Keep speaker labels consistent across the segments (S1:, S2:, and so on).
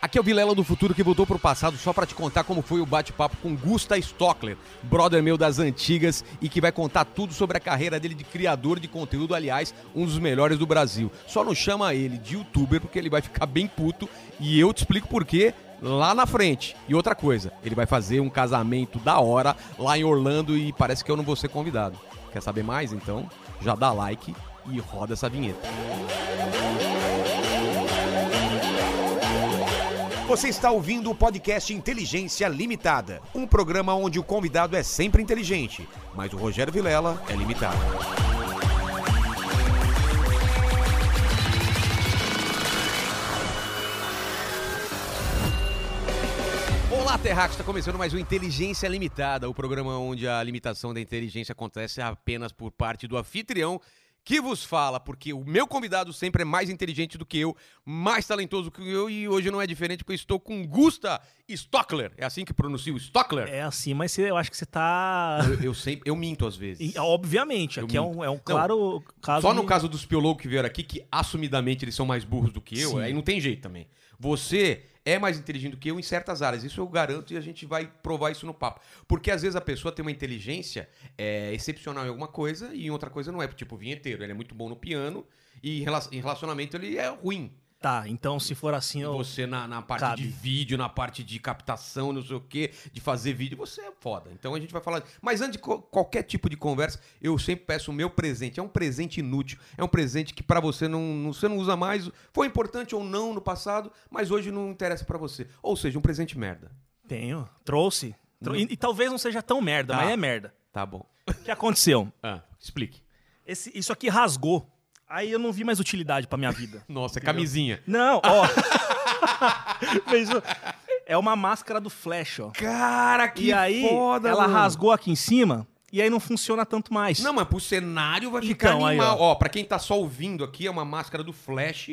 S1: Aqui é o Vilela do Futuro que voltou pro passado só para te contar como foi o bate-papo com Gusta Stockler, brother meu das antigas e que vai contar tudo sobre a carreira dele de criador de conteúdo, aliás, um dos melhores do Brasil. Só não chama ele de youtuber porque ele vai ficar bem puto e eu te explico por quê lá na frente. E outra coisa, ele vai fazer um casamento da hora lá em Orlando e parece que eu não vou ser convidado. Quer saber mais? Então já dá like e roda essa vinheta.
S2: Você está ouvindo o podcast Inteligência Limitada, um programa onde o convidado é sempre inteligente, mas o Rogério Vilela é limitado.
S1: Olá, Terráqueo! Está começando mais um Inteligência Limitada, o programa onde a limitação da inteligência acontece apenas por parte do anfitrião que vos fala, porque o meu convidado sempre é mais inteligente do que eu, mais talentoso que eu, e hoje não é diferente porque eu estou com Gusta Stockler. É assim que pronuncio Stockler?
S3: É assim, mas você- eu acho que você tá.
S1: Eu, eu sempre, eu minto às vezes.
S3: E, Obviamente,
S1: Eu
S3: aqui é
S1: minto.
S3: um, é um claro caso.
S1: Só no
S3: de-
S1: caso dos piologos que vieram aqui, que assumidamente eles são mais burros do que eu,
S3: Sim.
S1: aí não tem jeito também. Você é mais inteligente do que eu em certas áreas, isso eu garanto e a gente vai provar isso no papo. Porque às vezes a pessoa tem uma inteligência é, excepcional em alguma coisa e em outra coisa não é, tipo o vinheteiro, ele é muito bom no piano e em rela- em relacionamento ele é ruim.
S3: Tá, então se for assim, eu.
S1: Você na, na parte
S3: Cabe.
S1: de vídeo, na parte de captação, não sei o quê, de fazer vídeo, você é foda. Então a gente vai falar. Mas antes de co- qualquer tipo de conversa, eu sempre peço o meu presente. É um presente inútil. É um presente que pra você não, não- você não usa mais. Foi importante ou não no passado, mas hoje não interessa pra você. Ou seja, um presente merda.
S3: Tenho. Trouxe. Tro-
S1: Não.
S3: E, e talvez não seja tão merda,
S1: Tá.
S3: mas é merda.
S1: Tá bom.
S3: O que aconteceu?
S1: Ah, explique.
S3: Esse- isso aqui rasgou. Aí eu não vi mais utilidade pra minha vida.
S1: Nossa, é camisinha.
S3: Não, ó. Fez o- é uma máscara do Flash, ó.
S1: Cara, que
S3: e aí,
S1: foda,
S3: ela
S1: mano.
S3: rasgou aqui em cima e aí não funciona tanto mais.
S1: Não, mas pro cenário vai ficar
S3: Então, aí,
S1: animal. ó. pra quem tá só ouvindo aqui, é uma máscara do Flash.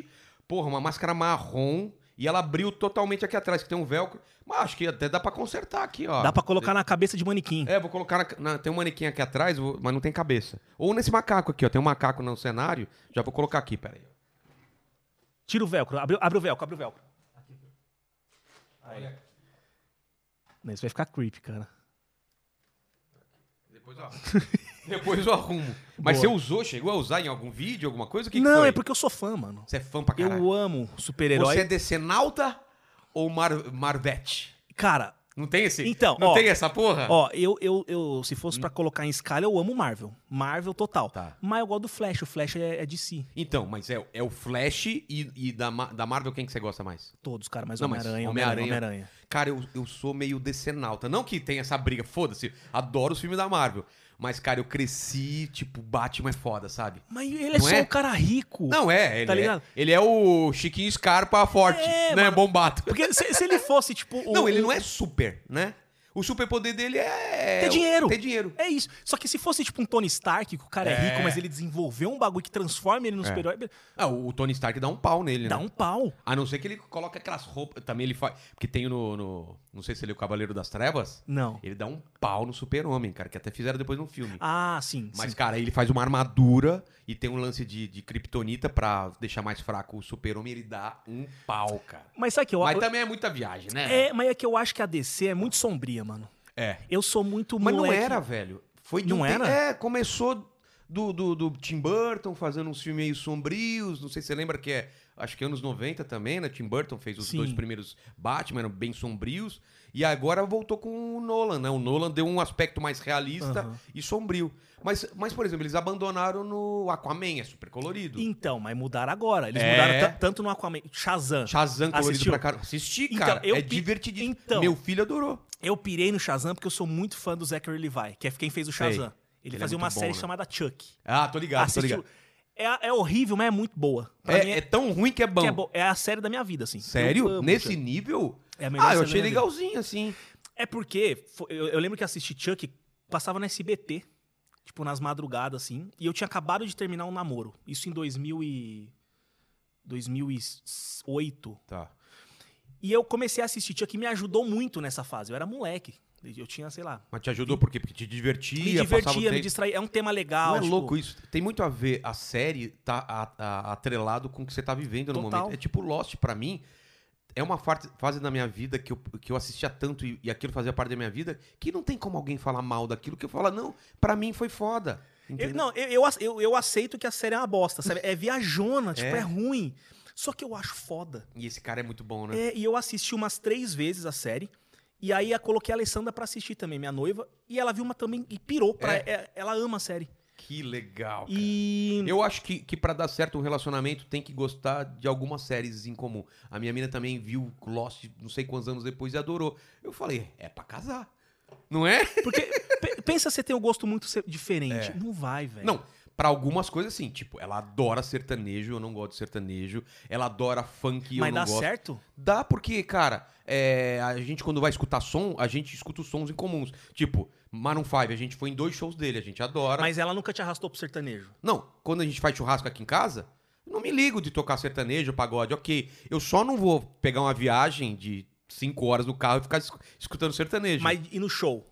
S1: Porra, uma máscara marrom. E ela abriu totalmente aqui atrás, que tem um velcro. Mas acho que até dá pra consertar aqui, ó.
S3: Dá pra colocar na cabeça de manequim.
S1: É, vou colocar. Na, na- tem um manequim aqui atrás, vou- mas não tem cabeça. Ou nesse macaco aqui, ó. Tem um macaco no cenário. Já vou colocar aqui, peraí.
S3: Tira o velcro. Abre, abre o velcro, abre o velcro.
S1: Olha.
S3: Não, Isso vai ficar creepy, cara.
S1: Depois eu arrumo. Depois eu arrumo. Mas você
S3: Boa.
S1: usou, chegou a usar em algum vídeo, alguma coisa? O que que
S3: não,
S1: foi?
S3: é porque eu sou fã, mano.
S1: Você é fã pra caralho.
S3: Eu amo super-herói.
S1: Você é decenalta ou mar, Marvete?
S3: Cara,
S1: Não tem esse?
S3: Então,
S1: não
S3: ó,
S1: tem essa porra?
S3: ó, eu, eu, eu se fosse pra colocar em escala, eu amo Marvel. Marvel total.
S1: Hum. Tá.
S3: Mas eu gosto do Flash. O Flash é, é de si.
S1: Então, mas é, é o Flash e, e da, Ma- da Marvel quem que você gosta mais?
S3: Todos, cara. Mas
S1: Não, mas
S3: Homem-Aranha,
S1: Homem-Aranha-
S3: Homem-Aranha, Homem-Aranha.
S1: Cara, eu, eu sou meio decenalta. Não que tenha essa briga, foda-se. Adoro os filmes da Marvel. Mas, cara, eu cresci, tipo, Batman é foda, sabe?
S3: Mas ele é
S1: Não
S3: só
S1: é?
S3: um cara rico.
S1: Não é, ele,
S3: Tá
S1: é,
S3: ligado?
S1: ele é o Chiquinho Scarpa forte,
S3: É,
S1: né?
S3: mano.
S1: Bombato.
S3: Porque se, se ele fosse, tipo. o-
S1: Não, ele
S3: o-
S1: não é super, né? O superpoder dele é...
S3: Ter dinheiro.
S1: Ter dinheiro.
S3: É isso. Só que se fosse, tipo, um Tony Stark, que o cara é,
S1: É.
S3: rico, mas ele desenvolveu um bagulho que transforma ele no super-herói,
S1: Ah, o o Tony Stark dá um pau nele,
S3: dá
S1: né?
S3: um pau.
S1: A não ser que ele coloque aquelas roupas... Também ele faz... Porque tem no, no... Não sei se ele é o Cavaleiro das Trevas...
S3: Não.
S1: Ele dá um pau no super-homem, cara, que até fizeram depois no filme.
S3: Ah, sim.
S1: Mas,
S3: sim.
S1: cara, ele faz uma armadura e tem um lance de, de kriptonita pra deixar mais fraco o super-homem, ele dá um pau, cara.
S3: Mas sabe que eu
S1: Mas
S3: acho.
S1: também é muita viagem, né?
S3: É, mas é que eu acho que a DC é muito sombria, mano.
S1: É.
S3: Eu sou muito
S1: Mas não
S3: moleque.
S1: era, velho. Foi de um
S3: Não
S1: te-
S3: era?
S1: É, começou do, do, do Tim Burton fazendo uns filmes meio sombrios, não sei se você lembra que é, acho que anos 90 também, né? Tim Burton fez os
S3: Sim.
S1: dois primeiros Batman, eram bem sombrios, e agora voltou com o Nolan, né? O Nolan deu um aspecto mais realista
S3: Aham.
S1: e sombrio. Mas, mas, por exemplo, eles abandonaram no Aquaman, é super colorido.
S3: Então, mas mudaram agora. Eles
S1: É.
S3: mudaram ta- tanto no Aquaman. Shazam.
S1: Shazam colorido
S3: Assistiu?
S1: pra caramba. Assisti,
S3: Então,
S1: cara.
S3: eu
S1: é
S3: pi-
S1: divertidíssimo.
S3: Então.
S1: Meu filho adorou.
S3: Eu pirei no Shazam porque eu sou muito fã do Zachary Levi, que é quem fez o
S1: Sei.
S3: Shazam. Ele,
S1: Ele é
S3: fazia
S1: muito
S3: uma
S1: bom,
S3: série
S1: né?
S3: chamada Chuck.
S1: Ah, tô ligado, tô ligado.
S3: É, é horrível, mas é muito boa. Pra
S1: É,
S3: mim
S1: é tão ruim que é bom.
S3: que é, bo- é a série da minha vida, assim. Eu
S1: Sério?
S3: amo
S1: Nesse
S3: Chuck.
S1: nível?
S3: É a melhor
S1: Ah, eu
S3: série da
S1: achei
S3: minha vida.
S1: legalzinho, assim.
S3: É porque fo- eu, eu lembro que assisti Chuck, passava na SBT, tipo, nas madrugadas, assim, e eu tinha acabado de terminar um namoro. Isso em 2000 e... 2008.
S1: Tá.
S3: E eu comecei a assistir Chuck e me ajudou muito nessa fase. Eu era moleque. Eu tinha, sei lá.
S1: Mas te ajudou por quê? Porque te divertia,
S3: Me
S1: passava o
S3: divertia,
S1: tempo.
S3: me distraía. É um tema legal.
S1: Não é
S3: tipo,
S1: louco isso? Tem muito a ver, a série tá a- a- atrelado com o que você tá vivendo no
S3: Total.
S1: momento. É tipo Lost pra mim. É uma far- fase da minha vida que eu, que eu assistia tanto e, e aquilo fazia parte da minha vida que não tem como alguém falar mal daquilo que eu falo, "Ah, não, pra mim foi foda.
S3: Eu-
S1: entendeu?
S3: não, eu, eu, ace- eu, eu aceito que a série é uma bosta, sabe? É viajona, tipo,
S1: É.
S3: é ruim. Só que eu acho foda.
S1: E esse cara é muito bom, né?
S3: É, e eu assisti umas três vezes a série. E aí eu coloquei a Alessandra pra assistir também, minha noiva. E ela viu uma também e pirou. Pra, é- Ela ama a série.
S1: Que legal. cara.
S3: E.
S1: Eu acho que, que para dar certo um relacionamento tem que gostar de algumas séries em comum. A minha mina também viu Lost não sei quantos anos depois e adorou. Eu falei, é pra casar. Não é?
S3: Porque pe- pensa você tem um gosto muito se- diferente. Não vai, velho.
S1: Não, pra algumas coisas sim. Tipo, ela adora sertanejo, eu não gosto de sertanejo. Ela adora funk, eu
S3: Mas
S1: não
S3: dá
S1: gosto.
S3: certo?
S1: Dá porque, cara, é, a gente quando vai escutar som, a gente escuta os sons em comuns. Tipo, Maroon 5, a gente foi em dois shows dele, a gente adora.
S3: Mas ela nunca te arrastou pro sertanejo.
S1: Não, quando a gente faz churrasco aqui em casa, eu não me ligo de tocar sertanejo, pagode, ok. Eu só não vou pegar uma viagem de cinco horas no carro e ficar esc- escutando sertanejo.
S3: Mas e no show?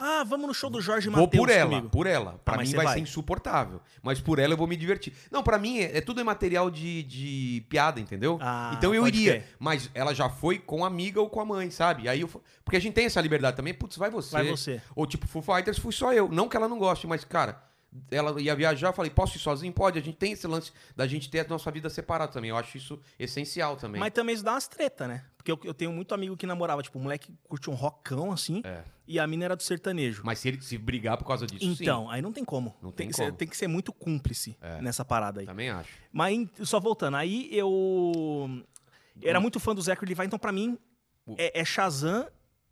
S3: Ah, vamos no show do Jorge
S1: vou
S3: Matheus
S1: por ela,
S3: comigo.
S1: por ela. Pra
S3: Ah, mas
S1: mim
S3: você
S1: vai,
S3: vai.
S1: ser insuportável. Mas por ela eu vou me divertir. Não, pra mim é, é tudo é material de, de piada, entendeu?
S3: Ah,
S1: então eu
S3: pode
S1: iria.
S3: crer.
S1: Mas ela já foi com a amiga ou com a mãe, sabe? Aí eu, fa- porque a gente tem essa liberdade também. Putz, vai você.
S3: Vai você.
S1: Ou tipo, Foo Fighters fui só eu. Não que ela não goste, mas, cara, ela ia viajar, eu falei, posso ir sozinho? Pode. A gente tem esse lance da gente ter a nossa vida separada também. Eu acho isso essencial também.
S3: Mas também isso dá umas treta, né? Porque eu, eu tenho muito amigo que namorava, tipo, o moleque curte um rockão assim,
S1: É.
S3: e a mina era do sertanejo.
S1: Mas se ele se brigar por causa disso,
S3: então, aí não tem como.
S1: Não tem
S3: que
S1: como. É. Tá.
S3: Ser, tem que ser muito cúmplice nessa parada
S1: sim.
S3: aí.
S1: Também acho.
S3: Mas em- só voltando, aí eu era muito fã do Zachary Levi, então pra mim é, é Shazam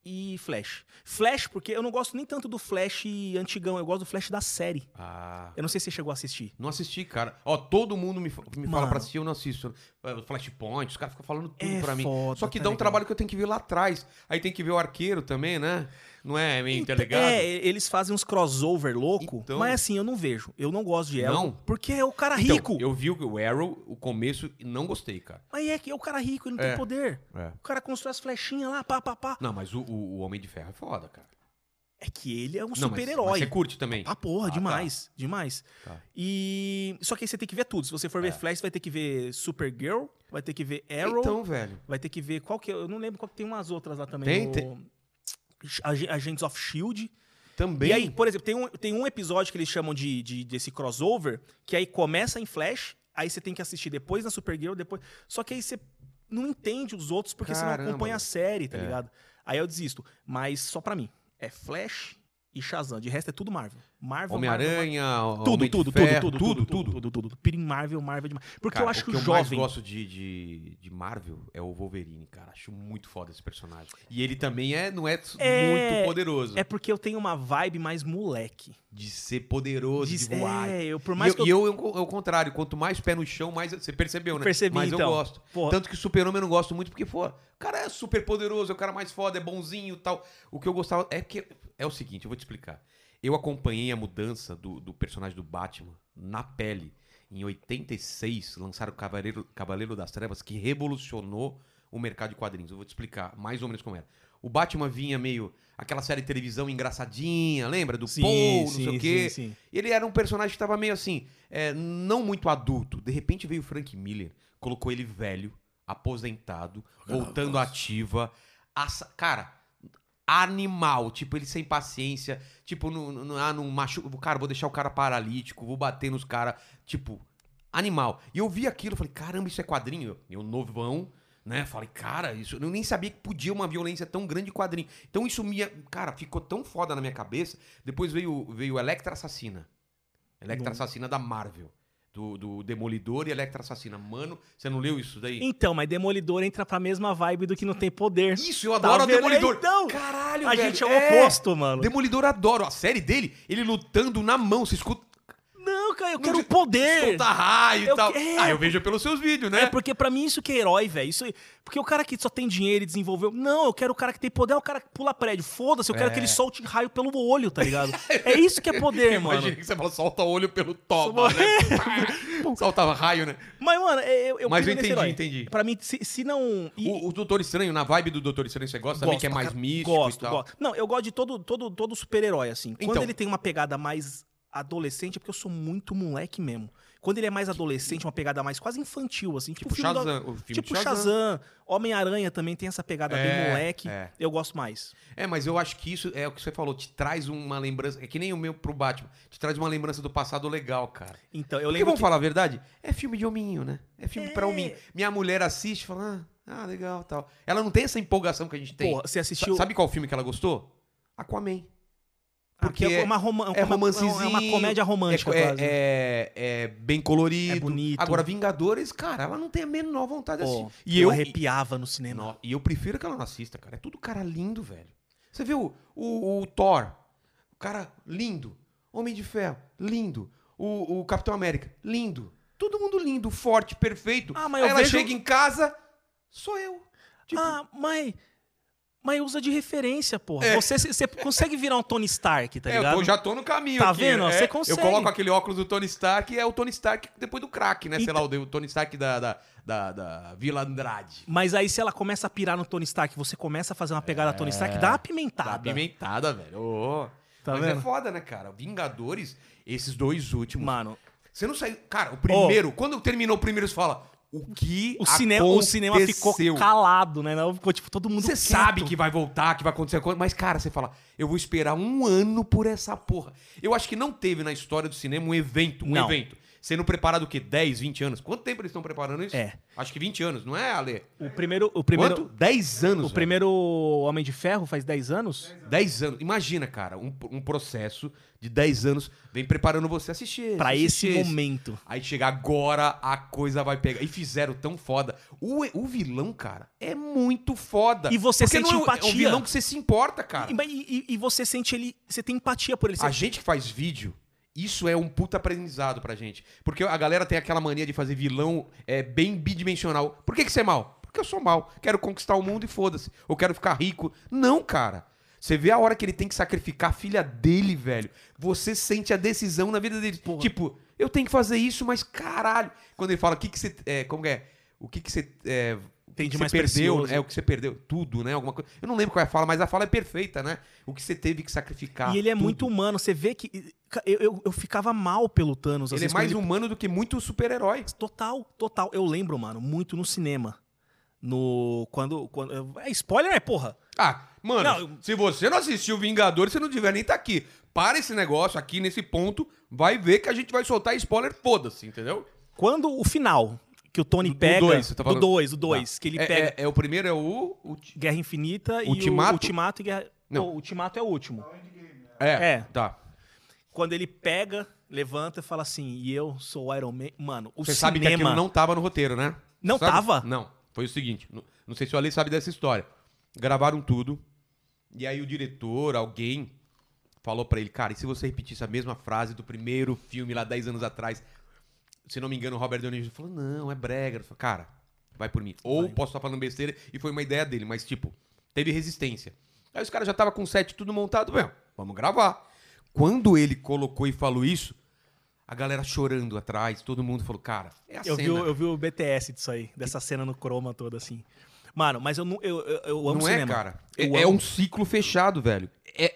S3: e Flash. Flash, porque eu não gosto nem tanto do Flash antigão, eu gosto do Flash da série.
S1: Ah.
S3: Eu não sei se você chegou a assistir.
S1: Não assisti, cara. Ó, todo mundo me, fa- me fala
S3: Mano.
S1: pra assistir, eu não assisto. É, o Flashpoint, os caras ficam falando tudo
S3: É
S1: pra mim.
S3: foda,
S1: Só que
S3: tá
S1: dá um
S3: ligado.
S1: trabalho que eu tenho que ver lá atrás. Aí tem que ver o arqueiro também, né? Não é meio interligado?
S3: É, eles fazem uns crossover louco,
S1: Então.
S3: mas assim, eu não vejo. Eu não gosto de ela.
S1: Não?
S3: Porque é o cara
S1: Então,
S3: rico.
S1: eu vi o Arrow, o começo, e não gostei, cara.
S3: Mas é que é o cara rico, ele não
S1: É.
S3: tem poder.
S1: É.
S3: O cara constrói as flechinhas lá, pá, pá, pá.
S1: Não, mas o, o- o Homem de Ferro é foda, cara.
S3: É que ele é um
S1: Não, mas- mas
S3: super-herói.
S1: Você curte também.
S3: Ah, porra,
S1: Ah,
S3: demais, demais.
S1: Tá. É.
S3: E só que aí você tem que ver tudo. Se você for ver Flash, vai ter que ver Supergirl, vai ter que ver Arrow,
S1: Então, velho.
S3: vai ter que ver qual que é- eu não lembro qual que tem umas outras lá também.
S1: Tem,
S3: no- Ag- Agents of Shield.
S1: Também.
S3: E aí, por exemplo, tem um, tem um episódio que eles chamam de, de- desse crossover, que aí começa em Flash, aí você tem que assistir depois na Supergirl, depois. Só que aí você não entende os outros porque você
S1: Caramba,
S3: não acompanha a
S1: velho.
S3: série, tá
S1: É.
S3: ligado? Aí eu desisto. Mas só pra mim. É Flash e Shazam. De resto é tudo Marvel. Marvel, Marvel,
S1: Homem-Aranha,
S3: Marvel. Tudo,
S1: Homem de
S3: tudo, tudo,
S1: Ferro,
S3: tudo, tudo, tudo, tudo, tudo, tudo. Pirim Marvel, Marvel demais. Porque
S1: Cara,
S3: eu acho que o,
S1: que eu mais
S3: jovem.
S1: gosto de, de, de Marvel é o Wolverine, cara. Acho muito foda esse personagem. E ele também é, não é,
S3: É-
S1: muito poderoso.
S3: É porque eu tenho uma vibe mais moleque.
S1: De ser poderoso, de,
S3: Diz-
S1: voar.
S3: é, eu, por
S1: E
S3: mais
S1: eu-
S3: que eu
S1: E eu, eu- é o contrário, quanto mais pé no chão, mais. Você percebeu, né?
S3: Percebi,
S1: Mas eu
S3: então.
S1: gosto.
S3: Porra.
S1: Tanto que o Super-Homem eu não gosto muito, porque, pô, o cara é super poderoso, é o cara mais foda, é bonzinho e tal. O que eu gostava. É porque. É o seguinte, eu vou te explicar. Eu acompanhei a mudança do, do personagem do Batman na pele. Em 86, lançaram o Cavaleiro, Cavaleiro das Trevas, que revolucionou o mercado de quadrinhos. Eu vou te explicar mais ou menos como era. O Batman vinha meio. Aquela série de televisão engraçadinha, lembra? Do Paul, não sei o quê.
S3: sim, sim.
S1: Ele era um personagem que tava meio assim, é, não muito adulto. De repente veio o Frank Miller, colocou ele velho, aposentado, voltando à ativa. assa- Cara, animal. Tipo, ele sem paciência. Tipo, não, não, ah, não machuca. Cara, vou deixar o cara paralítico, vou bater nos caras. Tipo, animal. E eu vi aquilo, falei, caramba, isso é quadrinho. Eu, novão. Né? Falei, cara, isso eu nem sabia que podia uma violência tão grande de quadrinho. Então isso me. Cara, ficou tão foda na minha cabeça. Depois veio, veio Electra Assassina. Electra Assassina da Marvel. Do, do Demolidor e Electra Assassina. Mano, você não leu isso daí?
S3: Então, mas Demolidor entra pra mesma vibe do que não tem poder.
S1: Isso, eu
S3: Tá
S1: adoro o
S3: vendo?
S1: Demolidor.
S3: É, então,
S1: Caralho,
S3: a
S1: velho,
S3: gente é o oposto, mano.
S1: Demolidor adoro. A série dele, ele lutando na mão, se escuta
S3: Não, cara, eu
S1: Não
S3: quero
S1: de-
S3: poder.
S1: soltar raio e
S3: É. Eu
S1: tal.
S3: que-
S1: Ah, eu vejo pelos seus vídeos, né?
S3: É porque pra mim isso que é herói, velho. Isso, porque o cara que só tem dinheiro e desenvolveu, não, eu quero o cara que tem poder, é o cara que pula prédio. Foda-se, eu quero que ele solte raio pelo olho, tá ligado? é isso que é poder, mano.
S1: Imagina que você fala, solta olho pelo toba, né? Soltava raio, né?
S3: Mas mano, é- eu, eu
S1: Mas
S3: piro
S1: eu
S3: nesse
S1: entendi,
S3: herói.
S1: entendi.
S3: Pra mim se, se não e-
S1: O, o Doutor Estranho, na vibe do Doutor Estranho, você gosta também,
S3: Gosto
S1: que é
S3: pra
S1: mais
S3: car-
S1: místico
S3: gosto,
S1: e tal.
S3: gosto. Não, eu gosto de todo, todo, todo super-herói, assim. Quando
S1: Então.
S3: ele tem uma pegada mais adolescente, é porque eu sou muito moleque mesmo. Quando ele é mais adolescente, uma pegada mais quase infantil, assim. Tipo,
S1: Tipo
S3: filme do-
S1: Shazam, o filme
S3: tipo
S1: de
S3: Shazam. Homem-Aranha também tem essa pegada
S1: É,
S3: bem moleque.
S1: é.
S3: Eu gosto mais.
S1: É, mas eu acho que isso é o que você falou, te traz uma lembrança. É que nem o meu pro Batman, te traz uma lembrança do passado legal, cara.
S3: Então, eu
S1: Porque
S3: lembro
S1: vamos
S3: que...
S1: falar a verdade? É filme de hominho, né? É filme
S3: É.
S1: pra hominho. Minha mulher assiste e fala, ah, ah, legal tal. Ela não tem essa empolgação que a gente tem.
S3: Porra, você
S1: Sa-
S3: assistiu...
S1: Sabe qual filme que ela gostou? Aquaman.
S3: Porque
S1: porque
S3: é uma, roman...
S1: é
S3: uma-
S1: romancezinho,
S3: É uma comédia romântica,
S1: é,
S3: quase.
S1: é- é bem colorido.
S3: É bonito.
S1: Agora, Vingadores, cara, ela não tem a menor vontade de
S3: Pô,
S1: assistir.
S3: e eu, arrepiava no cinema.
S1: No- E eu prefiro que ela não assista, cara. É tudo cara lindo, velho. Você viu o, o Thor? O cara lindo. Homem de Ferro, lindo. O, o Capitão América, lindo. Todo mundo lindo, forte, perfeito.
S3: Ah, mas
S1: Aí
S3: eu
S1: ela
S3: vejo-
S1: chega em casa, sou eu. Tipo,
S3: Ah, mas... Mas usa de referência, porra.
S1: É.
S3: Você, você consegue virar um Tony Stark, tá
S1: é, eu
S3: ligado?
S1: tô- já tô no caminho
S3: Tá
S1: aqui,
S3: vendo?
S1: né?
S3: Você
S1: É,
S3: consegue.
S1: Eu coloco aquele óculos do Tony Stark e é o Tony Stark depois do crack, né? Sei
S3: Então-
S1: lá, o de- o Tony Stark da, da, da, da Vila Andrade.
S3: Mas aí, se ela começa a pirar no Tony Stark, você começa a fazer uma pegada Tony Stark, dá uma pimentada.
S1: Tá É, pimentada, velho. Ô.
S3: Tá
S1: Mas é
S3: vendo?
S1: foda, né, cara? Vingadores, esses dois últimos.
S3: Mano,
S1: Você não saiu. Cara, o primeiro, quando terminou o primeiro, você fala. O que
S3: o, cine o cinema ficou
S1: aconteceu?
S3: calado, né? Não, Ficou tipo todo mundo.
S1: Você
S3: quieto.
S1: sabe que vai voltar, que vai acontecer coisa, mas, cara, você fala, eu vou esperar um ano por essa porra. Eu acho que não teve na história do cinema um evento, um
S3: Não.
S1: evento. Sendo preparado o quê? 10, 20 anos? Quanto tempo eles estão preparando isso?
S3: É.
S1: Acho que 20 anos, não é, Ale?
S3: O primeiro. O primeiro,
S1: Quanto? 10 anos.
S3: o
S1: velho.
S3: primeiro Homem de Ferro faz 10 anos?
S1: 10 anos. Imagina, cara, um, um processo de 10 anos vem preparando você a assistir. esse,
S3: Pra esse
S1: assistir
S3: momento.
S1: Aí chega agora, a coisa vai pegar. E fizeram tão foda. O, o vilão, cara, é muito foda.
S3: E você sente
S1: não é um- É um
S3: empatia.
S1: vilão que você se importa, cara. Ah,
S3: E, mas- e- e- e você sente ele. Você tem empatia por ele. Você-
S1: A gente que faz vídeo, isso é um puta aprendizado pra gente. Porque a galera tem aquela mania de fazer vilão é, bem bidimensional. Por que, que você é mal? Porque eu sou mal. Quero conquistar o mundo e foda-se. Eu quero ficar rico. Não, cara. Você vê a hora que ele tem que sacrificar a filha dele, velho. Você sente a decisão na vida dele. Tipo, eu tenho que fazer isso, mas caralho. Quando ele fala, o que que você. É, como que é? O que que você. É, o
S3: Tem
S1: que
S3: de
S1: você
S3: mais
S1: perdeu,
S3: precioso.
S1: é o que você perdeu, tudo, né? Alguma coisa. Eu não lembro qual é a fala, mas a fala é perfeita, né? O que você teve que sacrificar.
S3: e ele é
S1: tudo.
S3: muito humano. Você vê que. Eu, eu, eu ficava mal pelo Thanos.
S1: Ele
S3: às
S1: é
S3: vezes, quando
S1: mais humano do que muito super-herói.
S3: Total, total. Eu lembro, mano, muito no cinema. No. Quando. quando é spoiler, é porra.
S1: Ah, mano,
S3: Não, eu-
S1: se você não assistiu Vingadores, você não tiver nem tá aqui. Para esse negócio aqui nesse ponto, vai ver que a gente vai soltar spoiler, foda-se, entendeu?
S3: Quando o final, que o Tony
S1: Do- do
S3: pega.
S1: dois, você tá falando?
S3: Do 2, o 2. Que ele
S1: é,
S3: pega
S1: é- é o primeiro é o, o ti-
S3: Guerra Infinita e
S1: Ultimato?
S3: o Ultimato e Guerra.
S1: Não.
S3: Não, o Ultimato é o último.
S1: é,
S3: É.
S1: tá.
S3: Quando ele pega, levanta e fala assim: e eu sou o Iron Man. Mano, o
S1: Você
S3: cinema.
S1: sabe que aquilo não tava no roteiro, né?
S3: Não
S1: Sabe?
S3: tava?
S1: Não. Foi o seguinte, não, não sei se o Ale sabe dessa história. Gravaram tudo. E aí o diretor, alguém falou pra ele, cara, e se você repetisse a mesma frase do primeiro filme lá 10 anos atrás, se não me engano, o Robert Downey Jr. falou, não, é brega. Ele falou, cara, vai por mim. Ou posso estar falando besteira, e foi uma ideia dele, mas tipo, teve resistência. Aí os caras já tava com o set tudo montado, meu, vamos gravar. Quando ele colocou e falou isso, a galera chorando atrás, todo mundo falou, cara, é a
S3: Eu vi,
S1: cena.
S3: o- eu vi o BTS disso aí, dessa cena no croma toda assim. Mano, mas eu, não- eu, eu, eu amo
S1: não
S3: cinema.
S1: é, cara.
S3: Eu
S1: É, é
S3: amo.
S1: um ciclo fechado, velho. É,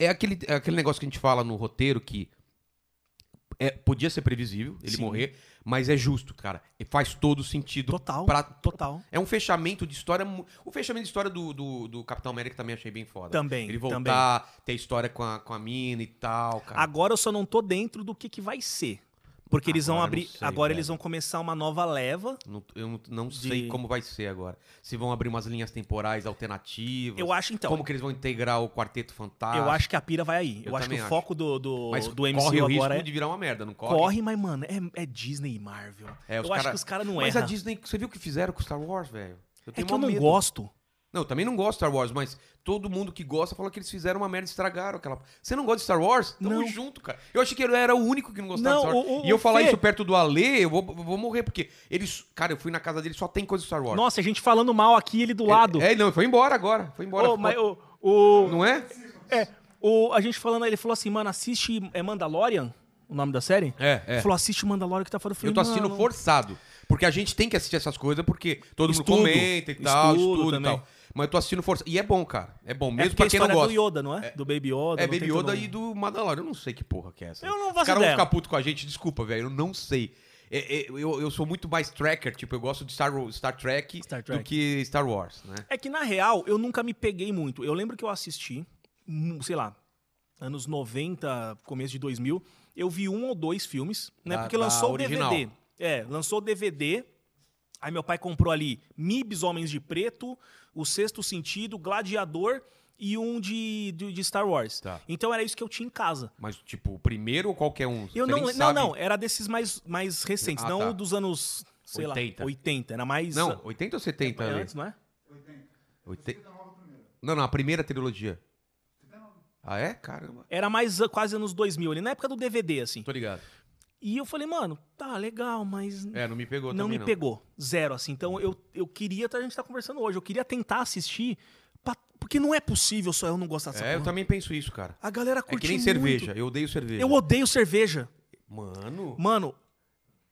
S1: é, aquele, é aquele negócio que a gente fala no roteiro que é, podia ser previsível ele
S3: Sim.
S1: morrer, mas é justo, cara. E faz todo sentido.
S3: Total.
S1: pra-
S3: Total.
S1: É um fechamento de história. mu- O fechamento de história do, do, do Capitão América também achei bem foda.
S3: Também,
S1: Ele voltar, ter história com a, com a mina e tal, cara.
S3: Agora eu só não tô dentro do que, que vai ser. Porque eles vão
S1: Agora eu
S3: abrir.
S1: não sei,
S3: agora
S1: velho.
S3: eles vão começar uma nova leva.
S1: Não- eu não, não
S3: De-
S1: sei como vai ser agora. Se vão abrir umas linhas temporais alternativas.
S3: Eu acho, então.
S1: como que eles vão integrar o Quarteto Fantástico.
S3: Eu acho que a pira vai aí. Eu,
S1: Ah. Eu
S3: acho que o
S1: também
S3: foco do, do,
S1: Mas
S3: do MCU
S1: corre o risco
S3: agora é.
S1: de virar uma merda, não corre?
S3: Corre. mas, mano, é, é Disney e Marvel.
S1: É,
S3: eu
S1: os
S3: acho
S1: cara-
S3: que os caras não
S1: Mas a
S3: erram.
S1: Disney, você viu o que fizeram com Star Wars, velho?
S3: É
S1: tenho
S3: que eu
S1: mó
S3: não
S1: medo.
S3: gosto.
S1: Não, eu também não gosto de Star Wars, mas todo mundo que gosta fala que eles fizeram uma merda, estragaram aquela. Você não gosta de Star Wars? Tamo
S3: Não.
S1: junto, cara. Eu achei que eu era o único que não gostava
S3: Não,
S1: de Star Wars.
S3: o- o-
S1: e eu
S3: o
S1: falar
S3: Fê-
S1: isso perto do Ale, eu vou, vou morrer, porque eles. Cara, eu fui na casa dele, só tem coisa de Star Wars.
S3: Nossa, a gente falando mal aqui, ele do lado.
S1: É, não, foi embora agora. Foi embora.
S3: Ô,
S1: ficou-
S3: mas o, o-
S1: Não é?
S3: é, o- a gente falando, ele falou assim, mano, assiste é Mandalorian, o nome da série?
S1: É, é.
S3: Ele falou, assiste Mandalorian que tá fora do filme.
S1: Eu tô assistindo forçado. Porque a gente tem que assistir essas coisas, porque todo mundo
S3: Estudo.
S1: comenta e tal,
S3: Estudo
S1: estuda e
S3: também.
S1: tal. Mas eu tô assistindo força. E é bom, cara. É bom
S3: É
S1: mesmo
S3: porque a
S1: pra quem não
S3: história é
S1: gosta.
S3: do Yoda, não é? Do Baby Yoda.
S1: É
S3: não tem
S1: Baby
S3: todo
S1: Yoda
S3: um-
S1: e do Mandalorian. Eu não sei que porra que é essa.
S3: Eu não faço
S1: Os caras vão
S3: ideia.
S1: ficar putos com a gente, desculpa, velho. Eu não sei. É, é, eu, eu sou muito mais tracker, tipo, eu gosto de Star, Star, Trek,
S3: Star Trek.
S1: do que Star Wars, né?
S3: É que, na real, eu nunca me peguei muito. Eu lembro que eu assisti, hum, sei lá, anos 90, começo de 2000, eu vi um ou dois filmes, né?
S1: Da-
S3: porque
S1: da
S3: lançou o
S1: original.
S3: DVD. É, lançou o DVD. Aí meu pai comprou ali Mibs Homens de Preto, O Sexto Sentido, Gladiador e um de, de, de Star Wars.
S1: Tá.
S3: Então era isso que eu tinha em casa.
S1: Mas, tipo, o primeiro ou qualquer um?
S3: Eu
S1: Você
S3: não,
S1: nem
S3: não,
S1: sabe.
S3: não, era desses mais, mais recentes,
S1: Ah,
S3: não
S1: tá.
S3: o dos anos, sei
S1: 80.
S3: lá, 80, era mais
S1: Não, 80 ou 70
S3: é
S1: ali?
S3: antes, não é?
S1: Oite- Não, não, a primeira trilogia. Ah, é? Caramba.
S3: Era mais ah, quase anos 2000, ali na época do DVD assim.
S1: Tô ligado.
S3: E eu falei, mano, tá legal, mas
S1: É, não me pegou
S3: não
S1: também,
S3: me pegou. Zero, assim. Então eu, eu queria, a gente tá conversando hoje, eu queria tentar assistir, pra- porque não é possível só eu não gostar dessa
S1: É, eu
S3: porra.
S1: também penso isso, cara.
S3: A galera
S1: É
S3: curte
S1: que nem
S3: muito.
S1: cerveja. Eu odeio cerveja.
S3: Eu odeio cerveja.
S1: Mano...
S3: Mano,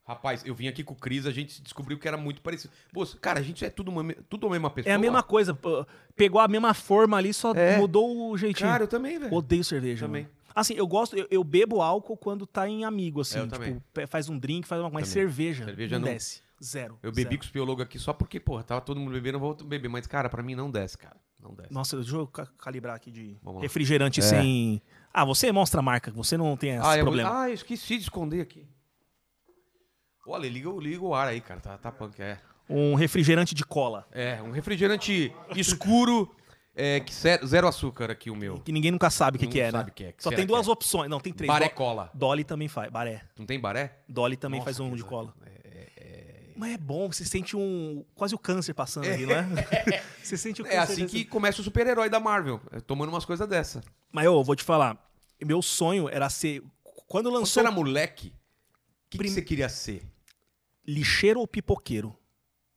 S1: Rapaz, eu vim aqui com o Cris, a gente descobriu que era muito parecido. Moço, cara, a gente é tudo, uma, me- tudo a mesma pessoa.
S3: é a mesma coisa. pô, Pegou a mesma forma ali, só
S1: É.
S3: mudou o jeitinho.
S1: Cara, eu também, velho.
S3: Odeio cerveja.
S1: Também.
S3: mano. Assim, eu gosto, eu, eu bebo álcool quando tá em amigo, assim.
S1: É, eu também.
S3: tipo, pe- faz um drink, faz uma. Mas
S1: Também.
S3: cerveja.
S1: Cerveja
S3: não,
S1: não.
S3: desce. Zero.
S1: Eu bebi
S3: zero.
S1: com os biólogos aqui só porque, porra, tava todo mundo bebendo, eu vou beber. Mas, cara, pra mim não desce, cara. Não desce.
S3: Nossa, deixa eu ca- calibrar aqui de
S1: Vamos lá.
S3: refrigerante sem. Ah, você mostra a marca, você não tem esse
S1: ah, eu,
S3: problema.
S1: ah, eu esqueci de esconder aqui. Olha, liga, o- liga o ar aí, cara. Tá, tá punk, é.
S3: Um refrigerante de cola.
S1: É, um refrigerante escuro, é, que zero, zero açúcar aqui o meu.
S3: Que ninguém nunca sabe o que,
S1: Não
S3: que é, né?
S1: sabe o que é, que
S3: Só
S1: será
S3: tem
S1: que
S3: duas
S1: é?
S3: opções. Não, tem três.
S1: Baré
S3: Do-
S1: cola.
S3: Dolly também faz. Baré.
S1: Não tem baré?
S3: Dolly também
S1: Nossa,
S3: faz um
S1: que
S3: de
S1: exato.
S3: cola. Mas é bom, você sente um. Quase o câncer passando ali, não é? você sente o câncer.
S1: É assim
S3: desse-
S1: que começa o super-herói da Marvel, é, tomando umas coisas dessa.
S3: Mas eu vou te falar, meu sonho era ser. Quando
S1: Quando você
S3: lançou
S1: era moleque, o que, que
S3: Prim-
S1: você queria ser?
S3: lixeiro ou pipoqueiro?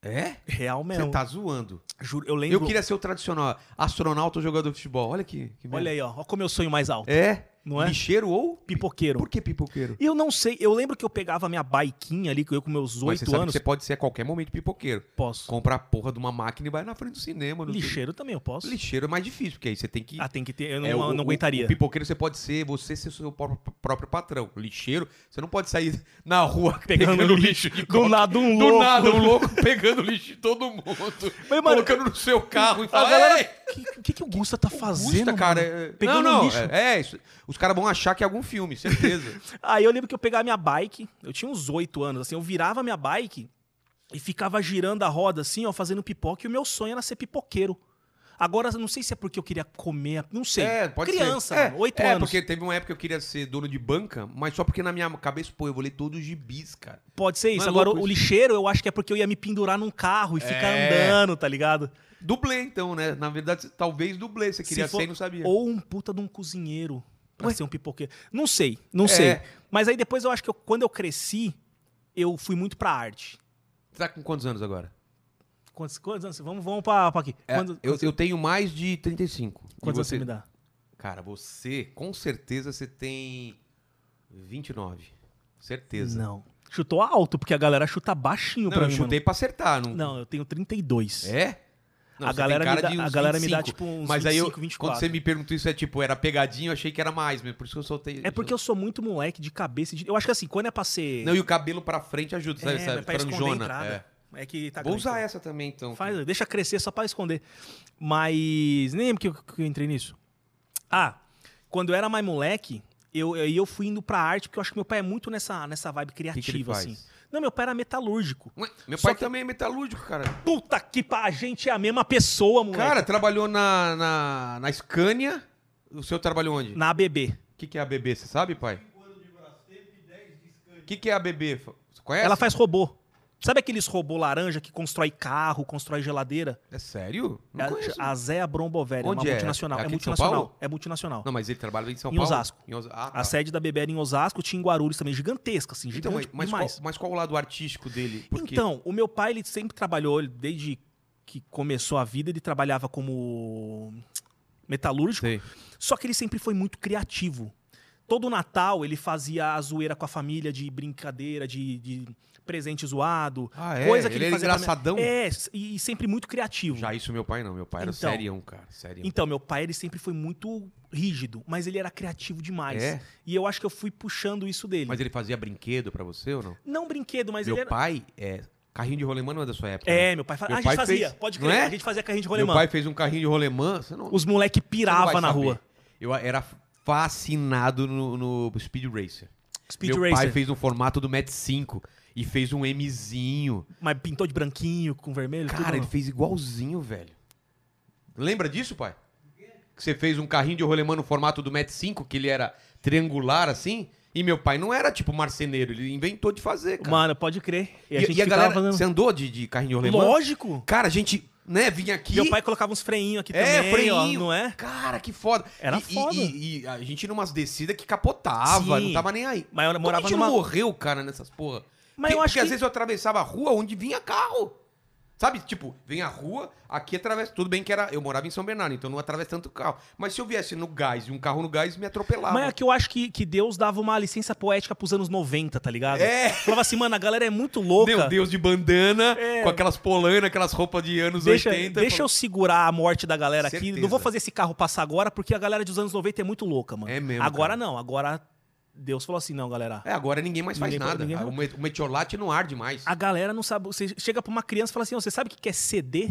S1: É?
S3: Real
S1: Você
S3: mesmo.
S1: tá zoando.
S3: Juro, eu lembro.
S1: Eu queria ser o tradicional astronauta ou jogador de futebol. Olha que, que merda.
S3: Olha aí, ó. Olha como meu sonho mais alto.
S1: É?
S3: Não é?
S1: Lixeiro ou?
S3: Pipoqueiro.
S1: Por que pipoqueiro?
S3: E eu não sei, eu lembro que eu pegava minha biquinha ali, que eu com meus
S1: Mas você
S3: oito
S1: sabe que
S3: anos.
S1: você pode ser a qualquer momento pipoqueiro.
S3: Posso.
S1: Compra a porra de uma máquina e vai na frente do cinema. não tem-
S3: Lixeiro também eu posso.
S1: Lixeiro é mais difícil, porque aí você tem que...
S3: Ah, tem que ter. Eu não,
S1: É, o-
S3: eu não
S1: o-
S3: aguentaria.
S1: O pipoqueiro você pode ser, você ser seu pró- próprio patrão. Lixeiro, você não pode sair na rua
S3: Pegando
S1: pegando,
S3: lixo.
S1: lixo. de
S3: Do
S1: qualquer-
S3: nada, um
S1: Do
S3: louco.
S1: nada, um louco pegando lixo de todo mundo.
S3: Mas, mano,
S1: colocando no seu carro e
S3: A
S1: falando.
S3: galera. O que, que, que o Gusta tá fazendo?
S1: Custa, cara.
S3: mano?
S1: é-
S3: Pegando
S1: não, não.
S3: lixo.
S1: É, é isso. Os caras vão achar que é algum filme, certeza.
S3: Aí eu lembro que eu pegava minha bike, eu tinha uns oito anos, assim, eu virava minha bike e ficava girando a roda assim, ó, fazendo pipoca, e o meu sonho era ser pipoqueiro. Agora, não sei se é porque eu queria comer, a- não sei.
S1: É, pode
S3: Criança,
S1: ser.
S3: mano, oito
S1: é,
S3: anos.
S1: porque teve uma época que eu queria ser dono de banca, mas só porque na minha cabeça, pô, eu vou ler todos os gibis, cara.
S3: Pode ser isso.
S1: Não é
S3: Agora,
S1: louco
S3: o
S1: isso?
S3: lixeiro, eu acho que é porque eu ia me pendurar num carro e ficar
S1: É.
S3: andando, tá ligado?
S1: Dublê, então, né? Na verdade, talvez dublê. Você queria
S3: Se for-
S1: ser e não sabia.
S3: Ou um puta de um cozinheiro pra ser um pipoqueiro. Não sei, não
S1: É.
S3: sei. Mas aí depois eu acho que eu- quando eu cresci, eu fui muito pra arte.
S1: Você tá com quantos anos agora?
S3: Quantos, quantos anos? Vamos, vamos pra, pra aqui.
S1: É,
S3: Quando-
S1: eu, eu tenho mais de 35. E
S3: quantos anos
S1: você?
S3: você me dá?
S1: Cara, você, com certeza, você tem 29. Certeza.
S3: Não. Chutou alto, porque a galera chuta baixinho
S1: Não,
S3: pra
S1: eu
S3: mim,
S1: chutei pra acertar. Não,
S3: mano. Não, eu tenho 32.
S1: É? Não,
S3: a
S1: você tem
S3: galera, me
S1: cara
S3: dá,
S1: de
S3: a
S1: uns
S3: galera me dá
S1: 25.
S3: tipo uns
S1: Mas
S3: 25,
S1: aí, eu,
S3: 24.
S1: quando você me perguntou isso, é tipo, era pegadinha, eu achei que era mais mesmo. Por isso que eu soltei.
S3: É porque eu sou muito moleque de cabeça. e de- Eu acho que assim, quando é pra ser...
S1: Não, e o cabelo pra frente ajuda, sabe?
S3: é,
S1: essa
S3: mas pra esconder a
S1: franjona.
S3: entrada.
S1: É.
S3: É. que tá
S1: Vou
S3: grande,
S1: usar
S3: então.
S1: essa também, então.
S3: Faz, deixa crescer só pra esconder. Mas. Nem lembro que eu, que eu entrei nisso. Ah, quando eu era mais moleque, eu, eu, eu fui indo pra arte, porque eu acho que meu pai é muito nessa, nessa vibe
S1: que
S3: criativa,
S1: que ele faz?
S3: assim. Não, meu pai era metalúrgico.
S1: Ué, Meu
S3: Só
S1: pai
S3: que-
S1: também é metalúrgico, cara.
S3: Puta que pá, a gente é a mesma pessoa, moleque.
S1: Cara, trabalhou na, na, na Scania. O seu trabalhou onde?
S3: na ABB.
S1: O que, que é a BB, você sabe, pai? O que, que é a BB? Você conhece?
S3: Ela faz robô. Sabe aqueles robô laranja que constrói carro, constrói geladeira?
S1: É sério? Não
S3: É
S1: conheço.
S3: a, a Zéa Brombovelli, é uma
S1: Onde é?
S3: multinacional.
S1: É
S3: É
S1: aqui de São
S3: multinacional.
S1: Paulo?
S3: É multinacional.
S1: Não, mas ele trabalha em São
S3: Em
S1: Paulo?
S3: Osasco.
S1: Em Osa- Ah, tá.
S3: A sede da BB era em Osasco, tinha em Guarulhos também, gigantesca, assim,
S1: Então,
S3: gigante
S1: mas, qual,
S3: demais.
S1: mas qual o lado artístico dele? Porque-
S3: Então, o meu pai, ele sempre trabalhou, ele- desde que começou a vida, ele trabalhava como metalúrgico,
S1: Sei.
S3: só que ele sempre foi muito criativo. Todo Natal ele fazia a zoeira com a família de brincadeira, de, de presente zoado.
S1: Ah, é?
S3: Coisa que
S1: Ele
S3: ele,
S1: era
S3: fazia também.
S1: engraçadão?
S3: É, e sempre muito criativo.
S1: Já isso meu pai não, meu pai era
S3: Então.
S1: serião, cara, serião.
S3: Então, meu pai, ele sempre foi muito rígido, mas ele era criativo demais.
S1: É?
S3: E eu acho que eu fui puxando isso dele.
S1: Mas ele fazia brinquedo pra você ou não?
S3: Não brinquedo, mas
S1: meu
S3: ele era...
S1: pai é carrinho de rolemã não é da sua época. né?
S3: É, meu pai, fa...
S1: Meu
S3: a gente
S1: pai
S3: fazia,
S1: fez-
S3: pode
S1: não
S3: crer,
S1: é?
S3: a gente fazia carrinho de
S1: Meu
S3: rolemã.
S1: pai fez um carrinho de rolemã, você não
S3: Os
S1: você
S3: moleque
S1: não vai
S3: pirava na
S1: saber.
S3: rua.
S1: Eu era fascinado no, no Speed Racer.
S3: Speed
S1: meu pai
S3: Racer,
S1: fez um formato do Met 5 e fez um Mzinho.
S3: mas pintou de branquinho, com vermelho, tudo,
S1: Cara, ele
S3: não?
S1: fez igualzinho, velho. Lembra disso, pai? Que você fez um carrinho de rolemã no formato do Met 5, que ele era triangular assim. E meu pai não era tipo marceneiro, ele inventou de fazer, cara.
S3: Mano, pode crer. E, a gente ficava
S1: galera,
S3: fazendo-
S1: você andou de, de carrinho de rolemã?
S3: Lógico!
S1: Cara, a gente, né, vinha aqui...
S3: Meu pai colocava uns freinhos aqui
S1: É,
S3: também,
S1: freinho.
S3: ó, não é?
S1: Cara, que foda.
S3: Era
S1: E- e,
S3: foda.
S1: E, e a gente ia numas descidas que capotava,
S3: Sim.
S1: não tava nem aí.
S3: Mas eu
S1: Como
S3: morava
S1: a gente
S3: numa...
S1: não morreu, cara, nessas porra.
S3: Mas
S1: porque,
S3: eu acho
S1: porque às
S3: que-
S1: vezes eu atravessava a rua onde vinha carro. Sabe, tipo, vem a rua, aqui atravessa. Tudo bem que era. Eu morava em São Bernardo, então não atravessa tanto carro. Mas se eu viesse no gás e um carro no gás, me atropelava.
S3: Mas é que eu acho que, que Deus dava uma licença poética pros anos 90, tá ligado?
S1: É.
S3: Falava assim, mano, a galera é muito louca.
S1: Meu Deus de bandana,
S3: É.
S1: com aquelas polanas, aquelas roupas de anos
S3: Deixa,
S1: 80.
S3: deixa eu segurar a morte da galera aqui.
S1: Certeza.
S3: Não vou fazer esse carro passar agora, porque a galera dos anos 90 é muito louca, mano.
S1: É mesmo,
S3: Agora
S1: cara.
S3: não, agora Deus falou assim, não, galera.
S1: É, agora ninguém mais faz
S3: Ninguém-
S1: nada. Ah,
S3: ninguém- Ah,
S1: O me- O metiolate não arde mais.
S3: A galera não sabe. Você chega pra uma criança e fala assim, ó, você sabe o que que é CD?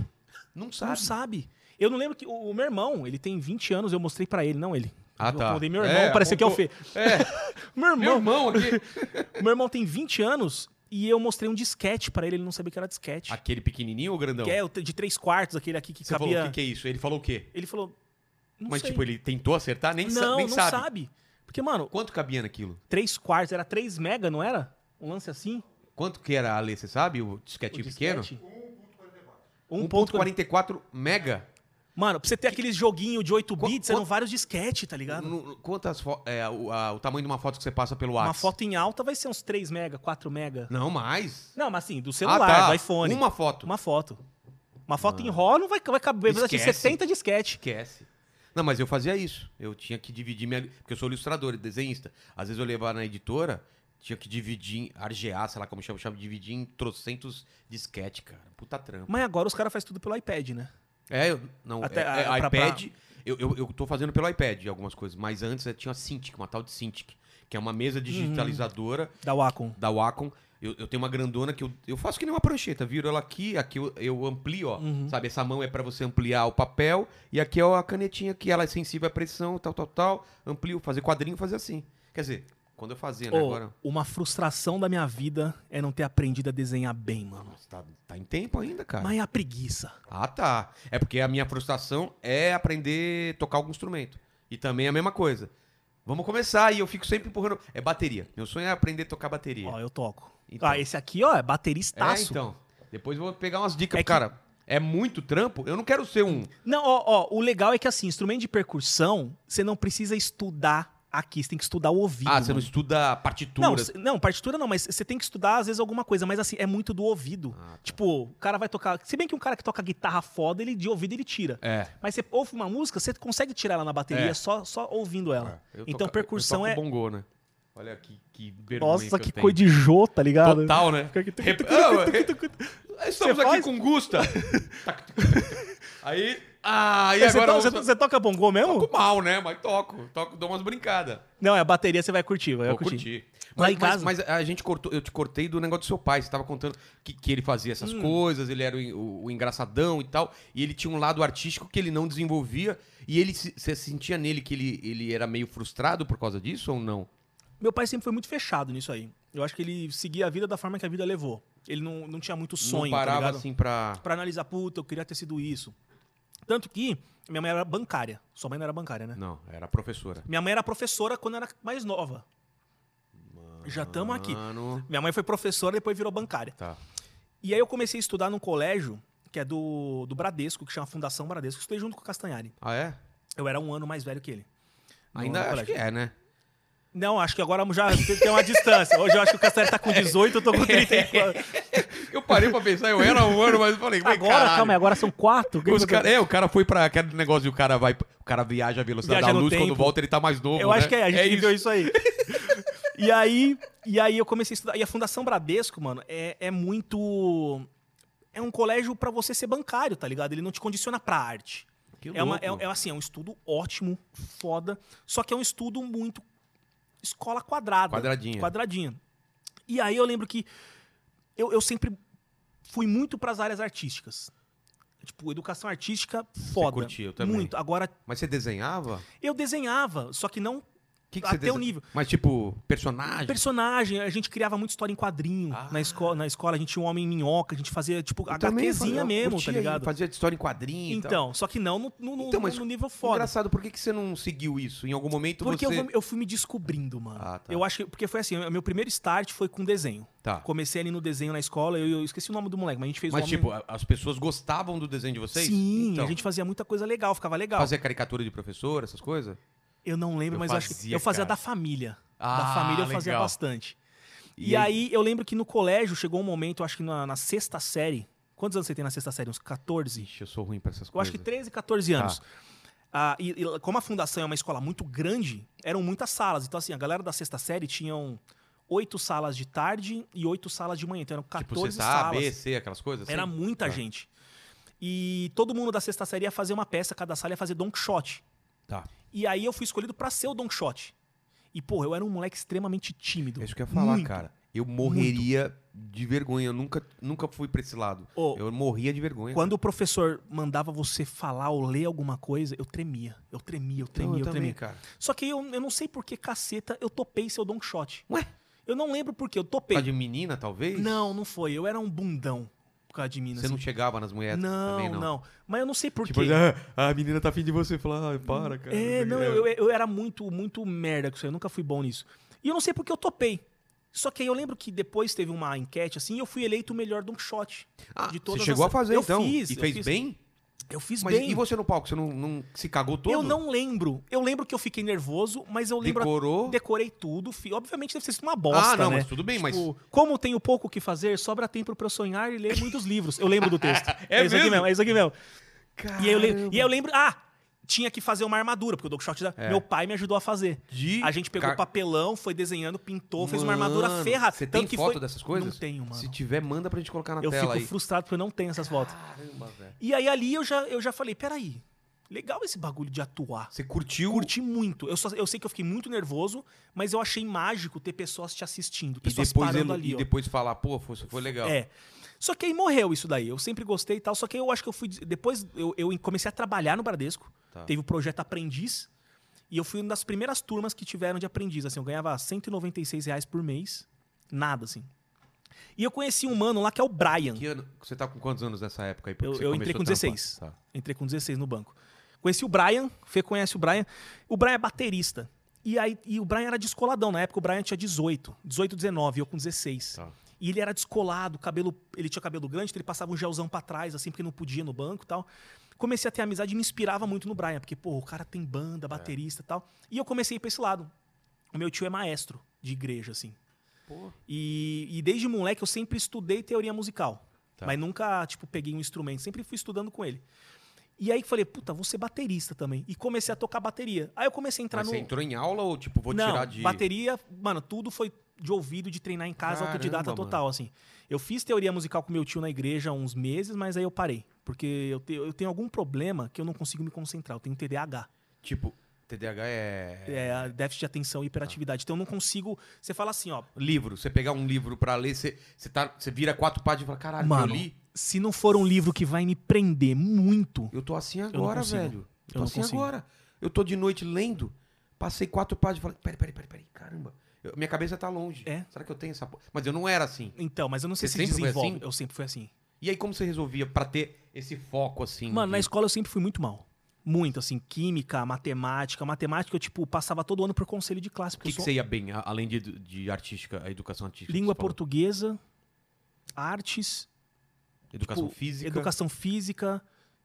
S1: Não
S3: Não
S1: sabe.
S3: sabe. Eu não lembro que o, o meu irmão, ele tem 20 anos, eu mostrei pra ele, não ele.
S1: Ah,
S3: eu
S1: tá.
S3: convidei meu
S1: É,
S3: irmão, parecia que é o Fê.
S1: apontou. É,
S3: Meu
S1: meu
S3: irmão,
S1: irmão aqui.
S3: meu irmão tem 20 anos e eu mostrei um disquete pra ele, ele não sabia que era disquete.
S1: Aquele pequenininho ou grandão?
S3: Que é o t- de três quartos, aquele aqui que
S1: Ah, então. Você
S3: cabia.
S1: falou, o que, que é isso? Ele falou o quê?
S3: Ele falou. Não
S1: Mas,
S3: sei.
S1: tipo, ele tentou acertar, nem, sa-
S3: não,
S1: nem
S3: não
S1: sabe.
S3: Porque, mano,
S1: Quanto cabia naquilo?
S3: três quartos, era 3 mega, não era? Um lance assim?
S1: Quanto que era, Ale? Você sabe? O
S3: o
S1: disquetinho É tipo pequeno?
S3: disquete. 1.44.
S1: 1.44 mega.
S3: Mano, pra você ter aqueles joguinho de 8
S1: Qu-
S3: bits,
S1: quant-
S3: eram vários disquete, tá ligado?
S1: No- no- Quantas fo- é, o, a- o tamanho de uma foto que você passa pelo
S3: Uma
S1: WhatsApp?
S3: foto em alta vai ser uns 3 mega, 4 mega.
S1: Não, mais.
S3: Não, mas assim, do celular,
S1: Ah, tá.
S3: do iPhone.
S1: Uma foto. Ah.
S3: Uma foto. Uma foto em RAW não vai, vai caber, mas assim,
S1: Esquece.
S3: 70 disquete.
S1: Esquece. Não, mas eu fazia isso. Eu tinha que dividir minha. Porque eu sou ilustrador, e desenhista. Às vezes eu levava na editora, tinha que dividir, em argear, sei lá como chama, chama dividir em trocentos disquete, cara. Puta trampa.
S3: Mas agora os caras fazem tudo pelo iPad, né?
S1: É, eu- não,
S3: Até
S1: é- é
S3: a- pra-
S1: iPad. Eu, eu, eu tô fazendo pelo iPad algumas coisas, mas antes eu tinha a Cintiq, uma tal de Cintiq, que é uma mesa
S3: Hum.
S1: digitalizadora
S3: Da Wacom.
S1: da Wacom. Eu, eu tenho uma grandona que eu, eu faço que nem uma prancheta, viro ela aqui, aqui eu, eu amplio, ó.
S3: Uhum.
S1: Sabe, essa mão é pra você ampliar o papel, e aqui é a canetinha que ela é sensível à pressão, tal, tal, tal. Amplio, fazer quadrinho, fazer assim. Quer dizer, quando eu fazia, né?
S3: Ô,
S1: Agora.
S3: uma frustração da minha vida é não ter aprendido a desenhar bem, mano.
S1: Nossa, tá, tá em tempo ainda, cara.
S3: Mas é a preguiça.
S1: Ah, tá. É porque a minha frustração é aprender a tocar algum instrumento. E também é a mesma coisa. Vamos começar e eu fico sempre empurrando. É bateria. Meu sonho é aprender a tocar bateria.
S3: Ó, eu toco.
S1: Então.
S3: Ah, esse aqui, ó, é
S1: é,
S3: bateristaço.
S1: então. Depois eu vou pegar umas dicas,
S3: É que-
S1: cara. É muito trampo. Eu não quero ser um.
S3: Não, ó, ó, o legal é que assim, instrumento de percussão, você não precisa estudar aqui, você tem que estudar o ouvido.
S1: Ah, você não
S3: mano.
S1: estuda
S3: não,
S1: partitura.
S3: c- não, partitura não, mas você tem que estudar às vezes alguma coisa, mas assim, é muito do ouvido.
S1: Ah, tá.
S3: Tipo, o cara vai tocar, se bem que um cara que toca guitarra foda, ele de ouvido ele tira.
S1: É.
S3: Mas você ouve uma música, você consegue tirar ela na bateria
S1: É.
S3: só só ouvindo ela.
S1: Eu
S3: então
S1: toca-
S3: percussão
S1: eu
S3: é
S1: toco bongô, né? Olha que, que vergonha.
S3: Nossa,
S1: eu
S3: que
S1: tenho.
S3: coisa de jô, tá ligado?
S1: Total, né?
S3: Fica aqui, tuc,
S1: Rep-
S3: tuc,
S1: Ah,
S3: tuc,
S1: re-
S3: tuc, tuc.
S1: Estamos
S3: Você
S1: aqui
S3: faz?
S1: com Gusta. Tac, tuc, tuc, tuc. aí. Ah, e
S3: Você
S1: agora.
S3: to-
S1: vamos-
S3: Você você toca bongô mesmo?
S1: Toco mal, né? Mas toco. Toco, dou umas brincadas.
S3: Não, é a bateria, você vai curtir, vai
S1: Eu
S3: curtir.
S1: curti.
S3: Lá
S1: Mas,
S3: em
S1: mas-
S3: casa-
S1: mas a gente cortou, eu te cortei do negócio do seu pai. Você tava contando que, que ele fazia essas
S3: Hum.
S1: coisas, ele era o, o- o engraçadão e tal. E ele tinha um lado artístico que ele não desenvolvia. E ele se, você sentia nele que ele, ele era meio frustrado por causa disso ou não?
S3: Meu pai sempre foi muito fechado nisso aí. Eu acho que ele seguia a vida da forma que a vida levou. Ele não, não tinha muito sonho,
S1: não
S3: tá
S1: parava
S3: ligado?
S1: assim pra.
S3: Pra analisar, puta, eu queria ter sido isso. Tanto que minha mãe era bancária. Sua mãe não era bancária, né?
S1: Não, era professora.
S3: Minha mãe era professora quando era mais nova. Já tamo aqui.
S1: Mano.
S3: Minha mãe foi professora, depois virou bancária.
S1: Tá.
S3: E aí eu comecei a estudar num colégio que é do, do Bradesco, que chama Fundação Bradesco. Estudei junto com o Castanhari.
S1: Ah, é?
S3: Eu era um ano mais velho que ele. No-
S1: Ainda
S3: no
S1: acho
S3: colégio.
S1: que é, né?
S3: Não, acho que agora já tem uma distância. Hoje eu acho que o Castanhari tá com 18, eu tô com 34.
S1: Eu parei pra pensar, eu era humano, mas eu falei, falei,
S4: Agora,
S1: caralho.
S4: calma aí, agora são quatro.
S1: Os cara, é, o cara foi pra aquele negócio de o cara vai. O cara viaja a velocidade da
S3: Viaja no
S1: luz,
S3: tempo.
S1: quando volta ele tá mais novo.
S3: Eu
S1: né?
S3: acho que é, a gente
S1: é
S3: viveu
S1: isso.
S3: isso, aí. e aí. E aí eu comecei a estudar. E a Fundação Bradesco, mano, é, é muito. É um colégio pra você ser bancário, tá ligado? Ele não te condiciona pra arte. É, uma, é, é assim, é um estudo ótimo, foda. Só que é um estudo muito escola quadrada.
S1: Quadradinha.
S3: Quadradinha. E aí eu lembro que eu, eu sempre fui muito pras áreas artísticas. Tipo, educação artística, foda.
S1: curtia, eu também.
S3: Muito. Agora,
S1: Mas você desenhava? O
S3: eu desenhava, só que não
S1: que, que você
S3: até o
S1: desenhava?
S3: nível.
S1: Mas tipo, personagem?
S3: Personagem, a gente criava muita história em quadrinho.
S1: Ah.
S3: Na, escola, na escola a gente tinha um homem minhoca, a gente fazia, tipo,
S1: Eu também fazia-
S3: HQzinha
S1: eu
S3: mesmo, tá
S1: curtia,
S3: ligado?
S1: Fazia história em quadrinho e tal.
S3: Então, só que não no, no- no-
S1: Então, mas
S3: no nível foda.
S1: Engraçado, por que, que você não seguiu isso? Em algum momento
S3: Porque
S1: você...
S3: eu, fui, eu fui me descobrindo, mano.
S1: Ah, tá.
S3: Eu acho que. Porque foi assim, o meu primeiro start foi com desenho.
S1: Tá.
S3: Comecei ali no desenho na escola, eu, eu esqueci o nome do moleque, mas a gente fez
S1: Mas
S3: o homem-
S1: tipo, a- as pessoas gostavam do desenho de vocês?
S3: Sim,
S1: Então,
S3: a gente fazia muita coisa legal, ficava legal.
S1: Fazia caricatura de professor, essas coisas?
S3: Eu não lembro,
S1: Eu
S3: mas eu acho que.
S1: fazia,
S3: Eu fazia
S1: cara.
S3: da família.
S1: Ah,
S3: da família eu fazia
S1: legal.
S3: bastante. E, aí, eu lembro que no colégio chegou um momento, acho que na, na sexta série. Quantos anos você tem na sexta série? Uns 14?
S1: Ixi, eu sou ruim pra essas
S3: Eu
S1: coisas.
S3: acho que 13,
S1: Tá.
S3: 14 anos. Ah, e, e como a fundação é uma escola muito grande, eram muitas salas. Então, assim, a galera da sexta série tinham oito salas de tarde e oito salas de manhã. Então eram
S1: Tipo,
S3: 14
S1: você A,
S3: salas.
S1: B, C, aquelas coisas?
S3: Era
S1: assim?
S3: muita
S1: Tá.
S3: gente. E todo mundo da sexta série ia fazer uma peça, cada sala ia fazer donk shot.
S1: Tá.
S3: E aí eu fui escolhido pra ser o donk shot. E, porra, eu era um moleque extremamente tímido.
S1: É isso que eu ia falar,
S3: Muito.
S1: cara. Eu morreria de vergonha. Eu nunca, nunca fui pra esse lado.
S3: Ô,
S1: Eu morria de vergonha.
S3: Quando o professor mandava você falar ou ler alguma coisa, eu tremia. Eu tremia, eu
S1: Então,
S3: tremia, eu,
S1: também,
S3: tremia.
S1: cara.
S3: Só que eu, eu não sei por que caceta eu topei seu Don Shot.
S1: Ué?
S3: Eu não lembro por que, eu
S1: Por
S3: topei.
S1: causa de menina, talvez?
S3: Não, não foi. Eu era um bundão por causa de Minas.
S1: Você não chegava nas mulheres
S3: não,
S1: também,
S3: não,
S1: não?
S3: Mas eu não sei por
S1: Tipo,
S3: quê.
S1: ah, a menina tá afim de você. Falar, ah, para, cara.
S3: É, não, eu, eu- eu era muito, muito merda com isso. aí, Eu nunca fui bom nisso. E eu não sei por que eu topei. Só que aí eu lembro que depois teve uma enquete assim e eu fui eleito o melhor Don Shot.
S1: Ah,
S3: de
S1: você
S3: todas
S1: chegou
S3: as-
S1: a fazer,
S3: Eu
S1: então?
S3: fiz,
S1: e
S3: eu
S1: fez
S3: fiz.
S1: bem?
S3: Eu fiz
S1: Mas
S3: bem.
S1: e você no palco? Você não, não se cagou todo?
S3: Eu não lembro. Eu lembro que eu fiquei nervoso, mas eu lembro.
S1: Decorou?
S3: Decorei tudo. fi- Obviamente deve ter sido uma bosta.
S1: Ah, não,
S3: né?
S1: mas tudo bem, mas-
S3: Tipo, Como tenho pouco o que fazer, sobra tempo pra eu sonhar e ler muitos livros. Eu lembro do texto.
S1: É
S3: isso aqui
S1: mesmo?
S3: mesmo, é isso aqui mesmo.
S1: Caramba.
S3: E aí eu, lembro, e aí eu lembro. Ah! Tinha que fazer uma armadura, porque o Doc Shot da...
S1: É.
S3: meu pai me ajudou a fazer.
S1: De-
S3: A gente pegou
S1: Ca-
S3: papelão, foi desenhando, pintou, fez uma armadura
S1: Mano,
S3: ferra.
S1: Você
S3: tanto
S1: tem
S3: que
S1: foto
S3: foi-
S1: dessas coisas?
S3: Não tenho, mano.
S1: Se tiver, manda pra gente colocar na
S3: Eu fico
S1: tela aí.
S3: frustrado porque eu não tenho essas fotos.
S1: Caramba, velho.
S3: E aí ali eu já, eu já falei, peraí, legal esse bagulho de atuar.
S1: Você curtiu?
S3: Curti muito. Eu, só, eu sei que eu fiquei muito nervoso, mas eu achei mágico ter pessoas te assistindo,
S1: E
S3: pessoas
S1: depois,
S3: parando
S1: elo-
S3: ali.
S1: e
S3: ó.
S1: depois falar, pô, foi, foi legal.
S3: É. Só que aí morreu isso daí. Eu sempre gostei e tal. Só que eu acho que eu fui. Depois eu, eu comecei a trabalhar no Bradesco.
S1: Tá.
S3: Teve o projeto Aprendiz. E eu fui uma das primeiras turmas que tiveram de aprendiz. Assim, eu ganhava 196 reais por mês. Nada, assim. E eu conheci um mano lá que é o Brian.
S1: Que ano? Você tá com quantos anos nessa época aí? Porque
S3: Eu-
S1: você
S3: eu entrei
S1: começou
S3: com
S1: a trampar.
S3: 16.
S1: Tá.
S3: Entrei com 16 no banco. Conheci o Brian, Fê conhece o Brian. O Brian é baterista. E, aí, e o Brian era descoladão. Na época o Brian tinha 18, 18, 19, eu com 16.
S1: Tá.
S3: E ele era descolado, cabelo, ele tinha cabelo grande, então ele passava um gelzão pra trás, assim, porque não podia no banco e tal. Comecei a ter amizade e me inspirava muito no Brian, porque, pô, o cara tem banda, baterista e tal. E eu comecei a ir pra esse lado. O meu tio é maestro de igreja, assim.
S1: Pô.
S3: E, e desde moleque eu sempre estudei teoria musical.
S1: Tá.
S3: Mas nunca, tipo, peguei um instrumento. Sempre fui estudando com ele. E aí que falei, puta, vou ser baterista também. E comecei a tocar bateria. Aí eu comecei a entrar
S1: Mas
S3: no.
S1: você entrou em aula ou tipo, vou
S3: Não,
S1: tirar de.
S3: bateria, mano, tudo foi de ouvido, de treinar em casa,
S1: Caramba,
S3: autodidata total, assim. Eu fiz teoria musical com meu tio na igreja há uns meses, mas aí eu parei. Porque eu, te- eu tenho algum problema que eu não consigo me concentrar. Eu tenho TDAH.
S1: Tipo, TDAH é... Tá.
S3: É, a déficit de atenção e hiperatividade. Então eu não consigo. Você fala assim, ó.
S1: Livro. Você pegar um livro pra ler, você, você, tá, você vira quatro páginas e fala, caralho,
S3: Mano,
S1: eu li.
S3: se não for um livro que vai me prender muito,
S1: Eu tô assim agora,
S3: consigo.
S1: velho. Eu,
S3: Eu
S1: tô
S3: não
S1: assim
S3: consigo.
S1: agora. Eu tô de noite lendo, passei quatro páginas e falei, peraí, peraí, peraí, peraí, caramba. Eu- minha cabeça tá longe.
S3: É?
S1: Será que eu tenho essa porra? Mas eu não era assim.
S3: Então, mas eu não sei
S1: Você
S3: se
S1: sempre foi
S3: desenvolve.
S1: assim?
S3: Eu sempre fui assim.
S1: E aí, como você resolvia pra ter esse foco assim?
S3: Mano, na
S1: de-
S3: escola eu sempre fui muito mal. Muito, assim, química, matemática. Matemática eu, tipo, passava todo ano por conselho de classe.
S1: O
S3: Porque
S1: que,
S3: eu
S1: que
S3: sou
S1: você ia bem, a- além de, de artística, a educação artística? que
S3: língua
S1: você falou?
S3: portuguesa, artes,
S1: Educação
S3: tipo,
S1: física.
S3: educação física,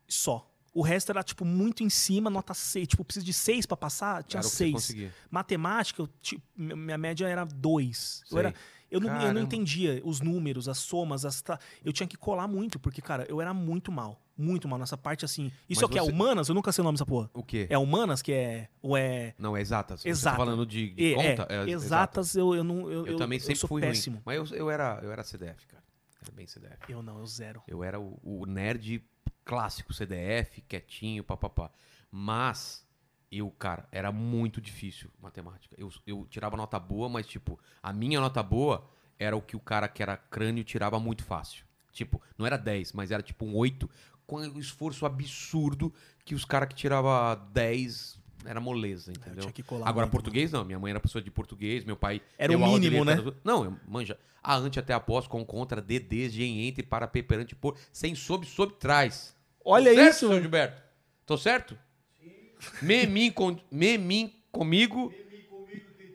S3: só. O resto era, tipo, muito em cima, nota 6. Tipo, eu preciso de 6 pra passar, tinha
S1: Era o que você
S3: 6.
S1: conseguia.
S3: Matemática, eu, tipo, mi- minha média era 2. Eu,
S1: Sei.
S3: era, eu, não, eu
S1: Caramba.
S3: não entendia os números, as somas, as. tra- Eu tinha que colar muito, porque, cara, eu era muito mal. Muito mal nessa parte, assim. Isso
S1: Mas
S3: aqui
S1: você-
S3: é humanas? Eu nunca sei o nome dessa porra.
S1: O quê?
S3: É humanas que é. Ou é.
S1: Não, é exatas. Você tá
S3: Exata.
S1: falando de, de
S3: é,
S1: conta?
S3: é,
S1: É,
S3: exatas,
S1: exata.
S3: Eu, eu não. Eu,
S1: Eu, também sempre
S3: sou
S1: fui
S3: péssimo.
S1: ruim. Mas eu, eu era, eu era CDF, cara. Era bem CDF.
S3: Eu não, eu zero.
S1: Eu era o, o nerd clássico, CDF, quietinho, papapá. Mas eu, cara, era muito difícil matemática. Eu, eu tirava nota boa, mas, tipo, a minha nota boa era o que o cara que era crânio tirava muito fácil. Tipo, não era 10, mas era tipo um 8, com um esforço absurdo que os caras que tirava 10 era moleza,
S3: Eu
S1: entendeu?
S3: tinha que colar.
S1: Agora,
S3: muito,
S1: português não. Minha mãe era pessoa de português, meu pai.
S3: Era
S1: deu
S3: o
S1: aula de
S3: mínimo, né?
S1: literatura. Não, eu manja. A ante até após, com contra, de, desde, em, entre, para, pe, perante, por, sem, sob, sob, trás.
S3: Olha
S1: Tô certo,
S3: isso.
S1: seu Gilberto? Tô certo? Me, mim, com, me, mim, comigo,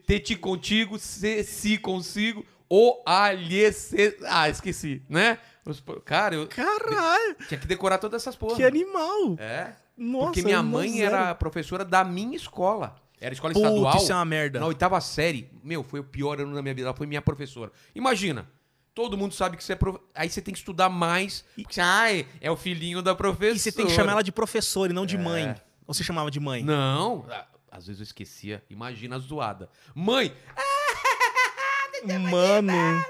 S1: te, ti, contigo, se, si, consigo, o, a, lhe, se... Ah, esqueci, né? Os po- Cara, eu
S3: Caralho,
S1: tinha que decorar todas essas porras.
S3: que animal!
S1: É.
S3: Nossa,
S1: Porque minha
S3: eu não
S1: mãe
S3: zero.
S1: era professora da minha escola. Era escola estadual.
S3: Putz, isso é uma merda.
S1: Na oitava série, meu, foi o pior ano da minha vida. Ela foi minha professora. Imagina, todo mundo sabe que você é prof... Aí você tem que estudar mais. Porque, ai, é o filhinho da professora.
S3: E você tem que chamar ela de professor e não de mãe. Ou você chamava de mãe?
S1: É. Não, ah, às vezes eu esquecia. Imagina a zoada. Mãe,
S3: Mano.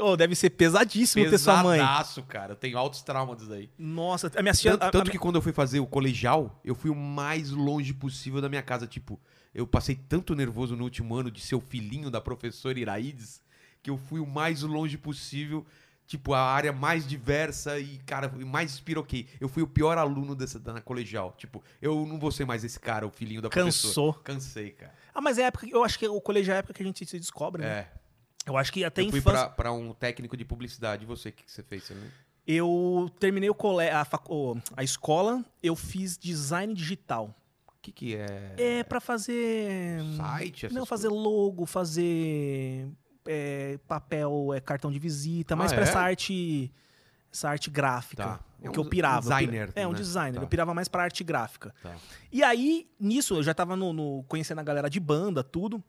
S3: Oh, deve ser pesadíssimo ter sua mãe.
S1: pesadaço, cara. Eu tenho altos traumas disso daí.
S3: Nossa, a minha tia.
S1: Tanto,
S3: a- a
S1: tanto
S3: minha-
S1: que quando eu fui fazer o colegial, eu fui o mais longe possível da minha casa. Tipo, eu passei tanto nervoso no último ano de ser o filhinho da professora Iraides, que eu fui o mais longe possível. Tipo, a área mais diversa e, cara, e mais espiroquei. Eu fui o pior aluno dessa da na colegial. Tipo, eu não vou ser mais esse cara, o filhinho da
S3: Cansou.
S1: professora. Cansei, cara.
S3: Ah, mas é a época. que- Eu acho que o colégio é a época que a gente se descobre, né?
S1: É.
S3: Eu acho que até
S1: eu fui
S3: infância.
S1: pra, pra um técnico de publicidade. E você, o que, que você fez? Você não-
S3: Eu terminei o cole... a, fac- o- a escola, eu fiz design digital.
S1: O que, que é?
S3: É, pra fazer.
S1: Site? essas
S3: Não, fazer logo, fazer é, papel, é, cartão de visita,
S1: Ah,
S3: mais pra
S1: é?
S3: essa arte, essa arte gráfica.
S1: Tá.
S3: O
S1: É
S3: que
S1: um
S3: eu pirava. eu pira-
S1: designer,
S3: É, um
S1: né?
S3: designer.
S1: Tá.
S3: Eu pirava mais pra arte gráfica.
S1: Tá.
S3: E aí, nisso, eu já tava no, no- conhecendo a galera de banda, tudo.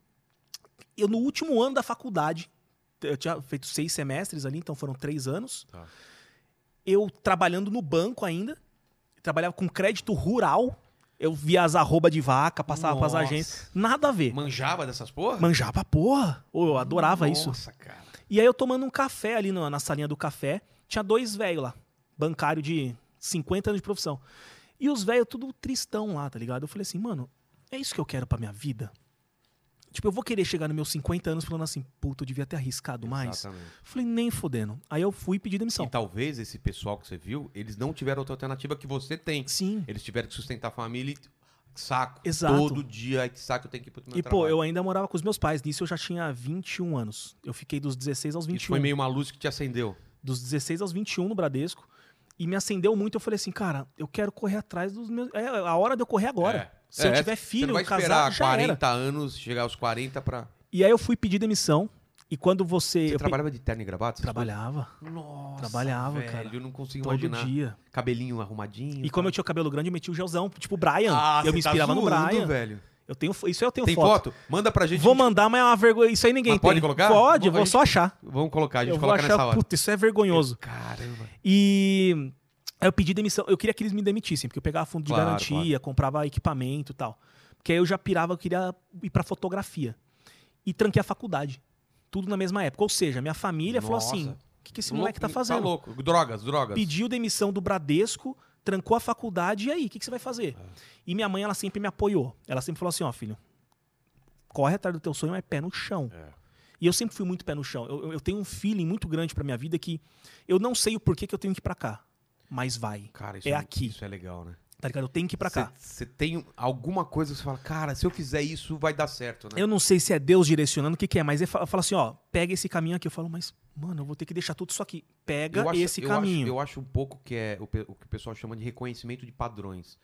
S3: Eu, no último ano da faculdade, eu tinha feito seis semestres ali, então foram três anos.
S1: Tá.
S3: Eu trabalhando no banco ainda, trabalhava com crédito rural. Eu via as arroba de vaca, passava pras
S1: Nossa.
S3: agências. Nada a ver.
S1: Manjava dessas porra?
S3: Manjava, porra. Ô, eu adorava isso.
S1: Nossa, cara.
S3: E aí eu tomando um café ali na, na salinha do café, tinha dois velhos lá, bancário de 50 anos de profissão. E os velhos tudo tristão lá, tá ligado? Eu falei assim, mano, é isso que eu quero pra minha vida? Tipo, eu vou querer chegar nos meus 50 anos falando assim, puta, eu devia ter arriscado mais.
S1: Exatamente.
S3: Falei, nem fodendo. Aí eu fui pedir demissão.
S1: E talvez esse pessoal que você viu, eles não tiveram outra alternativa que você tem.
S3: Sim.
S1: Eles tiveram que sustentar a família e que saco.
S3: Exato.
S1: Todo dia, ai, que saco, eu tenho que ir pro meu
S3: E,
S1: trabalho.
S3: pô, eu ainda morava com os meus pais. Nisso eu já tinha 21 anos. Eu fiquei dos 16 aos 21.
S1: Isso foi meio uma luz que te acendeu.
S3: dos 16 aos 21 no Bradesco. E me acendeu muito. Eu falei assim, cara, eu quero correr atrás dos meus. É a hora de eu correr agora.
S1: É.
S3: Se eu
S1: É,
S3: tiver
S1: você não
S3: filho,
S1: vai
S3: casar,
S1: esperar
S3: já
S1: 40
S3: era.
S1: anos, chegar aos 40 pra...
S3: E aí eu fui pedir demissão. E quando você.
S1: Você
S3: eu pe-
S1: trabalhava de terno e gravata? essas
S3: Trabalhava.
S1: coisas? Nossa,
S3: Trabalhava,
S1: velho,
S3: cara.
S1: Eu não consigo
S3: Todo
S1: imaginar.
S3: dia.
S1: Cabelinho arrumadinho.
S3: E como eu tinha o cabelo grande, eu meti o gelzão. Tipo o Brian.
S1: um Ah,
S3: eu me
S1: você tá
S3: inspirava no
S1: zoando,
S3: Brian.
S1: velho.
S3: Eu tenho... fo- Isso eu tenho
S1: Tem
S3: foto.
S1: foto? Manda pra gente.
S3: Vou mandar, mas é uma vergonha. Isso aí ninguém
S1: Mas
S3: tem.
S1: pode colocar?
S3: Pode, eu
S1: Vou- a
S3: vou só achar.
S1: Vamos colocar, a gente
S3: Eu vou
S1: coloca nessa
S3: achar.
S1: hora.
S3: Puta, isso é vergonhoso.
S1: Caramba.
S3: E aí eu pedi demissão. Eu queria que eles me demitissem, porque eu pegava fundo de
S1: Claro,
S3: garantia, comprava equipamento e tal. Porque aí eu já pirava, eu queria ir pra fotografia. E tranquei a faculdade. Tudo na mesma época. Ou seja, minha família falou
S1: Nossa.
S3: assim: o que, que esse moleque tá
S1: Louco,
S3: fazendo?
S1: Tá louco. Drogas, drogas.
S3: Pediu demissão do Bradesco, trancou a faculdade, e aí, o que, que você vai fazer?
S1: É.
S3: E minha mãe, ela sempre me apoiou. Ela sempre falou assim: ó, filho, corre atrás do teu sonho, mas pé no chão.
S1: É.
S3: E eu sempre fui muito pé no chão. Eu, eu- eu tenho um feeling muito grande pra minha vida que eu não sei o porquê que eu tenho que ir pra cá, mas vai.
S1: Cara, isso
S3: É aqui.
S1: Isso é legal, né?
S3: Tá ligado? Eu tenho que ir pra cá.
S1: Você é. tem alguma coisa que você fala, cara, se eu fizer isso, vai dar certo, né?
S3: Eu não sei se é Deus direcionando o que, que é, mas ele fa- fala assim: ó, pega esse caminho aqui. Eu falo, mas, mano, eu vou ter que deixar tudo isso aqui. Pega
S1: Eu acho-
S3: esse
S1: eu acho-
S3: caminho.
S1: eu acho um pouco que é o, pe- o que o pessoal chama de reconhecimento de padrões.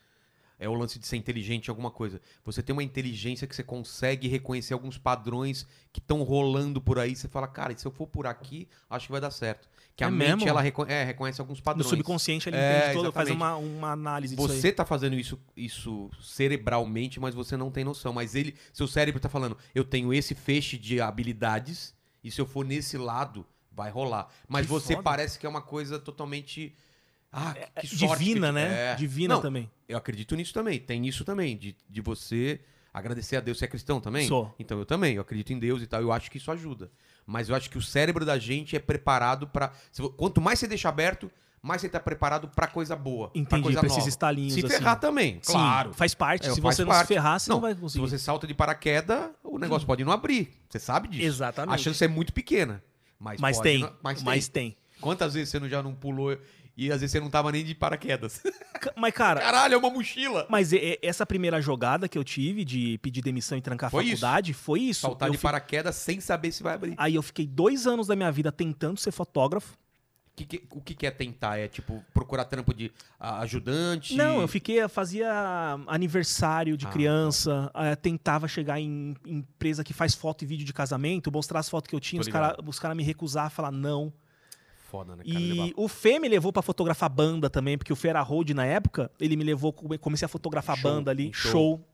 S1: É o lance de ser inteligente em alguma coisa. Você tem uma inteligência que você consegue reconhecer alguns padrões que estão rolando por aí. Você fala, cara, e se eu for por aqui, acho que vai dar certo. Que a
S3: É
S1: mente,
S3: mesmo?
S1: ela reco- é, reconhece alguns
S3: No
S1: padrões.
S3: subconsciente ele
S1: É,
S3: entende todo, faz
S1: exatamente.
S3: uma, uma análise disso
S1: Você tá fazendo isso, isso cerebralmente, mas você não tem noção. Mas ele, seu cérebro tá falando, eu tenho esse feixe de habilidades, e se eu for nesse lado, vai rolar. Mas
S3: Que
S1: você
S3: foda.
S1: parece que é uma coisa totalmente. Ah, que
S3: aí.
S1: que sorte.
S3: Divina,
S1: que-
S3: né?
S1: É.
S3: Divina
S1: Não,
S3: também.
S1: Eu acredito nisso também. Tem isso também, de, de você agradecer a Deus. Você é cristão também?
S3: Sou.
S1: Então eu também, eu acredito em Deus e tal. Eu acho que isso ajuda. Mas eu acho que o cérebro da gente é preparado pra. se vo- Quanto mais você deixa aberto, mais você tá preparado pra coisa boa. pra
S3: Entendi,
S1: coisa
S3: pra esses
S1: nova.
S3: estalinhos
S1: Se
S3: assim.
S1: ferrar também,
S3: Sim,
S1: claro.
S3: Faz parte.
S1: É,
S3: se
S1: faz
S3: você não
S1: parte.
S3: se ferrar, você não,
S1: Não,
S3: vai
S1: Se
S3: conseguir.
S1: você salta de paraquedas, o negócio pode não abrir. Você sabe disso.
S3: Exatamente.
S1: A chance é muito pequena. Mas,
S3: Mas,
S1: pode
S3: tem,
S1: não-
S3: mas
S1: mas
S3: tem.
S1: tem. Quantas vezes você não, já não pulou e às vezes você não tava nem de paraquedas?
S3: Ca- Mas, cara,
S1: Caralho, é uma mochila!
S3: mas e- e- essa primeira jogada que eu tive de pedir demissão e trancar a
S1: Foi isso.
S3: faculdade foi isso.
S1: Saltar
S3: Eu
S1: de
S3: fi-
S1: paraquedas sem saber se vai abrir.
S3: Aí eu fiquei dois anos da minha vida tentando ser fotógrafo.
S1: Que que- o que, que é tentar? É tipo procurar trampo de ah, ajudante?
S3: Não, eu fiquei, eu fazia aniversário de
S1: Ah,
S3: criança, eh, tentava chegar em em empresa que faz foto e vídeo de casamento, mostrar as fotos que eu tinha,
S1: Tô
S3: os caras os cara me recusar, falar não.
S1: Foda, né, cara?
S3: E
S1: Levar-
S3: o Fê me levou pra fotografar banda também, porque o Fê era road na época, ele me levou, come- comecei a fotografar
S1: Show,
S3: banda ali,
S1: em show.
S3: show.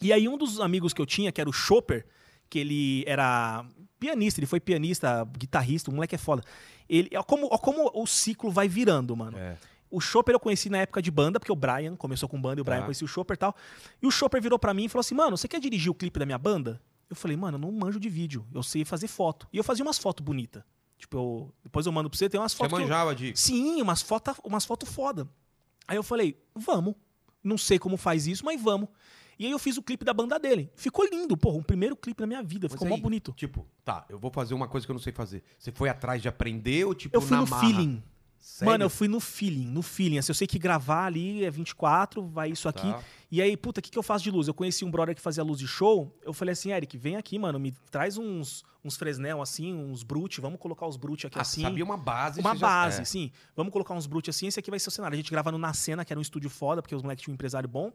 S3: E aí um dos amigos que eu tinha, que era o Chopper, que ele era pianista, ele foi pianista, guitarrista, o moleque é foda. Ele, ó como, ó como o ciclo vai virando, mano.
S1: É.
S3: O Chopper eu conheci na época de banda, porque o Brian começou com banda e o Brian
S1: Tá.
S3: conhecia o Chopper e tal. E o Chopper virou pra mim e falou assim: Mano, você quer dirigir o clipe da minha banda? Eu falei, mano, eu não manjo de vídeo, eu sei fazer foto. E eu fazia umas fotos bonitas. Tipo, eu, depois eu mando pra você, tem umas
S1: Você
S3: fotos. que eu-
S1: manjava de.
S3: Sim, umas fotos umas foto foda. Aí eu falei, vamos. Não sei como faz isso, mas vamos. E aí eu fiz o clipe da banda dele. Ficou lindo, porra. O primeiro clipe da minha vida. Ficou
S1: Mas
S3: mó
S1: aí,
S3: bonito.
S1: Tipo, tá, eu vou fazer uma coisa que eu não sei fazer. Você foi atrás de aprender ou tipo
S3: Eu fui
S1: na
S3: no
S1: marra?
S3: feeling.
S1: Sério?
S3: Mano, eu fui no feeling, no feeling. Assim, eu sei que gravar ali é 24, vai isso aqui.
S1: Tá.
S3: E aí, puta, o que, que eu faço de luz? Eu conheci um brother que fazia luz de show. Eu falei assim, Eric, vem aqui, mano. Me traz uns, uns fresnel assim, uns brute. Vamos colocar os brute aqui
S1: Ah,
S3: assim.
S1: sabia uma base.
S3: Uma
S1: você já-
S3: base,
S1: é.
S3: sim. Vamos colocar uns brutes assim, esse aqui vai ser o cenário. A gente grava no Nascena, que era um estúdio foda, porque os moleques tinham um empresário bom.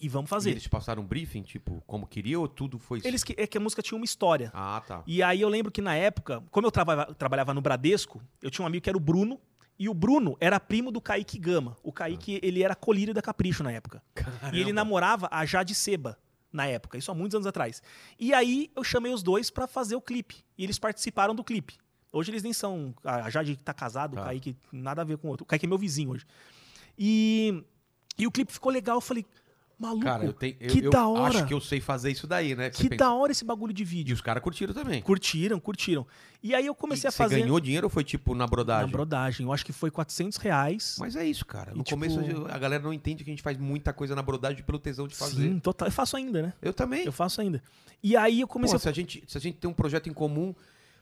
S3: E vamos
S1: E
S3: fazer.
S1: eles te passaram um briefing, tipo, como queria ou tudo foi...
S3: Eles que, é que a música tinha uma história.
S1: Ah, tá.
S3: E aí eu lembro que na época, como eu trava- trabalhava no Bradesco, eu tinha um amigo que era o Bruno. E o Bruno era primo do Kaique Gama. O Kaique, ele era colírio da Capricho na época. E ele namorava a Jade Seba na época, isso há muitos anos atrás. E aí eu chamei os dois pra fazer o clipe. E eles participaram do clipe. Hoje eles nem são. A Jade tá casado,
S1: Tá.
S3: o Kaique nada a ver com o outro. O Kaique é meu vizinho hoje. E, e o clipe ficou legal. Eu falei, maluco,
S1: Cara, eu, tenho, eu,
S3: que
S1: eu
S3: da hora.
S1: acho que eu sei fazer isso daí, né? Você
S3: que
S1: pensa-
S3: da hora esse bagulho de
S1: E
S3: vídeo.
S1: os caras curtiram também.
S3: Curtiram, curtiram. E aí eu
S1: E
S3: comecei a fazer.
S1: Você ganhou dinheiro ou foi tipo na
S3: na
S1: brodagem?
S3: brodagem. Eu acho que foi 400 reais.
S1: Mas é isso, cara.
S3: E,
S1: No
S3: tipo-
S1: começo eu- a galera não entende que a gente faz muita coisa na brodagem pelo tesão de fazer.
S3: Sim, total. Eu faço ainda, né?
S1: Eu também.
S3: Eu faço ainda. E aí eu
S1: Pô,
S3: comecei a
S1: se, a gente, se a gente tem um projeto em comum,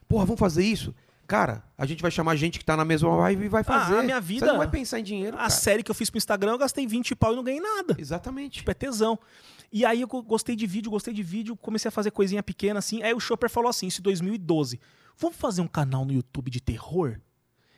S1: porra, vamos fazer isso? Cara, a gente vai chamar gente que tá na mesma vibe e vai fazer.
S3: Ah, a minha vida-
S1: Você não vai pensar em dinheiro,
S3: A
S1: cara.
S3: série que eu fiz pro Instagram, eu gastei 20 pau e não ganhei nada.
S1: Exatamente.
S3: Tipo, é tesão. E aí eu go- gostei de vídeo, gostei de vídeo, comecei a fazer coisinha pequena assim. Aí o Chopper falou assim, isso em 2012. Vamos fazer um canal no YouTube de terror?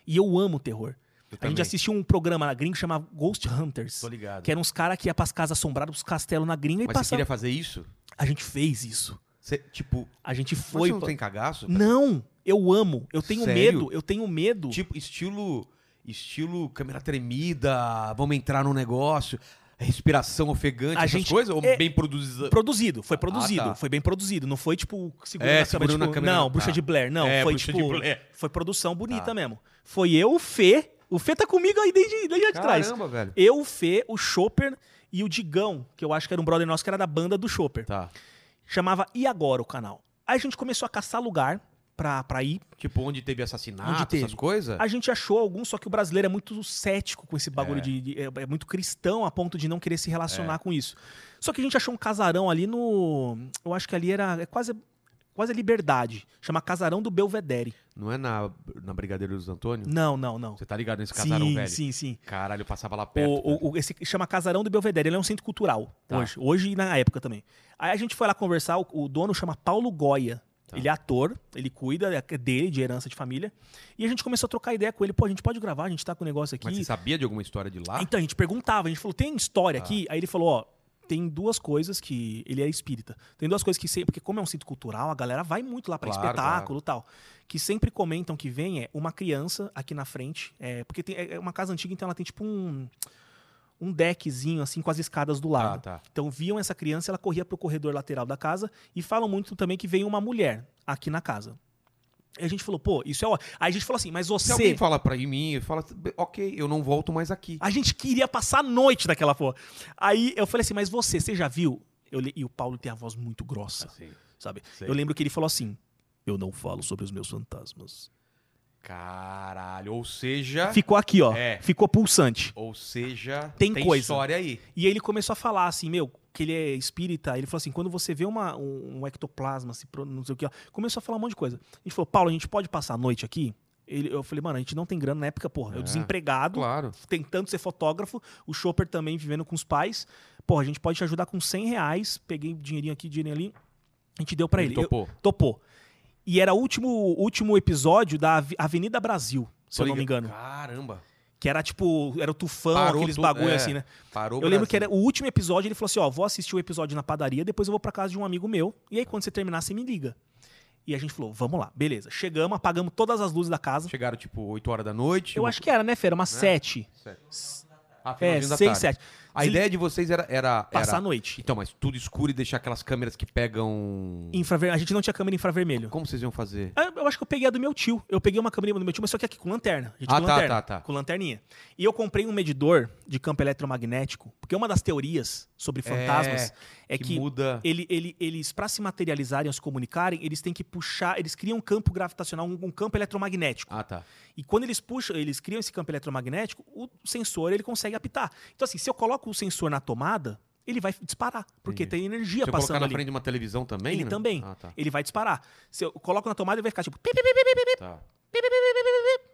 S3: E eu amo terror.
S1: Eu
S3: a
S1: também.
S3: gente assistiu um programa na gringa chamado Ghost Hunters.
S1: Tô ligado.
S3: Que eram uns caras que iam pras casas assombradas, pros castelos na gringa e
S1: Mas você
S3: passavam.
S1: queria fazer isso?
S3: A gente fez isso.
S1: Você, tipo,
S3: A gente
S1: mas
S3: foi.
S1: você não
S3: pra-
S1: tem cagaço?
S3: Não, eu amo. Eu tenho
S1: Sério?
S3: medo, eu tenho medo.
S1: Tipo, estilo. Estilo câmera tremida, vamos entrar num negócio, respiração ofegante,
S3: A
S1: essas
S3: gente-
S1: coisas? Ou
S3: é-
S1: bem produzida?
S3: Produzido, foi produzido,
S1: Ah, tá.
S3: foi bem produzido. Não foi tipo segurando
S1: É,
S3: a câmera,
S1: segurando
S3: tipo,
S1: a câmera.
S3: Não, bruxa
S1: Tá.
S3: de Blair, não.
S1: É,
S3: foi
S1: Bruxa
S3: tipo.
S1: de Blair.
S3: Foi produção bonita
S1: Tá.
S3: mesmo. Foi eu, o Fê. O Fê tá comigo aí desde, desde lá de trás.
S1: Caramba, velho.
S3: Eu, o Fê, o Chopper e o Digão, que eu acho que era um brother nosso que era da banda do Chopper.
S1: Tá.
S3: Chamava E Agora o canal. Aí a gente começou a caçar lugar pra, pra ir.
S1: Tipo, onde teve assassinato,
S3: Onde teve.
S1: essas coisas?
S3: A gente achou alguns, só que o brasileiro é muito cético com esse bagulho
S1: É.
S3: de, de- É é muito cristão a ponto de não querer se relacionar com isso. Só que a gente achou um casarão ali no. Eu acho que ali era é quase, quase liberdade. Chama Casarão do Belvedere.
S1: Não é na, na Brigadeiro dos Antônio?
S3: Não, não, não.
S1: Você tá ligado nesse casarão,
S3: sim,
S1: velho?
S3: sim, sim.
S1: Caralho, eu passava lá
S3: O,
S1: perto. velho.
S3: o- o- esse chama Casarão do Belvedere, ele é um centro cultural
S1: Tá.
S3: hoje, hoje e na época também. Aí a gente foi lá conversar, o, o dono chama Paulo Goya.
S1: Tá.
S3: Ele é ator, ele cuida é dele, de herança de família. E a gente começou a trocar ideia com ele. Pô, a gente pode gravar, a gente tá com o negócio aqui. É
S1: Mas você sabia de alguma história de lá? Ah.
S3: Então, a gente perguntava, a gente falou, tem história aqui? Aí ele falou, ó, tem duas coisas que. Ele é espírita. Tem duas coisas que sempre. Porque, como é um sítio cultural, a galera vai muito lá pra
S1: Claro,
S3: espetáculo e tal. Que sempre comentam que vem é uma criança aqui na frente. É, porque tem, é uma casa antiga, então ela tem tipo um. Um deckzinho, assim, com as escadas do lado.
S1: Ah, tá.
S3: Então viam essa criança, ela corria pro corredor lateral da casa e falam muito também que veio uma mulher aqui na casa. E a gente falou, pô, isso é ó. Aí a gente falou assim, mas
S1: Se
S3: você.
S1: alguém fala pra mim, fala, ok, eu não volto mais aqui.
S3: A gente queria passar a noite daquela porra. Aí eu falei assim, mas você, você já viu? Eu li- E o Paulo tem a voz muito grossa,
S1: Assim,
S3: sabe?
S1: sei.
S3: Eu lembro que ele falou assim: Eu não falo sobre os meus fantasmas.
S1: Caralho, ou seja,
S3: Ficou aqui, ó.
S1: É.
S3: Ficou pulsante.
S1: ou seja,
S3: Tem coisa.
S1: história aí.
S3: E aí ele começou a falar assim, meu, que ele é espírita. Ele falou assim: quando você vê uma, um, um ectoplasma, se pro- não sei o que, ó, começou a falar um monte de coisa. A gente falou, Paulo, a gente pode passar a noite aqui? Ele- eu falei, mano, a gente não tem grana na época, porra.
S1: É.
S3: Eu desempregado,
S1: Claro.
S3: tentando ser fotógrafo, o Chopper também vivendo com os pais. Porra, a gente pode te ajudar com 100 reais. Peguei dinheirinho aqui, dinheirinho ali. A gente deu pra ele. Eu-
S1: Topou.
S3: topou. E era o último, último episódio da Ave- Avenida Brasil, se eu
S1: Tô
S3: não me
S1: ligado.
S3: engano.
S1: Caramba.
S3: Que era tipo, era o tufão,
S1: Parou
S3: aqueles
S1: tu-
S3: bagulho
S1: é.
S3: assim, né?
S1: Parou
S3: eu lembro que era o último episódio, ele falou assim, ó, vou assistir o episódio na padaria, depois eu vou pra casa de um amigo meu, e aí quando você terminar, você me liga. E a gente falou, vamos lá, beleza. Chegamos, apagamos todas as luzes da casa.
S1: Chegaram tipo 8 horas da noite.
S3: Eu acho que era, né, Fera? Umas sete.
S1: Ah,
S3: É,
S1: É. finalzinho da
S3: seis,
S1: tarde.
S3: sete.
S1: A ideia de vocês era, era,
S3: Passar a
S1: era...
S3: noite.
S1: Então, mas tudo escuro e deixar aquelas câmeras que pegam...
S3: Infraver... A gente não tinha câmera infravermelho.
S1: Como vocês iam fazer?
S3: Ah, Eu acho que eu peguei a do meu tio. Eu peguei uma câmera do meu tio, mas só que é aqui com lanterna. A gente
S1: Ah,
S3: com
S1: tá,
S3: lanterna,
S1: tá, tá.
S3: Com lanterninha. E eu comprei um medidor de campo eletromagnético, porque uma das teorias sobre fantasmas é, que,
S1: muda...
S3: ele- ele- eles, para se materializarem ou se comunicarem, eles têm que puxar, eles criam um campo gravitacional, um, um campo eletromagnético.
S1: Ah, tá.
S3: E quando eles puxam, eles criam esse campo eletromagnético, o sensor ele consegue apitar. Então, assim, se eu coloco o sensor na tomada, ele vai disparar, porque
S1: Entendi.
S3: tem energia
S1: Se eu colocar
S3: passando
S1: na
S3: ali.
S1: frente de uma televisão também?
S3: Ele
S1: né?
S3: também.
S1: Ah, tá.
S3: Ele vai disparar. Se eu coloco na tomada, ele vai ficar tipo. pip,
S1: tá.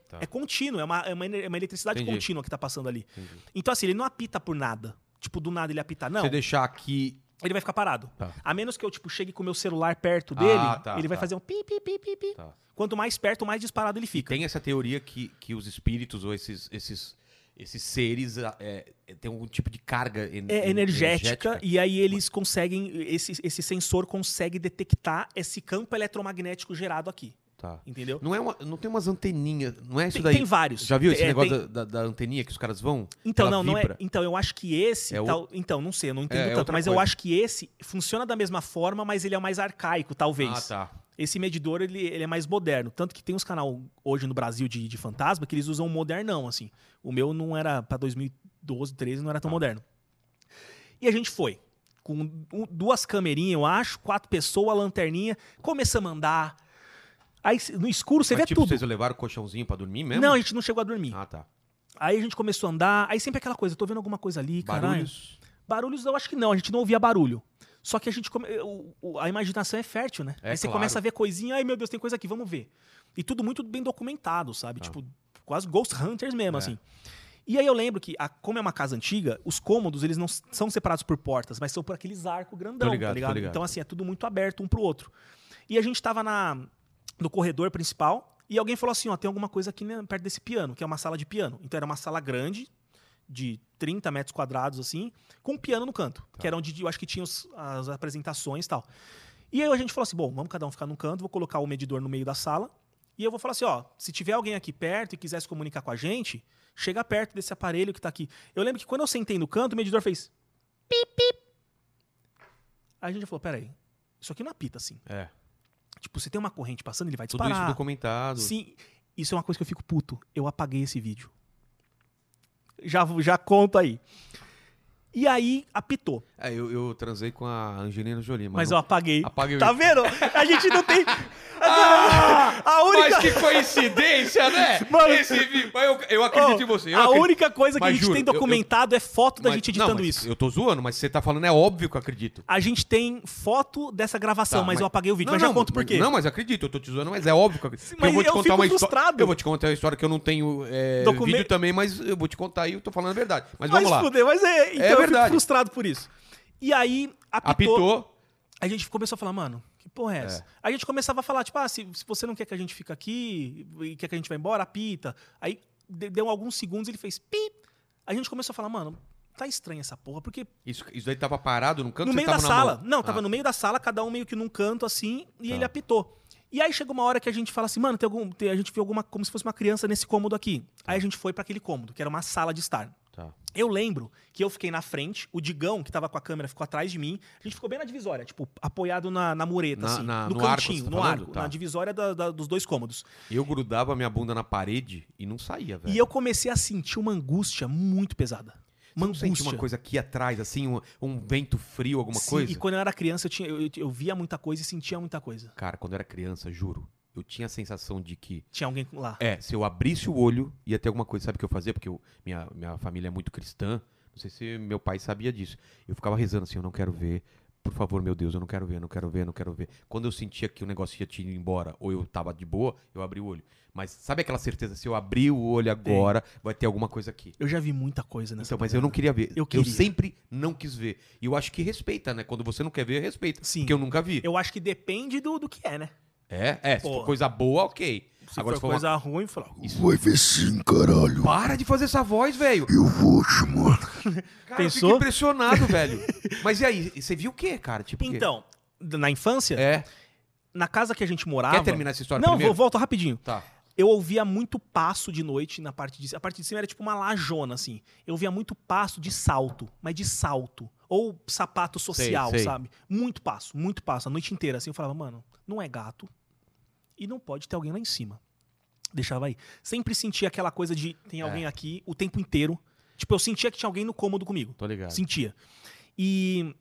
S1: Tá.
S3: É contínuo, é uma, é uma, ener- é uma eletricidade
S1: Entendi.
S3: contínua que tá passando ali.
S1: Entendi.
S3: Então, assim, ele não apita por nada. Tipo, do nada ele apitar. Não,
S1: Se eu deixar aqui...
S3: ele vai ficar parado.
S1: Tá.
S3: A menos que eu, tipo, chegue com o meu celular perto dele,
S1: Ah, tá,
S3: ele vai
S1: tá.
S3: fazer um pi, pi, pi, pi, pi.
S1: Tá.
S3: Quanto mais perto, mais disparado ele fica.
S1: Tem essa teoria que, que os espíritos ou esses, esses, esses seres ah, é, é, têm algum tipo de carga en-
S3: É
S1: en-
S3: energética, e aí eles conseguem, esse, esse sensor consegue detectar esse campo eletromagnético gerado aqui,
S1: Tá.
S3: entendeu?
S1: Não, é uma, não tem umas anteninhas, não é isso
S3: Tem,
S1: daí?
S3: tem vários.
S1: Já viu esse
S3: É,
S1: negócio
S3: tem-
S1: da, da- da anteninha que os caras vão?
S3: Então,
S1: Ela
S3: não, não é.
S1: vibra?
S3: Então, eu acho que esse.
S1: É o-
S3: tal- Então, não sei, eu não entendo
S1: É, é
S3: tanto,
S1: outra
S3: mas eu
S1: coisa.
S3: acho que esse funciona da mesma forma, mas ele é mais arcaico, talvez.
S1: Ah, tá.
S3: Esse medidor, ele, ele é mais moderno. Tanto que tem uns canal hoje no Brasil de, de fantasma que eles usam um modernão, assim. O meu não era pra 2012, 13, não era tão
S1: Tá.
S3: moderno. E a gente foi. Com um- duas camerinhas, eu acho, quatro pessoas, a lanterninha. Começamos a andar. Aí, no escuro, você
S1: Mas,
S3: vê
S1: tipo,
S3: tudo.
S1: vocês levaram o colchãozinho pra dormir mesmo?
S3: Não, a gente não chegou a dormir.
S1: Ah, tá.
S3: Aí a gente começou a andar, aí sempre aquela coisa, tô vendo alguma coisa ali, caralho. é
S1: Barulhos.
S3: Barulhos eu acho que não, a gente não ouvia barulho. Só que a gente come... o- o- a imaginação é fértil, né?
S1: É,
S3: Aí você
S1: claro.
S3: começa a ver coisinha, ai meu Deus, tem coisa aqui, vamos ver. E tudo muito bem documentado, sabe?
S1: Tá.
S3: Tipo, quase Ghost Hunters mesmo,
S1: É.
S3: assim. E aí eu lembro que, a- como é uma casa antiga, os cômodos eles não s- são separados por portas, mas são por aqueles arcos grandão,
S1: Tô ligado,
S3: tá
S1: tô
S3: ligado?
S1: ligado.
S3: Então, assim, é tudo muito aberto um pro outro. E a gente tava na, no corredor principal e alguém falou assim: ó, tem alguma coisa aqui né, perto desse piano, que é uma sala de piano. Então era uma sala grande, de 30 metros quadrados, assim, com um piano no canto,
S1: Tá.
S3: que era onde eu acho que tinha os- as apresentações e tal. E aí a gente falou assim: bom, vamos cada um ficar num canto, vou colocar o medidor no meio da sala. E eu vou falar assim: ó, se tiver alguém aqui perto e quiser se comunicar com a gente, chega perto desse aparelho que tá aqui. Eu lembro que quando eu sentei no canto, o medidor fez. Pip, pip. Aí a gente falou: peraí, isso aqui não apita assim.
S1: É.
S3: Tipo, se tem uma corrente passando, ele vai
S1: Tudo
S3: disparar.
S1: isso documentado.
S3: Sim, isso é uma coisa que eu fico puto. Eu apaguei esse vídeo. Já, já conto aí. E aí, apitou.
S1: É, eu, eu transei com a Angelina Jolie,
S3: Mas,
S1: mas.
S3: eu
S1: não-
S3: apaguei.
S1: Apaga o
S3: Tá
S1: vídeo. Ah!
S3: vendo? A gente não tem. a única.
S1: Mas que coincidência, né?
S3: Mano-
S1: Esse vi- mas eu, eu acredito
S3: Ó,
S1: em você. eu
S3: a
S1: acredito.
S3: única coisa que
S1: Mas
S3: a gente
S1: juro,
S3: tem
S1: eu- eu-
S3: documentado é foto da
S1: Mas-
S3: gente
S1: não,
S3: editando
S1: mas
S3: isso.
S1: Eu tô zoando, mas você tá falando, é óbvio que eu acredito.
S3: A gente tem foto dessa gravação,
S1: Tá,
S3: mas, eu apaguei o vídeo. mas já conto por
S1: mas-
S3: quê.
S1: Não, mas acredito, eu tô te zoando, mas é óbvio que eu acredito. Porque
S3: mas
S1: eu vou te
S3: eu
S1: contar
S3: fico
S1: uma história.
S3: frustrado.
S1: Eu vou te contar uma história que eu não tenho é,
S3: Documen-
S1: vídeo também, mas eu vou te contar aí, eu tô falando a verdade. Mas
S3: Vai
S1: vamos lá.
S3: se fuder, mas é. Então eu fico
S1: verdade.
S3: frustrado por isso. E aí, apitou.
S1: Apitou.
S3: A gente começou a falar, mano, que porra é essa? A gente começava a falar, tipo, ah, se, se você não quer que a gente fique aqui e quer que a gente vá embora, apita. Aí de- deu alguns segundos ele fez pi. A gente começou a falar, mano, tá estranha essa porra, porque
S1: Isso, isso daí tava parado num canto?
S3: no
S1: você
S3: meio da
S1: tava na
S3: sala.
S1: mão?
S3: Não, tava
S1: Ah,
S3: no meio da sala, cada um meio que num canto assim, e
S1: Tá.
S3: ele apitou. E aí chegou uma hora que a gente fala assim, mano, tem algum, tem- a gente viu alguma como se fosse uma criança nesse cômodo aqui. Aí a gente foi pra aquele cômodo, que era uma sala de estar.
S1: Tá.
S3: Eu lembro que eu fiquei na frente, o Digão, que tava com a câmera, ficou atrás de mim. A gente ficou bem na divisória, tipo, apoiado na, na mureta,
S1: Na-
S3: assim,
S1: na-
S3: no,
S1: no arco,
S3: cantinho,
S1: você tá
S3: no
S1: falando?
S3: arco,
S1: Tá.
S3: na divisória da- da- dos dois cômodos.
S1: Eu grudava minha bunda na parede e não saía, velho.
S3: E eu comecei a sentir uma angústia muito pesada. Uma
S1: Não senti
S3: angústia.
S1: uma coisa aqui atrás, assim, um, um vento frio, alguma
S3: Sim,
S1: coisa?
S3: E quando eu era criança, eu, tinha, eu, eu- eu via muita coisa e sentia muita coisa.
S1: Cara, quando eu era criança, juro, eu tinha a sensação de que
S3: Tinha alguém lá.
S1: É, se eu abrisse o olho, ia ter alguma coisa, sabe o que eu fazia? Porque eu- minha, minha família é muito cristã. Não sei se meu pai sabia disso. Eu ficava rezando assim, eu não quero ver. Por favor, meu Deus, eu não quero ver, eu não quero ver, eu não quero ver. Quando eu sentia que o negócio ia te ir embora, ou eu tava de boa, eu abri o olho. Mas sabe aquela certeza, se eu abrir o olho agora, vai ter alguma coisa aqui.
S3: Eu já vi muita coisa nessa.
S1: Então, mas eu não queria ver.
S3: Eu queria.
S1: sempre não quis ver. E eu acho que respeita, né? Quando você não quer ver, respeita.
S3: Sim.
S1: Porque eu nunca vi.
S3: Eu acho que depende do, do que é, né?
S1: É, é. Se for
S3: Porra.
S1: coisa boa, ok.
S3: Se
S1: Agora,
S3: for
S1: se for uma
S3: coisa ruim, falou.
S4: Vai ver sim, caralho.
S1: Para de fazer essa voz, velho.
S4: Eu vou te matar.
S1: Cara, eu fiquei
S3: Pensou?
S1: impressionado, velho. Mas e aí, você viu o quê, cara? Tipo, o quê?
S3: Então, d- na infância,
S1: É.
S3: na casa que a gente morava.
S1: Quer terminar essa história
S3: Não,
S1: primeiro?
S3: vou, volto rapidinho.
S1: Tá.
S3: Eu ouvia muito passo de noite na parte de cima. A parte de cima era tipo uma lajona, assim. Eu ouvia muito passo de salto, mas de salto. Ou sapato social,
S1: sei.
S3: sabe? Muito passo, muito passo. A noite inteira, assim, eu falava, mano, não é gato. E não pode ter alguém lá em cima. Deixava aí. Sempre sentia aquela coisa de
S1: É.
S3: tem alguém aqui o tempo inteiro. Tipo, eu sentia que tinha alguém no cômodo comigo.
S1: Tô ligado.
S3: Sentia. E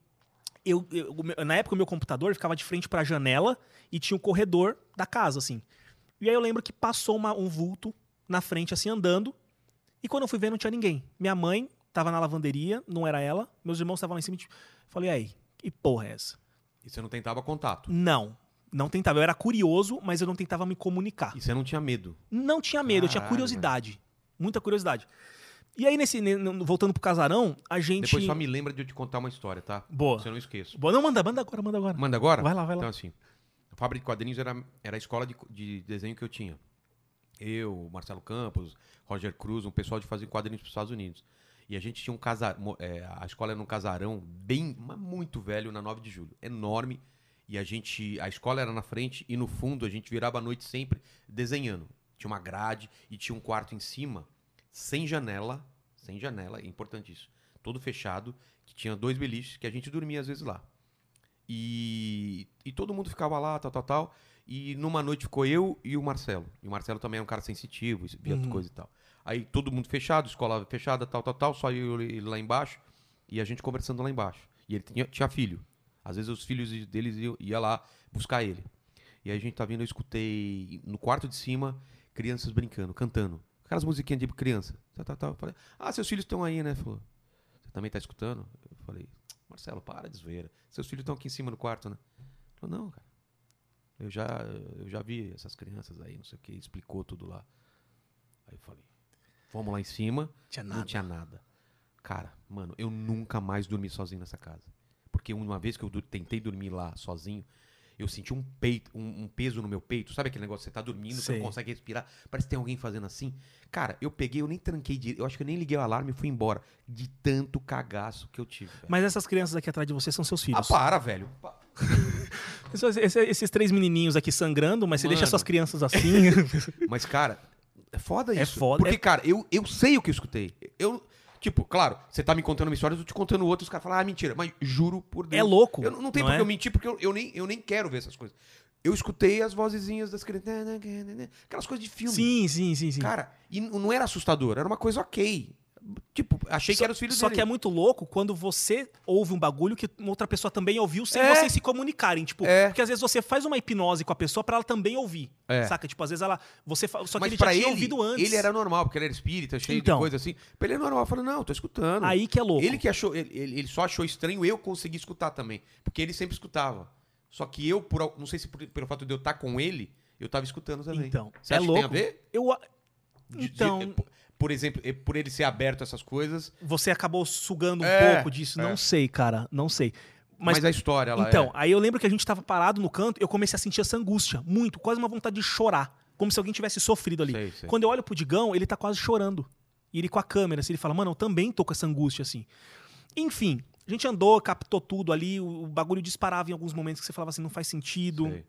S3: eu, eu- o meu- na época o meu computador ficava de frente pra janela e tinha o corredor da casa, assim. E aí eu lembro que passou uma- um vulto na frente, assim, andando. E quando eu fui ver, não tinha ninguém. Minha mãe tava na lavanderia, não era ela. Meus irmãos estavam lá em cima. tipo, Falei, e aí, que porra é essa?
S1: E você não tentava contato.
S3: Não, não tentava. Eu era curioso, mas eu não tentava me comunicar.
S1: E você não tinha medo.
S3: Não tinha medo, eu tinha
S1: Caralho,
S3: curiosidade. Muita curiosidade. E aí, nesse, ne- no- voltando pro casarão, a gente.
S1: Depois só me lembra de eu te contar uma história, tá?
S3: Boa.
S1: Você não esqueço.
S3: Boa, não, manda, manda agora, manda agora.
S1: Manda agora?
S3: Vai lá, vai lá.
S1: Então, assim, a Fábrica de Quadrinhos era, era a escola de, de desenho que eu tinha. Eu, Marcelo Campos, Roger Cruz, um pessoal de fazer quadrinhos para os Estados Unidos. E a gente tinha um casarão. a escola era num casarão bem, mas muito velho, na 9 de julho. Enorme. E a gente. A escola era na frente e no fundo a gente virava a noite sempre desenhando. Tinha uma grade e tinha um quarto em cima, sem janela. Sem janela, é importante isso. Todo fechado, que tinha dois beliches que a gente dormia às vezes lá. E, e todo mundo ficava lá, tal, tal, tal. E numa noite ficou eu e o Marcelo. E o Marcelo também era um cara sensitivo, isso- via
S3: Uhum.
S1: coisa e tal. Aí todo mundo fechado, escola fechada, tal, tal, tal. Só eu e ele lá embaixo. E a gente conversando lá embaixo. E ele tinha, tinha filho. Às vezes os filhos deles iam ia lá buscar ele. E aí a gente tá vindo, eu escutei no quarto de cima crianças brincando, cantando. Aquelas musiquinhas de criança. Tá, tá, tá. Eu Falei, ah, seus filhos estão aí, né? Falou, você também tá escutando? Eu falei, Marcelo, para de zoeira. Seus filhos estão aqui em cima no quarto, né? Ele Falou, não, cara. Eu já, eu já vi essas crianças aí, não sei o que, explicou tudo lá. Aí eu falei, vamos lá em cima.
S3: Tinha
S1: Então, Não tinha nada. Cara, mano, eu nunca mais dormi sozinho nessa casa. Porque uma vez que eu du- tentei dormir lá sozinho, eu senti um peito, um, um peso no meu peito. Sabe aquele negócio que você tá dormindo, você
S3: Sei.
S1: não consegue respirar, parece que tem alguém fazendo assim? Cara, eu peguei, eu nem tranquei direito, eu acho que eu nem liguei o alarme e fui embora. De tanto cagaço que eu tive. velho.
S3: Mas essas crianças aqui atrás de você são seus
S1: Ah,
S3: filhos.
S1: para, velho. Pa-
S3: Esses, esse- esses três menininhos aqui sangrando, mas você
S1: Mano.
S3: deixa suas crianças assim.
S1: Mas, cara, é foda isso.
S3: É foda.
S1: Porque,
S3: É-
S1: cara, eu, eu sei o que eu escutei. Eu, tipo, claro, você tá me contando uma história, eu tô te contando outra, os caras falam, ah, mentira. Mas juro por Deus.
S3: é louco.
S1: Eu não, não tem
S3: não
S1: porque
S3: é?
S1: eu mentir, porque eu, eu nem, eu nem quero ver essas coisas. Eu escutei as vozezinhas das crianças. né, né, né, né, Aquelas coisas de filme.
S3: Sim, sim, sim, sim.
S1: Cara, e n- não era assustador, era uma coisa ok. Tipo, achei
S3: só,
S1: que eram os filhos
S3: Só
S1: dele.
S3: que é muito louco quando você ouve um bagulho que uma outra pessoa também ouviu sem
S1: É.
S3: vocês se comunicarem. Tipo,
S1: É.
S3: porque às vezes você faz uma hipnose com a pessoa pra ela também ouvir.
S1: É.
S3: Saca? Tipo, às vezes ela. Você fa- Só que
S1: Mas
S3: ele já
S1: pra
S3: tinha
S1: ele,
S3: ouvido antes.
S1: ele era normal, porque ele era espírita, cheio
S3: Então.
S1: de coisa assim. Pra ele é normal, eu falo, não, tô escutando.
S3: Aí que é louco.
S1: Ele que achou, ele, ele- ele só achou estranho eu conseguir escutar também, porque ele sempre escutava. Só que eu, por, al- não sei se por- pelo fato de eu estar com ele, eu tava escutando também.
S3: Então,
S1: Você
S3: é
S1: acha
S3: louco.
S1: que tem a ver?
S3: Eu. a-
S1: De- de-
S3: Então,
S1: por- por exemplo, eh, por ele ser aberto a essas coisas,
S3: você acabou sugando um
S1: É,
S3: pouco disso.
S1: é.
S3: Não sei, cara. Não sei.
S1: mas,
S3: Mas
S1: a é. história lá
S3: Então, aí eu lembro que a gente tava parado no canto, eu comecei a sentir essa angústia, muito, quase uma vontade de chorar, como se alguém tivesse sofrido ali.
S1: Sei, sei.
S3: Quando eu olho pro Digão, ele tá quase chorando. E E ele com a câmera, assim, ele fala, mano, eu também tô com essa angústia, assim. Enfim, a gente andou, captou tudo ali, o, o bagulho disparava em alguns momentos que você falava assim, não faz sentido.
S1: Sei.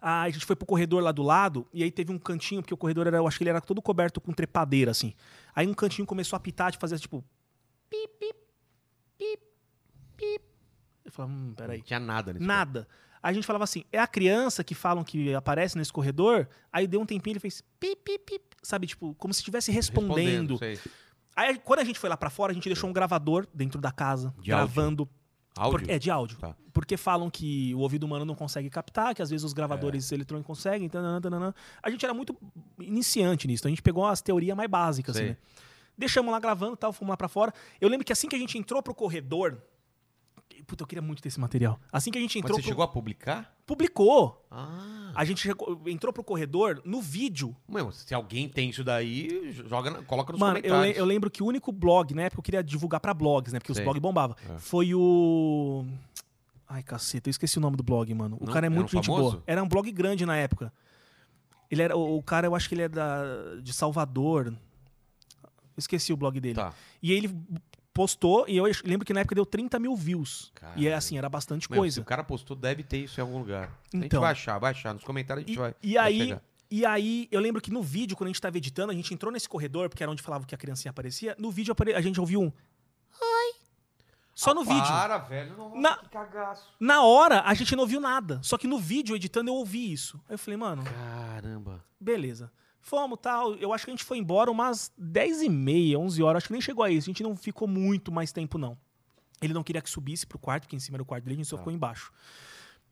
S3: Ah, a gente foi pro corredor lá do lado, e aí teve um cantinho, porque o corredor era, eu acho que ele era todo coberto com trepadeira, assim. Aí um cantinho começou a pitar, de fazer tipo. Pip, pip, pip, pip. Eu falava, hum, peraí.
S1: Não tinha nada nesse
S3: Nada. Aí a gente falava assim, é a criança que falam que aparece nesse corredor, aí deu um tempinho ele fez pip, pip, pip, sabe, tipo, como se estivesse
S1: filme.
S3: respondendo.
S1: sei.
S3: Aí quando a gente foi lá pra fora, a gente deixou um gravador dentro da casa,
S1: De áudio?
S3: gravando.
S1: Áudio?
S3: Por- é, de áudio.
S1: Tá.
S3: Porque falam que o ouvido humano não consegue captar, que às vezes os
S1: É.
S3: gravadores eletrônicos conseguem. tananã, tananã. A gente era muito iniciante nisso, então a gente pegou as teorias mais básicas,
S1: Sei.
S3: assim, né? Deixamos lá gravando e tal, fomos lá pra fora. Eu lembro que assim que a gente entrou pro corredor. Puta, eu queria muito ter esse material. Assim que a gente
S1: Mas
S3: entrou.
S1: você
S3: pro-
S1: chegou a publicar?
S3: Publicou.
S1: Ah.
S3: A gente chegou- entrou pro corredor no vídeo.
S1: Meu, se alguém tem isso daí, joga, na- coloca nos
S3: Mano, eu,
S1: comentários.
S3: le- eu lembro que o único blog, na época eu queria divulgar pra blogs, né? Porque
S1: Sei.
S3: os blogs bombavam.
S1: É.
S3: Foi o. Ai, caceta, eu esqueci o nome do blog, mano. O
S1: Não?
S3: cara é
S1: Era
S3: muito
S1: um
S3: gente
S1: famoso?
S3: boa. Era um blog grande na época. Ele era, o, o cara, eu acho que ele é da, de Salvador. Eu Esqueci o blog dele.
S1: Tá.
S3: E ele postou, e eu ach- lembro que na época deu 30 mil views. E é
S1: Caralho.
S3: assim, era bastante
S1: Meu,
S3: coisa.
S1: se o cara postou, deve ter isso em algum lugar. a gente
S3: Então.
S1: vai achar, vai achar. Nos comentários a gente
S3: E-
S1: vai.
S3: E
S1: vai
S3: aí,
S1: chegar.
S3: e aí, eu lembro que no vídeo, quando a gente tava editando, a gente entrou nesse corredor, porque era onde falava que a criancinha aparecia. No vídeo apare- a gente ouviu um. Oi. Só no vídeo.
S1: Ah, Para, velho. Nossa,
S3: Na-
S1: que cagaço.
S3: Na hora, a gente não ouviu nada. Só que no vídeo, editando, eu ouvi isso. Aí eu falei, mano,
S1: Caramba.
S3: beleza. Fomos tal. Eu acho que a gente foi embora umas 10 e meia, 11 horas. Acho que nem chegou a isso. A gente não ficou muito mais tempo, não. Ele não queria que subisse pro quarto, porque em cima era o quarto dele, a gente
S1: Tá.
S3: só ficou embaixo.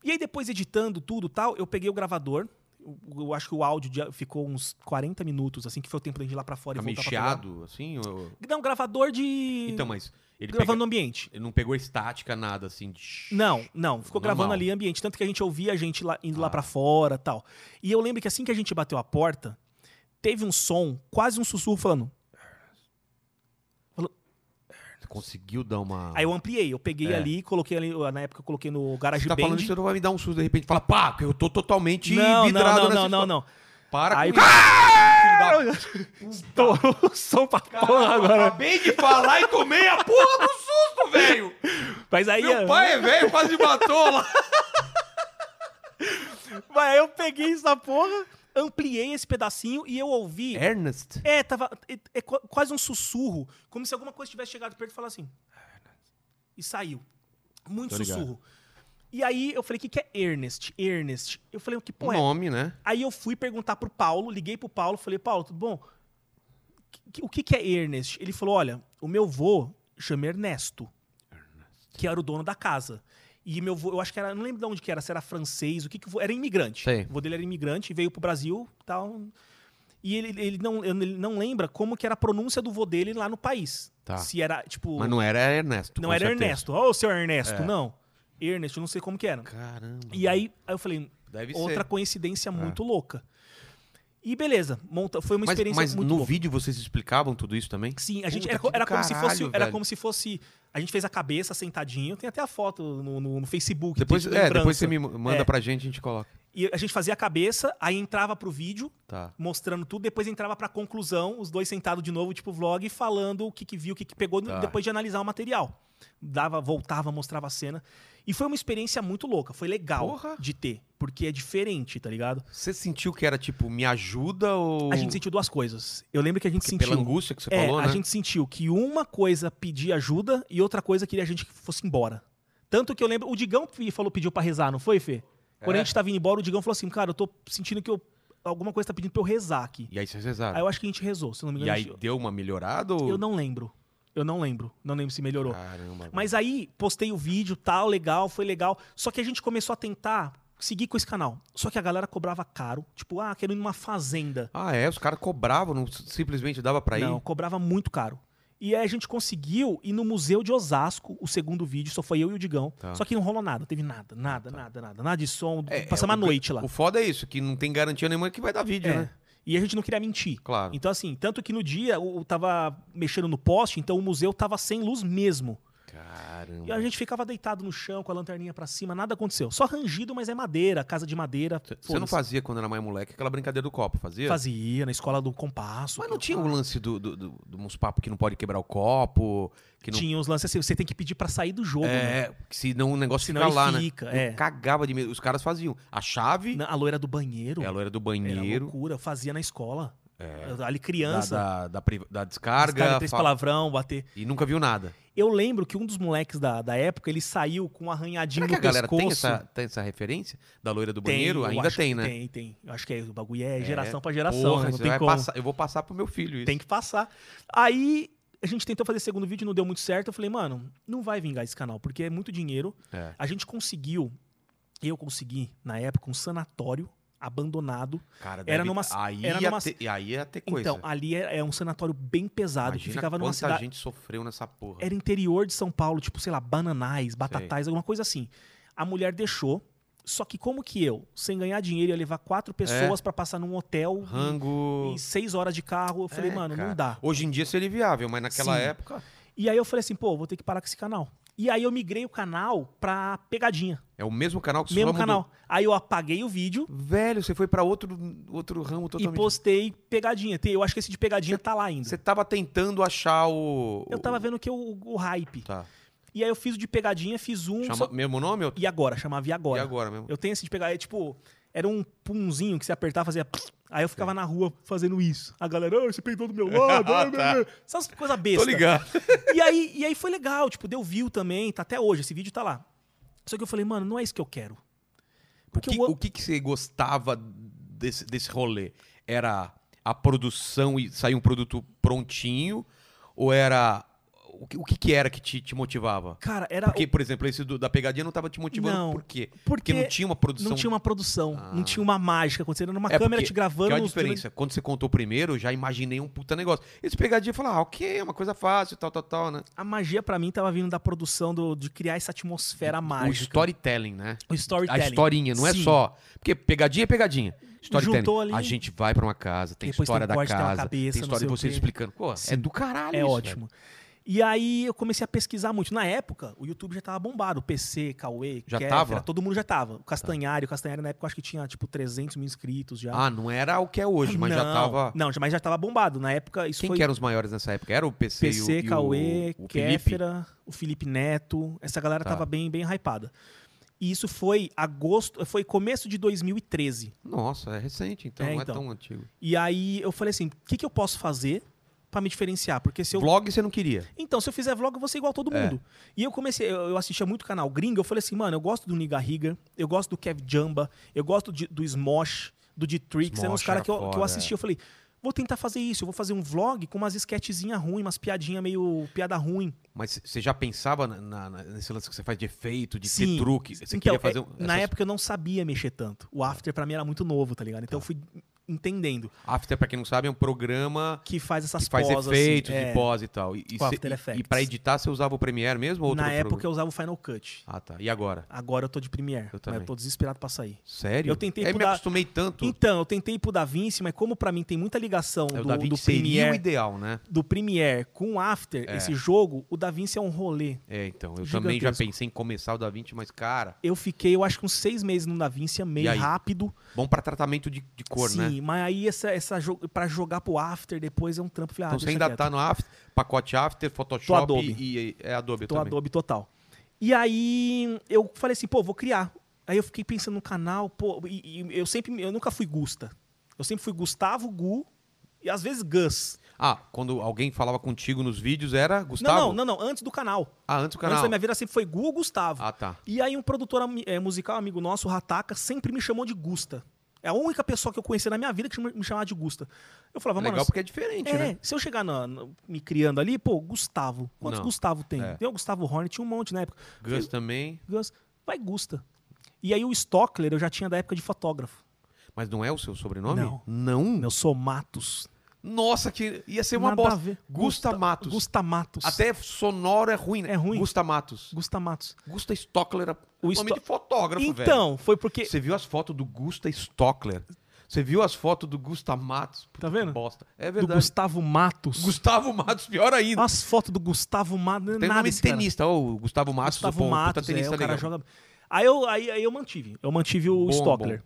S3: E aí, depois editando tudo tal, eu peguei o gravador. Eu, eu acho que o áudio de- ficou uns 40 minutos, assim, que foi o tempo da gente ir lá pra fora
S1: Tá
S3: e voltar pra pegar.
S1: mexeado, assim? ou-
S3: Não, gravador de.
S1: Então, mas ele,
S3: gravando
S1: pega-
S3: no ambiente.
S1: ele não pegou estática, nada, assim. de-
S3: Não, não. Ficou
S1: Normal.
S3: gravando ali ambiente. Tanto que a gente ouvia a gente lá, indo
S1: Ah.
S3: lá pra fora tal. E eu lembro que assim que a gente bateu a porta, teve um som, quase um sussurro falando.
S1: Você conseguiu dar uma...
S3: Aí eu ampliei, eu peguei
S1: Ah. É.
S3: ali, coloquei ali, na época eu coloquei no
S1: Você
S3: GarageBand.
S1: tá falando isso, você não vai me dar um susto de repente e falar, pá, que eu tô totalmente
S3: não, não,
S1: vidrado né? tá-
S3: não,
S1: nessa
S3: não, não,
S1: história."
S3: não.
S1: Para
S3: Aí-
S1: com isso. filho
S3: Estourou o som pra
S1: da-
S3: porra
S1: Caralho,
S3: agora.
S1: Acabei de falar e tomei a porra do susto, velho.
S3: Mas aí,
S1: Meu pai é velho, quase me matou lá.
S3: mas aí eu peguei essa porra, ampliei esse pedacinho e eu ouvi. É,
S1: Ernest?
S3: tava. É, é qua- quase um sussurro, como se alguma coisa tivesse chegado perto e falado assim. E saiu. Muito
S1: Tô ligado.
S3: sussurro. E aí eu falei, o que, que é Ernest? Ernest. Eu falei, o que
S1: O
S3: porra é
S1: nome, né?
S3: Aí eu fui perguntar pro Paulo, liguei pro Paulo, falei, Paulo, tudo bom? Que- O que, que é Ernest? Ele falou, olha, o meu vô chama Ernesto, que era o dono da casa. E meu vô, eu acho que era, não lembro de onde que era, se era francês, o que que o vô- era imigrante.
S1: Sei.
S3: O vô dele era imigrante, veio pro Brasil tal. E ele, ele, não, ele não lembra como que era a pronúncia do vô dele lá no país.
S1: Tá.
S3: Se era, tipo,
S1: Mas
S3: não,
S1: não era Ernesto. com
S3: era
S1: certeza. É.
S3: Ernesto. Ô, seu Ernesto, não. Ernest, eu não sei como que era.
S1: Caramba.
S3: E aí, aí eu falei,
S1: Deve
S3: outra
S1: ser.
S3: coincidência muito louca. E beleza, monta, foi uma
S1: Mas,
S3: experiência
S1: mas
S3: muito
S1: no
S3: louca.
S1: vídeo vocês explicavam tudo isso também?
S3: Sim, a gente
S1: Puta,
S3: era,
S1: que do
S3: era como se
S1: caralho,
S3: fosse, era
S1: velho.
S3: como se fosse, a gente fez a cabeça sentadinho, tem até a foto no, no- no Facebook.
S1: Depois,
S3: tem
S1: é,
S3: lembrança.
S1: depois você me manda
S3: É.
S1: pra gente, a gente coloca.
S3: E a gente fazia a cabeça, aí entrava pro vídeo
S1: Tá.
S3: mostrando tudo, depois entrava pra conclusão, os dois sentados de novo, tipo vlog, falando o que que viu, o que que pegou,
S1: Tá.
S3: depois de analisar o material. Dava, voltava, mostrava a cena. E foi uma experiência muito louca, foi legal
S1: Porra.
S3: de ter, porque é diferente, tá ligado?
S1: Você sentiu que era tipo, me ajuda ou.
S3: A gente sentiu duas coisas. Eu lembro que a gente
S1: Tipo, que
S3: sentiu.
S1: Pela angústia que você
S3: é,
S1: falou,
S3: a
S1: né?
S3: gente sentiu que uma coisa pedia ajuda e outra coisa queria a gente que fosse embora. Tanto que eu lembro, o Digão pe- falou, pediu pra rezar, não foi, Fê? Quando
S1: É.
S3: a gente tava indo embora, o Digão falou assim, cara, eu tô sentindo que eu- alguma coisa tá pedindo pra eu rezar aqui.
S1: E aí vocês
S3: Aí
S1: rezaram.
S3: eu acho que a gente rezou, se não me
S1: E
S3: engano. a
S1: aí tipo
S3: gente-
S1: deu uma melhorada ou.
S3: eu não lembro. Eu não lembro. Não lembro se melhorou.
S1: Caramba.
S3: Mas aí, postei o vídeo, tal, legal, foi legal. Só que a gente começou a tentar seguir com esse canal. Só que a galera cobrava caro. Tipo, ah, quero ir numa fazenda.
S1: Ah, é? Os caras cobravam, não s- simplesmente dava pra ir?
S3: Não, cobrava muito caro. E aí a gente conseguiu ir no Museu de Osasco, o segundo vídeo, só foi eu e o Digão.
S1: Tá.
S3: Só que não rolou nada, teve nada, nada, nada, nada, nada de som.
S1: É,
S3: passamos
S1: é,
S3: a noite lá.
S1: O foda é isso, que não tem garantia nenhuma que vai dar vídeo,
S3: É.
S1: né?
S3: E a gente não queria mentir.
S1: Claro.
S3: Então, assim, tanto que no dia eu tava mexendo no poste, então o museu tava sem luz mesmo. E a
S1: Caramba.
S3: gente ficava deitado no chão com a lanterninha pra cima, nada aconteceu. Só rangido, mas é madeira, casa de madeira.
S1: Você não
S3: foda-se.
S1: fazia quando era mais moleque aquela brincadeira do copo, fazia?
S3: Fazia, na escola do compasso. Ah,
S1: Mas não tinha o lance do, do, do, do uns papos que não pode quebrar o copo, que não.
S3: Tinha uns lances assim, você tem que pedir pra sair do jogo, né?
S1: É, que se não o negócio
S3: Senão
S1: fica
S3: ele
S1: lá,
S3: fica,
S1: né?
S3: é.
S1: Eu cagava de medo. Os caras faziam. A chave,
S3: Na- A loira do banheiro.
S1: ela era do
S3: Era
S1: banheiro,
S3: loucura, eu fazia na escola.
S1: É.
S3: Eu- Ali
S1: da,
S3: criança,
S1: da, da, pri- da descarga,
S3: descarga três
S1: fa-
S3: palavrão, bater.
S1: e nunca viu nada.
S3: Eu lembro que um dos moleques da, da época, ele saiu com um arranhadinho
S1: Será
S3: no
S1: que a galera
S3: pescoço.
S1: tem essa, tem essa referência da loira do
S3: Tem,
S1: banheiro?
S3: eu
S1: Ainda
S3: acho
S1: tem,
S3: que
S1: né?
S3: Tem, tem. Eu acho que é, o bagulho é geração pra geração,
S1: Porra,
S3: né? não
S1: você
S3: tem
S1: vai
S3: como.
S1: passar- eu vou passar pro meu filho isso.
S3: Tem que passar. Aí a gente tentou fazer segundo vídeo, não deu muito certo. Eu falei, mano, não vai vingar esse canal, porque é muito dinheiro.
S1: É.
S3: A gente conseguiu, eu consegui, na época, um sanatório abandonado.
S1: Cara,
S3: Era
S1: deve-
S3: numa-
S1: aí,
S3: era
S1: ia
S3: numa-
S1: ter, e aí ia ter coisa.
S3: Então, ali é, é um sanatório bem pesado,
S1: Imagina
S3: que ficava numa
S1: quanta
S3: cidade.
S1: gente sofreu nessa porra.
S3: Era interior de São Paulo, tipo, sei lá, bananais, batatais, alguma coisa assim. A mulher deixou. Só que como que eu, sem ganhar dinheiro, ia levar quatro pessoas pra passar num hotel
S1: É. Rango...
S3: em seis horas de carro? Eu falei,
S1: É,
S3: mano,
S1: cara.
S3: não dá.
S1: Hoje em dia seria viável, mas naquela
S3: Sim.
S1: época
S3: E aí eu falei assim, pô, vou ter que parar com esse canal. E aí eu migrei o canal pra pegadinha.
S1: é o mesmo canal que
S3: mesmo
S1: só mudou.
S3: canal. Aí eu apaguei o vídeo
S1: Velho, você foi pra outro, outro ramo totalmente.
S3: e postei pegadinha. Tem- Eu acho que esse de pegadinha tá lá ainda.
S1: Você tava tentando achar o.
S3: Eu tava vendo que o, o hype.
S1: Tá.
S3: E aí eu fiz o de pegadinha, fiz um.
S1: Chama...
S3: só-
S1: Mesmo nome? Ou...
S3: E agora? Chamava E agora.
S1: E agora mesmo?
S3: Eu tenho esse de pegar, é tipo, era um punzinho que você apertava, fazia. Aí eu ficava na rua fazendo isso. A galera, "Ah, você peidou do meu lado. ah,
S1: tá.
S3: blá, blá". Essas coisas besta. E aí, e aí foi legal, tipo, deu view também, tá até hoje, esse vídeo tá lá. Só que eu falei, mano, não é isso que eu quero.
S1: O
S3: Porque
S1: que,
S3: eu amo-
S1: o que que você gostava desse, desse rolê? Era a produção e sair um produto prontinho? Ou era. O que, o que, que era que te, te motivava?
S3: Cara, era.
S1: Porque, por exemplo, esse do- da pegadinha não tava te motivando.
S3: Não,
S1: por quê? Porque,
S3: porque
S1: não tinha uma produção.
S3: não tinha uma produção, não tinha uma mágica acontecendo, era uma
S1: É,
S3: câmera
S1: porque-
S3: te gravando.
S1: Que é a
S3: nos-
S1: diferença. Quando você contou primeiro, eu já imaginei um puta negócio. Esse pegadinha falar, ah, ok, é uma coisa fácil, tal, tal, tal, né?
S3: A magia pra mim tava vindo da produção, do- de criar essa atmosfera
S1: O
S3: mágica.
S1: storytelling, né?
S3: O storytelling.
S1: A historinha, não
S3: Sim.
S1: é só. Porque pegadinha é pegadinha. Storytelling.
S3: Juntou ali.
S1: A gente vai pra uma casa, tem
S3: Depois tem
S1: história
S3: um
S1: da
S3: corte, tem uma
S1: casa,
S3: cabeça,
S1: tem
S3: não
S1: história
S3: sei
S1: de
S3: o
S1: vocês
S3: quê.
S1: explicando. Pô, é do caralho
S3: É
S1: isso,
S3: ótimo.
S1: velho.
S3: E aí eu comecei a pesquisar muito. Na época, o YouTube já tava bombado. PC, Cauê,
S1: Já
S3: Kéfera,
S1: tava? Tá.
S3: todo mundo já tava. O Castanhari, o Castanhari na época eu acho que tinha tipo 300 mil inscritos já.
S1: Ah, não era o que é hoje, mas já
S3: Não,
S1: tava...
S3: Não, mas já tava bombado. Na época isso
S1: Quem
S3: foi
S1: que eram os maiores nessa época? Era o PC, e o- e
S3: PC,
S1: o,
S3: Cauê,
S1: o Felipe?
S3: Kéfera, o Felipe Neto. Essa galera
S1: Tá.
S3: tava bem, bem hypada. E isso foi agosto, foi começo de 2013.
S1: Nossa, é recente, então,
S3: É,
S1: não é
S3: então.
S1: tão antigo.
S3: E aí eu falei assim, o que, que eu posso fazer pra me diferenciar? Porque se eu
S1: Vlog você não queria.
S3: Então, se eu fizer vlog, eu vou ser igual a todo
S1: É.
S3: mundo. E eu comecei, eu, eu assistia muito canal gringo, eu falei assim, mano, eu gosto do Niga Higa, eu gosto do Kev Jamba, eu gosto de- do Smosh, do D-Trix, eram os
S1: Smosh
S3: caras
S1: era
S3: que, eu- que eu
S1: foda, é.
S3: assistia. Eu falei, vou tentar fazer isso, eu vou fazer um vlog com umas esquetezinhas ruins, umas piadinhas meio piada ruim.
S1: Mas você já pensava na- na- na- nesse lance que você faz de efeito, de
S3: Sim.
S1: ter truque? Você
S3: Então,
S1: queria fazer
S3: é,
S1: um,
S3: Na
S1: essas-
S3: época eu não sabia mexer tanto. O After pra mim era muito novo, tá ligado? Então eu fui entendendo
S1: After, pra quem não sabe, é um programa
S3: que faz essas
S1: que faz
S3: poses.
S1: efeitos de
S3: assim, é.
S1: pose e tal. E, e,
S3: com
S1: cê-
S3: After
S1: e-
S3: Effects.
S1: e pra editar, você usava o Premiere mesmo? Ou outro
S3: Na época eu
S1: programa?
S3: usava o Final Cut.
S1: Ah, tá. E agora?
S3: Agora eu tô de Premiere,
S1: Eu
S3: mas
S1: também.
S3: eu tô desesperado pra sair.
S1: Sério?
S3: Eu tentei
S1: É, me
S3: mudar-
S1: acostumei tanto.
S3: Então, eu tentei ir pro Da Vinci, mas como pra mim tem muita ligação
S1: É, o
S3: do,
S1: da
S3: do
S1: Vinci seria o É.
S3: Premiere,
S1: ideal, né?
S3: do Premiere com o After, esse jogo, o Da Vinci é um rolê.
S1: É, então. Eu também já
S3: Gigantesco.
S1: pensei em começar o Da Vinci, mas, cara,
S3: Eu fiquei, eu acho que uns seis meses no Da Vinci,
S1: E
S3: meio
S1: aí?
S3: rápido.
S1: bom pra tratamento de, de cor, né?
S3: sim, ah, mas aí essa, essa jo- pra jogar pro After depois é um trampo. Falei, ah,
S1: Então você
S3: deixa
S1: ainda
S3: quieto.
S1: tá no After, pacote After, Photoshop
S3: Adobe.
S1: e, e- é Adobe
S3: Tô
S1: também.
S3: Adobe total. E aí eu falei assim, pô, vou criar. Aí eu fiquei pensando no canal, pô, e, e eu sempre, eu nunca fui Gusta. Eu sempre fui Gustavo, Gu e às vezes Gus.
S1: Ah, quando alguém falava contigo nos vídeos era Gustavo?
S3: Não, não, não, não, antes do canal.
S1: Ah, antes do
S3: Antes
S1: canal.
S3: da minha vida sempre foi Gu ou Gustavo.
S1: Ah, tá.
S3: E aí um produtor ami- eh, musical, amigo nosso, o Rataka, sempre me chamou de Gusta. É a única pessoa que eu conheci na minha vida que chama- me chamava de Gusta. Eu falava, mano,
S1: Legal porque é diferente,
S3: é,
S1: né?
S3: se eu chegar na- na- me criando ali, pô, Gustavo. Quantos
S1: Não.
S3: Gustavo tem?
S1: É.
S3: Tem o Gustavo Hornet, tinha um monte na época.
S1: Gus também.
S3: Gus, vai Gusta. E aí o Stockler eu já tinha da época de fotógrafo.
S1: Mas não é o seu sobrenome?
S3: Não.
S1: Não?
S3: Eu sou Matos.
S1: Nossa, que ia ser uma
S3: Nada a
S1: bosta.
S3: ver.
S1: Gusta Matos.
S3: Gusta Matos.
S1: Até sonoro é ruim, né?
S3: É ruim.
S1: Gusta Matos.
S3: Gusta Matos.
S1: Gusta Stockler. O
S3: O
S1: nome
S3: Sto-
S1: de fotógrafo, velho.
S3: Então, foi porque
S1: Você viu as fotos do Gusta Stockler? Você viu as fotos do Gustavo Matos? Puta
S3: Tá vendo?
S1: Bosta. É
S3: Do
S1: verdade.
S3: Gustavo Matos.
S1: Gustavo Matos, pior ainda.
S3: As fotos do Gustavo Matos.
S1: Tem um
S3: nada
S1: nome de
S3: esse cara.
S1: tenista, ó, o Gustavo Matos,
S3: Gustavo
S1: pô, um puta
S3: Matos, é,
S1: tenista
S3: o cara
S1: legal.
S3: joga. Aí eu, aí, aí eu mantive. Eu mantive o
S1: Bom,
S3: Stockler.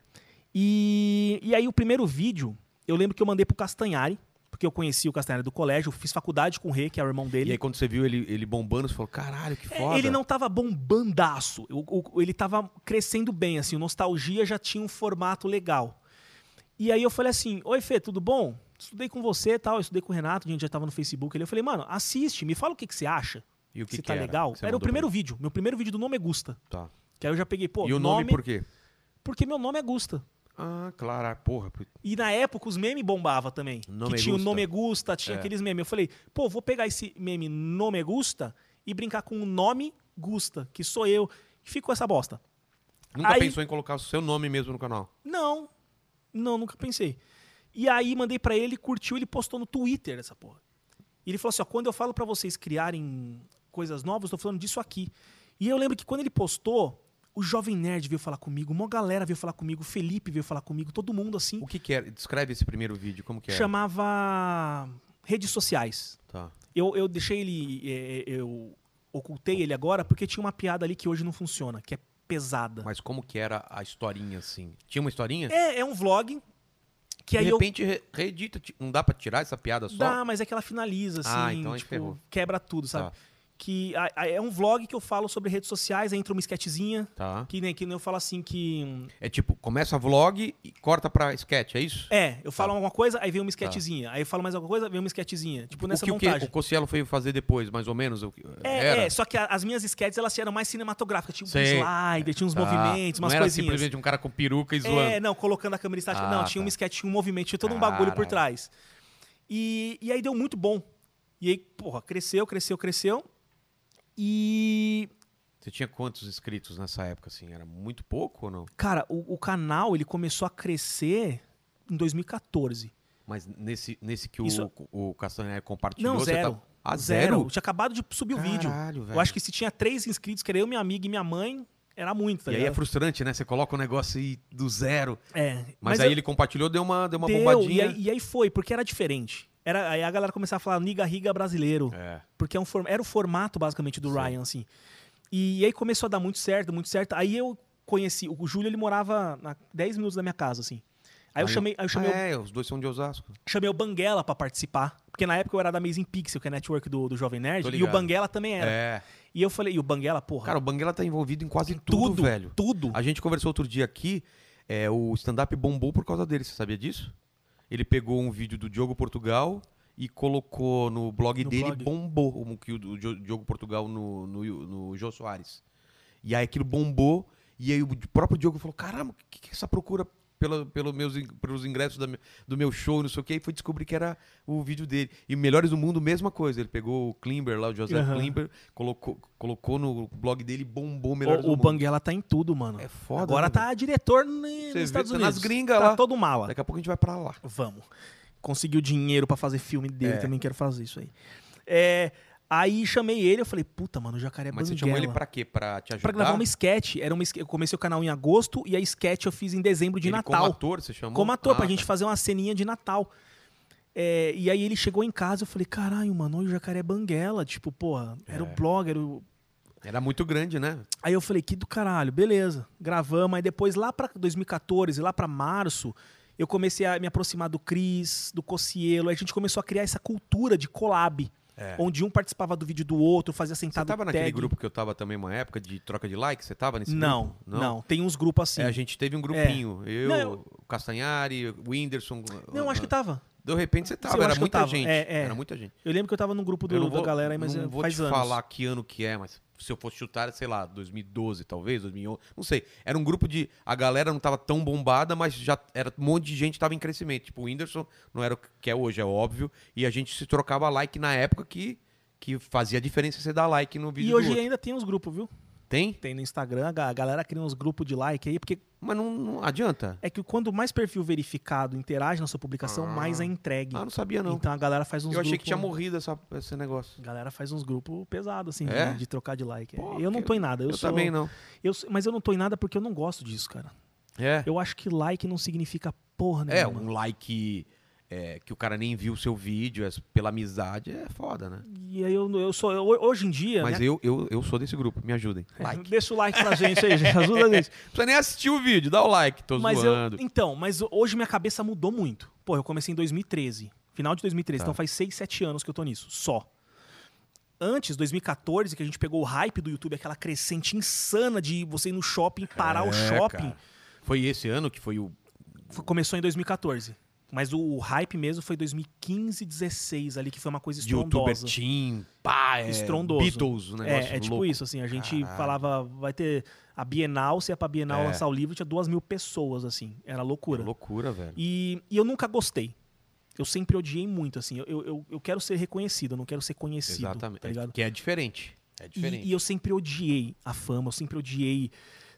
S3: E, e aí o primeiro vídeo, eu lembro que eu mandei pro Castanhari, porque eu conheci o Castanhari do colégio, eu fiz faculdade com o Rê, que é o irmão
S1: E
S3: dele. É,
S1: aí quando você viu ele, ele bombando, você falou, caralho, que foda.
S3: Ele não tava bombandaço. O- o- ele tava crescendo bem, assim. O Nostalgia já tinha um formato legal. E aí eu falei assim: Oi, Fê, tudo bom? Estudei com você e tal, eu estudei com o Renato, a gente já tava no Facebook. ali." Eu falei, mano, assiste, me fala o que, que você acha.
S1: E o que
S3: se
S1: que
S3: tá
S1: era
S3: legal.
S1: que você
S3: Era o
S1: mandou
S3: primeiro vídeo, meu primeiro vídeo do Nome é Gusta.
S1: Tá.
S3: Que aí eu já peguei, pô,
S1: e o nome, por quê?
S3: Porque meu nome é Gusta.
S1: Ah, claro, ah, porra. put-
S3: E na época os memes bombavam também.
S1: Nome é
S3: que tinha
S1: Gusta. É.
S3: o Nome é Gusta, tinha aqueles memes. Eu falei, pô, vou pegar esse meme Nome é Gusta e brincar com o Nome Gusta, que sou eu. E ficou essa bosta.
S1: Nunca
S3: Aí-
S1: pensou em colocar o seu nome mesmo no canal?
S3: Não, não, nunca pensei. E aí mandei pra ele, curtiu, ele postou no Twitter essa porra. E ele falou assim, ó, quando eu falo pra vocês criarem coisas novas, tô falando disso aqui. E eu lembro que quando ele postou, o Jovem Nerd veio falar comigo, uma galera veio falar comigo, o Felipe veio falar comigo, todo mundo assim.
S1: O que que era? Descreve esse primeiro vídeo, como que é? era?
S3: chamava redes sociais.
S1: Tá.
S3: Eu, eu deixei ele, eh, eu ocultei ele agora porque tinha uma piada ali que hoje não funciona, que é pesada.
S1: Mas como que era a historinha, assim? Tinha uma historinha?
S3: É, é um vlog que aí
S1: de
S3: eu
S1: repente re- reedita, ti- não dá pra tirar essa piada só? Tá,
S3: dá, mas é que ela finaliza assim,
S1: Ah, então aí ferrou.
S3: tipo, quebra tudo, sabe?
S1: Tá.
S3: Que a- a- é um vlog que eu falo sobre redes sociais, aí entra uma esquetezinha,
S1: Tá.
S3: que nem que nem eu falo assim que hum,
S1: É tipo, começa vlog e corta pra sketch, é isso?
S3: é, eu falo alguma coisa, aí vem uma esquetezinha, aí eu falo mais alguma coisa, vem uma esquetezinha, tipo nessa
S1: Tá. o que, o que
S3: montagem.
S1: o Cossielo foi fazer depois, mais ou menos? o que- era?
S3: É, é, só que a- as minhas sketches elas eram mais cinematográficas, tinha um
S1: Sei.
S3: slider, tinha uns
S1: Tá.
S3: movimentos, umas
S1: não era
S3: coisinhas.
S1: simplesmente um cara com peruca e zoando.
S3: É, não, colocando a câmera estática.
S1: Ah,
S3: não, tinha
S1: tá.
S3: um sketch, tinha um movimento, tinha todo um bagulho por
S1: Caralho.
S3: trás. E, e aí deu muito bom. E aí, porra, cresceu, cresceu, cresceu. E,
S1: Você tinha quantos inscritos nessa época, assim? Era muito pouco ou não?
S3: cara, o, o canal ele começou a crescer em 2014.
S1: Mas nesse, nesse que o,
S3: Isso-
S1: o Castanheira compartilhou...
S3: Não,
S1: você
S3: zero.
S1: tá- Ah,
S3: zero?
S1: zero?
S3: Eu tinha acabado de subir o vídeo.
S1: Caralho, velho.
S3: Eu acho que se tinha três inscritos, que era eu, minha amiga e minha mãe, era muito, tá
S1: E aí é
S3: ligado?
S1: frustrante, né? Você coloca o negócio e do zero.
S3: É,
S1: Mas,
S3: mas
S1: aí
S3: eu-
S1: ele compartilhou, deu uma, deu uma
S3: Deu, e,
S1: bombadinha.
S3: aí, e aí foi, porque era diferente. Era, aí a galera começava a falar Niga Riga brasileiro.
S1: É.
S3: Porque é um form- era o formato, basicamente, do Ryan, assim. E aí começou a dar muito certo, muito certo. Aí eu conheci. O Júlio, ele morava a 10 minutos da minha casa, assim. Aí eu chamei, aí eu chamei,
S1: Ah, é, os dois são de Osasco.
S3: o, chamei o Banguela pra participar. Porque na época eu era da Amazing Pixel, que é a network do, do Jovem
S1: Tô
S3: Nerd. E
S1: ligado.
S3: o Banguela também era.
S1: É.
S3: E eu falei, e o Banguela, porra.
S1: Cara, o Banguela tá envolvido em quase
S3: em
S1: tudo, velho.
S3: Tudo.
S1: A gente conversou outro dia aqui, é, o stand-up bombou por causa dele, você sabia disso? Ele pegou um vídeo do Diogo Portugal e colocou no blog
S3: No
S1: dele
S3: blog.
S1: bombou o que o do Dio- Diogo Portugal no, no, no Jô Soares. E aí aquilo bombou, e aí o próprio Diogo falou: caramba, o que, que é essa procura? Pela, pelo meus, in- pelos ingressos da mi- do meu show, não sei o que, e foi descobrir que era o vídeo dele. E Melhores do Mundo, mesma coisa. Ele pegou o Klimber lá, o José
S3: Aham.
S1: Klimber, colocou, colocou no blog dele e bombou Melhores
S3: O,
S1: do
S3: o
S1: Mundo.
S3: Banguela tá em tudo, mano.
S1: É foda,
S3: Agora
S1: né,
S3: tá diretor n-
S1: vê,
S3: nos Estados
S1: tá
S3: Unidos.
S1: nas gringas
S3: tá
S1: lá.
S3: todo mala.
S1: Daqui a pouco a gente vai pra lá.
S3: Vamos. Conseguiu dinheiro pra fazer filme dele,
S1: É.
S3: também quero fazer isso aí. É, aí chamei ele, eu falei, puta, mano, o jacaré é
S1: Mas você
S3: Banguela.
S1: chamou ele pra quê? Pra te ajudar?
S3: Pra gravar uma sketch. Era uma, ske- eu comecei o canal em agosto e a sketch eu fiz em dezembro de
S1: Ele
S3: Natal.
S1: Como ator, você chamou?
S3: Como ator,
S1: Ah,
S3: pra
S1: tá.
S3: gente fazer uma ceninha de Natal. É, e aí ele chegou em casa, eu falei, caralho, mano, olha o jacaré é Banguela. Tipo, porra, era
S1: É.
S3: o blog, era o
S1: Era muito grande, né?
S3: Aí eu falei, que do caralho, beleza. Gravamos, aí depois lá pra 2014, lá pra março, eu comecei a me aproximar do Cris, do Cocielo, aí a gente começou a criar essa cultura de collab, onde um participava do vídeo do outro, fazia
S1: É. Você
S3: sentado
S1: tava naquele
S3: tag.
S1: grupo que eu tava também uma época de troca de like? Você tava nesse
S3: Não,
S1: grupo?
S3: não, tem uns grupos assim.
S1: É, a gente teve um grupinho. Eu,
S3: Não, eu-
S1: o Castanhari, o Whindersson. ah,
S3: Não, acho que tava.
S1: De repente você tava,
S3: Eu
S1: era
S3: acho que eu
S1: muita
S3: tava,
S1: gente.
S3: é, é.
S1: Era muita gente.
S3: Eu lembro que eu tava num grupo do,
S1: eu não vou,
S3: da galera aí, mas
S1: não
S3: é,
S1: vou
S3: faz
S1: te
S3: anos.
S1: falar que ano que é, mas se eu fosse chutar, sei lá, 2012 talvez, 2011, não sei. Era um grupo de... A galera não tava tão bombada, mas já era um monte de gente que tava em crescimento. Tipo, o Whindersson não era o que é hoje, é óbvio. E a gente se trocava like na época que, que fazia diferença você dar like no vídeo
S3: E
S1: do
S3: hoje é-
S1: outro.
S3: ainda tem uns grupos, viu?
S1: Tem?
S3: Tem no Instagram, a ga- a galera cria uns grupos de like aí, porque
S1: Mas não, não adianta.
S3: é que quanto mais perfil verificado interage na sua publicação, mais é entregue.
S1: Ah, não sabia não.
S3: Então a galera faz uns
S1: eu achei
S3: grupos- né?
S1: que tinha morrido essa, esse negócio.
S3: A galera faz uns grupos pesados, assim,
S1: É?
S3: de, de trocar de like.
S1: Pô,
S3: eu não
S1: que-
S3: tô em nada. Eu,
S1: Eu,
S3: sou-
S1: também não.
S3: eu sou- mas eu não tô em nada porque eu não gosto disso, cara.
S1: É.
S3: Eu acho que like não significa porra
S1: É,
S3: nenhuma.
S1: um like é, que o cara nem viu o seu vídeo, é, pela amizade, é foda, né?
S3: E aí eu, eu sou. eu- hoje em dia.
S1: Mas
S3: né? É.
S1: eu, eu, eu sou desse grupo, me ajudem. Like. Não
S3: Deixa o like pra gente aí, gente. Ajuda a gente.
S1: precisa nem assistir o vídeo, dá o like, tô
S3: Mas eu,
S1: zoando.
S3: então, mas hoje minha cabeça mudou muito. Pô, eu comecei em 2013. Final de 2013.
S1: Tá.
S3: Então faz 6, 7 anos que eu tô nisso. Só. Antes, 2014, que a gente pegou o hype do YouTube, aquela crescente insana de você ir no shopping, parar o
S1: É,
S3: shopping.
S1: cara. Foi esse ano que foi o.
S3: F- Começou em 2014. Mas o hype mesmo foi 2015, 16 ali, que foi uma coisa
S1: de Youtuber
S3: estrondosa.
S1: Team, pá, é,
S3: Estrondoso.
S1: Beatles, o é um negócio
S3: É, é tipo
S1: louco.
S3: isso, assim, a gente
S1: Caralho.
S3: falava, vai ter a Bienal, se é pra Bienal
S1: É.
S3: lançar o livro, tinha duas mil pessoas, assim, era loucura.
S1: Loucura, velho.
S3: E, e eu nunca gostei. Eu sempre odiei muito, assim. Eu, eu, eu quero ser reconhecido, eu não quero ser conhecido.
S1: Exatamente.
S3: Tá ligado?
S1: que é diferente. É diferente.
S3: E, e eu sempre odiei a fama, eu sempre odiei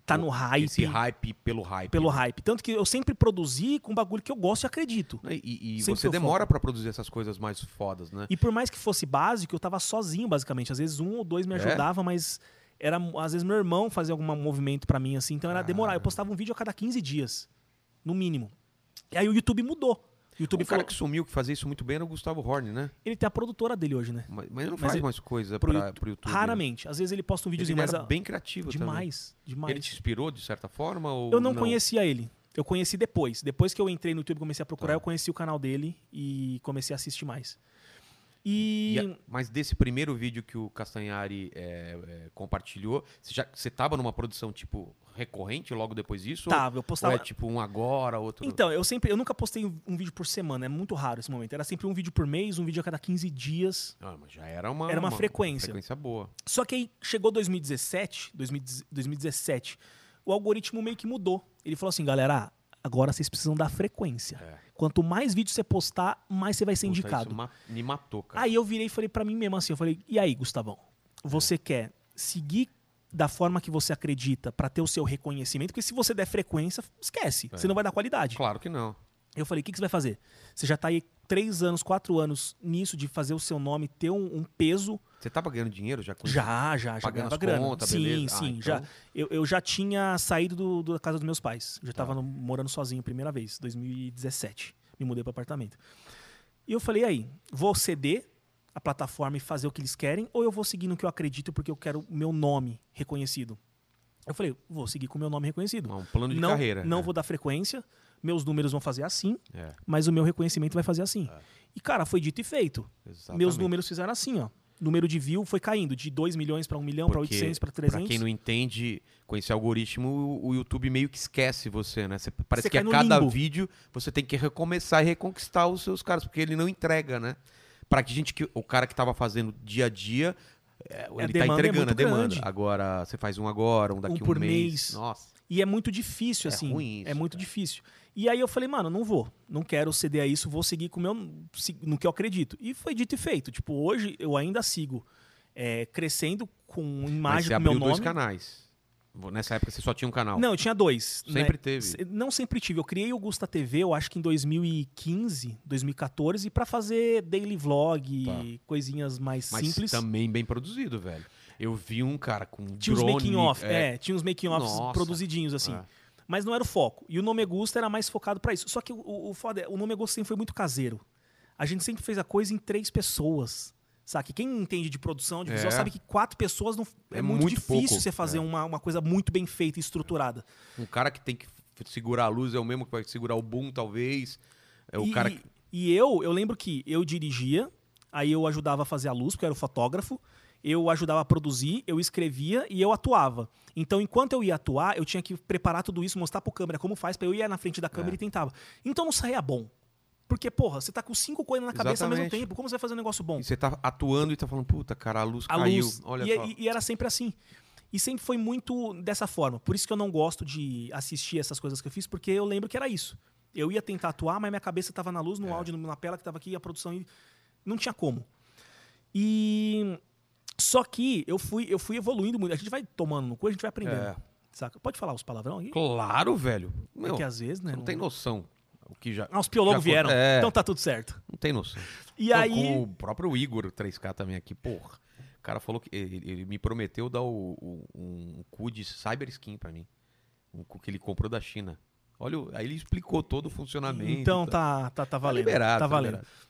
S3: tá no hype,
S1: Esse hype pelo hype.
S3: pelo hype. Tanto que eu sempre produzi com um bagulho que eu gosto e acredito.
S1: Né? E, e
S3: Sempre
S1: você
S3: foi
S1: demora pra produzir essas coisas mais fodas, né?
S3: E por mais que fosse básico, eu tava sozinho, basicamente. Às vezes um ou dois me
S1: É?
S3: ajudava, mas era às vezes meu irmão fazia algum movimento pra mim, assim. Então era demorar. Eu postava um vídeo a cada 15 dias, no mínimo. E aí o YouTube mudou. O
S1: O
S3: YouTube
S1: Um cara
S3: falou...
S1: que sumiu, que fazia isso muito bem, era o Gustavo Horn, né?
S3: Ele tem a produtora dele hoje, né?
S1: Mas, mas ele não
S3: Mas
S1: faz
S3: ele-
S1: mais coisa
S3: pro
S1: pra,
S3: Youtube-
S1: pro YouTube. né?
S3: Raramente. Às vezes ele posta um
S1: Ele
S3: videozinho,
S1: era
S3: mas... a-
S1: bem criativo também.
S3: Demais, demais.
S1: Ele te inspirou, de certa forma? Ou
S3: Eu não, conhecia ele. Eu conheci depois. Depois que eu entrei no YouTube e comecei a procurar,
S1: Tá.
S3: eu conheci o canal dele e comecei a assistir mais.
S1: E
S3: E...
S1: a- mas desse primeiro vídeo que o Castanhari é, é, compartilhou, você, já, você tava numa produção, tipo, recorrente logo depois disso? Ou-
S3: Tava, tá, eu postava...
S1: Ou é tipo um agora, outro...
S3: Então, eu sempre, eu nunca postei um um vídeo por semana, é muito raro esse momento. Era sempre um vídeo por mês, um vídeo a cada 15 dias.
S1: Ah, mas já era uma...
S3: Era uma frequência.
S1: frequência boa.
S3: Só que aí chegou 2017, 2010 2017, o algoritmo meio que mudou. Ele falou assim, galera, ah, agora vocês precisam da frequência.
S1: É.
S3: Quanto mais vídeo você postar, mais você vai ser
S1: Puta,
S3: indicado.
S1: isso ma- me matou, cara.
S3: Aí eu virei e falei pra mim mesmo assim, eu falei: "E aí, Gustavão? Você quer seguir da forma que você acredita pra ter o seu reconhecimento? Porque se você der frequência, esquece, você não vai dar qualidade".
S1: Claro que não.
S3: Eu falei: "O que, que você vai fazer? Você já tá aí três anos, quatro anos nisso de fazer o seu nome ter um, um peso?
S1: Você tava ganhando dinheiro já com isso?
S3: Já, já, já
S1: é. Pagando
S3: ganhava
S1: as
S3: grana.
S1: contas,
S3: sim,
S1: beleza. Ah,
S3: sim,
S1: então-
S3: já. Eu, eu já tinha saído do- do- da casa dos meus pais. Já
S1: Tá.
S3: tava no- morando sozinho a primeira vez, 2017. Me mudei para apartamento. E eu falei, aí, vou ceder a plataforma e fazer o que eles querem, ou eu vou seguir no que eu acredito porque eu quero o meu nome reconhecido? Eu falei, vou seguir com o meu nome reconhecido.
S1: Um plano de
S3: não
S1: carreira.
S3: não
S1: né?
S3: vou dar frequência, meus números vão fazer assim,
S1: É,
S3: mas o meu reconhecimento vai fazer assim. E, cara, foi dito e feito.
S1: exatamente.
S3: Meus números fizeram assim, ó. Número de view foi caindo de 2 milhões para 1 milhão, para
S1: Porque,
S3: 800, para
S1: Pra
S3: 300.
S1: quem não entende, com esse algoritmo, o- o YouTube meio que esquece você, né? Você- parece
S3: Você
S1: que a
S3: cai no
S1: cada
S3: limbo.
S1: vídeo você tem que recomeçar e reconquistar os seus caras, porque ele não entrega, né? Pra que gente que o cara que tava fazendo dia a dia, é, ele tá
S3: demanda é
S1: entregando a
S3: muito
S1: demanda.
S3: grande.
S1: Agora você faz um agora, um daqui um,
S3: por
S1: mês.
S3: mês.
S1: Nossa.
S3: E é muito difícil,
S1: É
S3: assim.
S1: ruim isso,
S3: é muito
S1: cara.
S3: difícil. E aí eu falei, mano, não vou. Não quero ceder a isso, vou seguir com o meu, se- no que eu acredito. E foi dito e feito. Tipo, hoje eu ainda sigo é, crescendo com
S1: Mas
S3: imagem
S1: você
S3: do meu
S1: abriu
S3: nome.
S1: dois canais. Nessa época você só tinha um canal.
S3: Não, eu tinha dois. né?
S1: Sempre teve.
S3: Se- Não sempre tive. Eu criei o Gusta TV, eu acho que em 2015, 2014, pra fazer daily vlog,
S1: Tá.
S3: coisinhas mais
S1: Mas
S3: simples.
S1: também bem produzido, velho. Eu vi um cara com
S3: Tinha
S1: drone,
S3: uns making-off,
S1: é,
S3: é. tinha uns making-offs
S1: Nossa.
S3: produzidinhos, assim.
S1: É.
S3: Mas não era o foco. E o Nome Gusta era mais focado pra isso. Só que o, o o foda é, o Nome Gusta sempre foi muito caseiro. A gente sempre fez a coisa em três pessoas. Sabe? Quem entende de produção, de
S1: É.
S3: visual, sabe que quatro pessoas não, é,
S1: É
S3: muito,
S1: muito
S3: difícil
S1: pouco,
S3: você fazer
S1: é.
S3: uma, uma coisa muito bem feita e estruturada.
S1: Um cara que tem que f- segurar a luz é o mesmo que vai segurar o boom, talvez. É o
S3: e,
S1: cara
S3: e-
S1: que.
S3: e eu, eu lembro que eu dirigia, aí eu ajudava a fazer a luz, porque eu era o fotógrafo, eu ajudava a produzir, eu escrevia e eu atuava. Então, enquanto eu ia atuar, eu tinha que preparar tudo isso, mostrar pro câmera como faz, pra eu ir na frente da
S1: É.
S3: câmera e tentava. Então não saía bom. Porque, porra, você tá com cinco coisas na cabeça ao mesmo
S1: Exatamente.
S3: tempo, como você vai fazer um negócio bom?
S1: e você tá atuando e tá falando, puta, cara, a luz
S3: a
S1: caiu.
S3: luz.
S1: Olha
S3: e,
S1: só.
S3: e- e era sempre assim. E sempre foi muito dessa forma. Por isso que eu não gosto de assistir essas coisas que eu fiz, porque eu lembro que era isso. Eu ia tentar atuar, mas minha cabeça estava na
S1: É.
S3: luz, no áudio, na tela que estava aqui, a produção. e Não tinha como. E. Só que eu fui, eu fui evoluindo muito. A gente vai tomando no cu, a gente vai aprendendo.
S1: É.
S3: Saca? Pode falar os palavrão aqui?
S1: Claro, velho. Meu,
S3: Porque às vezes, né?
S1: você não tem noção. O que já.
S3: Ah, os piologos
S1: já-
S3: vieram.
S1: É.
S3: Então tá tudo certo.
S1: Não tem noção.
S3: E
S1: Não,
S3: aí.
S1: Com o próprio Igor 3K também aqui, porra. O cara falou que. Ele, ele me prometeu dar o, o- um, cu de cyber skin pra mim. Um cu que ele comprou da China. Olha, o- aí ele explicou todo o funcionamento.
S3: Então
S1: e tal.
S3: tá, tá, tá
S1: Tá
S3: valendo.
S1: liberado.
S3: tá
S1: tá
S3: valendo.
S1: liberado.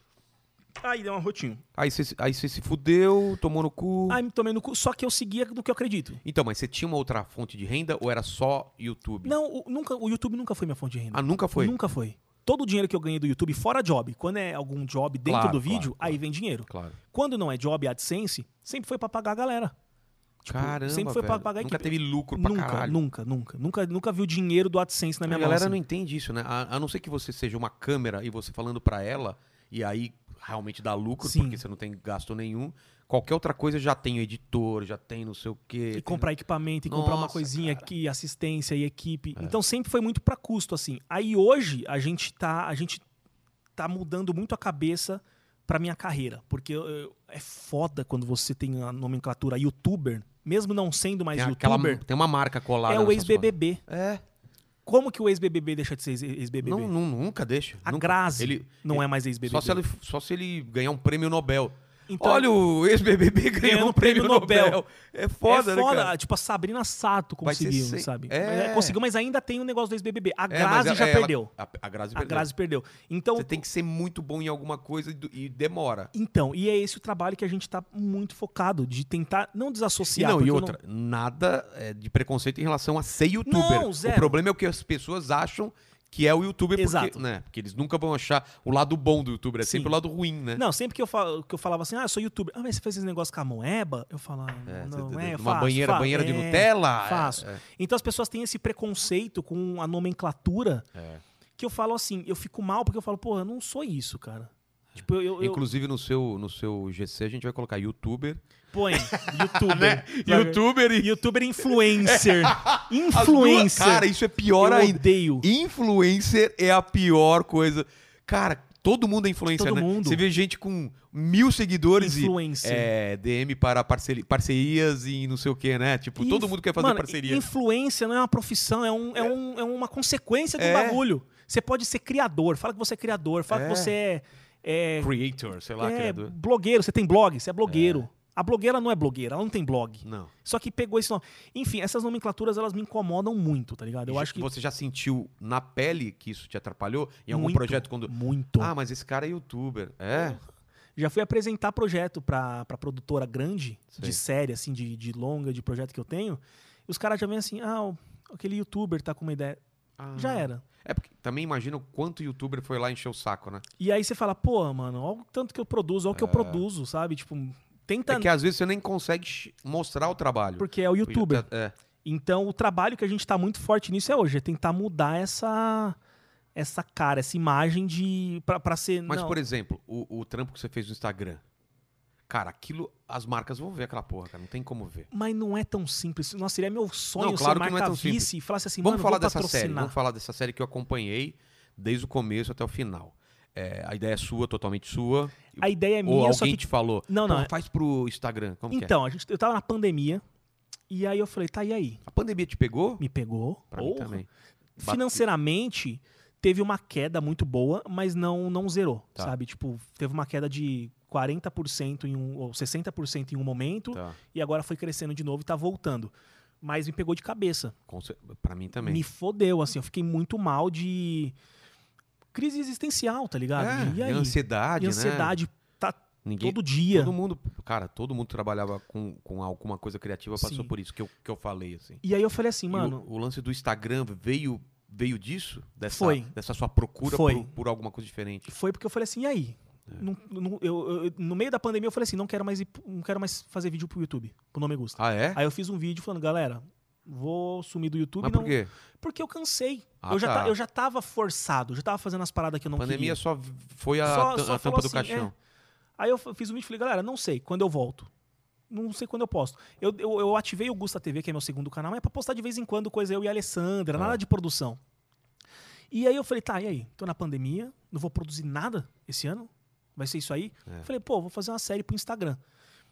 S3: Aí deu um rotinho.
S1: Aí você se- aí você se fudeu, tomou no cu.
S3: Aí me tomei no cu, só que eu seguia do que eu acredito.
S1: Então, mas você tinha uma outra fonte de renda ou era só YouTube?
S3: Não, o, nunca, o YouTube nunca foi minha fonte de renda.
S1: Ah, nunca foi?
S3: Nunca foi. Todo o dinheiro que eu ganhei do YouTube, fora job, quando é algum job dentro
S1: Claro,
S3: do vídeo,
S1: claro, claro.
S3: aí vem dinheiro.
S1: Claro.
S3: Quando não é job AdSense, sempre foi pra pagar a galera.
S1: Caramba,
S3: Tipo, sempre foi pra
S1: velho.
S3: pagar a
S1: Nunca
S3: equipe.
S1: teve lucro pra
S3: Nunca,
S1: caralho.
S3: nunca, nunca, nunca. Nunca vi o dinheiro do AdSense na minha
S1: a
S3: mão.
S1: galera
S3: assim.
S1: não entende isso, né? A, a não ser que você seja uma câmera e você falando pra ela, e aí realmente dá lucro,
S3: Sim.
S1: porque você não tem gasto nenhum. Qualquer outra coisa já tem o editor, já tem não sei o quê.
S3: E
S1: tem-
S3: comprar equipamento, e comprar uma
S1: Nossa, É.
S3: coisinha aqui, assistência e equipe. Então sempre foi muito pra custo, assim. Aí hoje a gente tá, a gente tá mudando muito a cabeça pra minha carreira. Porque eu- eu- é foda quando você tem a nomenclatura youtuber, mesmo não sendo mais
S1: tem, aquela,
S3: youtuber,
S1: tem uma marca colada.
S3: é o
S1: nessas
S3: ex-BBB.
S1: coisas. É,
S3: Como que o ex-BBB deixa de ser ex- ex-BBB?
S1: não, não- nunca deixa.
S3: a
S1: nunca.
S3: Grazi
S1: Ele-
S3: não
S1: ele-
S3: é mais ex-BBB.
S1: Só se, ele, só se ele ganhar um prêmio Nobel.
S3: Então-
S1: Olha, o ex-BBB ganhou um prêmio Nobel. É foda,
S3: é
S1: né,
S3: foda,
S1: cara?
S3: tipo a Sabrina Sato
S1: Vai ser
S3: conseguiu,
S1: sem-
S3: sabe?
S1: É.
S3: Mas é, Conseguiu, mas ainda tem o negócio do ex-BBB. A
S1: É, mas
S3: Grazi
S1: ela-
S3: já
S1: é, ela-
S3: perdeu.
S1: a, a Grazi
S3: A
S1: perdeu.
S3: Grazi perdeu. Então,
S1: Você tem que ser muito bom em alguma coisa e, do- e demora.
S3: então, e é esse o trabalho que a gente tá muito focado, de tentar não
S1: E
S3: desassociar.
S1: não,
S3: porque
S1: e
S3: eu
S1: outra, nada é, de preconceito em relação a ser youtuber.
S3: Não, zero.
S1: O problema é o que as pessoas acham que é o youtuber, porque,
S3: Exato.
S1: né, porque eles nunca vão achar o lado bom do youtuber, é
S3: Sim.
S1: sempre o lado ruim, né?
S3: Não, sempre que eu, falo, que eu falava assim, ah, eu sou youtuber. Ah, mas você fez esse negócio com a moeba? Eu falo, ah,
S1: É,
S3: não,
S1: você-
S3: é,
S1: uma
S3: faço,
S1: banheira,
S3: faço,
S1: banheira de
S3: é,
S1: Nutella. é,
S3: Faço.
S1: é.
S3: Então as pessoas têm esse preconceito com a nomenclatura
S1: É.
S3: que eu falo assim, eu fico mal porque eu falo, porra, eu não sou isso, cara.
S1: É.
S3: Tipo, eu- eu, eu
S1: Inclusive no seu, no seu GC a gente vai colocar youtuber.
S3: põe youtuber. sabe?
S1: Né? Youtuber e
S3: Youtuber influencer.
S1: As duas-
S3: Influencer.
S1: Cara, isso é pior
S3: eu
S1: ainda.
S3: odeio.
S1: Influencer é a pior coisa. Cara, todo mundo é influencer,
S3: Todo
S1: né?
S3: mundo.
S1: Você vê gente com mil seguidores
S3: Influencer.
S1: e é, DM para parceri- parcerias e não sei o que, né? Tipo, todo
S3: Inf-
S1: mundo quer fazer
S3: Mano,
S1: parceria.
S3: Influência não é uma profissão, é, um, é, um, é uma consequência do
S1: É.
S3: bagulho. Você pode ser criador, fala que você é criador, fala
S1: É.
S3: que você é, é,
S1: Creator, sei lá,
S3: é
S1: criador.
S3: blogueiro, você tem blog, você é blogueiro. A blogueira não é blogueira, ela não tem blog.
S1: Não.
S3: Só que pegou esse nome. Enfim, essas nomenclaturas elas me incomodam muito, tá ligado? Eu
S1: Já-
S3: acho que.
S1: Você já sentiu na pele que isso te atrapalhou? Em algum
S3: muito,
S1: projeto quando.
S3: Muito.
S1: Ah, mas esse cara é youtuber. É.
S3: Já fui apresentar projeto pra, pra produtora grande,
S1: Sei.
S3: de série, assim, de, de longa, de projeto que eu tenho. E os caras já vêm assim, ah, o- aquele youtuber tá com uma ideia.
S1: Ah.
S3: Já era.
S1: É porque também imagina o quanto youtuber foi lá encher o saco, né?
S3: E aí você fala, pô, mano, olha o tanto que eu produzo, olha o que eu produzo, sabe? Tipo, tenta.
S1: É que às vezes você nem consegue ch- mostrar o trabalho.
S3: Porque é o youtuber.
S1: É.
S3: Então o trabalho que a gente tá muito forte nisso é hoje, é tentar mudar essa. Essa cara, essa imagem de. pra, pra ser.
S1: Mas,
S3: não,
S1: por exemplo, o, o trampo que você fez no Instagram. Cara, aquilo, as marcas vão ver aquela porra, cara. Não tem como ver.
S3: mas não é tão simples. Nossa, seria meu sonho
S1: Não,
S3: se
S1: claro
S3: a
S1: que não é
S3: marca
S1: tão simples.
S3: visse e falasse assim,
S1: vamos
S3: mano,
S1: falar
S3: vou
S1: dessa
S3: patrocinar.
S1: série. Vamos falar dessa série que eu acompanhei desde o começo até o final. É, a ideia é sua, totalmente sua.
S3: A ideia é
S1: Ou
S3: minha, só
S1: alguém
S3: que
S1: te falou.
S3: Não, não,
S1: "Porra,
S3: é-
S1: Faz pro Instagram. Como que é?
S3: Então, a gente, eu tava na pandemia, e aí eu falei, tá, e aí?
S1: A pandemia te pegou?
S3: Me pegou.
S1: Pra mim
S3: Porra.
S1: também. Bate-
S3: Financeiramente, teve uma queda muito boa, mas não, não zerou,
S1: Tá.
S3: sabe? Tipo, teve uma queda de 40% em um, ou 60% em um momento,
S1: Tá.
S3: e agora foi crescendo de novo e tá voltando. Mas me pegou de cabeça.
S1: Com cer- Pra mim também.
S3: Me fodeu, assim, eu fiquei muito mal de... Crise existencial, tá ligado?
S1: É,
S3: e aí?
S1: ansiedade, né?
S3: E ansiedade tá
S1: Ninguém,
S3: todo dia.
S1: Todo mundo, cara, todo mundo trabalhava com, com alguma coisa criativa, passou
S3: Sim.
S1: por isso que eu, que eu falei, assim.
S3: E aí eu falei assim,
S1: E o-
S3: mano...
S1: o, lance do Instagram veio, veio disso? Dessa,
S3: Foi.
S1: Dessa sua procura
S3: Foi.
S1: Por, por alguma coisa diferente?
S3: Foi porque eu falei assim, e aí?
S1: É.
S3: Não- não- eu- eu- no meio da pandemia eu falei assim, não quero mais, ir pro- não quero mais fazer vídeo pro YouTube, pro Não Me Gusta.
S1: Ah, é?
S3: Aí eu fiz um vídeo falando, galera, vou sumir do YouTube.
S1: Mas
S3: não,
S1: por quê?
S3: Porque eu cansei.
S1: Ah,
S3: eu, já
S1: tá.
S3: ta- eu já tava forçado, eu já tava fazendo as paradas que eu não
S1: A pandemia
S3: queria.
S1: só v- foi a,
S3: Só-
S1: ta-
S3: só
S1: a tampa
S3: falou
S1: do
S3: assim,
S1: caixão.
S3: Aí eu f- fiz um vídeo e falei, galera, não sei quando eu volto. Não sei quando eu posto. Eu, eu, eu ativei o Gusta TV, que é meu segundo canal, mas é pra postar de vez em quando coisa eu e a Alessandra,
S1: Ah.
S3: nada de produção. E aí eu falei, tá, e aí? Tô na pandemia, não vou produzir nada esse ano? Vai ser isso aí?
S1: É.
S3: Falei, pô, vou fazer uma série pro Instagram.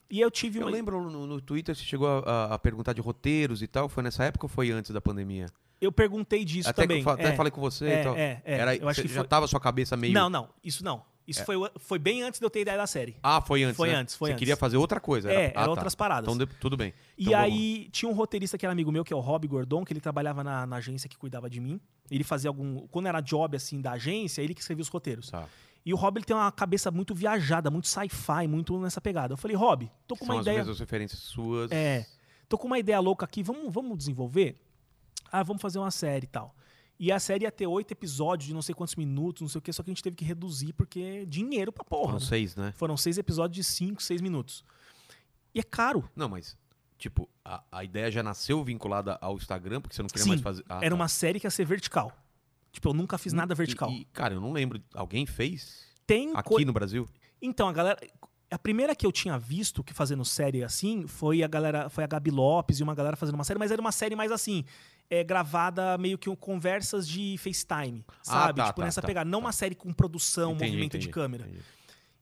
S3: E eu tive
S1: Eu
S3: uma.
S1: lembro no, no Twitter, você chegou a, a- a perguntar de roteiros e tal. Foi nessa época ou foi antes da pandemia?
S3: Eu perguntei disso
S1: até que
S3: também.
S1: eu fa- até
S3: é.
S1: falei com você
S3: é,
S1: e tal.
S3: é, é.
S1: Era,
S3: eu acho
S1: você
S3: que
S1: já
S3: foi...
S1: tava sua cabeça meio... É.
S3: Não, não, isso não. Isso foi, foi bem antes de eu ter ideia da série.
S1: Ah, foi antes.
S3: Foi
S1: né?
S3: antes, foi
S1: Você
S3: antes.
S1: queria fazer outra coisa.
S3: É,
S1: ah,
S3: era outras paradas.
S1: Então, de- tudo bem.
S3: e
S1: Então, vamos lá.
S3: aí tinha um roteirista que era amigo meu, que é o Rob Gordon, que ele trabalhava na, na agência que cuidava de mim. Ele fazia algum. Quando era job assim da agência, ele que escrevia os roteiros.
S1: Tá.
S3: E o Rob ele tem uma cabeça muito viajada, muito sci-fi, muito nessa pegada. Eu falei, Rob, tô com
S1: São
S3: uma
S1: as
S3: ideia.
S1: mesmas referências suas.
S3: É. Tô com uma ideia louca aqui, vamos, vamos desenvolver? Ah, vamos fazer uma série e tal. E a série ia ter oito episódios de não sei quantos minutos, não sei o quê, só que a gente teve que reduzir porque dinheiro pra porra.
S1: Foram
S3: né?
S1: seis, né?
S3: Foram seis episódios de cinco, seis minutos. E é caro.
S1: Não, mas, tipo, a, a ideia já nasceu vinculada ao Instagram, porque você não queria
S3: Sim,
S1: mais fazer. Ah,
S3: Era
S1: tá. Hum,
S3: uma série que ia ser vertical. Tipo, eu nunca fiz nada vertical.
S1: E, e, cara, eu não lembro. Alguém fez?
S3: Tem
S1: Aqui
S3: coi-
S1: no Brasil?
S3: Então, a galera. A primeira que eu tinha visto que fazendo série assim foi a galera. Foi a Gabi Lopes e uma galera fazendo uma série, mas era uma série mais assim. É, gravada meio que um conversas de FaceTime, sabe?
S1: tá,
S3: tipo,
S1: tá,
S3: nessa
S1: tá,
S3: pegada. Não
S1: tá.
S3: uma série com produção,
S1: Entendi,
S3: movimento
S1: entendi,
S3: de câmera.
S1: entendi.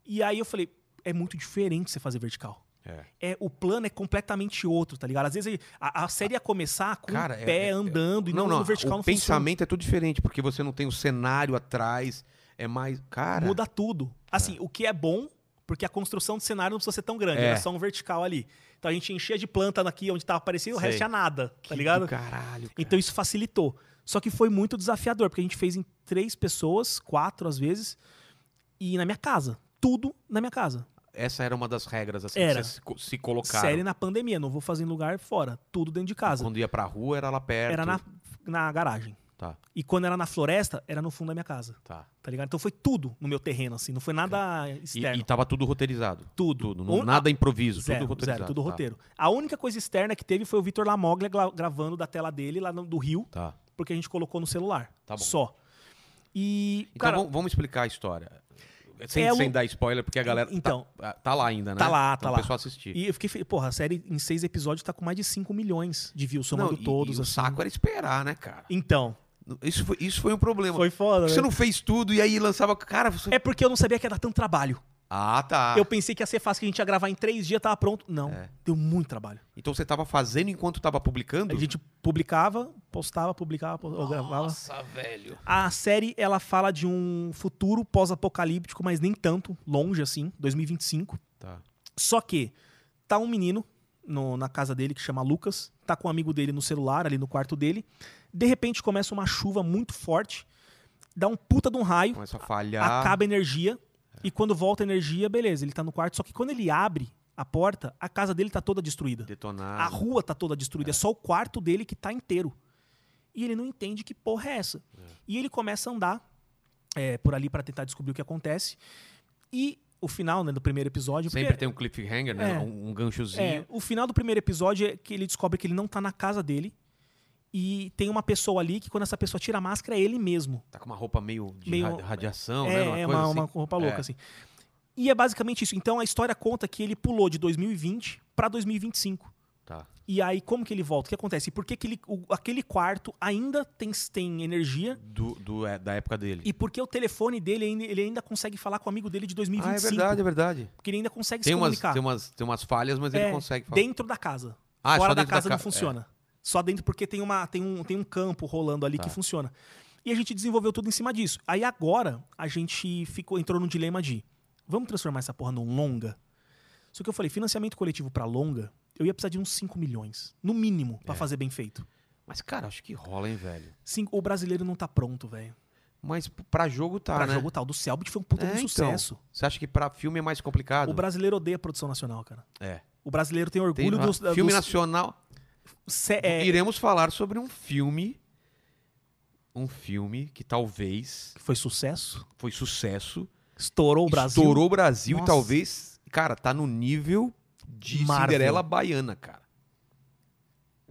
S3: E aí eu falei, é muito diferente você fazer vertical.
S1: É.
S3: É, o plano é completamente outro, tá ligado? Às vezes a, a série ia começar com
S1: Cara,
S3: o
S1: é-
S3: pé
S1: é-
S3: andando e não, no vertical
S1: o
S3: não funciona.
S1: pensamento é tudo diferente, porque você não tem o cenário atrás, é mais... Cara,
S3: Muda tudo. Assim, o que é bom, porque a construção do cenário não precisa ser tão grande,
S1: É.
S3: era só um vertical ali. Então a gente enchia de planta aqui onde tava aparecendo, o
S1: Sei.
S3: resto tinha nada, tá
S1: que
S3: ligado?
S1: do caralho, cara.
S3: Então isso facilitou. Só que foi muito desafiador, porque a gente fez em três pessoas, quatro às vezes, e na minha casa. Tudo na minha casa.
S1: Essa era uma das regras, assim,
S3: Era.
S1: que vocês se co- se colocaram.
S3: Série na pandemia, não vou fazer em lugar fora. Tudo dentro de casa.
S1: Quando ia pra rua, era lá perto.
S3: Era na, na garagem.
S1: Tá,
S3: E quando era na floresta, era no fundo da minha casa,
S1: tá.
S3: tá ligado? Então foi tudo no meu terreno, assim. Não foi nada
S1: E,
S3: externo.
S1: e tava tudo roteirizado.
S3: Tudo.
S1: Tudo, não-
S3: Um-
S1: nada improviso,
S3: Zero,
S1: tudo roteirizado.
S3: zero, tudo
S1: tá,
S3: roteiro. A única coisa externa que teve foi o Vitor Lamoglia gra- gravando da tela dele lá no- do Rio,
S1: Tá.
S3: porque a gente colocou no celular.
S1: Tá bom.
S3: Só. E,
S1: Então
S3: cara,
S1: vamos, vamos explicar a história. Sem,
S3: É, o-
S1: sem dar spoiler, porque a galera tá-
S3: Então.
S1: tá, tá lá ainda, né?
S3: Tá lá, tá
S1: Então
S3: lá.
S1: O pessoal assistir.
S3: e eu fiquei... fe- Porra, a série em seis episódios tá com mais de 5 milhões de views, somando
S1: e-
S3: todos.
S1: e o
S3: assim.
S1: saco era esperar, né, cara?
S3: Então,
S1: Isso foi, isso foi um problema.
S3: foi foda,
S1: Você
S3: né?
S1: não fez tudo e aí lançava. Cara, você.
S3: É porque eu não sabia que ia dar tanto trabalho.
S1: Ah, É. tá.
S3: Eu pensei que ia ser fácil, que a gente ia gravar em três dias, tava pronto. Não, deu muito trabalho.
S1: Então você tava fazendo enquanto tava publicando?
S3: A gente publicava, postava, publicava, po- ou gravava.
S1: Nossa, velho.
S3: A série ela fala de um futuro pós-apocalíptico, mas nem tanto, longe assim, 2025.
S1: Tá.
S3: Só que tá um menino no- na casa dele que chama Lucas, tá com um amigo dele no celular ali no quarto dele. De repente começa uma chuva muito forte, dá um puta de um raio,
S1: Começa a falhar.
S3: acaba a energia e quando volta a energia, beleza, ele tá no quarto, só que quando ele abre a porta, a casa dele tá toda destruída.
S1: Detonar.
S3: A rua tá toda destruída, é. só o quarto dele que tá inteiro. E ele não entende que porra é essa. E ele começa a andar é, por ali pra tentar descobrir o que acontece. E o final né, do primeiro episódio.
S1: Sempre
S3: porque-
S1: tem um cliffhanger, né?
S3: É.
S1: Um, um ganchozinho.
S3: é, o final do primeiro episódio é que ele descobre que ele não tá na casa dele. E tem uma pessoa ali que, quando essa pessoa tira a máscara, é ele mesmo.
S1: Tá com uma roupa meio de
S3: Meio-
S1: ra- radiação,
S3: é
S1: né? Uma
S3: é
S1: coisa
S3: uma,
S1: assim.
S3: uma roupa louca, assim. E é basicamente isso. Então a história conta que ele pulou de 2020 pra 2025.
S1: Tá.
S3: E aí, como que ele volta? O que acontece? E por que, que ele- o- aquele quarto ainda tem, tem energia?
S1: Do, do- é, da época dele.
S3: E por que o telefone dele ainda, ele ainda consegue falar com o amigo dele de 2025?
S1: Ah, é verdade, é verdade.
S3: Porque ele ainda consegue
S1: Tem
S3: se
S1: umas,
S3: comunicar.
S1: tem, umas, tem umas falhas, mas
S3: É,
S1: ele consegue falar.
S3: Dentro da casa.
S1: Ah, é só
S3: Fora da
S1: dentro da
S3: casa não
S1: ca-
S3: funciona. Só dentro porque tem, uma, tem, um, tem um campo rolando ali
S1: Tá.
S3: que funciona. E a gente desenvolveu tudo em cima disso. Aí agora a gente ficou entrou no dilema de vamos transformar essa porra num longa? Só que eu falei, financiamento coletivo pra longa, eu ia precisar de uns 5 milhões, no mínimo,
S1: É.
S3: pra fazer bem feito.
S1: Mas, cara, acho que rola, hein, velho.
S3: Sim, o brasileiro não tá pronto, velho.
S1: Mas p- pra jogo tá,
S3: pra
S1: né?
S3: jogo tal. Do Selbit foi um puta de
S1: É,
S3: um
S1: então.
S3: sucesso.
S1: Você acha que pra filme é mais complicado?
S3: O brasileiro odeia a produção nacional, cara.
S1: É.
S3: O brasileiro tem
S1: Tem,
S3: orgulho
S1: ah,
S3: dos. da-
S1: filme
S3: dos-
S1: nacional.
S3: sé- é,
S1: Iremos falar sobre um filme. Um filme que talvez
S3: que foi sucesso.
S1: foi sucesso.
S3: Estourou o Brasil.
S1: Estourou o Brasil e
S3: Nossa.
S1: talvez, cara, tá no nível de
S3: Marvel.
S1: Cinderela Baiana, cara.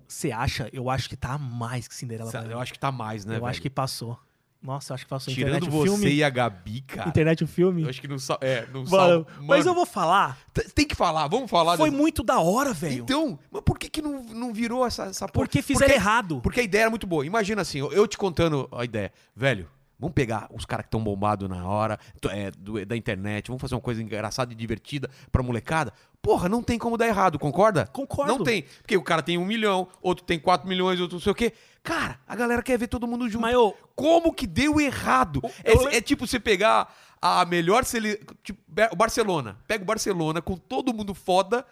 S3: Você acha? Eu acho que tá mais que Cinderela.
S1: Sa-
S3: Baiana.
S1: Eu acho que tá mais, né?
S3: Eu acho que
S1: velho?
S3: passou. Nossa, eu acho que passou.
S1: Tirando
S3: internet, o
S1: você
S3: filme.
S1: e a Gabi, cara.
S3: Internet, o filme.
S1: Eu acho que não sal... É, não
S3: Mano,
S1: sal...
S3: mas
S1: Mano,
S3: eu vou falar.
S1: t- Tem que falar, vamos falar.
S3: Foi
S1: dessa-
S3: muito da hora, velho.
S1: Então, mas por que que não, não virou essa, essa porra?
S3: porque fizeram
S1: Porque-
S3: errado.
S1: Porque a ideia era muito boa. Imagina assim, eu, eu te contando a ideia. Velho, Vamos pegar os caras que estão bombados na hora to- é, do- da internet, vamos fazer uma coisa engraçada e divertida pra molecada. Porra, não tem como dar errado, concorda?
S3: Concordo.
S1: Não tem. Porque o cara tem um milhão, outro tem quatro milhões, outro não sei o quê. Cara, a galera quer ver todo mundo junto.
S3: Mas eu-
S1: Como que deu errado? É,
S3: eu le-
S1: é tipo você pegar a melhor. sele- Tipo, Be- o Barcelona. Pega o Barcelona com todo mundo foda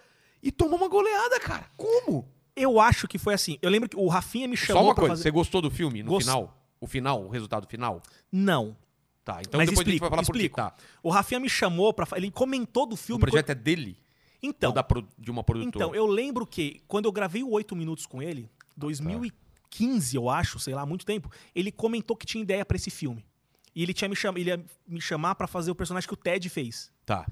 S1: e toma uma goleada, cara. Como?
S3: Eu acho que foi assim. Eu lembro que o Rafinha me chamou
S1: Só uma
S3: pra
S1: coisa,
S3: fazer...
S1: você gostou do filme no
S3: Gost-
S1: final? O final, o resultado final?
S3: Não.
S1: Tá, então
S3: mas
S1: depois
S3: explico,
S1: a gente vai falar
S3: explico.
S1: por que tá.
S3: O Rafinha me chamou para ele comentou do
S1: O
S3: filme.
S1: projeto é dele
S3: quando- Então,
S1: ou da pro- de uma produtora?
S3: então eu lembro que quando eu gravei o 8 minutos com ele, 2015, eu acho, sei lá, há muito tempo, ele comentou que tinha ideia pra esse filme. E ele tinha me cham... ele ia me chamar pra fazer o personagem que o Ted fez.
S1: Tá.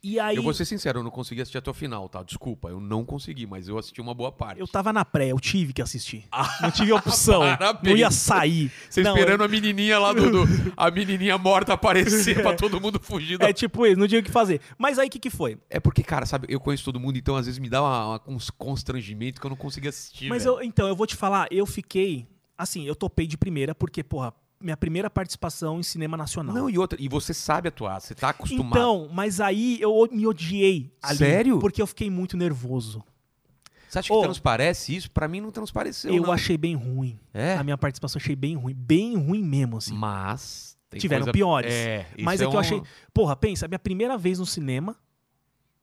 S3: E aí
S1: Eu vou ser sincero, eu não consegui assistir até o final, tá? Desculpa, eu não consegui, mas eu assisti uma boa parte.
S3: eu tava na pré, eu tive que assistir. não tive opção.
S1: Ah, parabéns.
S3: não ia sair.
S1: Você
S3: Não,
S1: esperando a menininha lá do, do- A menininha morta aparecer pra todo mundo fugir da
S3: É, é tipo isso, não tinha o que fazer. Mas aí o que, que foi?
S1: É porque, cara, sabe, eu conheço todo mundo, então às vezes me dá uma- uma- uns constrangimentos que eu não consigo assistir.
S3: Mas
S1: velho.
S3: eu, então, eu vou te falar, eu fiquei. Assim, eu topei de primeira, porque, porra, minha primeira participação em cinema nacional.
S1: Não, e outra, e você sabe atuar, você tá acostumado.
S3: então, mas aí eu o- me odiei. Ali,
S1: Sério?
S3: Porque eu fiquei muito nervoso.
S1: você acha que
S3: Ô.
S1: transparece isso? Pra mim não transpareceu.
S3: Eu,
S1: não.
S3: achei bem ruim.
S1: É?
S3: A minha participação eu achei bem ruim. Bem ruim mesmo, assim.
S1: Mas. tem
S3: Tiveram
S1: coisa-
S3: piores.
S1: É, isso
S3: mas é, que
S1: um-
S3: eu achei. Porra, pensa, é minha primeira vez no cinema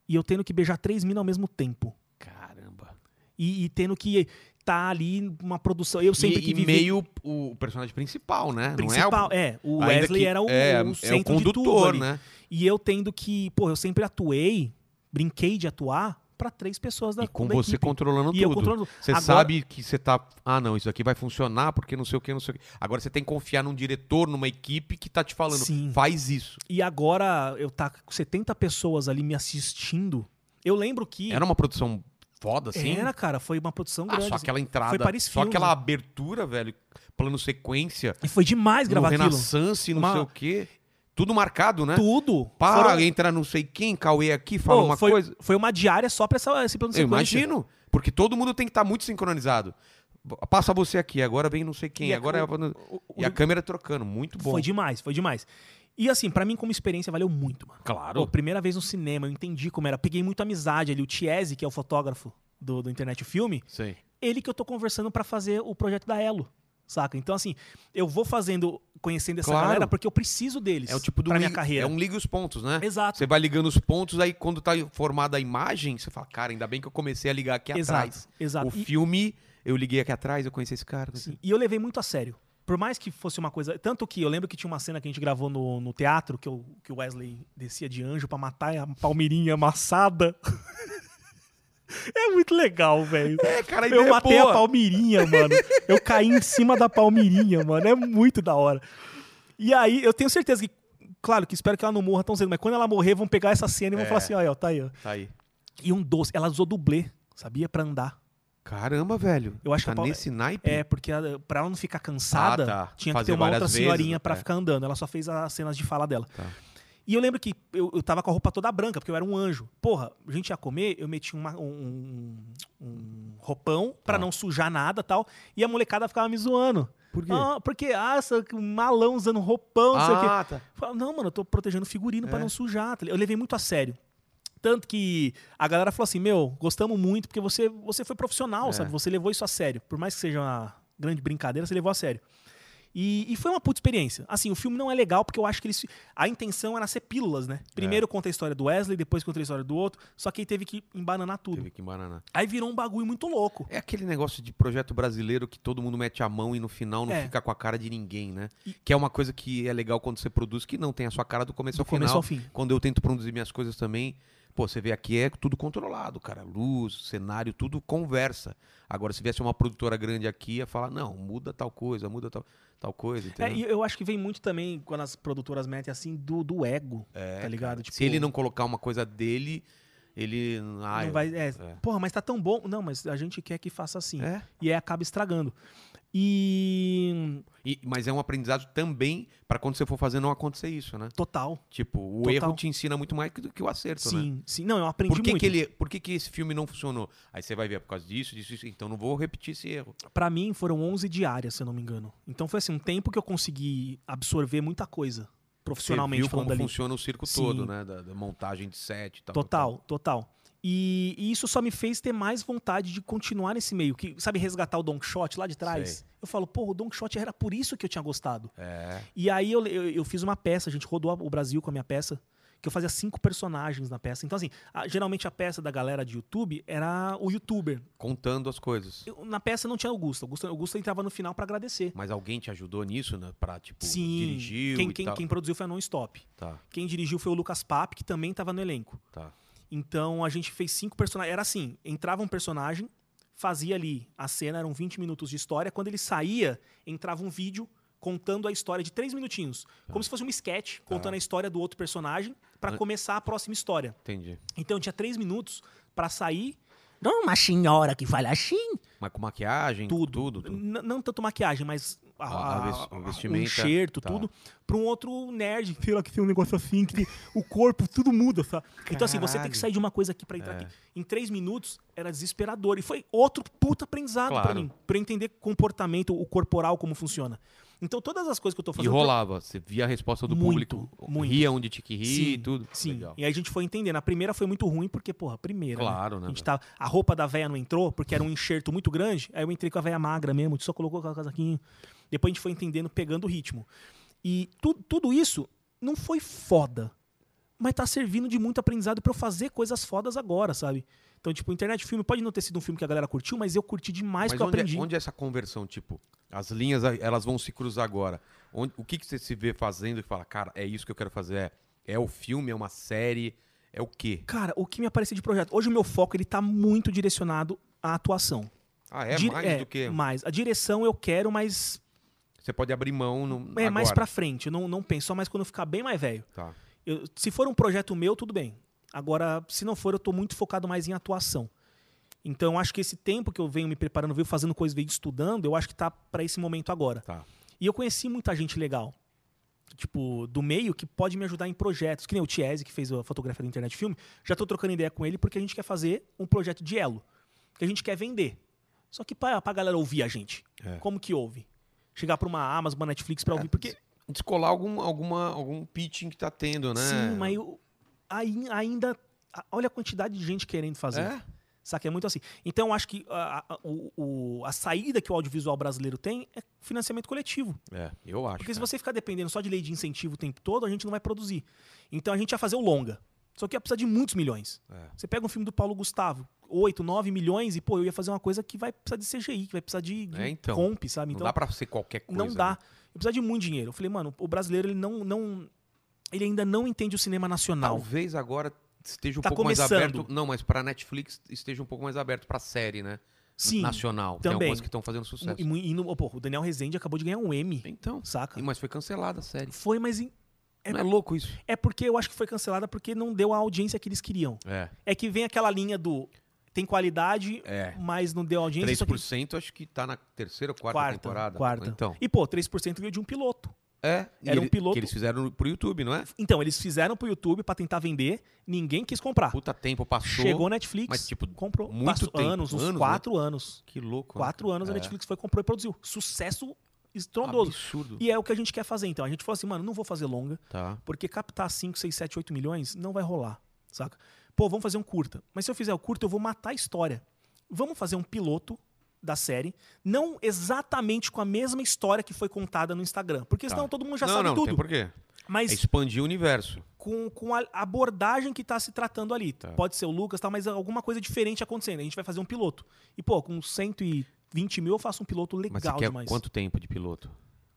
S3: e eu tendo que beijar três minas ao mesmo tempo.
S1: Caramba.
S3: E, e tendo que estar tá ali numa produção. Eu sempre
S1: e,
S3: que
S1: e
S3: vivi.
S1: meio o o personagem principal, né?
S3: principal.
S1: Não é,
S3: é, o
S1: Ainda
S3: Wesley
S1: que-
S3: era o,
S1: é, é
S3: o
S1: o
S3: centro de tudo
S1: condutor,
S3: ali.
S1: né?
S3: E eu tendo que, pô, eu sempre atuei, brinquei de atuar pra três pessoas da
S1: E com
S3: da
S1: você
S3: equipe.
S1: controlando
S3: E
S1: tudo.
S3: eu controlando.
S1: Você
S3: Agora-
S1: sabe que você tá. Ah, não, isso aqui vai funcionar porque não sei o que, não sei o que. Agora você tem que confiar num diretor, numa equipe que tá te falando,
S3: Sim.
S1: faz isso.
S3: E agora eu tá com 70 pessoas ali me assistindo. Eu lembro que
S1: Era uma produção foda, assim?
S3: Era, cara, foi uma produção
S1: Ah,
S3: grande.
S1: só
S3: assim.
S1: aquela entrada.
S3: Foi Paris
S1: só
S3: Filmes,
S1: aquela
S3: né?
S1: abertura, velho. Plano sequência.
S3: assim. E foi demais
S1: No
S3: gravar aquilo.
S1: Renaissance, não
S3: Uma-
S1: sei o quê. Tudo marcado, né?
S3: Tudo.
S1: Pá,
S3: Foram-
S1: entra não sei quem, Cauê aqui, fala
S3: Pô,
S1: uma
S3: foi,
S1: coisa.
S3: foi uma diária só pra essa, esse plano de
S1: Eu
S3: sequência.
S1: imagino. Porque todo mundo tem que estar muito sincronizado. B- Passa você aqui, agora vem não sei quem,
S3: E a-
S1: agora... é-
S3: O- o-
S1: E a câmera trocando, muito bom.
S3: Foi demais, foi demais. E assim, pra mim como experiência valeu muito, mano.
S1: Claro.
S3: Pô, primeira vez no cinema, eu entendi como era. Peguei muita amizade ali. O Tiese, que é o fotógrafo do, do Internet o Filme,
S1: Sim.
S3: ele que eu tô conversando pra fazer o projeto da Elo, saca? Então, assim, eu vou fazendo, conhecendo essa
S1: Claro.
S3: galera porque eu preciso deles
S1: É o tipo do
S3: pra minha
S1: li-
S3: carreira.
S1: É um liga os pontos, né?
S3: Exato.
S1: Você vai ligando os pontos, aí quando tá formada a imagem, você fala, cara, ainda bem que eu comecei a ligar aqui atrás.
S3: Exato, exato.
S1: O
S3: E,
S1: filme, eu liguei aqui atrás, eu conheci esse cara. conheci-
S3: sim, e eu levei muito a sério. Por mais que fosse uma coisa. Tanto que eu lembro que tinha uma cena que a gente gravou no, no teatro, que, o que o Wesley descia de anjo pra matar a palmeirinha amassada. é muito legal, velho.
S1: É, cara, a ideia
S3: Eu matei
S1: é boa.
S3: a Palmirinha, mano. Eu caí em cima da Palmirinha, mano. É muito da hora. E aí, eu tenho certeza que. Claro que espero que ela não morra tão cedo, mas quando ela morrer, vão pegar essa cena e vão
S1: É.
S3: falar assim: olha, ó, tá aí, ó.
S1: Tá aí.
S3: E um doce. Ela usou dublê, sabia? Pra andar.
S1: Caramba, velho.
S3: Eu acho que
S1: tá
S3: a pau-
S1: nesse naipe.
S3: É, porque ela, pra ela não ficar cansada,
S1: Ah, tá.
S3: tinha
S1: Fazer
S3: que ter uma
S1: várias
S3: outra
S1: vezes,
S3: senhorinha pra
S1: é.
S3: ficar andando. Ela só fez as cenas de fala dela.
S1: Tá.
S3: E eu lembro que eu, eu tava com a roupa toda branca, porque eu era um anjo. Porra, a gente ia comer, eu meti uma- um, um- um roupão
S1: Tá.
S3: pra não sujar nada e tal. E a molecada ficava me zoando.
S1: Por quê?
S3: Ah, porque, ah, essa- um malão usando roupão, não sei o quê.
S1: Ah, tá.
S3: Eu falava, não, mano, eu tô protegendo o figurino pra
S1: É.
S3: não sujar. tá ligado? Eu levei muito a sério. Tanto que a galera falou assim: meu, gostamos muito, porque você, você foi profissional,
S1: É.
S3: sabe? Você levou isso a sério. Por mais que seja uma grande brincadeira, você levou a sério. E, e foi uma puta experiência. Assim, o filme não é legal porque eu acho que eles. A intenção era ser pílulas, né?
S1: É.
S3: Primeiro conta a história do Wesley, depois conta a história do outro. Só que aí teve que embananar tudo.
S1: Teve que embananar.
S3: Aí virou um bagulho muito louco.
S1: É aquele negócio de projeto brasileiro que todo mundo mete a mão e no final não
S3: É.
S1: fica com a cara de ninguém, né?
S3: E-
S1: Que é uma coisa que é legal quando você produz, que não tem a sua cara do começo
S3: Do
S1: ao final.
S3: começo ao fim.
S1: Quando eu tento produzir minhas coisas também, pô, você vê aqui é tudo controlado, cara. Luz, cenário, tudo conversa. Agora, se viesse uma produtora grande aqui, ia falar, não, muda tal coisa, muda tal, tal coisa,
S3: É,
S1: entendeu?
S3: e eu acho que vem muito também, quando
S1: É,
S3: as produtoras metem assim, do, do ego. tá ligado?
S1: Se ele não colocar uma coisa dele, ele. Ah,
S3: não
S1: eu-
S3: vai, é,
S1: é.
S3: Porra, mas tá tão bom. Não, mas a gente quer que faça assim.
S1: É.
S3: E aí acaba estragando. E.
S1: E- mas é um aprendizado também pra quando você for fazer não acontecer isso, né?
S3: Total.
S1: Tipo, o
S3: Total.
S1: erro te ensina muito mais que- do que o acerto, né?
S3: sim, sim. Não, eu aprendi
S1: Por que,
S3: muito.
S1: que ele, por que, que esse filme não funcionou? Aí você vai ver, é por causa disso, disso, isso. Então não vou repetir esse erro.
S3: Pra mim foram 11 diárias, se eu não me engano. Então foi assim, um tempo que eu consegui absorver muita coisa profissionalmente
S1: viu
S3: falando
S1: como
S3: ali.
S1: funciona o circo
S3: Sim.
S1: todo, né? Da, da montagem de set e tal.
S3: Total, total. E, e isso só me fez ter mais vontade de continuar nesse meio. Que, sabe, resgatar o Don Quixote lá de trás?
S1: Sei.
S3: Eu falo, porra, o Don Quixote era por isso que eu tinha gostado.
S1: É.
S3: E aí eu, eu, eu fiz uma peça, a gente rodou o Brasil com a minha peça, que eu fazia cinco personagens na peça. Então, assim, a- geralmente a peça da galera de YouTube era o youtuber.
S1: Contando as coisas.
S3: Eu- na peça não tinha Augusto. Augusto, Augusto entrava no final pra agradecer.
S1: Mas alguém te ajudou nisso, né? Pra, tipo,
S3: Sim.
S1: dirigiu
S3: quem,
S1: e
S3: quem,
S1: tal.
S3: quem produziu foi a Non Stop.
S1: Tá,
S3: Quem dirigiu foi o Lucas Papp, que também tava no elenco.
S1: tá.
S3: Então a gente fez cinco personagens. Era assim: entrava um personagem, fazia ali a cena, eram 20 minutos de história. Quando ele saía, entrava um vídeo contando a história de três minutinhos. Como se fosse um sketch, contando a história do outro personagem para começar a próxima história.
S1: Entendi.
S3: Então tinha três minutos para sair. Não, uma senhora que fala assim.
S1: Mas com maquiagem,
S3: Tudo.
S1: tudo, tudo.
S3: N- não tanto maquiagem, mas a,
S1: A- a
S3: a-
S1: ves- o
S3: a-
S1: vestimenta,
S3: o enxerto,
S1: tá.
S3: tudo, pra um outro nerd, sei lá, que tem um negócio assim, que tem- o corpo, tudo muda, sabe? Então, assim, você tem
S1: Caralho.
S3: que
S1: É.
S3: sair de uma coisa aqui pra entrar aqui. Em três minutos, era desesperador. E foi outro puta aprendizado pra
S1: Claro.
S3: mim, pra eu entender comportamento, o corporal, como funciona. Então, todas as coisas que eu tô
S1: E
S3: fazendo...
S1: rolava, você via a resposta do
S3: Muito,
S1: público.
S3: muito.
S1: Ria onde tinha que rir e
S3: Sim,
S1: tudo.
S3: Sim,
S1: Legal.
S3: e aí a gente foi entendendo. A primeira foi muito ruim, porque, porra, a primeira.
S1: Claro, né,
S3: A, gente tá
S1: velho?
S3: tava, a roupa da véia não entrou, porque era um enxerto muito grande. Aí eu entrei com a véia magra mesmo, só colocou o casaquinho. Depois a gente foi entendendo, pegando o ritmo. E tu- tudo isso não foi foda, mas tá servindo de muito aprendizado pra eu fazer coisas fodas agora, sabe? Então, tipo, internet filme pode não ter sido um filme que a galera curtiu, mas eu curti
S1: Mas
S3: demais porque eu
S1: onde,
S3: aprendi.
S1: é, onde é essa conversão, tipo, as linhas elas vão se cruzar agora. Onde- o que, que você se vê fazendo e fala, cara, é isso que eu quero fazer? É, é o filme, é uma série, é o quê?
S3: Cara, o que me apareceu de projeto? Hoje o meu foco ele tá muito direcionado à atuação.
S1: Ah, é
S3: Dire-
S1: mais do que.
S3: Mais. A direção eu quero, mas
S1: Você pode abrir mão no.
S3: É,
S1: agora.
S3: mais pra frente. Eu não, não penso. Só mais quando eu ficar bem mais velho.
S1: Tá.
S3: Eu- se for um projeto meu, tudo bem. Agora, se não for, eu tô muito focado mais em atuação. Então, acho que esse tempo que eu venho me preparando, venho fazendo coisas, venho estudando, eu acho que tá pra esse momento agora.
S1: Tá.
S3: E eu conheci muita gente legal, tipo, do meio, que pode me ajudar em projetos. Que nem o Tiese, que fez a fotografia da internet filme. Já tô trocando ideia com ele porque a gente quer fazer um projeto de elo. Que a gente quer vender. Só que pra, pra galera ouvir a gente.
S1: É.
S3: Como que ouve? Chegar pra uma Amazon, uma Netflix pra ouvir. Porque
S1: Descolar algum, alguma, algum pitching que tá tendo, né?
S3: Sim, mas eu- ai- ainda. a- Olha a quantidade de gente querendo fazer.
S1: É?
S3: Saca? É muito assim. Então, eu acho que a, a- o- o- a saída que o audiovisual brasileiro tem é financiamento coletivo.
S1: É, eu acho.
S3: Porque se
S1: cara.
S3: você ficar dependendo só de lei de incentivo o tempo todo, a gente não vai produzir. Então, a gente ia fazer o longa. Só que ia precisar de muitos milhões.
S1: É.
S3: Você pega um filme do Paulo Gustavo, 8, 9 milhões, e, pô, eu ia fazer uma coisa que vai precisar de CGI, que vai precisar de, de
S1: É, então.
S3: comp, sabe?
S1: não dá pra ser qualquer coisa.
S3: Não dá.
S1: né?
S3: Eu precisava de muito dinheiro. Eu falei, mano, o brasileiro ele não, não ele ainda não entende o cinema nacional.
S1: Talvez agora esteja um
S3: Tá
S1: pouco mais
S3: começando.
S1: aberto. Não, mas pra Netflix esteja um pouco mais aberto pra série, né?
S3: Sim.
S1: Nacional. Tem
S3: também.
S1: algumas que estão fazendo sucesso.
S3: E, mu- e no- pô, o Daniel Rezende acabou de ganhar um M,
S1: Então.
S3: saca?
S1: E- Mas foi cancelada a série.
S3: Foi, mas em- É-
S1: Não é louco isso?
S3: é porque eu acho que foi cancelada porque não deu a audiência que eles queriam.
S1: É.
S3: É que vem aquela linha do tem qualidade,
S1: É.
S3: mas não deu audiência. só que-
S1: 3% acho que tá na terceira ou quarta,
S3: quarta,
S1: temporada.
S3: quarta.
S1: Então.
S3: E pô, 3% veio de um piloto.
S1: É. e
S3: Era um
S1: ele-
S3: piloto-
S1: Que eles fizeram pro YouTube, não é?
S3: Então, eles fizeram pro YouTube pra tentar vender, ninguém quis comprar.
S1: Puta tempo, passou.
S3: Chegou Netflix,
S1: mas, tipo,
S3: comprou.
S1: muito
S3: Passou
S1: tempo,
S3: anos, uns
S1: anos, né?
S3: quatro anos.
S1: Que louco. né,
S3: Quatro
S1: cara?
S3: anos
S1: é.
S3: a Netflix foi, comprou e produziu. Sucesso estrondoso.
S1: Absurdo.
S3: E é o que a gente quer fazer, então. A gente falou assim, mano, não vou fazer longa,
S1: Tá.
S3: porque captar 5, 6, 7, 8 milhões não vai rolar, saca? Pô, vamos fazer um curta. Mas se eu fizer o curta, eu vou matar a história. Vamos fazer um piloto da série, não exatamente com a mesma história que foi contada no Instagram. Porque senão
S1: Tá.
S3: todo mundo já
S1: não,
S3: sabe
S1: não,
S3: tudo.
S1: Tem por quê? É
S3: Mas
S1: expandir o universo.
S3: com, com a abordagem que tá se tratando ali.
S1: Tá.
S3: Pode ser o Lucas, tá, mas alguma coisa diferente acontecendo. A gente vai fazer um piloto. E, pô, com 120 mil eu faço um piloto legal
S1: Mas você quer
S3: demais.
S1: quanto tempo de piloto?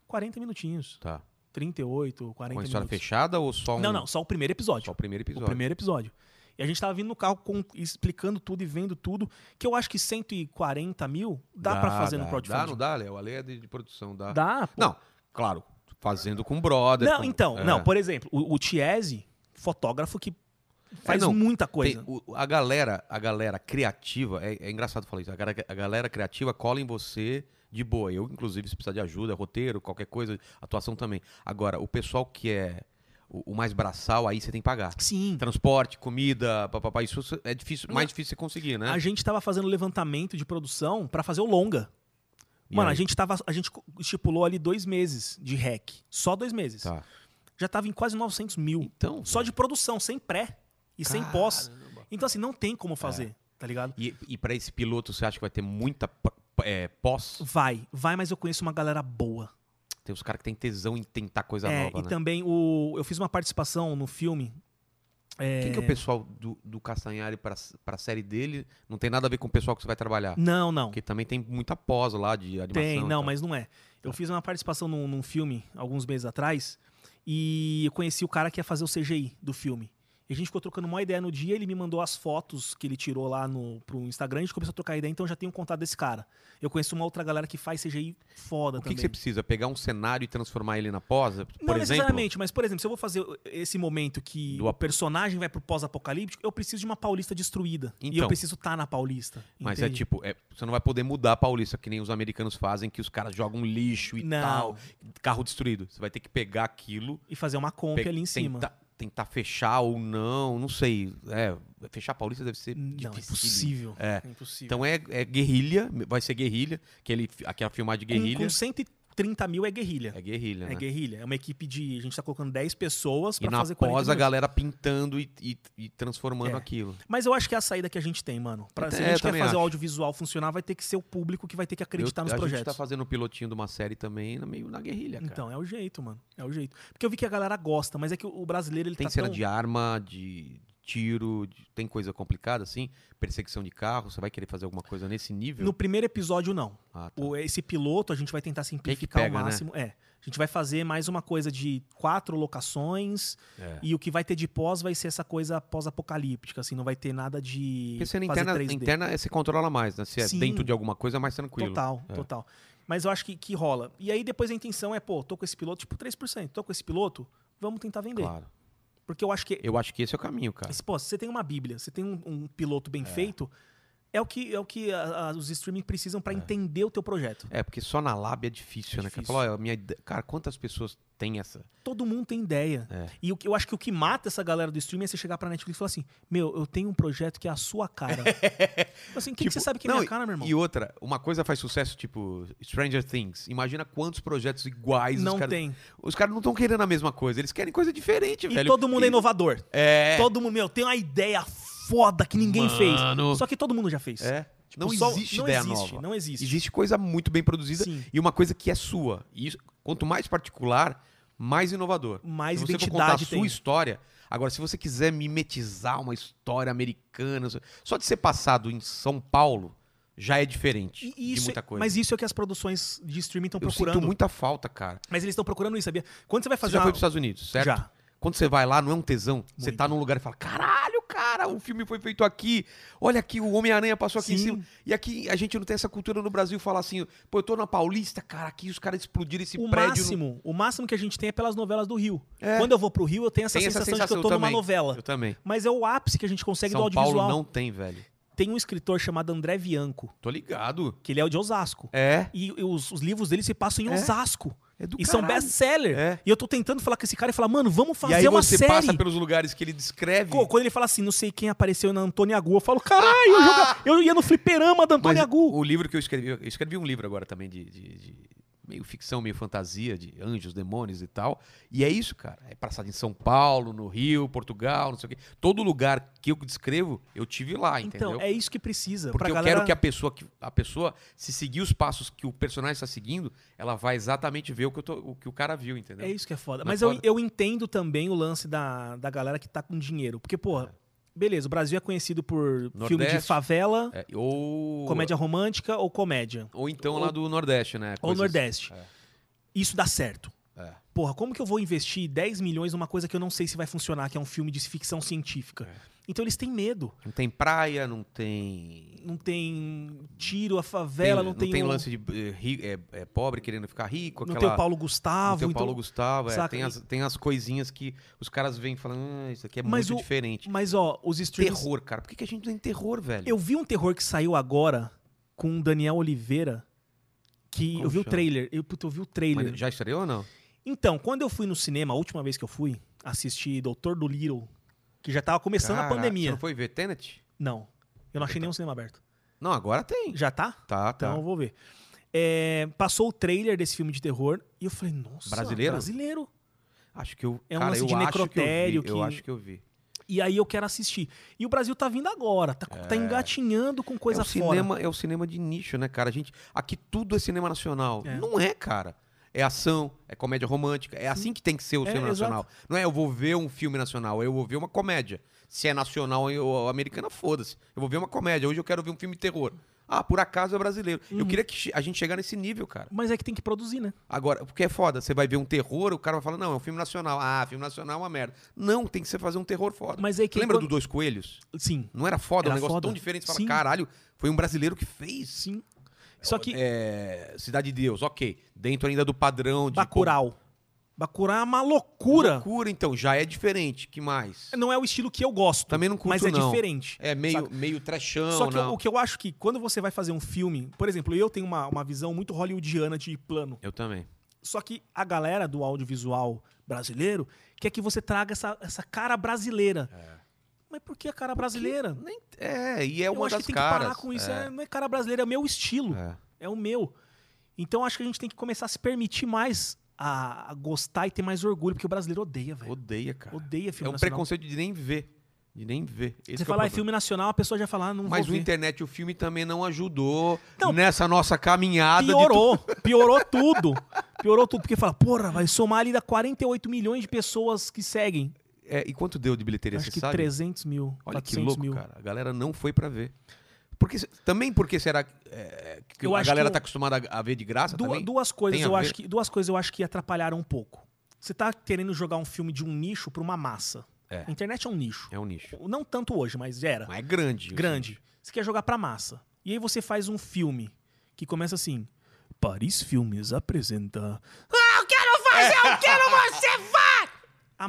S3: 40 minutinhos.
S1: Tá.
S3: 38, 40
S1: Com a
S3: minutos.
S1: história fechada ou só um...
S3: Não, não, só o primeiro episódio.
S1: Só o primeiro episódio.
S3: O primeiro episódio. E a gente tava vindo no carro com- explicando tudo e vendo tudo, que eu acho que 140 mil dá, pra fazer
S1: dá, Dá,
S3: no
S1: não
S3: crowdfunding.
S1: dá, Léo? A lei é de, de produção, dá.
S3: dá, pô.
S1: Não, claro, fazendo com brother.
S3: Não,
S1: com-
S3: então,
S1: é.
S3: não, por exemplo, o, o Tiese, fotógrafo que Faz
S1: É, não.
S3: muita coisa.
S1: Tem- o- a galera, a galera criativa, é, é engraçado falar isso, a galera, a galera criativa cola em você de boa. Eu, inclusive, se precisar de ajuda, roteiro, qualquer coisa, atuação também. Agora, o pessoal que é o, o mais braçal, aí você tem que pagar.
S3: Sim.
S1: Transporte, comida, papapá, isso é difícil, mais difícil você conseguir, né?
S3: A gente tava fazendo levantamento de produção pra fazer o longa.
S1: E
S3: Mano,
S1: aí?
S3: a gente tava. A gente co- estipulou ali dois meses de rec. Só dois meses.
S1: Tá.
S3: Já tava em quase 900 mil.
S1: Então,
S3: Só de produção, sem pré e sem pós. Então, assim, não tem como
S1: É.
S3: fazer, tá ligado?
S1: E, e para esse piloto, você acha que vai ter muita p- p- é, pós?
S3: Vai, vai, mas eu conheço uma galera boa.
S1: Tem os caras que têm tesão em tentar coisa
S3: É,
S1: nova,
S3: e
S1: né?
S3: também o, eu fiz uma participação no filme.
S1: Quem que é o pessoal do, do Castanhari pra, pra série dele? Não tem nada a ver com o pessoal que você vai trabalhar.
S3: Não, não.
S1: Porque também tem muita pós lá de Ah, animação. então. Tá.
S3: Tem,
S1: e
S3: não,
S1: tal.
S3: mas não é. Eu fiz uma participação num, num filme alguns meses atrás e eu conheci o cara que ia fazer o CGI do filme. E a gente ficou trocando uma ideia no dia, ele me mandou as fotos que ele tirou lá no, pro Instagram, a gente começou a trocar ideia, então eu já tenho contato desse cara. Eu conheço uma outra galera que faz CGI foda
S1: O que,
S3: também.
S1: que você precisa? Pegar um cenário e transformar ele na pós? Por
S3: Não
S1: exemplo?
S3: necessariamente, mas por exemplo, se eu vou fazer esse momento que
S1: Do
S3: o
S1: ap-
S3: personagem vai pro pós-apocalíptico, eu preciso de uma paulista destruída. e eu
S1: Então.
S3: preciso estar na paulista.
S1: Mas é
S3: entende?
S1: tipo, é, você não vai poder mudar a Paulista, que nem os americanos fazem, que os caras jogam lixo e
S3: Não.
S1: tal. Carro destruído. Você vai ter que pegar aquilo.
S3: E fazer uma comp
S1: pe-
S3: é ali em cima.
S1: Tentar, tentar fechar ou não, não sei. É, fechar a Paulista deve ser
S3: Não, é
S1: difícil.
S3: impossível.
S1: tipo, É.
S3: impossível.
S1: Então é, é guerrilha, vai ser guerrilha, que ele, aquela filmagem de
S3: Com- Com,
S1: guerrilha.
S3: 130 mil é guerrilha.
S1: É guerrilha,
S3: É,
S1: né?
S3: guerrilha. É uma equipe de. A gente tá colocando 10 pessoas
S1: E
S3: pra
S1: na
S3: fazer 40
S1: pós a
S3: minutos.
S1: galera pintando e, e- e transformando
S3: É.
S1: aquilo.
S3: Mas eu acho que é a saída que a gente tem, mano. Pra, se
S1: É,
S3: a gente quer
S1: também
S3: fazer o
S1: acho.
S3: audiovisual funcionar, vai ter que ser o público que vai ter que acreditar
S1: Eu-
S3: nos
S1: a
S3: projetos.
S1: gente tá fazendo um pilotinho de uma série também meio na guerrilha, cara.
S3: Então, é o jeito, mano. É o jeito. Porque eu vi que a galera gosta, mas é que o brasileiro ele
S1: tem
S3: tá
S1: cena
S3: tão...
S1: de arma, de tiro, de- tem coisa complicada assim, perseguição de carro, você vai querer fazer alguma coisa nesse nível?
S3: No primeiro episódio, não.
S1: Ah, tá.
S3: O- esse piloto a gente vai tentar simplificar
S1: pega,
S3: ao
S1: né?
S3: máximo. É. A gente vai fazer mais uma coisa de quatro locações
S1: É.
S3: e o que vai ter de pós vai ser essa coisa pós-apocalíptica, assim, não vai ter nada de
S1: Porque cena
S3: fazer
S1: interna,
S3: 3D.
S1: interna você controla mais, né? Se é
S3: Sim.
S1: dentro de alguma coisa é mais tranquilo.
S3: Total,
S1: É.
S3: total. Mas eu acho que, que rola. E aí depois a intenção é, pô, tô com esse piloto, tipo 3%, tô com esse piloto, vamos tentar vender.
S1: Claro.
S3: Porque eu acho que,
S1: Eu acho que esse é o caminho, cara.
S3: se, pô, se você tem uma bíblia, você tem um, um piloto bem feito, é o que, é o que a- a- os streaming precisam pra entender o teu projeto.
S1: É, porque só na lábia é difícil,
S3: É
S1: né? Cara,
S3: difícil.
S1: Falar, "Ó, minha ide- cara, quantas pessoas têm essa?
S3: Todo mundo tem ideia.
S1: É.
S3: E o que- eu acho que o que mata essa galera do streaming é você chegar pra Netflix e falar assim, meu, eu tenho um projeto que é a sua cara. Fala assim, quem que
S1: Tipo,
S3: você sabe que é
S1: não,
S3: minha
S1: e-
S3: cara, meu irmão?
S1: E outra, uma coisa faz sucesso, tipo Stranger Things. Imagina quantos projetos iguais
S3: não
S1: os caras.
S3: tem.
S1: Os caras não estão querendo a mesma coisa, eles querem coisa diferente,
S3: E
S1: velho.
S3: todo mundo é inovador.
S1: É.
S3: Todo mundo, meu, tem uma ideia foda que ninguém
S1: Mano.
S3: fez. Só que todo mundo já fez.
S1: É.
S3: Tipo,
S1: não
S3: só-
S1: existe
S3: não
S1: ideia
S3: existe,
S1: nova.
S3: Não existe.
S1: Existe coisa muito bem produzida
S3: Sim.
S1: e uma coisa que é sua. E isso, quanto mais particular, mais inovador.
S3: Mais
S1: se você for contar a
S3: identidade
S1: sua
S3: tem.
S1: história, agora se você quiser mimetizar uma história americana, só de ser passado em São Paulo já é diferente
S3: E- e
S1: de
S3: isso é-
S1: muita coisa.
S3: Mas isso é o que as produções de streaming estão
S1: eu
S3: procurando.
S1: sinto muita falta, cara.
S3: Mas eles estão procurando isso, sabia? Quando você vai
S1: Você
S3: fazer
S1: já
S3: uma...
S1: foi pros Estados Unidos, certo?
S3: Já.
S1: Quando você vai lá, não é um tesão. Você
S3: Muito.
S1: tá num lugar e fala: caralho, cara, o filme foi feito aqui. Olha aqui, o Homem-Aranha passou aqui em
S3: Sim.
S1: cima. E aqui a gente não tem essa cultura no Brasil falar assim: pô, eu tô na Paulista, cara, aqui os caras explodiram esse
S3: O
S1: prédio. não-
S3: máximo, o máximo que a gente tem é pelas novelas do Rio.
S1: É.
S3: Quando eu vou pro Rio, eu tenho essa,
S1: Tem
S3: sensação, de que eu tô numa
S1: também.
S3: novela.
S1: Eu também.
S3: Mas é o ápice que a gente consegue do
S1: São
S3: audiovisual.
S1: Paulo não tem, velho.
S3: Tem um escritor chamado André Bianco,
S1: Tô ligado.
S3: que ele é o de Osasco.
S1: É.
S3: E, e os, os livros dele se passam em
S1: É.
S3: Osasco.
S1: É do
S3: e são
S1: caralho.
S3: best-seller.
S1: É.
S3: E eu tô tentando falar com esse cara e falar, mano, vamos
S1: E
S3: fazer
S1: aí
S3: uma
S1: você
S3: série.
S1: passa pelos lugares que ele descreve.
S3: Co- Quando ele fala assim, não sei quem apareceu na Antônia Gu, eu falo, caralho, eu, joga- eu ia no fliperama da
S1: Mas
S3: Antônia Gu.
S1: o livro que eu escrevi, eu escrevi um livro agora também de, de- de meio ficção, meio fantasia, de anjos, demônios e tal. E é isso, cara. É passado em São Paulo, no Rio, Portugal, não sei o quê. Todo lugar que eu descrevo, eu tive lá, Ah, entendeu?
S3: Então, é isso que precisa.
S1: Porque
S3: pra
S1: eu
S3: galera...
S1: quero que a pessoa, que a pessoa, se seguir os passos que o personagem está seguindo, ela vai exatamente ver o que, eu tô- o, que o cara viu, entendeu?
S3: É isso que é foda.
S1: Não é
S3: Mas eu,
S1: foda?
S3: eu entendo também o lance da, da galera que tá com dinheiro. Porque, porra, beleza, o Brasil é conhecido por filme de
S1: Nordeste.
S3: favela,
S1: É, ou,
S3: comédia romântica ou comédia.
S1: ou então lá do Nordeste, né?
S3: Ou
S1: Coisas-
S3: Nordeste.
S1: é.
S3: Isso dá certo.
S1: É.
S3: Porra, como que eu vou investir 10 milhões numa coisa que eu não sei se vai funcionar, que é um filme de ficção científica?
S1: É.
S3: Então eles têm medo.
S1: Não tem praia, não tem.
S3: Não tem tiro, a favela, não tem.
S1: não tem
S3: o-
S1: lance de eh, ri- é, é, pobre querendo ficar rico,
S3: não
S1: aquela.
S3: tem o Paulo
S1: não
S3: Gustavo.
S1: tem o
S3: então-
S1: Paulo Gustavo, é,
S3: saca?
S1: tem, as, tem as coisinhas que os caras vêm falando, ah, isso aqui é
S3: Mas
S1: muito
S3: o-
S1: diferente.
S3: Mas, ó, os streams.
S1: Terror, cara. Por que, que a gente não tem terror, velho?
S3: Eu vi um terror que saiu agora com o Daniel Oliveira. Que
S1: Como
S3: eu vi o
S1: chama?
S3: trailer. Eu, puta, eu vi o trailer.
S1: Mas já estreou ou não?
S3: Então, quando eu fui no cinema, a última vez que eu fui, assisti Doutor do Little, que já tava começando
S1: Caraca,
S3: a
S1: Você
S3: pandemia.
S1: não foi ver Tenet?
S3: Não. Eu não achei nenhum cinema aberto.
S1: Não, agora tem.
S3: Já tá?
S1: Tá, tá.
S3: Então eu vou ver. É, passou o trailer desse filme de terror e eu falei, nossa,
S1: Brasileiro?
S3: brasileiro.
S1: acho que eu.
S3: É um
S1: cara,
S3: lance
S1: eu
S3: de
S1: acho
S3: necrotério
S1: que eu vi. Eu
S3: que-
S1: acho que eu vi.
S3: E aí eu quero assistir. E o Brasil tá vindo agora, tá, tá engatinhando com
S1: é
S3: coisa
S1: o
S3: fora.
S1: cinema, é o cinema de nicho, né, cara? A gente, aqui tudo é cinema nacional.
S3: É.
S1: Não é, cara. É ação, é comédia romântica. É assim que tem que ser o
S3: É,
S1: cinema
S3: exato.
S1: nacional. Não é eu vou ver um filme nacional, eu vou ver uma comédia. Se é nacional ou americana, foda-se. Eu vou ver uma comédia. Hoje eu quero ver um filme de terror. Ah, por acaso é brasileiro.
S3: Uhum.
S1: Eu queria que che- a gente chegasse nesse nível, cara.
S3: Mas é que tem que produzir, né?
S1: Agora, porque é foda. Você vai ver um terror, o cara vai falar, não, é um filme nacional. Ah, filme nacional é uma merda. Não, tem que ser fazer um terror foda.
S3: Mas é que
S1: Lembra
S3: quando-
S1: do Dois Coelhos?
S3: Sim,
S1: Não era foda?
S3: Era
S1: um negócio
S3: foda.
S1: tão diferente. Você fala,
S3: Sim.
S1: caralho, foi um brasileiro que fez.
S3: sim. Só que
S1: É, Cidade de Deus, ok. Dentro ainda do padrão de...
S3: Bacurau. Bacurau é uma
S1: Pô,
S3: loucura.
S1: Loucura, então. Já é diferente. que mais?
S3: Não é o estilo que eu gosto.
S1: Também não curto,
S3: Mas é
S1: não.
S3: diferente.
S1: É meio,
S3: saca?
S1: meio trechão,
S3: Só que
S1: não.
S3: o que eu acho que quando você vai fazer um filme, por exemplo, eu tenho uma, uma visão muito hollywoodiana de plano.
S1: Eu também.
S3: Só que a galera do audiovisual brasileiro quer que você traga essa, essa cara brasileira. Mas por que a cara brasileira?
S1: Nem- é, e é
S3: eu
S1: uma
S3: acho
S1: das
S3: que tem
S1: caras.
S3: que parar com isso. É, não é cara brasileira, é meu estilo. É.
S1: É.
S3: o meu. Então acho que a gente tem que começar a se permitir mais a, a gostar e ter mais orgulho, porque o brasileiro odeia, velho.
S1: Odeia, cara.
S3: Odeia
S1: é
S3: filme
S1: um
S3: nacional.
S1: preconceito de nem ver. De nem ver. Esse
S3: Você
S1: que é o
S3: falar em
S1: problema.
S3: filme nacional, a pessoa já fala, ah, não
S1: Mas o
S3: vou ver.
S1: internet e o filme também não ajudou
S3: Não.
S1: nessa nossa caminhada é de
S3: Piorou, piorou tudo. Piorou tudo, porque fala, porra, vai somar ali da 48 milhões de pessoas que seguem.
S1: É, e quanto deu de bilheteria,
S3: Acho
S1: você
S3: que
S1: sabe?
S3: 300 mil,
S1: Olha que
S3: 400
S1: louco,
S3: mil.
S1: cara. A galera não foi pra ver. Porque, também porque será é, que
S3: Eu
S1: a
S3: acho
S1: galera
S3: que o-
S1: tá acostumada a, a ver de graça
S3: Du-
S1: também?
S3: duas coisas
S1: Tem a
S3: eu
S1: ver?
S3: acho que duas coisas eu acho que atrapalharam um pouco. Você tá querendo jogar um filme de um nicho pra uma massa.
S1: É.
S3: A internet é um nicho.
S1: É um nicho.
S3: Não tanto hoje, mas era.
S1: Mas é grande.
S3: grande. Você quer jogar pra massa. E aí você faz um filme que começa assim: Paris Filmes apresenta. Ah, eu quero fazer, eu quero você vá! A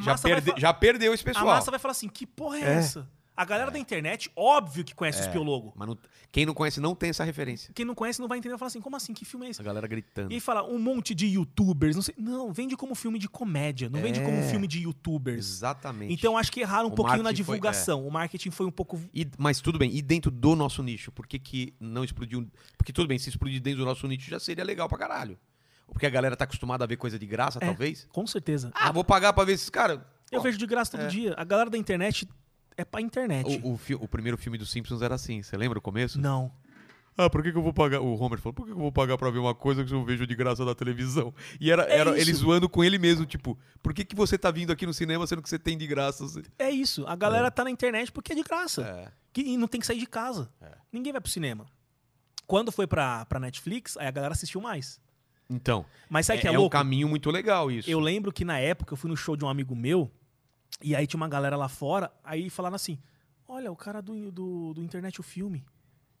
S1: Já,
S3: massa,
S1: perde,
S3: vai, fa-
S1: já perdeu esse
S3: a
S1: pessoal.
S3: massa vai falar assim: que porra é, essa? A galera da internet, óbvio que conhece os
S1: É.
S3: o Spiologo.
S1: Mas não- quem não conhece não tem essa referência.
S3: Quem não conhece não vai entender. Vai falar assim: como assim? Que filme é esse?
S1: A galera gritando.
S3: E aí fala um monte de youtubers, não sei. Não, vende como filme de comédia, não vende como
S1: É.
S3: filme de youtubers.
S1: Exatamente.
S3: Então acho que erraram um
S1: O
S3: pouquinho na
S1: marketing foi- é.
S3: divulgação. O marketing foi um pouco.
S1: E- mas tudo bem, e dentro do nosso nicho, por que, que não explodiu? Porque tudo bem, se explodir dentro do nosso nicho já seria legal pra caralho. Porque a galera tá acostumada a ver coisa de graça,
S3: É.
S1: talvez.
S3: Com certeza.
S1: Ah, vou pagar pra ver esses caras.
S3: Eu
S1: Bom,
S3: vejo de graça todo dia. A galera da internet é pra internet.
S1: é. O, o fi- o primeiro filme dos Simpsons era assim, você lembra o começo?
S3: Não.
S1: Ah, por que, que eu vou pagar? O Homer falou, por que, que eu vou pagar pra ver uma coisa que eu vejo de graça da televisão? E era,
S3: É
S1: era
S3: isso.
S1: ele zoando com ele mesmo, tipo, por que, que você tá vindo aqui no cinema sendo que você tem de graça?
S3: É isso. A galera tá na internet porque é de graça.
S1: É.
S3: Que, e não tem que sair de casa. Ninguém vai pro cinema. Quando foi pra, pra Netflix, aí a galera assistiu mais.
S1: Então,
S3: Mas sabe
S1: é,
S3: que é
S1: é um
S3: louco?
S1: caminho muito legal isso.
S3: Eu lembro que na época eu fui no show de um amigo meu, e aí tinha uma galera lá fora, aí falaram assim: olha, o cara do, do, do internet o filme.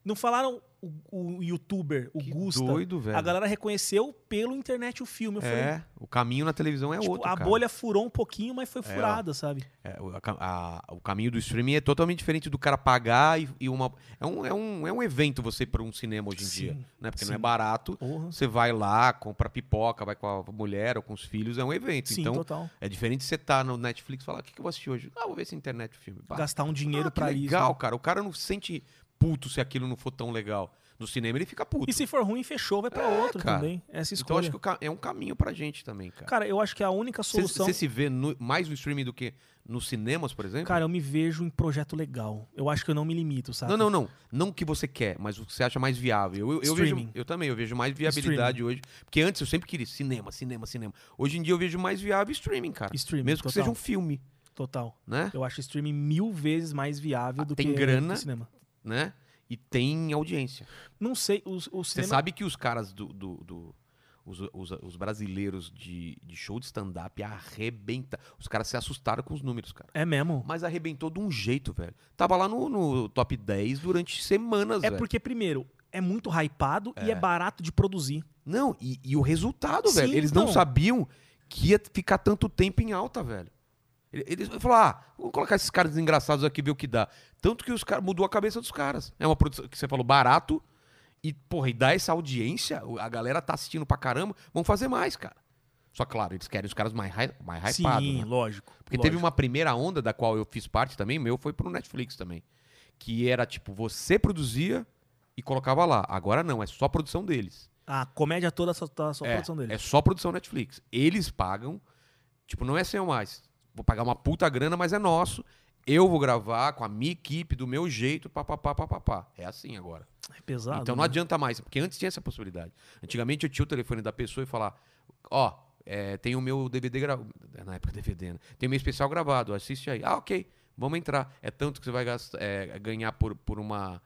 S3: Não falaram o, o youtuber, o
S1: Que
S3: Gusta.
S1: doido, velho.
S3: A galera reconheceu pelo internet o filme. Eu falei,
S1: É, o caminho na televisão é
S3: tipo,
S1: outro,
S3: a
S1: cara.
S3: bolha furou um pouquinho, mas foi
S1: ó.
S3: furada, sabe?
S1: É, o, a ca- a- o caminho do streaming é totalmente diferente do cara pagar e, e uma. É um, é, um, é um evento você ir pra um cinema hoje em
S3: Sim,
S1: dia. Né? Porque não é
S3: sim.
S1: barato.
S3: Porra.
S1: Você vai lá, compra pipoca, vai com a mulher ou com os filhos, é um evento.
S3: Sim,
S1: então,
S3: total.
S1: é diferente de você estar no Netflix e falar: o que, que eu vou assistir hoje? Ah, vou ver esse internet o filme. Pá.
S3: Gastar um dinheiro
S1: ah, que
S3: pra isso.
S1: legal, cara. O cara não se sente puto se aquilo não for tão legal. No cinema ele fica puto.
S3: E se for ruim, fechou, vai pra outro
S1: É, cara.
S3: também. Essa
S1: então
S3: escolha.
S1: acho que o ca- é um caminho pra gente também, cara.
S3: Cara, eu acho que a única
S1: Você
S3: solução.
S1: você se vê no- mais no streaming do que nos cinemas, por exemplo?
S3: Cara, eu me vejo em projeto legal. Eu acho que eu não me limito, sabe?
S1: Não, não, não. Não o que você quer, mas o que você acha mais viável. Eu, eu, vejo,
S3: Streaming.
S1: eu também, eu vejo mais viabilidade hoje. Porque antes eu sempre queria cinema, cinema, cinema. Hoje em dia eu vejo mais viável streaming, cara.
S3: Streaming,
S1: Mesmo que
S3: total. Então.
S1: seja um filme,
S3: Total.
S1: né?
S3: Eu acho streaming mil vezes mais viável
S1: Ah,
S3: do
S1: tem
S3: que
S1: grana?
S3: que cinema.
S1: né? E tem audiência.
S3: Não sei, o, o
S1: Você
S3: cinema.
S1: sabe que os caras do, do, do- Os, os- os brasileiros de, de show de stand-up arrebenta. Os caras se assustaram com os números, cara.
S3: É mesmo.
S1: Mas arrebentou de um jeito, velho. Tava lá no, no top 10 durante semanas,
S3: É
S1: velho.
S3: porque, primeiro, é muito hypado e é barato de produzir.
S1: Não, e, e o resultado,
S3: Sim,
S1: velho. Eles não
S3: então.
S1: sabiam que ia ficar tanto tempo em alta, velho. Ele- Eles falaram, ah, vamos colocar esses caras engraçados aqui e ver o que dá. Tanto que os caras mudou a cabeça dos caras. É uma produção que você falou barato e, porra, e dá essa audiência, o- a galera tá assistindo pra caramba, vamos fazer mais, cara. Só claro, eles querem os caras mais, hy- mais hypados.
S3: Sim,
S1: né?
S3: lógico.
S1: Porque teve uma primeira onda da qual eu fiz parte também, meu foi pro Netflix também. Que era tipo, você produzia e colocava lá. Agora não, é só produção deles
S3: A comédia toda só tá só
S1: é,
S3: produção dele.
S1: É só produção Netflix. Eles pagam. Tipo, não é sem ou mais. Vou pagar uma puta grana, mas é nosso. Eu vou gravar com a minha equipe, do meu jeito, papapá, papapá. É assim agora.
S3: É pesado.
S1: então não
S3: né?
S1: adianta mais, porque antes tinha essa possibilidade. Antigamente eu tinha o telefone da pessoa e falar: Ó, é, tem o meu DVD gravado. Na época DVD, né? Tem o meu especial gravado, assiste aí. Ah, ok, vamos entrar. É tanto que você vai gastar- é, ganhar por, por uma.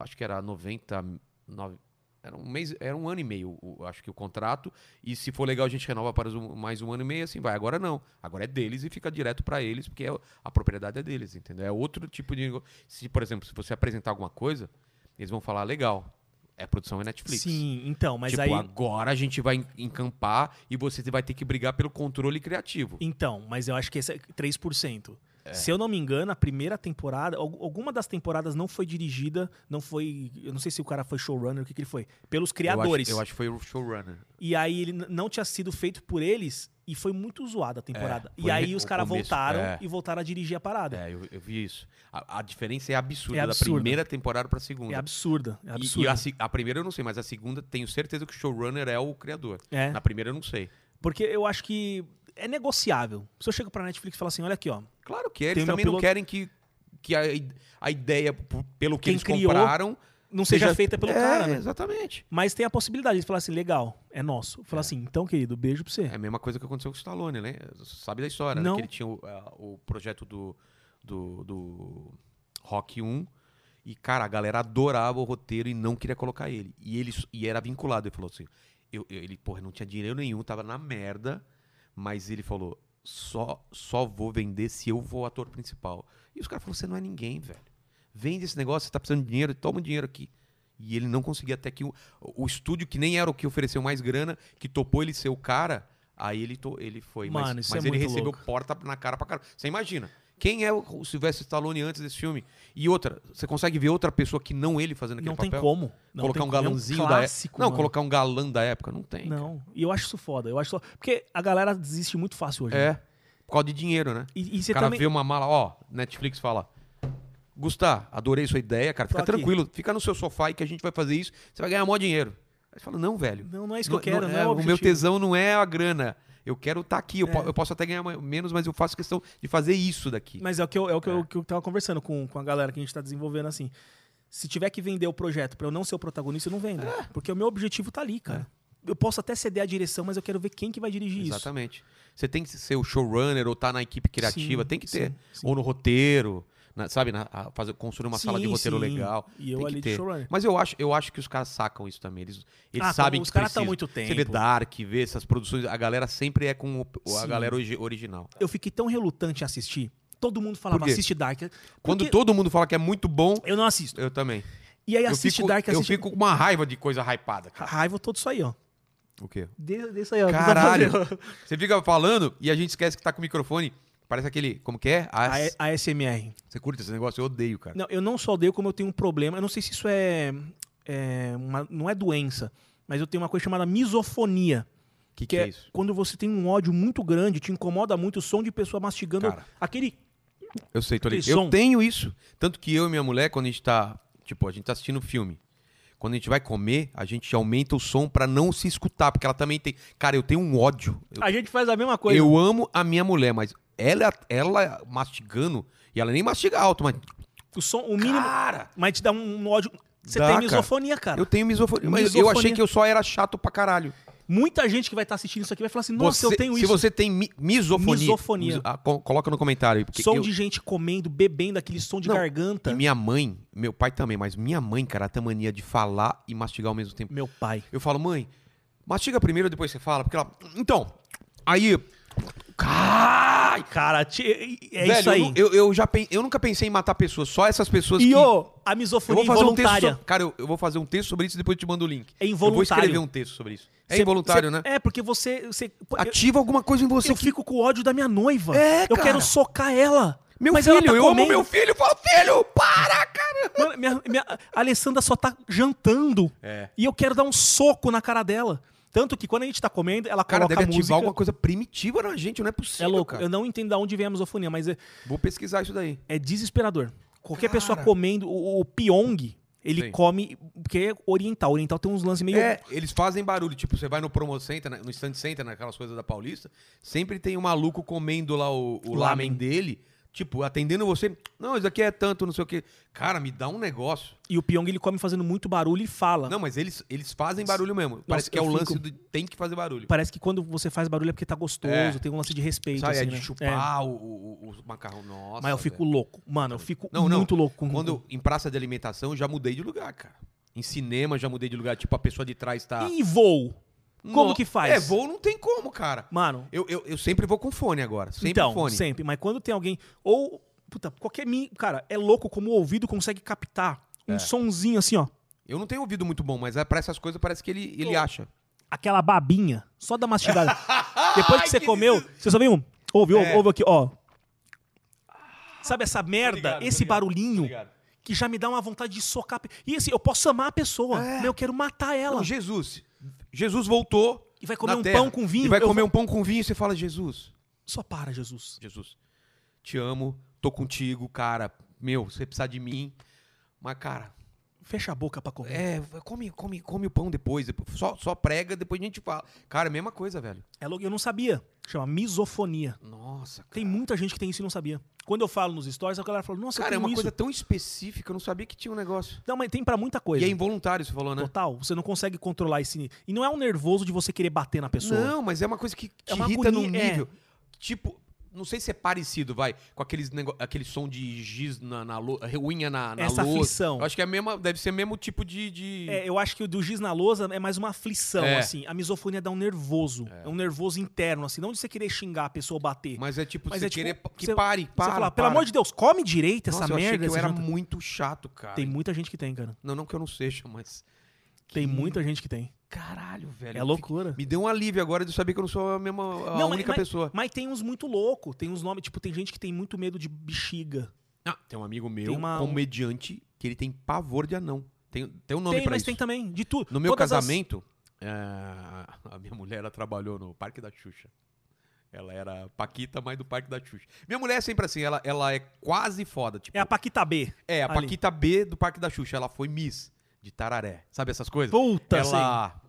S1: Acho que era 90. nove- era um mês, era um ano e meio, o- acho que o contrato. E se for legal, a gente renova para um- mais um ano e meio, assim vai. Agora não. Agora é deles e fica direto para eles, porque é o- a propriedade é deles, entendeu? É outro tipo de. nego- Se, por exemplo, se você apresentar alguma coisa, eles vão falar, legal. É produção é Netflix.
S3: Sim, então, mas
S1: tipo,
S3: aí.
S1: agora a gente vai en- encampar e você vai ter que brigar pelo controle criativo.
S3: Então, mas eu acho que esse é 3%.
S1: É.
S3: Se eu não me engano, a primeira temporada, algu- alguma das temporadas não foi dirigida, não foi. Eu não sei se o cara foi showrunner, o que, que ele foi. Pelos criadores.
S1: Eu acho, eu acho que foi o showrunner.
S3: E aí ele n- não tinha sido feito por eles e foi muito zoada a temporada.
S1: É,
S3: e
S1: foi
S3: aí
S1: o
S3: os caras
S1: começo,
S3: voltaram
S1: é.
S3: e voltaram a dirigir a parada.
S1: É, eu, eu vi isso. A, a diferença é absurda,
S3: É
S1: da
S3: absurda.
S1: primeira temporada pra segunda.
S3: É absurda, é
S1: E- assim, E,
S3: absurda.
S1: a, se- a primeira eu não sei, mas a segunda tenho certeza que o showrunner é o criador.
S3: É.
S1: Na primeira eu não sei.
S3: Porque eu acho que é negociável. Se eu chego pra Netflix e falar assim, olha aqui, ó,
S1: Claro que é, eles
S3: Tem o meu
S1: também não
S3: piloto-
S1: querem que, que a, i- a ideia, p- pelo que
S3: Quem
S1: eles
S3: criou
S1: compraram,
S3: não seja, feita pelo
S1: É,
S3: cara, né?
S1: Exatamente.
S3: Mas tem a possibilidade de falar assim, legal, é nosso. Falar assim, então, querido, beijo pra você.
S1: É a mesma coisa que aconteceu com o Stallone, né? Você sabe da história, né?
S3: Não.
S1: Que ele tinha o, a- o projeto do, do, do Rock 1 e, cara, a galera adorava o roteiro e não queria colocar ele. E ele s- e era vinculado. Ele falou assim: eu, eu- ele, porra, não tinha dinheiro nenhum, tava na merda, mas ele falou: só, só vou vender se eu for o ator principal. E os caras falaram: você não é ninguém, velho. Vende esse negócio, você tá precisando de dinheiro, toma o dinheiro aqui. E ele não conseguia até que o, o estúdio, que nem era o que ofereceu mais grana, que topou ele ser o cara, aí ele, to- ele foi. Mas-
S3: Mano,
S1: mas
S3: isso é
S1: ele
S3: muito
S1: recebeu
S3: louco.
S1: porta na cara pra caramba. Você imagina. Quem é o- o Sylvester Stallone antes desse filme? E outra, você consegue ver outra pessoa que não ele fazendo aquele
S3: Não tem
S1: papel?
S3: como. Não
S1: colocar
S3: tem
S1: um
S3: como. É
S1: galãozinho
S3: clássico,
S1: da época. Não,
S3: mano.
S1: colocar um galã da época. Não tem. cara.
S3: Não, e eu acho isso foda. Eu acho só... Porque a galera desiste muito fácil hoje. né?
S1: É. Por causa de dinheiro, né?
S3: E, e
S1: o
S3: você
S1: cara
S3: também...
S1: vê uma mala, ó, Netflix fala. Gustavo, adorei sua ideia, cara.
S3: Tô
S1: Fica
S3: aqui.
S1: tranquilo, fica no seu sofá aí que a gente vai fazer isso, você vai ganhar mó dinheiro. Aí você fala, não, velho.
S3: Não, não é isso que eu quero, não, é, o
S1: o meu
S3: objetivo. É.
S1: tesão não é a grana. Eu quero estar aqui, eu, po- eu posso até ganhar ma- menos, mas eu faço questão de fazer isso daqui.
S3: Mas é o que eu, é o que eu, que eu tava conversando com, com a galera que a gente tá desenvolvendo assim. Se tiver que vender o projeto pra eu não ser o protagonista, eu não vendo.
S1: É.
S3: Porque o meu objetivo tá ali, cara. Eu posso até ceder a direção, mas eu quero ver quem que vai dirigir isso.
S1: Exatamente. Você tem que ser o showrunner ou estar na equipe criativa,
S3: Sim,
S1: tem que ter.
S3: sim, sim.
S1: Ou no roteiro, na- sabe? Na, a- fazer, construir uma sala de
S3: Sim,
S1: roteiro
S3: sim.
S1: legal.
S3: E eu
S1: tem
S3: ali
S1: que
S3: de
S1: ter.
S3: showrunner.
S1: Mas eu acho, eu acho que os caras sacam isso também. Eles, eles
S3: Ah,
S1: sabem
S3: como
S1: que
S3: os caras tão
S1: precisam.
S3: muito
S1: Você vê
S3: tempo.
S1: Dark, vê essas produções. A galera sempre é com o- a
S3: Sim.
S1: galera origi- original.
S3: Eu fiquei tão relutante a assistir. Todo mundo falava,
S1: Por quê?
S3: assiste Dark. Porque
S1: Quando todo mundo fala que é muito bom,
S3: Eu não assisto.
S1: eu também.
S3: E aí
S1: Eu
S3: assiste
S1: fico,
S3: Dark,
S1: eu
S3: assiste...
S1: fico com uma raiva de coisa hypada. cara.
S3: Raiva todo isso aí, ó.
S1: O quê?
S3: De- Desse aí, ó. que tá
S1: Caralho!
S3: fazendo.
S1: Você fica falando e a gente esquece que tá com o microfone. Parece aquele. Como que é?
S3: A,
S1: As-
S3: a SMR.
S1: Você curte esse negócio? Eu odeio, cara.
S3: Não, eu não só odeio, como eu tenho um problema. Eu não sei se isso é. é uma- não é doença, mas eu tenho uma coisa chamada misofonia.
S1: O que,
S3: Que, é, quando você tem um ódio muito grande, te incomoda muito o som de pessoa mastigando
S1: Cara.
S3: aquele.
S1: Eu sei, tô
S3: Aquele
S1: ligado. Eu
S3: som.
S1: tenho isso. Tanto que eu e minha mulher, quando a gente tá. Tipo, a gente tá assistindo filme. Quando a gente vai comer, a gente aumenta o som pra não se escutar, porque ela também tem. Cara, eu tenho um ódio. Eu,
S3: A gente faz a mesma coisa.
S1: eu amo a minha mulher, mas ela, ela mastigando, e ela nem mastiga alto, mas.
S3: O som, o mínimo.
S1: Cara!
S3: Mas te dá um ódio. Você
S1: Dá,
S3: tem
S1: cara.
S3: misofonia, cara.
S1: Eu tenho misofonia. Mas eu
S3: Misofonia.
S1: achei que eu só era chato pra caralho.
S3: Muita gente que vai estar assistindo isso aqui vai falar assim: nossa,
S1: Você-
S3: eu tenho
S1: se
S3: isso.
S1: você tem mi- misofonia.
S3: Misofonia.
S1: ah, co- coloca no comentário aí. Porque
S3: som
S1: eu-
S3: de gente comendo, bebendo, aquele som de
S1: Não,
S3: garganta.
S1: E minha mãe, meu pai também, mas minha mãe, cara, ela tem mania de falar e mastigar ao mesmo tempo.
S3: Meu pai.
S1: Eu falo, mãe, Mastiga primeiro, depois você fala, porque ela. Então, aí. Cai!
S3: Cara, ti- é
S1: Velho,
S3: isso aí.
S1: Eu, eu, eu já pen- eu nunca pensei em matar pessoas, só essas pessoas
S3: E
S1: que.
S3: ô, a
S1: eu
S3: misofonia
S1: vou fazer um texto.
S3: involuntária.
S1: so- Cara, eu, eu vou fazer um texto sobre isso e depois eu te mando o link.
S3: É
S1: Eu vou
S3: involuntário.
S1: escrever um texto sobre isso. É
S3: Cê-
S1: involuntário,
S3: cê-
S1: né?
S3: É, porque você. você pô, eu-
S1: Ativa alguma coisa em você.
S3: eu
S1: que-
S3: fico com ódio da minha noiva.
S1: É,
S3: eu
S1: cara.
S3: quero socar ela.
S1: Meu
S3: mas
S1: filho,
S3: ela tá
S1: eu
S3: comendo.
S1: amo meu filho. Fala, filho, para, cara.
S3: Mano, minha, minha- a Alessandra só tá jantando.
S1: É.
S3: E eu quero dar um soco na cara dela. Tanto que quando a gente tá comendo, ela
S1: Cara,
S3: coloca
S1: deve
S3: a
S1: ativar
S3: música.
S1: alguma coisa primitiva na gente, não é possível.
S3: É louco.
S1: cara.
S3: Eu não entendo de onde vem a misofonia, mas é,
S1: Vou pesquisar isso daí.
S3: é desesperador. Qualquer
S1: Cara.
S3: pessoa comendo. O, o Pyong, ele
S1: Sim.
S3: come. Porque é oriental. Oriental tem um- uns lances meio.
S1: É, eles fazem barulho. Tipo, você vai no promo center, na- no stand center, naquelas coisas da Paulista, sempre tem um maluco comendo lá o, o
S3: Lamen.
S1: lamen dele. Tipo, atendendo você. Não, isso aqui é tanto, não sei o quê. Cara, me dá um negócio.
S3: E o Pyong, ele come fazendo muito barulho e fala.
S1: Não, mas eles, eles fazem barulho mesmo. Parece que é
S3: eu
S1: o lance
S3: fico-
S1: do tem que fazer barulho.
S3: Parece que quando você faz barulho é porque tá gostoso,
S1: É.
S3: tem um lance de respeito.
S1: Sabe, é
S3: assim,
S1: de
S3: né?
S1: chupar o, o- o macarrão. Nossa.
S3: Mas eu fico
S1: velho.
S3: louco. Mano, eu fico
S1: Não, não.
S3: muito louco. com-
S1: Quando eu- em praça de alimentação, eu já mudei de lugar, cara. Em cinema, eu já mudei de lugar. Tipo, a pessoa de trás tá.
S3: E voo. Como
S1: No-
S3: que faz?
S1: É, voo não tem como, cara.
S3: Mano,
S1: Eu, eu, eu sempre vou com fone agora. Sempre
S3: então,
S1: fone.
S3: sempre. Mas quando tem alguém... Ou, puta, qualquer... mi- Cara, é louco como o ouvido consegue captar
S1: É.
S3: um sonzinho assim, ó.
S1: Eu não tenho ouvido muito bom, mas é, pra essas coisas parece que ele, ele acha.
S3: Aquela babinha. Só da mastigada. Depois que você comeu, você só vem um... Ouve, ouve,
S1: É.
S3: ouve aqui, ó. Sabe essa merda, esse barulhinho...
S1: Obrigado.
S3: Que já me dá uma vontade de socar. a pe- E assim, eu posso amar a pessoa, mas eu quero matar
S1: É.
S3: ela.
S1: Não, Jesus. Jesus voltou.
S3: E vai comer
S1: na
S3: um
S1: terra.
S3: pão com vinho,
S1: E vai
S3: eu
S1: comer um pão com vinho e você fala, Jesus,
S3: Só para, Jesus.
S1: Jesus, te amo, tô contigo, cara. Meu, se você precisar de mim. Mas, cara,
S3: Fecha a boca pra comer. É,
S1: é, come, come, come o pão depois. depois- Só, só prega, depois a gente fala. Cara, mesma coisa, velho.
S3: logo- É eu não sabia. Chama misofonia.
S1: Nossa, cara.
S3: Tem muita gente que tem isso e não sabia. Quando eu falo nos stories, a galera fala, nossa,
S1: Cara, é
S3: eu tenho
S1: uma
S3: isso.
S1: coisa tão específica, eu não sabia que tinha um negócio.
S3: Não, mas tem pra muita coisa.
S1: E é involuntário, você falou, né?
S3: Total, você não consegue controlar esse... E não é um nervoso de você querer bater na pessoa.
S1: Não, mas é uma coisa que te
S3: É uma
S1: irrita num
S3: agonia, é.
S1: nível. Tipo, não sei se é parecido, vai, com aqueles nego... aquele som de giz na, na louça, unha na, na
S3: Essa
S1: louça.
S3: aflição.
S1: Eu acho que é a mesma, deve ser o mesmo tipo de. de-
S3: É, eu acho que o do giz na lousa é mais uma aflição,
S1: É.
S3: assim. A misofonia dá um nervoso. É. um nervoso interno, assim. Não de você querer xingar a pessoa ou bater.
S1: Mas é tipo,
S3: Mas
S1: você
S3: é tipo,
S1: querer pa- que
S3: você-
S1: pare, para.
S3: você fala, pelo amor de Deus, come direito essa
S1: Nossa, eu
S3: merda.
S1: achei que eu
S3: esse
S1: era
S3: janta."
S1: muito chato, cara.
S3: Tem muita gente que tem, cara.
S1: Não, não que eu não seja, mas.
S3: Tem muita gente que tem.
S1: Caralho, velho.
S3: É
S1: eu fico-
S3: loucura.
S1: Me deu um alívio agora de saber que eu não sou a mesma a
S3: Não, mas-
S1: única
S3: mas,
S1: pessoa.
S3: Mas tem uns muito louco, tem uns nomes, tipo, tem gente que tem muito medo de bexiga.
S1: Ah, tem um amigo meu,
S3: Tem uma-
S1: comediante, que ele tem pavor de anão. Tem, tem um nome
S3: tem,
S1: pra
S3: mas
S1: isso.
S3: tem também, de tudo.
S1: No meu
S3: Todas as-
S1: casamento, eh, a minha mulher ela trabalhou no Parque da Xuxa. Ela era Paquita, mas do Parque da Xuxa. Minha mulher é sempre assim, ela, ela é quase foda. Tipo,
S3: É a Paquita B.
S1: é, a
S3: ali.
S1: Paquita B do Parque da Xuxa. Ela foi Miss de Tararé. Sabe essas coisas?
S3: Puta,
S1: ela.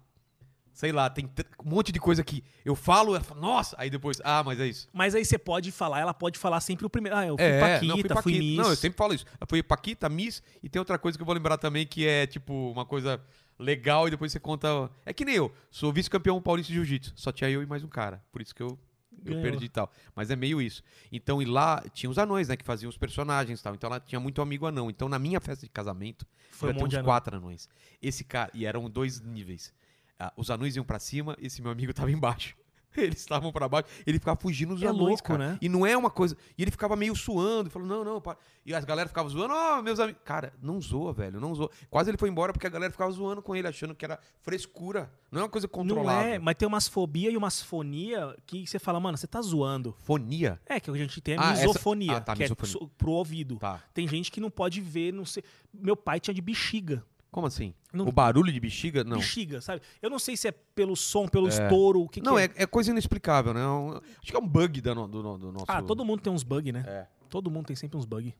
S1: Sei lá, tem tr- um monte de coisa que eu falo, ela fala, nossa, aí depois, ah, mas é isso.
S3: Mas aí você pode falar, ela pode falar sempre o primeiro. Ah, eu fui
S1: É,
S3: Paquita,
S1: não,
S3: fui,
S1: Paquita.
S3: Miss.
S1: Não, eu sempre falo isso. Foi Paquita, Miss, e tem outra coisa que eu vou lembrar também que é, tipo, uma coisa legal e depois você conta. É que nem eu, sou vice-campeão paulista de jiu-jitsu. Só tinha eu e mais um cara. Por isso que eu, eu
S3: Ganhou.
S1: perdi e tal. Mas é meio isso. Então, e lá tinha os anões, né, que faziam os personagens e tal. Então, ela tinha muito amigo anão. Então, na minha festa de casamento,
S3: Foi um
S1: devia ter
S3: monte de
S1: uns
S3: anão.
S1: quatro anões. Esse cara, e eram dois níveis. Ah, os anões iam pra cima, esse meu amigo tava embaixo. Eles estavam pra baixo, ele ficava fugindo dos
S3: É
S1: anões,
S3: louco,
S1: cara.
S3: né?
S1: E não é uma coisa. E ele ficava meio suando, falou: não, não, para. E as galera ficava zoando, ó, meus amigos. Cara, não zoa, velho, não zoa. Quase ele foi embora porque a galera ficava zoando com ele, achando que era frescura. Não é uma coisa
S3: Não
S1: controlada.
S3: é, mas tem umas fobia e umas fonia que você fala, mano, você tá zoando.
S1: Fonia.
S3: É, que a gente tem
S1: Ah,
S3: a
S1: essa-
S3: misofonia,
S1: Ah, tá,
S3: que
S1: misofonia.
S3: é so- pro ouvido.
S1: Tá.
S3: Tem gente que não pode ver, não sei. Meu pai tinha de bexiga.
S1: Como assim?
S3: Não-
S1: O barulho de bexiga? Não.
S3: Bexiga, sabe? Eu não sei se é pelo som, pelo estouro, o que
S1: não,
S3: que
S1: é, é coisa inexplicável, né? É um- acho que é um bug da no- do, no- do nosso.
S3: Ah, todo mundo tem uns bug, né?
S1: É.
S3: Todo mundo tem sempre uns bug.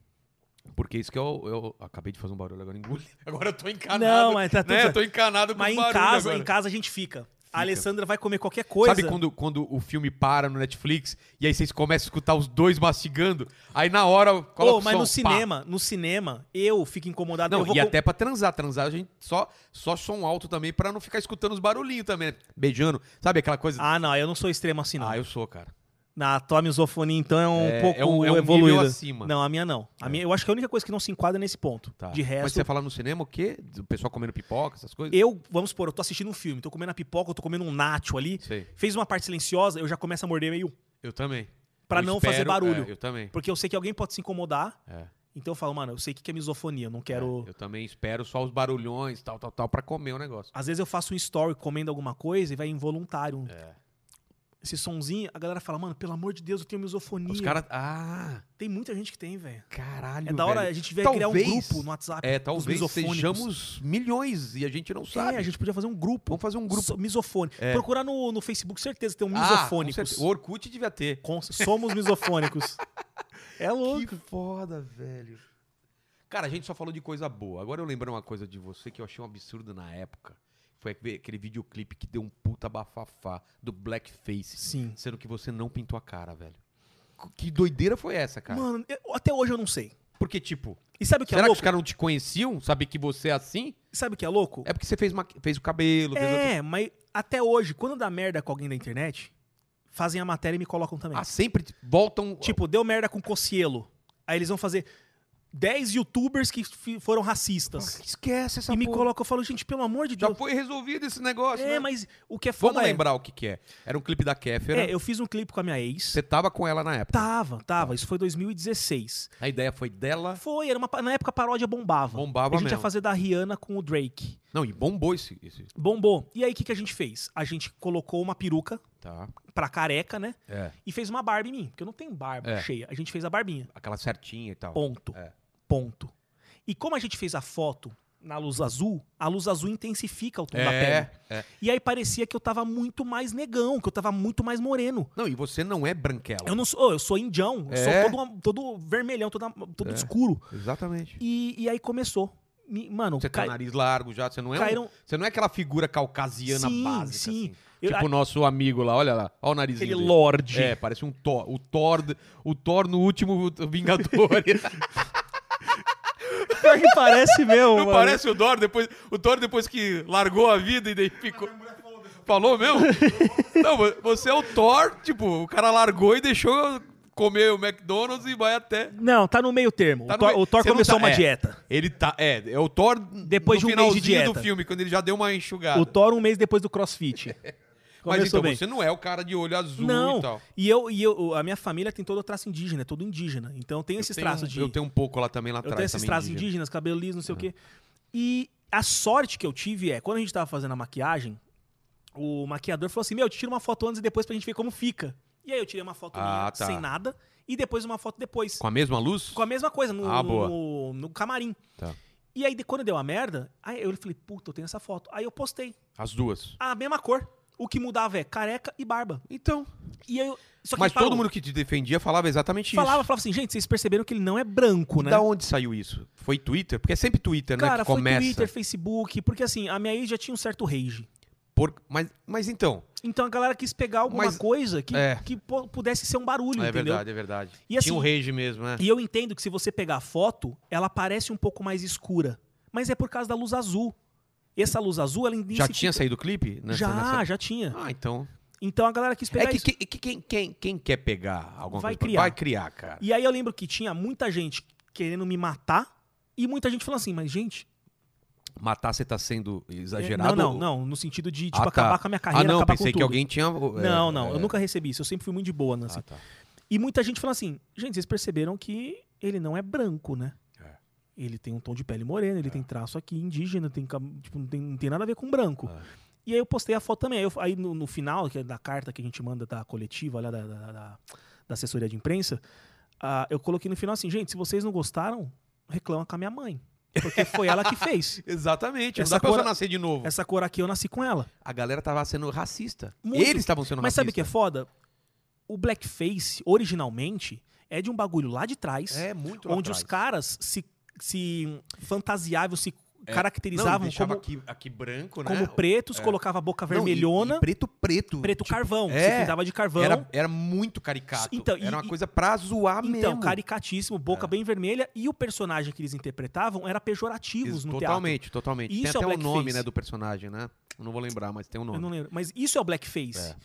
S1: Porque isso que eu, eu acabei de fazer um barulho agora engoli. Agora eu tô encanado.
S3: Não, mas tá tudo
S1: né?
S3: certo.
S1: Eu tô encanado com
S3: Mas
S1: os
S3: em
S1: barulhos
S3: casa,
S1: agora.
S3: em casa a gente fica. A Alessandra vai comer qualquer coisa.
S1: Sabe quando, quando o filme para no Netflix e aí vocês começam a escutar os dois mastigando? Aí na hora coloca
S3: Ô,
S1: o
S3: mas
S1: som,
S3: no
S1: pá.
S3: cinema, no cinema, eu fico incomodado.
S1: Não,
S3: eu vou
S1: e
S3: com-
S1: até pra transar. Transar a gente só, só som alto também pra não ficar escutando os barulhinhos também, né? Beijando. Sabe aquela coisa?
S3: Ah, não, eu não sou extremo assim, não.
S1: Ah, eu sou, cara.
S3: Na tua misofonia, então, é um
S1: É,
S3: pouco
S1: é um- é um nível
S3: evoluída.
S1: acima. É.
S3: Não, a minha não. A minha, eu acho que a única coisa que não se enquadra é nesse ponto.
S1: Tá.
S3: De
S1: Mas
S3: resto,
S1: você fala no cinema o quê? O pessoal comendo pipoca, essas coisas?
S3: eu, vamos supor, eu tô assistindo um filme, tô comendo a pipoca, eu tô comendo um nacho ali.
S1: Sei.
S3: Fez uma parte silenciosa, eu já começo a morder meio.
S1: Eu também.
S3: Pra
S1: Eu
S3: não fazer barulho.
S1: é, eu também.
S3: Porque eu sei que alguém pode se incomodar.
S1: É.
S3: Então eu falo, mano, eu sei o que que é misofonia, eu não quero.
S1: Eu também espero só os barulhões, tal, tal, tal, pra comer o negócio.
S3: Às vezes eu faço um story comendo alguma coisa e vai involuntário. um-
S1: É.
S3: Esse sonzinho, a galera fala, mano, pelo amor de Deus, eu tenho misofonia.
S1: Os caras. Ah,
S3: Tem muita gente que tem, velho.
S1: caralho.
S3: É da hora,
S1: velho.
S3: a gente devia
S1: Talvez-
S3: criar um grupo no WhatsApp.
S1: É,
S3: dos
S1: talvez
S3: misofônicos.
S1: sejamos milhões e a gente não sabe.
S3: É, a gente podia fazer um grupo.
S1: Vamos fazer um grupo.
S3: So- misofônico. Procurar no, no Facebook, certeza que tem um
S1: Ah, com
S3: misofônicos.
S1: certeza. o Orkut devia ter.
S3: Com- somos misofônicos. é louco.
S1: Que foda, velho. Cara, a gente só falou de coisa boa. Agora eu lembrei uma coisa de você que eu achei um absurdo na época. Foi aquele aquele videoclipe que deu um puta bafafá do blackface.
S3: Sim.
S1: Sendo que você não pintou a cara, velho. Que doideira foi essa, cara?
S3: Mano, eu- até hoje eu não sei.
S1: Porque, tipo,
S3: E sabe o que é
S1: será que os
S3: louco?
S1: caras não te conheciam? Sabe que você é assim?
S3: Sabe o que é louco?
S1: É porque você fez, maqui- fez o cabelo, fez outro...
S3: É, mas até hoje, quando dá merda com alguém da internet, fazem a matéria e me colocam também.
S1: Ah, sempre te- voltam...
S3: Tipo, deu merda com Cocielo. Aí eles vão fazer 10 youtubers que fi- foram racistas.
S1: Esquece essa
S3: assim. E me
S1: porra.
S3: colocam, eu falo, gente, pelo amor de
S1: Já
S3: Deus.
S1: foi resolvido esse negócio,
S3: É,
S1: né?
S3: mas o que é foda
S1: Vamos
S3: é-
S1: lembrar o que que é. Era um clipe da Kéfera.
S3: É, eu Tá. fiz um clipe com a minha ex.
S1: Você tava com ela na época.
S3: Tava, tava. Isso foi 2016.
S1: A ideia foi dela.
S3: Foi, era uma, pa- na época a paródia bombava.
S1: Bombava
S3: A gente ia
S1: mesmo.
S3: fazer da Rihanna com o Drake.
S1: Não, e bombou esse. esse-
S3: Bombou. E aí, o que, que a gente fez? A gente colocou uma peruca
S1: Tá.
S3: pra careca, né?
S1: É.
S3: E fez uma barba em mim, porque eu não tenho barba
S1: É.
S3: cheia. A gente fez a barbinha.
S1: Aquela certinha e tal.
S3: Ponto.
S1: É.
S3: Ponto. E como a gente fez a foto na luz azul, a luz azul intensifica o tom da
S1: É,
S3: pele.
S1: é.
S3: E aí parecia que eu tava muito mais negão, que eu tava muito mais moreno.
S1: Não, e você não é branquela.
S3: Eu não sou, eu sou indião, eu
S1: É.
S3: sou todo, uma- todo vermelhão, todo, todo escuro.
S1: Exatamente.
S3: E, e aí começou. Me- Mano,
S1: Você tá tem
S3: cai-
S1: o nariz largo já, você não é um-
S3: caíram-
S1: Você não é aquela figura caucasiana
S3: Sim,
S1: básica.
S3: sim.
S1: assim.
S3: Eu-
S1: tipo o nosso amigo lá, olha lá. Olha o narizinho.
S3: aquele
S1: dele.
S3: lorde.
S1: É, parece um Thor. O Thor, o Thor no último Vingadores.
S3: Pior que parece mesmo,
S1: Não
S3: mano.
S1: parece o Thor depois, o Thor depois que largou a vida e daí ficou. Falou mesmo? Não, vo- você é o Thor, tipo, o cara largou e deixou comer o McDonald's e vai até.
S3: Não, tá no meio termo.
S1: Tá
S3: o
S1: no
S3: Thor,
S1: meio-
S3: o Thor
S1: Você não
S3: começou
S1: tá-
S3: uma
S1: é.
S3: dieta.
S1: Ele tá, é, é o Thor
S3: Depois
S1: no
S3: de um mês de
S1: finalzinho do
S3: dieta.
S1: filme, quando ele já deu uma enxugada.
S3: O Thor um mês depois do crossfit.
S1: Mas
S3: Começou
S1: então
S3: bem.
S1: você não é o então? cara de olho azul
S3: Não,
S1: e tal.
S3: e eu, e eu, a minha família tem todo o traço indígena, é todo indígena. Então tem esses
S1: Tem um-
S3: traços de.
S1: Eu tenho um pouco lá também, lá
S3: eu
S1: atrás.
S3: tenho esses
S1: também,
S3: traços
S1: indígena.
S3: indígenas, cabelo liso, não sei o quê. E a sorte que eu tive é, quando a gente tava fazendo a maquiagem, o maquiador falou assim: Meu, te tira uma foto antes e depois pra gente ver como fica. E aí eu tirei uma foto
S1: Ah,
S3: minha
S1: tá.
S3: sem nada e depois uma foto depois.
S1: Com a mesma luz?
S3: Com a mesma coisa, no,
S1: Ah,
S3: no-
S1: boa.
S3: no- no camarim.
S1: Tá.
S3: E aí, de- quando deu a merda, aí eu falei, puta, eu tenho essa foto. Aí eu postei.
S1: As duas.
S3: A mesma cor. O que mudava é careca e barba.
S1: Então.
S3: E aí eu. Só que
S1: Mas
S3: ele parou.
S1: todo mundo que te defendia falava exatamente isso. Tipo,
S3: falava, falava assim, gente, vocês perceberam que ele não é branco, né?
S1: Da onde saiu isso? Foi Twitter? Porque é sempre Twitter, né?
S3: Cara,
S1: Que
S3: foi
S1: começa.
S3: Twitter, Facebook, porque assim, a minha ex já tinha um certo rage.
S1: Por- Mas, mas então.
S3: Então a galera quis pegar alguma
S1: Mas-
S3: coisa que,
S1: é.
S3: que po- pudesse ser um barulho,
S1: é
S3: entendeu?
S1: verdade, é verdade.
S3: E assim-
S1: Tinha um rage mesmo, né?
S3: E eu entendo que se você pegar a foto, ela parece um pouco mais escura. Mas é por causa da luz azul. Essa luz azul, ela
S1: Já
S3: intensifica-
S1: tinha saído o clipe? nessa-
S3: tipo já,
S1: nessa-
S3: já tinha.
S1: Ah, então.
S3: Então a galera quis pegar
S1: é que,
S3: isso.
S1: que- que- quem, quem- quem quer pegar alguma
S3: Vai
S1: coisa? pra-
S3: criar.
S1: Vai criar, cara.
S3: E aí eu lembro que tinha muita gente querendo me matar e muita gente falando assim, mas gente, é,
S1: Matar você tá sendo exagerado?
S3: não, não,
S1: ou-
S3: não, no sentido de tipo
S1: Ah, tá.
S3: acabar com a minha carreira,
S1: Ah, não,
S3: acabar
S1: pensei
S3: com
S1: que
S3: tudo.
S1: alguém tinha. é.
S3: Não, não, eu nunca recebi isso, eu sempre fui muito de boa, né, assim.
S1: Ah, tá.
S3: E muita gente falando assim, gente, vocês perceberam que ele não é branco, né?
S1: É.
S3: Ele tem um tom de pele morena, ele tem traço aqui indígena, tem, cab- tipo, não, tem, não tem nada a ver com branco.
S1: É.
S3: E aí eu postei a foto também. Aí, eu- aí no, no final que é da carta que a gente manda da coletiva, lá da, da, da- da assessoria de imprensa, ah, eu coloquei no final assim, gente, se vocês não gostaram, reclama com a minha mãe. Porque foi ela que fez.
S1: Exatamente.
S3: Essa
S1: não dá pra
S3: cor-
S1: você nascer de novo.
S3: Essa cor aqui eu nasci com ela.
S1: A galera tava sendo racista.
S3: Muito.
S1: Eles estavam sendo racistas.
S3: Mas sabe o que é foda? O blackface, originalmente, é de um bagulho lá de trás.
S1: É muito lá
S3: onde os
S1: atrás.
S3: caras se, se fantasiavam, se
S1: É. Não,
S3: caracterizavam
S1: deixava
S3: como,
S1: aqui, aqui branco, né?
S3: como pretos, colocava a boca
S1: Não, e-
S3: vermelhona,
S1: e preto, preto.
S3: preto
S1: tipo,
S3: carvão, se
S1: é,
S3: pintava de carvão.
S1: Era, era muito caricato.
S3: Então, e-
S1: era uma
S3: e-
S1: coisa pra zoar
S3: então,
S1: mesmo. É.
S3: caricatíssimo, boca bem vermelha, e o personagem que eles interpretavam era pejorativos
S1: Isso,
S3: no
S1: Totalmente, totalmente.
S3: Isso
S1: tem
S3: é
S1: até
S3: o
S1: o
S3: blackface.
S1: nome, né, do personagem, né? Eu não vou lembrar, mas tem um É.
S3: teatro.
S1: nome.
S3: Eu não lembro. Mas isso é o blackface.
S1: É.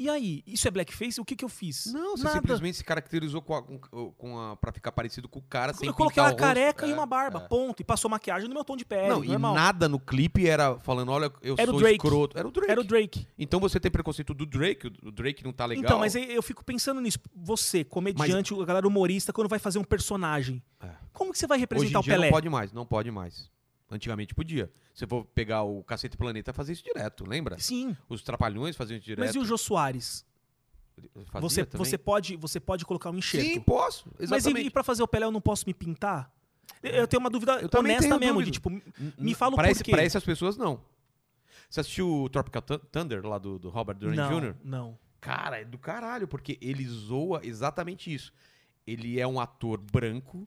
S3: E aí, isso é blackface? O que, que eu fiz?
S1: Não, você simplesmente se caracterizou com a, com- com a- pra ficar parecido com o cara sem
S3: eu coloquei
S1: pintar
S3: uma
S1: o rosto.
S3: careca e
S1: É,
S3: uma barba,
S1: é.
S3: ponto. E passou maquiagem no meu tom de pele,
S1: Não, e
S3: normal.
S1: nada no clipe era falando, olha, eu
S3: Era o
S1: sou
S3: Drake.
S1: escroto. Era o Drake.
S3: Era o Drake.
S1: Então você tem preconceito do Drake, o o Drake não tá legal.
S3: Então, mas aí eu fico pensando nisso. Você, comediante, a galera humorista, quando vai fazer um personagem,
S1: É.
S3: como que você vai
S1: Hoje
S3: representar
S1: em
S3: o
S1: dia
S3: Pelé?
S1: não pode mais, não pode mais. Antigamente podia. Se for pegar o Cacete Planeta, fazia isso direto, lembra?
S3: Sim.
S1: Os Trapalhões faziam isso direto.
S3: Mas e o Jô Soares?
S1: Fazia
S3: Você,
S1: também?
S3: você, é pode, você pode colocar um enxerto.
S1: Sim, posso.
S3: Mas e,
S1: Exatamente. É.
S3: e pra fazer o Pelé eu não posso me pintar? Eu- Eu tenho uma dúvida
S1: Eu também
S3: honesta
S1: tenho
S3: mesmo,
S1: dúvida.
S3: de tipo,
S1: N-
S3: me
S1: n-
S3: fala o
S1: pra esse-
S3: porquê.
S1: Pra essas pessoas, não. Você assistiu o Tropical Thun- Thunder lá do, do Robert Downey
S3: não,
S1: Jr.?
S3: não.
S1: Cara, é do caralho, porque ele zoa exatamente isso. Ele é um ator branco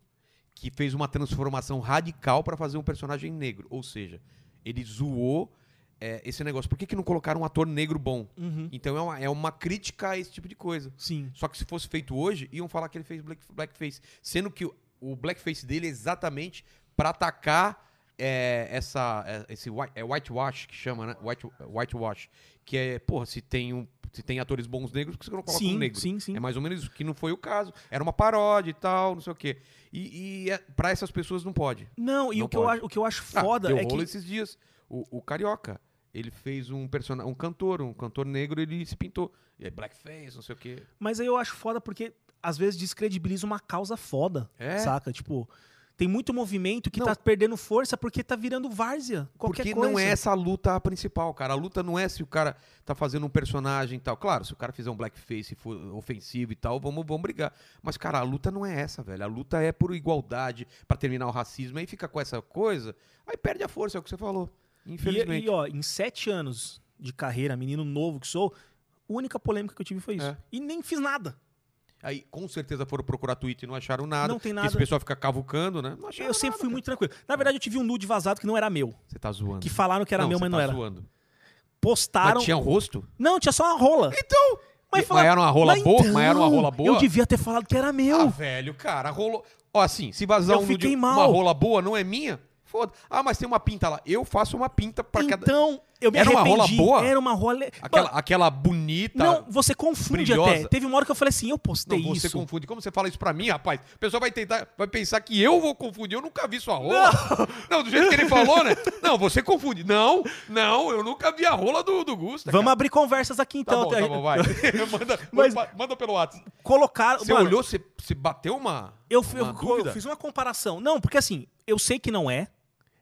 S1: que fez uma transformação radical pra fazer um personagem negro. Ou seja, ele zoou é, esse negócio. Por que, que não colocaram um ator negro bom?
S3: Uhum,
S1: Então é uma, é uma crítica a esse tipo de coisa.
S3: Sim.
S1: Só que se fosse feito hoje, iam falar que ele fez black- blackface. Sendo que o, o blackface dele é exatamente pra atacar é, essa, é, esse white, é whitewash que chama, né? White, whitewash. Que é, porra, se tem, um, se tem atores bons negros, por que você não coloca
S3: Sim,
S1: um negro?
S3: sim, sim.
S1: É mais ou menos isso, que não foi o caso. Era uma paródia e tal, não sei o quê. E, e é- pra essas pessoas não pode.
S3: Não, e
S1: Não
S3: o, que eu,
S1: pode.
S3: acho- o que eu acho
S1: Ah,
S3: foda
S1: deu
S3: é que...
S1: rolo esses dias. O, o Carioca, ele fez um personagem, um cantor, um cantor negro, ele se pintou. E é blackface, não sei o quê.
S3: Mas aí eu acho foda porque às vezes descredibiliza uma causa foda,
S1: É.
S3: saca? Tipo, tem muito movimento que
S1: Não.
S3: tá perdendo força porque tá virando várzea, qualquer
S1: Porque
S3: coisa.
S1: não é essa a luta a principal, cara. A luta não é se o cara tá fazendo um personagem e tal. Claro, se o cara fizer um blackface e for ofensivo e tal, vamos, vamos brigar. Mas, cara, a luta não é essa, velho. A luta é por igualdade, pra terminar o racismo. Aí fica com essa coisa, aí perde a força, é o que você falou.
S3: E,
S1: Infelizmente.
S3: e, ó, em sete anos de carreira, menino novo que sou, a única polêmica que eu tive foi isso.
S1: É.
S3: E nem fiz nada.
S1: Aí com certeza foram procurar Twitter e não acharam nada.
S3: Não tem
S1: Porque
S3: nada.
S1: Esse pessoal fica cavucando, né? Não acharam
S3: eu sempre
S1: nada,
S3: fui
S1: cara.
S3: muito tranquilo. Na verdade, eu tive um nude vazado que não era meu.
S1: Você tá zoando.
S3: Que falaram que era meu,
S1: você
S3: mas não
S1: tá
S3: era.
S1: Zoando.
S3: Postaram.
S1: Mas tinha rosto?
S3: Não, tinha só uma rola.
S1: Então! Mas,
S3: falaram-
S1: era uma rola
S3: Mas
S1: boa?
S3: então,
S1: mas era uma rola boa?
S3: Eu devia ter falado que era meu.
S1: Ah, velho, cara, rolou. Ó, assim, se vazar
S3: Eu
S1: um
S3: fiquei
S1: nude,
S3: mal.
S1: uma rola boa, não é minha? Foda. Ah, mas tem uma pinta lá. Eu faço uma pinta pra cada.
S3: Então, eu me
S1: Era uma rola
S3: arrependi.
S1: boa?
S3: Era uma rola.
S1: Aquela, aquela bonita.
S3: Não, você confunde
S1: brilhosa.
S3: até. Teve uma hora que eu falei assim, eu
S1: Não,
S3: postei
S1: você
S3: isso.
S1: confunde. Como você fala isso pra mim, rapaz? O pessoal vai tentar, vai pensar que eu vou confundir. Eu nunca vi sua rola. Não, do jeito que ele falou, né? Não, você confunde. Não, não, eu nunca vi a rola do, do Gusta.
S3: Vamos
S1: cara.
S3: abrir conversas aqui
S1: Tá
S3: então.
S1: bom, tá bom, vai. manda,
S3: Mas-
S1: manda- manda pelo WhatsApp.
S3: Colocaram.
S1: Você
S3: mano,
S1: olhou, você, você bateu uma.
S3: eu, fui-
S1: uma
S3: eu-
S1: dúvida?
S3: eu fiz uma comparação. Não, porque assim, eu sei que não é,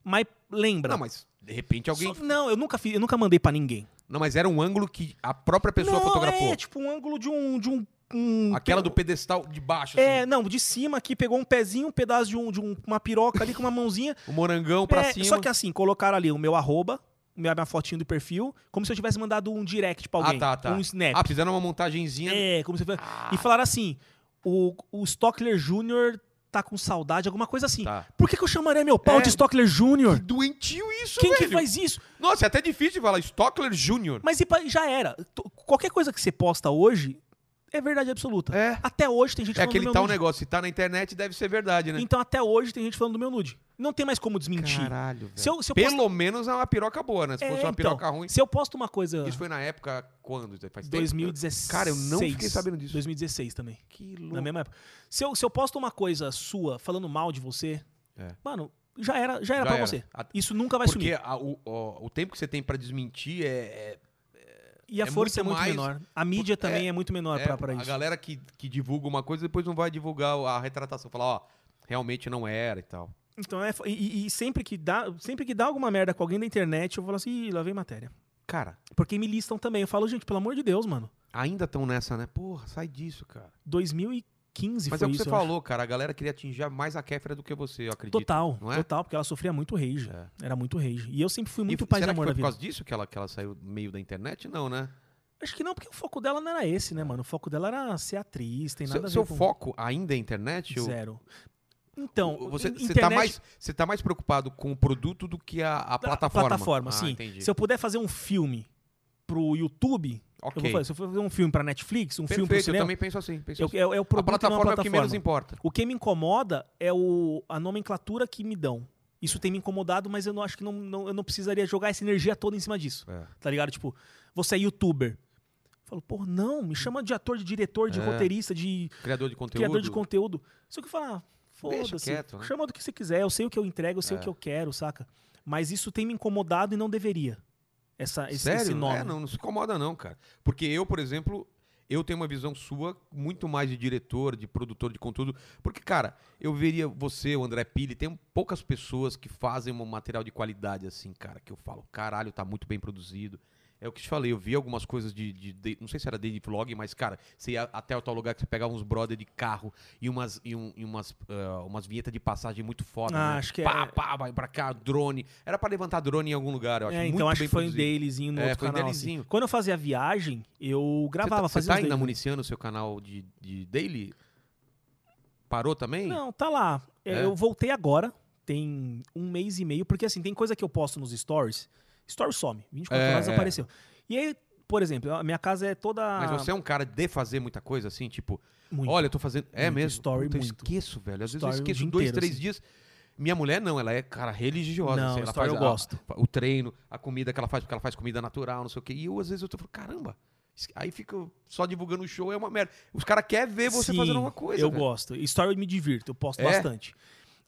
S3: mas lembra.
S1: Não, mas de repente alguém.
S3: Só- não, eu nunca fiz, eu nunca mandei pra ninguém.
S1: Não, mas era um ângulo que a própria pessoa
S3: não,
S1: fotografou.
S3: É, tipo um ângulo de um. De um, um-
S1: Aquela do assim. pedestal de baixo,
S3: É, não, de cima aqui pegou um pezinho, um pedaço de, um, de um- uma piroca ali com uma mãozinha.
S1: assim. O morangão pra
S3: É,
S1: cima.
S3: Só que assim, colocaram ali o meu arroba, minha, minha fotinho do perfil, como se eu tivesse mandado um direct pra alguém.
S1: ah, tá, tá.
S3: Um snap.
S1: Ah, fizeram uma montagenzinha.
S3: É, como você fala.
S1: Ah.
S3: E falaram assim: o, o Stockler Jr. tá com saudade, alguma coisa assim.
S1: Tá.
S3: Por que, que eu chamaria meu pau
S1: É.
S3: de Stockler
S1: Que
S3: Jr.?
S1: doentio isso,
S3: Quem
S1: velho.
S3: que faz isso?
S1: Nossa, é até difícil falar Stockler Jr.
S3: Mas e pa- já era. T- Qualquer coisa que você posta hoje é verdade absoluta.
S1: É.
S3: Até hoje tem gente
S1: É
S3: falando do
S1: aquele
S3: meu
S1: tal
S3: nude.
S1: negócio. Se tá na internet, deve ser verdade, né?
S3: Então até hoje tem gente falando do meu nude. Não tem mais como desmentir.
S1: Caralho, velho.
S3: Se eu- se eu
S1: Pelo menos é uma piroca boa, né? Se
S3: É,
S1: fosse uma
S3: então,
S1: piroca ruim.
S3: Se eu posto uma coisa.
S1: Isso foi na época quando? Faz tempo? né?
S3: 2016.
S1: Cara, eu não fiquei sabendo disso.
S3: 2016 também.
S1: Que
S3: Na
S1: louco.
S3: mesma época. Se eu, se eu posto uma coisa sua falando mal de você,
S1: É.
S3: mano, já era, já era
S1: Já
S3: pra
S1: era.
S3: você.
S1: A-
S3: Isso nunca vai
S1: Porque
S3: sumir.
S1: a- o, o- o tempo que você tem pra desmentir é- é
S3: E a
S1: é
S3: força
S1: muito
S3: é muito
S1: mais-
S3: menor. A mídia
S1: Puta,
S3: também é, muito menor
S1: É,
S3: pra, pra
S1: a
S3: isso.
S1: galera que, que divulga uma coisa depois não vai divulgar a retratação. Falar, ó, realmente não era e tal.
S3: Então é. fo- E, e- e sempre, que dá, sempre que dá alguma merda com alguém da internet, eu falo assim, Ih, lá vem matéria.
S1: Cara,
S3: Porque me listam também. Eu falo, gente, pelo amor de Deus, mano.
S1: ainda estão nessa, né? Porra, sai disso, cara.
S3: 2015
S1: Mas é
S3: foi
S1: o que
S3: isso.
S1: você
S3: eu acho.
S1: falou, cara. A galera queria atingir mais a Kéfera do que você, eu acredito.
S3: Total,
S1: não é?
S3: total, porque ela sofria muito rage.
S1: É.
S3: Era muito rage. E eu sempre fui
S1: E
S3: muito
S1: f-
S3: paz e
S1: será que foi
S3: amor na
S1: por
S3: vida.
S1: causa disso que ela, que ela saiu do meio da internet? Não, né?
S3: Acho que não, porque o foco dela não era esse,
S1: É.
S3: né, mano? O foco dela era ser atriz, tem nada
S1: Seu,
S3: a ver
S1: seu
S3: com...
S1: foco ainda é internet? ou-
S3: Zero. Então,
S1: ou você,
S3: in-
S1: você tá
S3: internet-
S1: mais, você tá mais preocupado com o produto do que a, a
S3: da-
S1: plataforma?
S3: plataforma,
S1: Ah,
S3: sim.
S1: entendi.
S3: Se eu puder fazer um filme pro YouTube, eu vou
S1: Ok.
S3: fazer. Se eu for fazer um filme pra Netflix, um filme pro
S1: Perfeito, eu
S3: cinema,
S1: também penso assim. Penso
S3: eu
S1: assim.
S3: é, é o
S1: a
S3: produto e não a
S1: plataforma é o que
S3: plataforma.
S1: menos importa.
S3: O que me incomoda é o, a nomenclatura que me dão. Isso tem me incomodado, mas eu não acho que não, não- eu não precisaria jogar essa energia toda em cima disso.
S1: É.
S3: Tá ligado? Tipo, você é youtuber. Falo, pô, não, me chama de ator, de diretor, de
S1: É.
S3: roteirista, de
S1: Criador de conteúdo.
S3: criador de conteúdo. Só que eu falo, ah, foda-se,
S1: quieto, né?
S3: chama do que você quiser, eu sei o que eu entrego, eu sei
S1: É.
S3: o que eu quero, saca? Mas isso tem me incomodado e não deveria. Essa, esse,
S1: Sério?
S3: esse nome.
S1: É, não, não se incomoda não, cara. Porque eu, por exemplo, eu tenho uma visão sua muito mais de diretor, de produtor de conteúdo. Porque, cara, eu veria você, o André Pili, tem poucas pessoas que fazem um material de qualidade assim, cara, que eu falo, caralho, tá muito bem produzido. É o que te falei, eu vi algumas coisas de, de- de- Não sei se era daily vlog, mas, cara, você ia até o tal lugar que você pegava uns brother de carro e umas, e um- e umas, ah, umas vinhetas de passagem muito foda.
S3: Ah,
S1: né?
S3: acho que
S1: pá,
S3: é-
S1: pá, vai pra cá, drone. Era pra levantar drone em algum lugar, eu acho.
S3: É,
S1: muito
S3: então acho
S1: bem
S3: que foi um
S1: produzido.
S3: dailyzinho no
S1: É,
S3: outro
S1: foi um
S3: canal.
S1: dailyzinho.
S3: Assim. Quando eu fazia viagem, eu gravava,
S1: você
S3: fazia
S1: tá
S3: os
S1: ainda
S3: dailies.
S1: municiando o seu canal de, de daily? Parou também?
S3: Não, tá lá. É,
S1: É?
S3: Eu voltei agora, tem um mês e meio, porque assim, tem coisa que eu posto nos stories, stories some, 24
S1: É,
S3: horas
S1: é.
S3: desapareceu. E aí, por exemplo, a minha casa é toda...
S1: Mas você é um cara de fazer muita coisa assim, tipo,
S3: Muito.
S1: olha, eu tô fazendo. É
S3: Muito,
S1: mesmo?
S3: story
S1: Puta, eu
S3: muito.
S1: esqueço, velho. Às
S3: Story
S1: vezes eu
S3: o
S1: esqueço
S3: dia
S1: dois,
S3: inteiro,
S1: três
S3: assim.
S1: dias. Minha mulher não, ela é, cara, religiosa.
S3: Não,
S1: assim, ela
S3: story
S1: faz
S3: eu gosto.
S1: o treino, a comida que ela faz, porque ela faz comida natural, não sei o quê. E eu, às vezes, eu tô falando, caramba, isso- aí fica só divulgando o show, é uma merda. Os caras querem ver você
S3: Sim,
S1: fazendo alguma coisa.
S3: Eu
S1: velho.
S3: gosto. Story eu me divirto, eu posto
S1: É?
S3: bastante.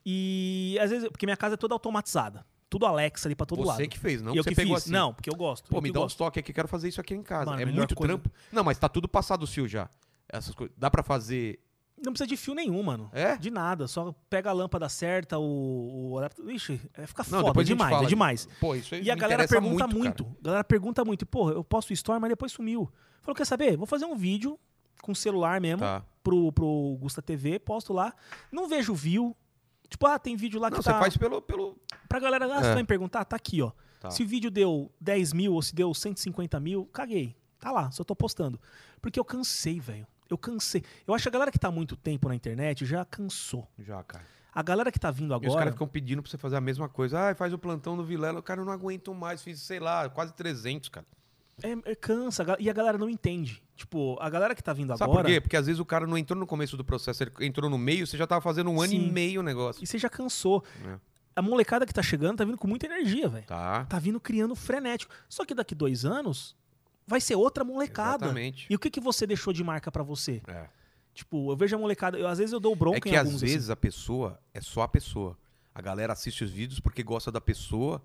S3: E às vezes, porque minha casa é toda automatizada, tudo Alexa ali pra todo
S1: você
S3: lado.
S1: que fez, não
S3: E eu
S1: você
S3: que
S1: pegou
S3: fiz.
S1: assim.
S3: Não, porque eu gosto.
S1: Pô,
S3: eu
S1: me
S3: que
S1: dá um
S3: gosto.
S1: estoque aqui, quero fazer isso aqui em casa.
S3: Mano,
S1: é
S3: melhor
S1: muito
S3: coisa.
S1: trampo. Não, mas tá tudo passado o fio já. Essas coisas. Dá pra fazer.
S3: Não precisa de fio nenhum, mano.
S1: É?
S3: De nada, só pega a lâmpada certa, o. o adaptador. Ixi, é, fica
S1: Não,
S3: foda
S1: depois a gente
S3: demais,
S1: fala.
S3: é demais.
S1: Pô, isso aí
S3: E a
S1: me
S3: galera
S1: interessa
S3: pergunta muito.
S1: cara.
S3: A galera pergunta muito. Porra, eu posto story, mas depois sumiu. Falou, quer saber? Vou fazer um vídeo com celular mesmo
S1: Tá.
S3: pro, pro Gusta TV, posto lá. Não vejo view. Tipo, ah, tem vídeo lá
S1: Não,
S3: que
S1: você
S3: tá...
S1: faz pelo. pelo...
S3: Pra galera, ah,
S1: É.
S3: você vai me perguntar? Tá aqui, ó.
S1: Tá.
S3: Se o vídeo deu 10 mil ou se deu 150 mil, caguei. Tá lá, só tô postando. Porque eu cansei, velho. Eu cansei. Eu acho que a galera que tá há muito tempo na internet já cansou.
S1: Já, cara.
S3: A galera que tá vindo
S1: E os caras
S3: agora.
S1: ficam pedindo pra você fazer a mesma coisa. Ah, faz o plantão no Vilela. Cara, eu não aguento mais. Fiz, sei lá, quase 300, cara.
S3: É, é, cansa. a ga- E a galera não entende. Tipo, a galera que tá vindo
S1: Sabe
S3: agora.
S1: por quê? Porque às vezes o cara não entrou no começo do processo, ele entrou no meio, você já tava fazendo um ano e
S3: Sim.
S1: meio o negócio.
S3: E você já cansou.
S1: É.
S3: A molecada que tá chegando tá vindo com muita energia, velho.
S1: Tá.
S3: Tá vindo criando frenético. Só que daqui dois anos vai ser outra molecada.
S1: Exatamente.
S3: E o que, que você deixou de marca pra você?
S1: É.
S3: Tipo, eu vejo a molecada. Eu, às vezes eu dou bronca
S1: É que
S3: em
S1: às
S3: alguns. assim.
S1: vezes a pessoa é só a pessoa. A galera assiste os vídeos porque gosta da pessoa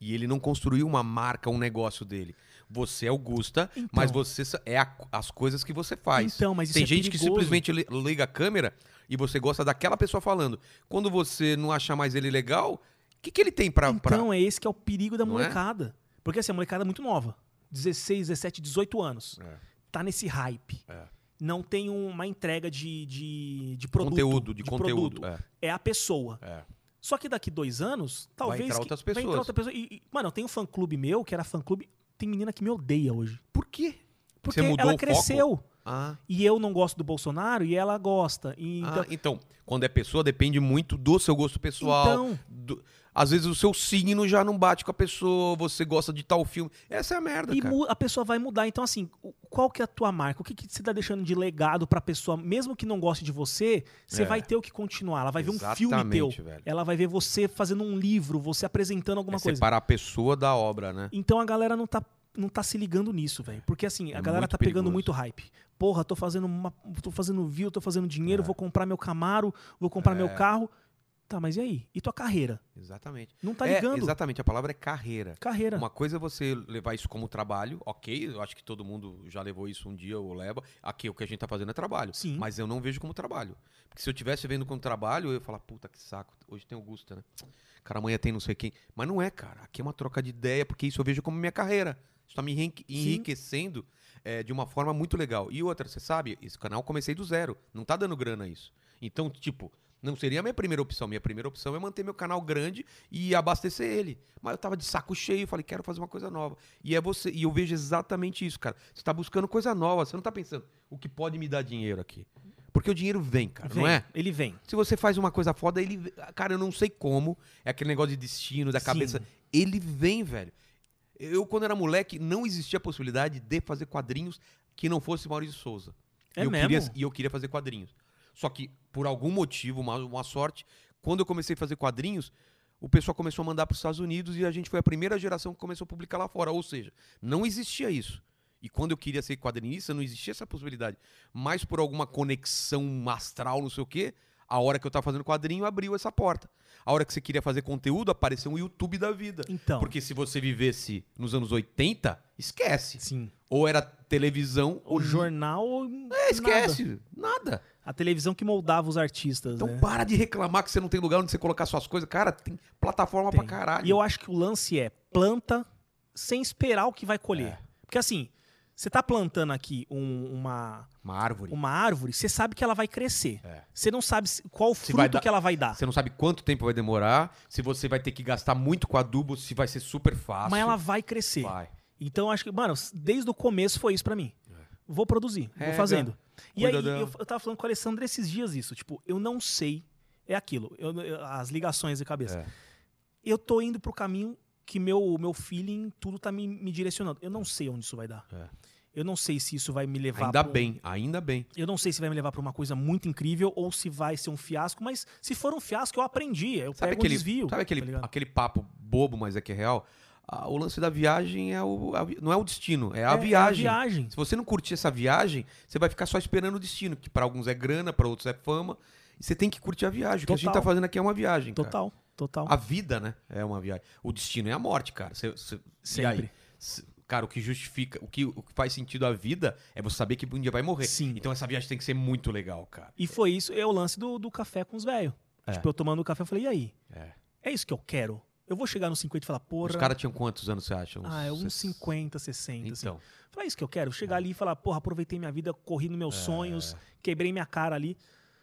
S1: e ele não construiu uma marca, um negócio dele. Você é o Gusta,
S3: Então.
S1: mas você sa- é a- as coisas que você faz.
S3: Então, mas isso
S1: Tem
S3: é
S1: gente que
S3: perigoso.
S1: simplesmente li- liga a câmera e você gosta daquela pessoa falando. Quando você não acha mais ele legal, o que, que ele tem pra. pra-
S3: Então, é esse que é o perigo da
S1: Não é?
S3: molecada. Porque assim, a molecada é muito nova. 16, 17, 18 anos.
S1: É.
S3: Tá nesse hype.
S1: É.
S3: Não tem um, uma entrega de, de, de produto.
S1: conteúdo, de, conteúdo.
S3: produto.
S1: É.
S3: É. a pessoa.
S1: É.
S3: Só que daqui dois anos, talvez.
S1: entrar
S3: que-
S1: outras
S3: Vai
S1: pessoas.
S3: entrar outra pessoa. E, e, mano, eu tenho um fã clube meu, que era fã clube. Tem menina que me odeia hoje.
S1: Por quê?
S3: Porque
S1: mudou o
S3: ela
S1: foco?
S3: cresceu.
S1: Ah,
S3: E eu não gosto do Bolsonaro e ela gosta. E
S1: ah,
S3: então,
S1: então, quando é pessoa, depende muito do seu gosto pessoal.
S3: então,
S1: do- às vezes o seu signo já não bate com a pessoa, você gosta de tal filme. Essa é a merda,
S3: E
S1: cara.
S3: mu- a pessoa vai mudar. Então, assim, o- qual que é a tua marca? O que, que você tá deixando de legado pra pessoa, mesmo que não goste de você, você
S1: É.
S3: vai ter o que continuar. Ela vai ver um filme
S1: Exatamente,
S3: teu.
S1: velho.
S3: Ela vai ver você fazendo um livro, você apresentando alguma
S1: é
S3: coisa.
S1: separar a pessoa da obra, né?
S3: Então a galera não tá, não tá se ligando nisso, velho. Porque assim,
S1: É
S3: a galera
S1: muito
S3: tá pegando
S1: perigoso.
S3: muito hype. Porra, tô fazendo uma, tô fazendo view, tô fazendo dinheiro,
S1: É.
S3: vou comprar meu Camaro, vou comprar meu carro. Tá, mas e aí? E tua carreira?
S1: Exatamente.
S3: Não tá
S1: É,
S3: ligando?
S1: exatamente, a palavra é carreira.
S3: Carreira.
S1: Uma coisa é você levar isso como trabalho, ok, eu acho que todo mundo já levou isso um dia ou leva. Aqui o que a gente tá fazendo é trabalho.
S3: Sim.
S1: Mas eu não vejo como trabalho. Porque se eu tivesse vendo como trabalho, eu ia falar, puta que saco, hoje tem Augusta, né? Cara, amanhã tem não sei quem. Mas não é, cara. Aqui é uma troca de ideia, porque isso eu vejo como minha carreira. Isso tá me enrique- enriquecendo eh, de uma forma muito legal. E outra, você sabe, esse canal eu comecei do zero. Não tá dando grana isso. Então, tipo, não seria a minha primeira opção. Minha primeira opção é manter meu canal grande e abastecer ele. Mas eu tava de saco cheio, falei, quero fazer uma coisa nova. E é você, e eu vejo exatamente isso, cara. Você tá buscando coisa nova, você não tá pensando o que pode me dar dinheiro aqui. Porque o dinheiro vem, cara, não
S3: Vem,
S1: é?
S3: Ele vem.
S1: Se você faz uma coisa foda, ele. Cara, eu não sei como. É aquele negócio de destino, da
S3: Sim.
S1: cabeça. Ele vem, velho. Eu, quando era moleque, não existia a possibilidade de fazer quadrinhos que não fosse Maurício Souza.
S3: É
S1: e, eu
S3: mesmo?
S1: Queria, e eu queria fazer quadrinhos. Só que, por algum motivo, uma, uma sorte, quando eu comecei a fazer quadrinhos, o pessoal começou a mandar para os Estados Unidos e a gente foi a primeira geração que começou a publicar lá fora. Ou seja, não existia isso. E quando eu queria ser quadrinista, não existia essa possibilidade. Mas por alguma conexão astral, não sei o quê, a hora que eu tava fazendo quadrinho, abriu essa porta. A hora que você queria fazer conteúdo, apareceu um YouTube da vida.
S3: Então.
S1: Porque se você vivesse nos anos 80, esquece.
S3: Sim.
S1: Ou era televisão
S3: O
S1: ou
S3: jornal.
S1: Hum. É, esquece. Nada.
S3: A televisão que moldava os artistas.
S1: Então
S3: né?
S1: para de reclamar que você não tem lugar onde você colocar suas coisas. Cara, tem plataforma pra
S3: Tem.
S1: caralho.
S3: E eu acho que o lance é planta sem esperar o que vai
S1: É.
S3: colher. Porque assim, você tá plantando aqui um- uma,
S1: Uma árvore.
S3: uma árvore, você sabe que ela vai crescer.
S1: É.
S3: Você não sabe se- qual
S1: Se vai
S3: fruto
S1: dar-
S3: que ela vai dar.
S1: Você não sabe quanto tempo vai demorar, se você vai ter que gastar muito com adubo, se vai ser super fácil.
S3: Mas ela vai crescer.
S1: vai.
S3: Então eu acho que, mano, desde o começo foi isso pra mim.
S1: É.
S3: Vou produzir,
S1: Rega,
S3: vou fazendo. E aí
S1: cuida
S3: eu,
S1: dela.
S3: eu tava falando com a Alessandra esses dias isso. Tipo, eu não sei. É aquilo. eu- eu- as ligações da cabeça.
S1: É.
S3: Eu tô indo pro caminho que meu, meu feeling, tudo tá me, me direcionando. Eu não sei onde isso vai dar.
S1: É.
S3: Eu não sei se isso vai me levar.
S1: Ainda
S3: pra um-
S1: bem, ainda bem.
S3: Eu não sei se vai me levar pra uma coisa muito incrível ou se vai ser um fiasco, mas se for um fiasco, eu aprendi. Eu
S1: Sabe
S3: pego
S1: aquele,
S3: um desvio.
S1: sabe
S3: tá
S1: aquele,
S3: ligado?
S1: aquele papo bobo, mas é que é real? Ah, o lance da viagem é o, a vi- não é o destino, é a
S3: É- é
S1: viagem.
S3: a viagem.
S1: Se você não curtir essa viagem, você vai ficar só esperando o destino, que pra alguns é grana, pra outros é fama. E você tem que curtir a viagem. O que a gente
S3: Total.
S1: tá fazendo aqui é uma viagem. cara.
S3: Total, total.
S1: A vida, né? É uma viagem. O destino é a morte, cara. Você, você- e aí?
S3: Sempre.
S1: S- Cara, o que justifica, o que, o que faz sentido à vida é você saber que um dia vai morrer.
S3: Sim.
S1: Então essa viagem tem que ser muito legal, cara.
S3: E foi isso, é o lance do, do café com os velhos.
S1: É.
S3: Tipo, eu tomando o café, eu falei, e aí?
S1: É.
S3: É isso que eu quero? Eu vou chegar nos 50 e falar, porra.
S1: Os caras tinham quantos anos, você acha?
S3: Ah, é uns 50, 60. Assim.
S1: Então.
S3: Falei, é isso que eu quero. Chegar ali e falar, porra, aproveitei minha vida, corri nos
S1: É.
S3: meus sonhos, quebrei minha cara ali.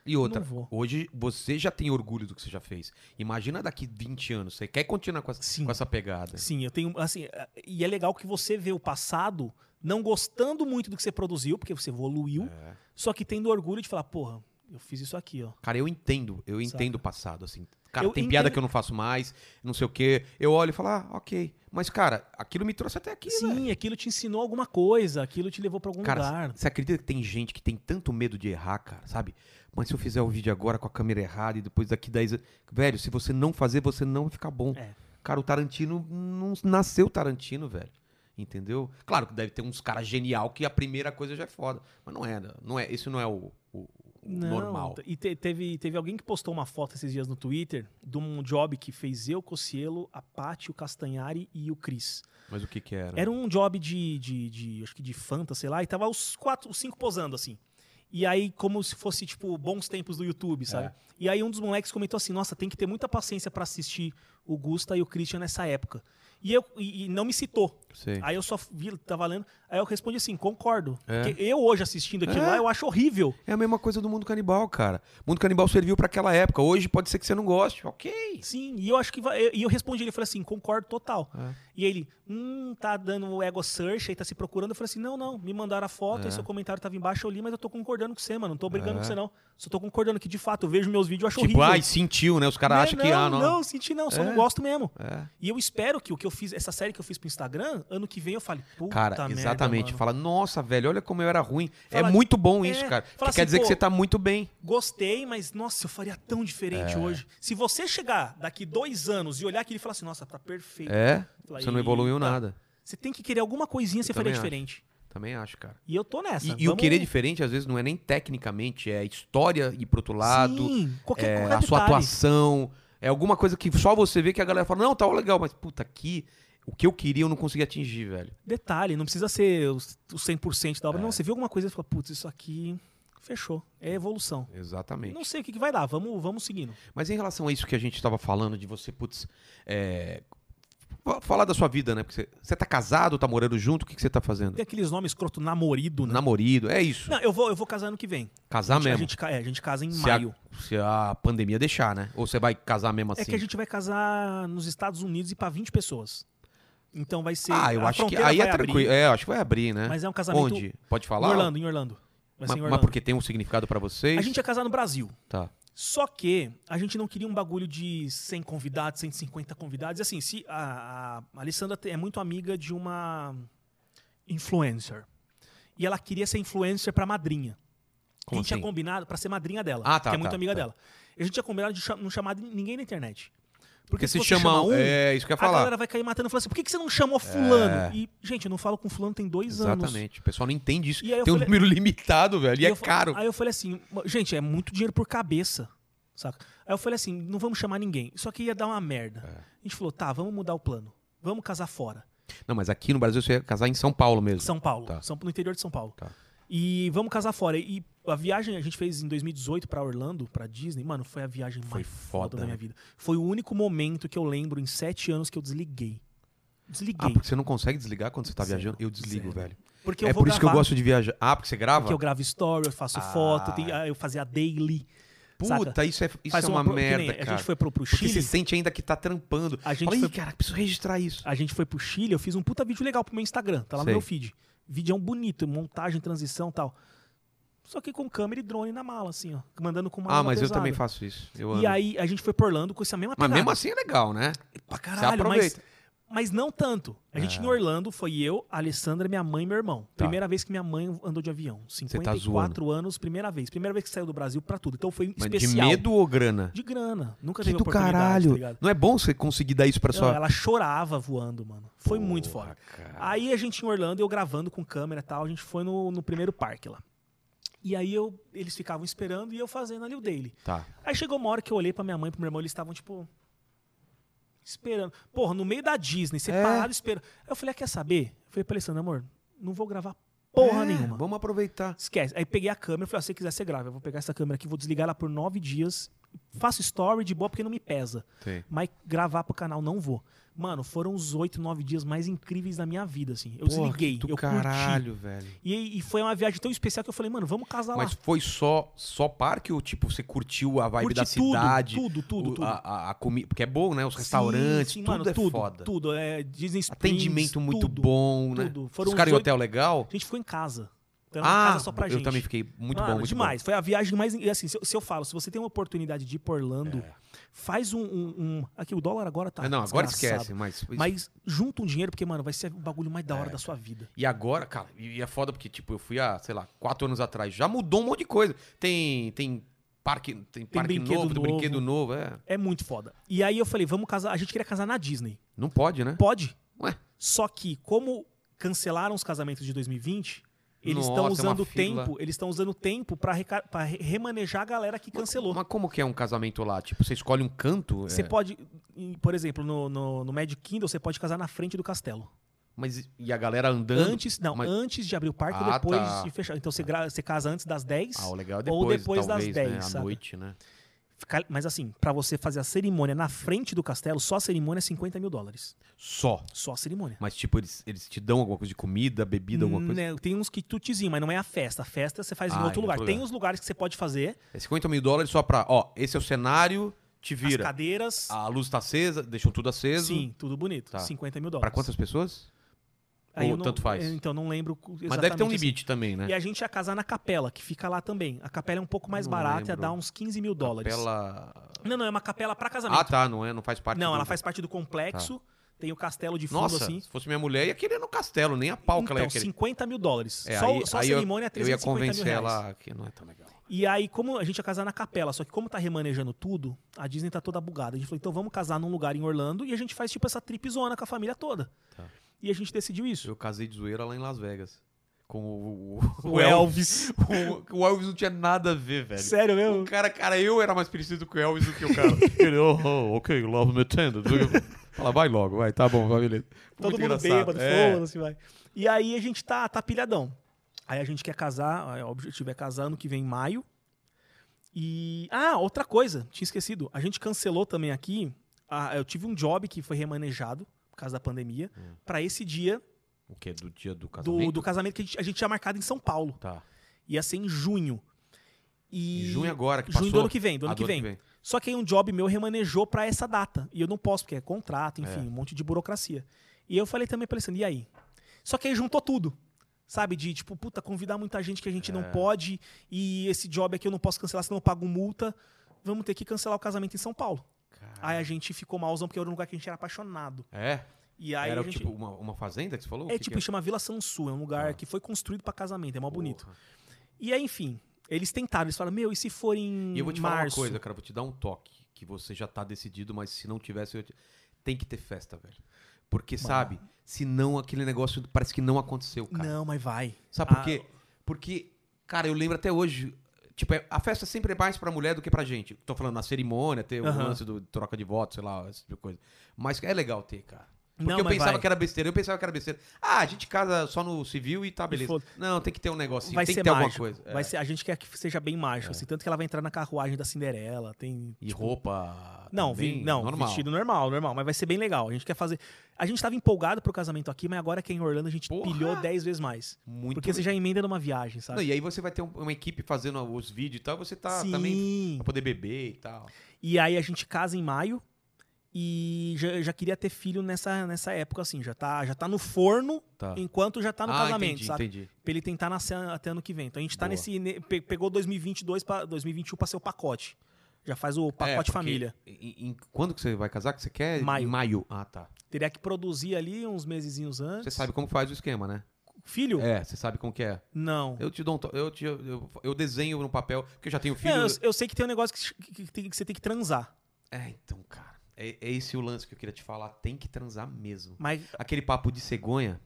S1: E outra,
S3: Não vou.
S1: hoje você já tem orgulho do que você já fez. Imagina daqui 20 anos, você quer continuar com essa,
S3: Sim.
S1: com essa pegada.
S3: Sim, eu tenho. Assim, e é legal que você vê o passado não gostando muito do que você produziu, porque você evoluiu,
S1: É.
S3: só que tendo orgulho de falar, porra, eu fiz isso aqui, ó.
S1: Cara, eu entendo, eu
S3: Saca.
S1: entendo o passado, assim. Cara,
S3: Eu
S1: tem piada
S3: entendo-
S1: que eu não faço mais, não sei o quê. Eu olho e falo, ah, ok. Mas, cara, aquilo me trouxe até aqui,
S3: Sim,
S1: velho.
S3: aquilo te ensinou alguma coisa, aquilo te levou pra algum
S1: Cara,
S3: lugar.
S1: você acredita que tem gente que tem tanto medo de errar, cara, sabe? Mas se eu fizer o vídeo agora com a câmera errada e depois daqui 10 anos. Velho, se você não fazer, você não vai ficar bom.
S3: É.
S1: Cara, o Tarantino não nasceu Tarantino, velho. Entendeu? Claro que deve ter uns caras genial que a primeira coisa já é foda. Mas não é, não é. Isso não é o, o- o normal.
S3: E te- teve, teve alguém que postou uma foto esses dias no Twitter de um job que fez eu, Cocielo, a Paty, o Castanhari e o Cris.
S1: Mas o que que era?
S3: Era um job de, de, de- acho que de fanta, sei lá, e tava os quatro, os cinco posando assim. E aí, como se fosse, tipo, bons tempos do YouTube, sabe?
S1: É.
S3: E aí um dos moleques comentou assim, nossa, tem que ter muita paciência pra assistir o Gusta e o Christian nessa época. E, eu, e, e não me citou.
S1: Sei.
S3: Aí eu só vi, tava lendo, aí eu respondi assim, concordo.
S1: É.
S3: Porque eu hoje assistindo aquilo
S1: É.
S3: lá, eu acho horrível.
S1: É a mesma coisa do mundo canibal, cara. O mundo canibal serviu pra aquela época. Hoje pode ser que você não goste. Ok.
S3: Sim, e eu acho que vai. E eu respondi ele, eu falei assim, concordo total.
S1: É.
S3: E ele, hum, tá dando ego search aí, tá se procurando. Eu falei assim, não, não, me mandaram a foto,
S1: É.
S3: aí seu comentário tava embaixo, eu li, mas eu tô concordando com você, mano. Não tô brigando
S1: É.
S3: com você, não. Só tô concordando que, de fato, eu vejo meus vídeos, eu acho
S1: Tipo,
S3: horrível.
S1: ai, sentiu, né? Os caras
S3: Né?
S1: acham que. Ah, não.
S3: Não, senti não, só
S1: É.
S3: não gosto mesmo.
S1: É.
S3: E eu espero que o que eu fiz, essa série que eu fiz pro Instagram, ano que vem eu fale, puta
S1: Cara,
S3: merda,
S1: exatamente.
S3: mano.
S1: fala, nossa, velho, olha como eu era ruim.
S3: Fala,
S1: é muito bom isso,
S3: é,
S1: cara.
S3: fala
S1: Que
S3: assim,
S1: quer dizer que
S3: pô,
S1: você tá muito bem.
S3: Gostei, mas nossa, eu faria tão diferente
S1: É.
S3: hoje. Se você chegar daqui dois anos e olhar aquilo e falar assim, nossa, tá perfeito. tá
S1: É,
S3: Fala,
S1: você não evoluiu
S3: "Eita,
S1: nada.
S3: Você tem que querer alguma coisinha você
S1: também
S3: faria
S1: acho.
S3: diferente.
S1: Também acho, cara.
S3: E eu tô nessa.
S1: E, e o
S3: Vamos-
S1: querer diferente, às vezes, não é nem tecnicamente, é história ir pro outro lado,
S3: Sim, qualquer,
S1: é,
S3: qualquer
S1: a sua
S3: detalhe.
S1: atuação. É alguma coisa que só você vê que a galera fala, não, tá ó, legal, mas puta, aqui, o que eu queria eu não consegui atingir, velho.
S3: Detalhe, não precisa ser os- os 100%
S1: É.
S3: da obra. Não, você viu alguma coisa e fala, putz, isso aqui fechou. É evolução.
S1: Exatamente.
S3: Não sei o que, que vai dar, vamos, vamos seguindo.
S1: Mas em relação a isso que a gente estava falando, de você, putz, é, fa- falar da sua vida, né? Porque você, você tá casado, tá morando junto, o que, que você tá fazendo?
S3: Tem aqueles nomes escroto, namorido, né?
S1: Namorido, é isso.
S3: Não, eu vou, eu vou casar ano que vem.
S1: Casar
S3: A
S1: mesmo.
S3: gente, ca- é, a gente casa em
S1: se,
S3: maio.
S1: a, se a pandemia deixar, né? Ou você vai casar mesmo assim?
S3: É que a gente vai casar nos Estados Unidos e pra 20 pessoas. Então vai ser.
S1: ah, eu
S3: a
S1: acho que
S3: fronteira
S1: aí é
S3: vai abrir,
S1: tranquilo. É, eu acho que vai abrir, né?
S3: Mas é um casamento
S1: Onde? Pode
S3: Em
S1: falar?
S3: Orlando, em Orlando. Vai
S1: Mas,
S3: ser em
S1: mas
S3: Orlando.
S1: porque tem um significado pra vocês?
S3: A gente ia casar no Brasil.
S1: Tá.
S3: Só que a gente não queria um bagulho de 100 convidados, 150 convidados. E assim, se a, a Alessandra te- é muito amiga de uma influencer. E ela queria ser influencer pra madrinha.
S1: Como
S3: a gente tinha
S1: assim?
S3: combinado pra ser madrinha dela,
S1: Ah, tá,
S3: que
S1: tá,
S3: é muito amiga
S1: tá.
S3: dela. A gente tinha combinado de cha- não chamar de ninguém na internet.
S1: Porque se
S3: você
S1: chama um. É, isso que eu ia
S3: a
S1: falar. É.
S3: galera vai cair matando e falar assim, por que, que você não chamou fulano? E, gente, eu não falo com fulano tem dois anos.
S1: Exatamente. O pessoal não entende isso.
S3: E aí eu
S1: Tem um
S3: falei-
S1: número limitado, velho. E
S3: Aí
S1: é
S3: eu fa-
S1: caro.
S3: Aí eu falei assim, gente, é muito dinheiro por cabeça, saca? Aí eu falei assim, não vamos chamar ninguém. Só que ia dar uma merda.
S1: É.
S3: A gente falou, tá, vamos mudar o plano. Vamos casar fora.
S1: Não, mas aqui no Brasil você ia casar em São Paulo mesmo.
S3: São Paulo.
S1: Tá.
S3: São, no interior de São Paulo.
S1: Tá.
S3: E vamos casar fora. E a viagem a gente fez em 2018 pra Orlando, pra Disney. Mano, foi a viagem
S1: Foi
S3: mais foda,
S1: foda,
S3: da minha
S1: né?
S3: vida. Foi o único momento que eu lembro em sete anos que eu desliguei. Desliguei.
S1: Ah, porque você não consegue desligar quando você tá
S3: Zero,
S1: viajando? Eu desligo,
S3: zero.
S1: velho.
S3: Porque
S1: É
S3: vou
S1: por isso que eu
S3: gravar.
S1: gosto de viajar. Ah, porque você grava?
S3: Porque eu gravo story, eu faço
S1: Ah.
S3: foto, tem- ah, eu fazia daily. saca?
S1: Puta, isso é, isso
S3: Faz
S1: é uma,
S3: pro- que nem
S1: merda,
S3: A
S1: cara.
S3: gente foi pro, pro
S1: Porque você
S3: Chile.
S1: sente ainda que tá trampando.
S3: A gente
S1: Fala,
S3: foi- Ah,
S1: Ih, cara, preciso registrar isso.
S3: A gente foi pro Chile, eu fiz um puta vídeo legal pro meu Instagram, tá lá
S1: Sei.
S3: no meu feed. Vídeo é um bonito, montagem, transição e tal. Só que com câmera e drone na mala, assim, ó. Mandando com uma
S1: ah,
S3: mala
S1: mas eu
S3: pesada.
S1: também faço isso. Eu
S3: E
S1: ando.
S3: aí a gente foi por Orlando com essa mesma
S1: mas
S3: pegada.
S1: mesmo assim é legal, né?
S3: pra
S1: você
S3: caralho, mas,
S1: aproveita. Ah.
S3: mas não tanto. A gente em Orlando foi eu, a Alessandra, minha mãe e meu irmão.
S1: Tá.
S3: Primeira vez que minha mãe andou de avião.
S1: tá
S3: 54 anos, primeira vez. Primeira vez que saiu do Brasil pra tudo. Então foi
S1: Mas de
S3: especial.
S1: medo ou grana?
S3: De grana. Nunca
S1: que
S3: teve
S1: do
S3: oportunidade, tá
S1: caralho.
S3: ligado?
S1: não é bom você conseguir dar isso pra
S3: Não,
S1: sua...
S3: Ela chorava voando, mano. Foi muito
S1: Porra,
S3: foda.
S1: cara.
S3: Ah. Aí a gente em Orlando, eu gravando com câmera e tal, a gente foi no, no primeiro parque lá. E aí eu, eles ficavam esperando e eu fazendo ali o daily.
S1: Tá.
S3: Aí chegou uma hora que eu olhei pra minha mãe e pro meu irmão, eles estavam, tipo, esperando. Porra, no meio da Disney, separado, esperando. Aí eu falei, ah, quer saber? Eu falei pra Alessandra, amor, não vou gravar porra
S1: É,
S3: nenhuma.
S1: Vamos aproveitar.
S3: Esquece. Aí peguei a câmera e falei, ah, se você quiser, você grava. Eu vou pegar essa câmera aqui, vou desligar ela por nove dias. Faço story de boa porque não me pesa.
S1: Sim.
S3: Mas gravar pro canal não vou. Mano, foram os oito, nove dias mais incríveis da minha vida, assim. Eu
S1: Porra,
S3: desliguei,
S1: que do
S3: eu curti.
S1: caralho, velho.
S3: E, e foi uma viagem tão especial que eu falei, mano, vamos casar
S1: Mas
S3: lá.
S1: foi só só parque ou tipo você curtiu a vibe
S3: Curti
S1: da
S3: tudo,
S1: cidade?
S3: tudo, tudo,
S1: o-
S3: tudo.
S1: A, comida, porque é bom, né? Os restaurantes,
S3: Sim, sim,
S1: tudo
S3: mano,
S1: é foda.
S3: Tudo, é Disney Springs,
S1: Atendimento muito
S3: tudo.
S1: bom, né?
S3: tudo. Foram
S1: Os caras em
S3: uns
S1: hotel legal?
S3: A gente ficou em casa. Então era
S1: Ah,
S3: uma casa só pra
S1: eu
S3: gente.
S1: também fiquei muito
S3: Mano,
S1: bom, muito
S3: demais. Foi a viagem mais. e Assim, se eu, se eu falo, se você tem uma oportunidade de ir pra Orlando, faz um, um- um- Aqui, o dólar agora
S1: bom.
S3: tá.
S1: É, não, agora
S3: desgraçado.
S1: esquece, mas,
S3: Mas junta um dinheiro, porque, mano, vai ser o bagulho mais da
S1: É.
S3: hora da sua vida.
S1: E agora, cara, e é foda porque tipo, eu fui há, sei lá, quatro anos atrás, já mudou um monte de coisa. Tem tem parque, tem, parque
S3: brinquedo
S1: novo, tem
S3: novo.
S1: brinquedo novo, é.
S3: É muito foda. E aí eu falei, vamos casar. A gente queria casar na Disney.
S1: Não pode, né?
S3: Pode.
S1: Ué.
S3: Só que, como cancelaram os casamentos de 2020, eles
S1: Nossa, é
S3: estão
S1: uma
S3: usando o
S1: fila.
S3: tempo. Eles estão usando o tempo pra reca- pra re- remanejar a galera que cancelou.
S1: Mas como que é um casamento lá? Tipo, você escolhe um canto?
S3: Você
S1: é,
S3: pode, em- por exemplo, no, no, no Magic Kingdom, você pode casar na frente do castelo.
S1: Mas e a galera andando?
S3: Antes, não,
S1: mas-
S3: antes de abrir o parque
S1: Ah,
S3: depois
S1: tá.
S3: de fechar. Então você, gra- você casa antes das 10.
S1: Ah, o legal é depois,
S3: Ou depois das
S1: talvez,
S3: 10,
S1: né? à
S3: sabe?
S1: noite, né?
S3: Fica- mas assim, pra você fazer a cerimônia na frente do castelo, só a cerimônia é 50 mil dólares.
S1: Só.
S3: Só a cerimônia.
S1: Mas, tipo, eles, eles te dão alguma coisa de comida, bebida, alguma coisa?
S3: Né, Tem uns quitutzinhos, mas não é a festa. A festa você faz
S1: Ah,
S3: em
S1: em
S3: outro lugar.
S1: outro
S3: Tem
S1: lugar.
S3: os lugares que você pode fazer,
S1: É 50 mil dólares só pra... Ó, esse é o cenário, te
S3: as
S1: vira.
S3: cadeiras.
S1: A luz tá acesa, deixam tudo aceso.
S3: Sim, tudo bonito.
S1: Tá.
S3: 50 mil
S1: Pra
S3: dólares.
S1: quantas pessoas?
S3: Aí
S1: Ou
S3: eu não-
S1: tanto faz?
S3: eu, Então, não lembro cu- exatamente.
S1: Mas deve ter um
S3: assim.
S1: limite também, né?
S3: E a gente ia casar na capela, que fica lá também. A capela é um pouco mais
S1: Não
S3: barata, ia
S1: lembro.
S3: dar uns 15 mil dólares.
S1: Capela...
S3: Não, não, é uma capela pra casamento.
S1: Ah, tá, não, é, não faz parte
S3: Não,
S1: do-
S3: ela faz parte do complexo. Tem o castelo de fundo,
S1: Nossa,
S3: assim.
S1: se fosse minha mulher, ia querer no castelo, nem a pau que ela
S3: Então,
S1: ia querer.
S3: 50 mil dólares.
S1: É,
S3: só
S1: aí-
S3: só a
S1: aí
S3: cerimônia é
S1: eu, eu ia
S3: 350 mil
S1: convencer
S3: reais.
S1: ela que não é tão legal.
S3: E aí, como a gente ia casar na capela, só que como tá remanejando tudo, a Disney tá toda bugada. A gente falou, então vamos casar num lugar em Orlando e a gente faz tipo essa tripzona com a família toda.
S1: Tá.
S3: E a gente decidiu isso.
S1: Eu casei de zoeira lá em Las Vegas. Com o, o,
S3: O Elvis. é
S1: O, o Elvis não tinha nada a ver, velho.
S3: Sério
S1: O
S3: mesmo?
S1: cara, cara, eu era mais parecido com o Elvis do que o cara. Ele, oh, oh, ok, love me tender. Fala, vai logo, vai, tá bom, vai, beleza. Foi
S3: Todo
S1: muito
S3: mundo
S1: engraçado.
S3: bêbado,
S1: É.
S3: foda-se, vai. E aí a gente tá, tá pilhadão. Aí a gente quer casar, aí o objetivo é casar ano que vem em maio. E. Ah, outra coisa, tinha esquecido. A gente cancelou também aqui. a- eu tive um job que foi remanejado por causa da pandemia
S1: Hum.
S3: pra esse dia
S1: O que? Do dia do casamento?
S3: do, do casamento que a gente, a gente tinha marcado em São Paulo.
S1: Tá.
S3: Ia ser em junho.
S1: Em
S3: E
S1: junho agora, que
S3: Junho
S1: passou.
S3: do ano que vem, do ano
S1: Ah,
S3: que vem. Só que aí um job meu remanejou pra essa data. E eu não posso, porque é contrato, enfim,
S1: É.
S3: um monte de burocracia. E eu falei também pra Alessandra, e aí? Só que aí juntou tudo. Sabe, de tipo, puta, convidar muita gente que a gente não
S1: É.
S3: pode, e esse job aqui eu não posso cancelar, senão eu pago multa. Vamos ter que cancelar o casamento em São Paulo.
S1: Cara,
S3: Aí a gente ficou malzão, porque era um lugar que a gente era apaixonado.
S1: É?
S3: E aí
S1: era
S3: a gente...
S1: tipo uma, uma fazenda que você falou? O
S3: É
S1: que
S3: tipo,
S1: que
S3: chama Vila Sansu, é um lugar
S1: Tá.
S3: que foi construído pra casamento, é mó bonito.
S1: Porra.
S3: E aí, enfim, eles tentaram, eles falaram, meu, e se for em
S1: E eu vou te
S3: março?
S1: falar uma coisa, cara, vou te dar um toque. que você já tá decidido, mas se não tivesse. eu te- Tem que ter festa, velho. Porque, sabe, senão aquele negócio parece que não aconteceu, cara.
S3: Não, mas vai.
S1: Sabe por
S3: Ah,
S1: quê? Porque, cara, eu lembro até hoje. Tipo, é- a festa sempre é mais pra mulher do que pra gente. Tô falando na cerimônia, ter o
S3: Aham.
S1: lance do troca de votos, sei lá, esse tipo de coisa. Mas é legal ter, cara. Porque
S3: Não,
S1: eu
S3: mas
S1: pensava
S3: vai.
S1: que era besteira, eu pensava que era besteira. Ah, a gente casa só no civil e tá, beleza.
S3: foda-
S1: Não, tem que ter um negocinho,
S3: vai
S1: tem
S3: ser
S1: que ter
S3: mágico.
S1: alguma coisa. É.
S3: Vai ser, a gente quer que seja bem mágico, assim, tanto que ela vai entrar na carruagem da Cinderela, tem tipo
S1: E roupa.
S3: Não, vi-
S1: também,
S3: não
S1: normal.
S3: vestido normal, normal, mas vai ser bem legal. A gente quer fazer. A gente tava empolgado pro casamento aqui, mas agora que é em Orlando a gente
S1: Porra!
S3: pilhou 10 vezes mais.
S1: Muito
S3: porque você já emenda numa viagem,
S1: Não,
S3: sabe?
S1: e aí você vai ter um- uma equipe fazendo os vídeos e tal, você tá
S3: Sim.
S1: também pra poder beber e tal.
S3: E aí a gente casa em maio e já, já queria ter filho nessa, nessa época, assim. Já tá, já tá no forno
S1: Tá.
S3: enquanto já tá no
S1: ah,
S3: casamento,
S1: entendi,
S3: sabe?
S1: entendi.
S3: Pra ele tentar nascer até ano que vem. Então a gente tá
S1: Boa.
S3: nesse. ne- pe- Pegou 2022 para 2021 pra ser o pacote. Já faz o
S1: É,
S3: pacote
S1: porque
S3: família.
S1: em- em- quando que você vai casar? Que você quer?
S3: Maio.
S1: Em maio. Ah, tá.
S3: Teria que produzir ali uns mesezinhos antes.
S1: Você sabe como faz o esquema, né?
S3: Filho?
S1: É, você sabe como que é.
S3: Não.
S1: Eu te dou um to- eu, te- eu- eu- eu desenho no papel, porque eu já tenho filho.
S3: Não, eu, eu sei que tem um negócio que, que- que tem- que você tem que transar.
S1: É, então, cara. É, é esse o lance que eu queria te falar. Tem que transar mesmo.
S3: Mas
S1: Aquele papo de cegonha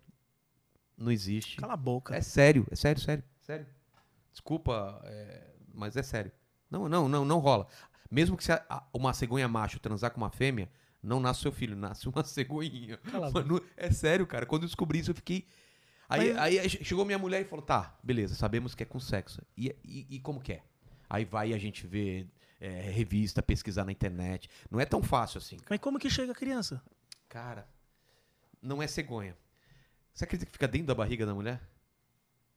S1: não existe.
S3: cala a boca.
S1: É sério, é sério, sério, sério. Desculpa, é, mas é sério. Não, não, não, não rola. Mesmo que se a- a- uma cegonha macho transar com uma fêmea, não nasce seu filho, nasce uma cegonhinha.
S3: Cala a boca.
S1: Mano, é sério, cara. Quando eu descobri isso, eu fiquei. Aí,
S3: Mas-
S1: aí che- chegou minha mulher e falou: tá, beleza, sabemos que é com sexo. E, e, e como que é? Aí vai a gente ver é, revista, pesquisar na internet. Não é tão fácil assim.
S3: Mas como que chega a criança?
S1: Cara, não é cegonha. Você acredita que fica dentro da barriga da mulher?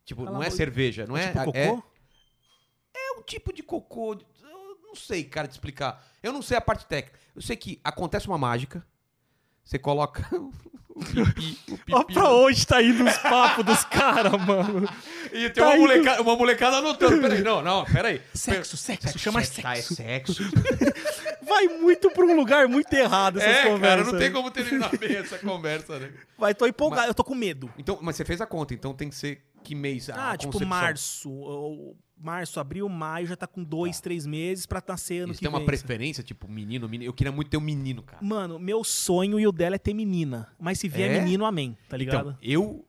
S1: Tipo,
S3: Cala
S1: não
S3: a
S1: é
S3: boca.
S1: cerveja, não é,
S3: tipo cocô?
S1: é. É um tipo de cocô. Eu não sei, cara, de explicar. Eu não sei a parte técnica. Eu sei que acontece uma mágica. Você coloca o pipi, o pipi.
S3: Ó pra onde tá indo os papos dos caras, mano.
S1: E tem
S3: tá
S1: uma,
S3: indo.
S1: moleca, uma molecada anotando. Peraí, não, não, peraí.
S3: Sexo, sexo, chama
S1: Ah, é
S3: sexo.
S1: sexo.
S3: Vai muito pra um lugar muito errado essas
S1: é,
S3: conversas.
S1: cara, não tem como terminar bem essa conversa, né?
S3: Vai, tô empolgado, eu tô com medo.
S1: Então, mas você fez a conta, então tem que ser que mês? a
S3: Ah, tipo
S1: Tá, concepção?
S3: março. ou- março, abril, maio, já tá com dois, três meses pra nascer ano
S1: Eles
S3: que
S1: têm uma
S3: vem.
S1: preferência, tipo, menino, menino. Eu queria muito ter um menino, cara.
S3: Mano, meu sonho e o dela é ter menina. Mas se vier
S1: É?
S3: menino, amém, tá ligado?
S1: Então, eu.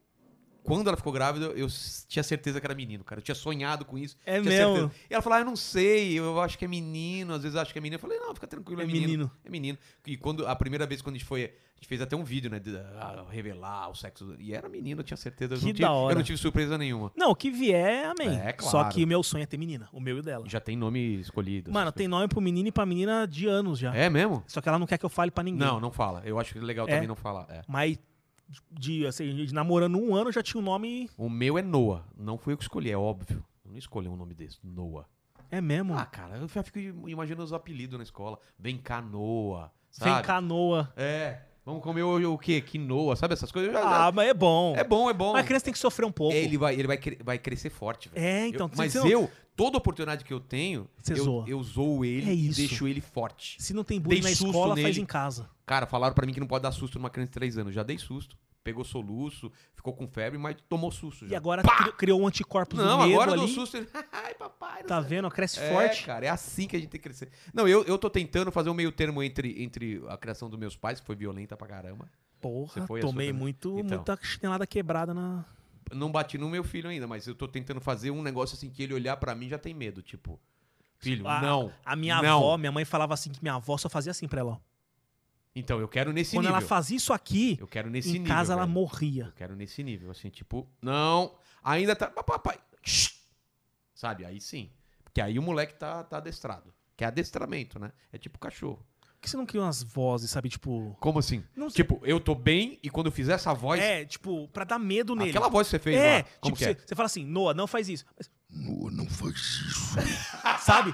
S1: Quando ela ficou grávida, eu s- tinha certeza que era menino, cara. Eu tinha sonhado com isso.
S3: É
S1: tinha
S3: mesmo?
S1: E ela falou: ah, eu não sei, eu acho que é menino, às vezes eu acho que é menino. Eu falei, não, fica tranquilo, é,
S3: É
S1: menino,
S3: menino.
S1: É menino. E quando a primeira vez quando a gente foi, a gente fez até um vídeo, né? De, ah, revelar o sexo. E era menino, eu tinha certeza. Eu
S3: Que
S1: não tive,
S3: da hora.
S1: Eu não tive surpresa nenhuma.
S3: Não, o que vier, amém.
S1: É, claro.
S3: Só que o meu sonho é ter menina, o meu e o dela.
S1: Já tem nome escolhido.
S3: Mano, tem nome pro menino e pra menina de anos já.
S1: É mesmo?
S3: Só que ela não quer que eu fale pra ninguém.
S1: Não, não fala. Eu acho legal
S3: É?
S1: também não falar. é.
S3: Mas, de, assim, de namorando um ano já tinha o nome.
S1: O meu é Noah. Não fui eu que escolhi, é óbvio. Eu não escolhi um nome desse. Noah.
S3: É mesmo?
S1: Ah, cara, eu já fico imaginando os apelidos na escola. Vem cá, Noah. Sabe?
S3: Sem canoa.
S1: É. Vamos comer hoje o quê? Quinoa, sabe essas coisas? Eu já-
S3: Ah, mas é bom.
S1: é bom, é bom.
S3: Mas a criança tem que sofrer um pouco.
S1: É, ele vai, ele vai, cre- vai crescer forte, velho.
S3: É, então,
S1: Eu-
S3: tem
S1: mas
S3: que ser um-
S1: eu, toda oportunidade que eu tenho,
S3: Você
S1: eu,
S3: zoa.
S1: eu zoo ele
S3: É
S1: e
S3: isso.
S1: deixo ele forte.
S3: Se não tem bullying na
S1: Dei susto
S3: escola, faz
S1: nele.
S3: em casa.
S1: Cara, falaram pra mim que não pode dar susto numa criança de 3 anos. Já dei susto. Pegou soluço, ficou com febre, mas tomou susto já.
S3: E agora cri- criou um anticorpo
S1: não,
S3: do medo
S1: agora eu dou
S3: ali.
S1: susto. Ele, Ai, papai, não
S3: Tá
S1: sei.
S3: vendo? Cresce
S1: É,
S3: forte.
S1: cara, é assim que a gente tem que crescer. Não, eu, eu tô tentando fazer um meio termo entre, entre a criação dos meus pais, que foi violenta pra caramba.
S3: Porra,
S1: Você foi a
S3: tomei
S1: sua também?
S3: muito,
S1: Então.
S3: muita chinelada quebrada na.
S1: Não bati no meu filho ainda, mas eu tô tentando fazer um negócio assim que ele olhar pra mim já tem medo, tipo... Filho,
S3: A-
S1: não.
S3: A minha
S1: não.
S3: avó, minha mãe falava assim que minha avó só fazia assim pra ela. ó.
S1: Então, eu quero nesse
S3: Quando
S1: nível.
S3: ela fazia isso aqui,
S1: Eu quero nesse
S3: em
S1: nível.
S3: casa ela
S1: velho.
S3: morria.
S1: Eu quero nesse nível, assim, tipo... Não, ainda tá... Papai... shh. Sabe, aí sim. Porque aí o moleque tá, tá adestrado. Que é adestramento, né? É tipo cachorro.
S3: Por que você não cria umas vozes, sabe? Tipo.
S1: Como assim?
S3: Não sei.
S1: Tipo, eu tô bem e quando eu fizer essa voz...
S3: É, tipo, pra dar medo nele.
S1: Aquela voz que você fez
S3: é,
S1: lá, como
S3: tipo,
S1: que é?
S3: você fala assim, Noah, não faz isso. Mas,
S4: Noa, não faz isso.
S3: sabe?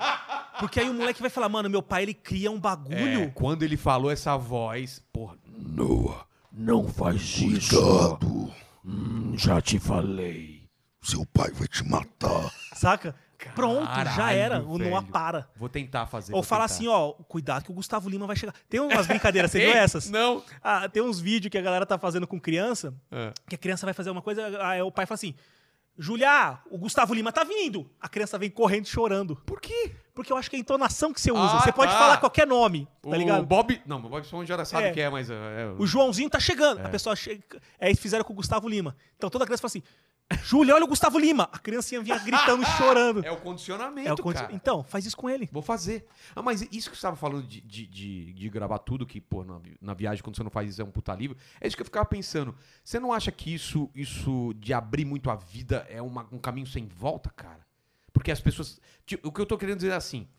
S3: Porque aí o moleque vai falar, mano, meu pai ele cria um bagulho.
S1: É, quando ele falou essa voz, porra,
S4: Noa, não faz isso. Cuidado.
S5: Hum, Já te falei.
S4: Seu pai vai te matar.
S3: Saca? Pronto, já
S1: Caralho,
S3: era. O Noah
S1: velho.
S3: para.
S1: vou tentar fazer. vou
S3: Ou fala
S1: tentar.
S3: assim, ó, cuidado que o Gustavo Lima vai chegar. Tem umas brincadeiras, você viu
S1: Ei,
S3: essas?
S1: Não.
S3: Ah, tem uns vídeos que a galera tá fazendo com criança,
S1: É.
S3: que a criança vai fazer uma coisa, aí ah, é, o pai fala assim: Julia, o Gustavo Lima tá vindo. A criança vem correndo chorando.
S1: Por quê?
S3: Porque eu acho que é a entonação que você usa.
S1: Ah,
S3: você pode
S1: tá.
S3: falar qualquer nome, tá
S1: O
S3: ligado?
S1: Bob. Não, o Bob Esponja já sabe
S3: É.
S1: o que é, mas. é,
S3: O Joãozinho tá chegando. A pessoa chega. É, eles fizeram com o Gustavo Lima. Então toda criança fala assim: Júlia, olha o Gustavo Lima. A criancinha vinha gritando e chorando.
S1: é o condicionamento,
S3: É o conti-
S1: cara.
S3: Então, faz isso com ele.
S1: Vou fazer. Ah, mas isso que você tava falando de, de, de- de gravar tudo, que, pô, na, vi- na viagem, quando você não faz isso, é um puta livro. É isso que eu ficava pensando. Você não acha que isso, isso de abrir muito a vida é uma- um caminho sem volta, cara? Porque as pessoas. ti- o que eu tô querendo dizer é assim: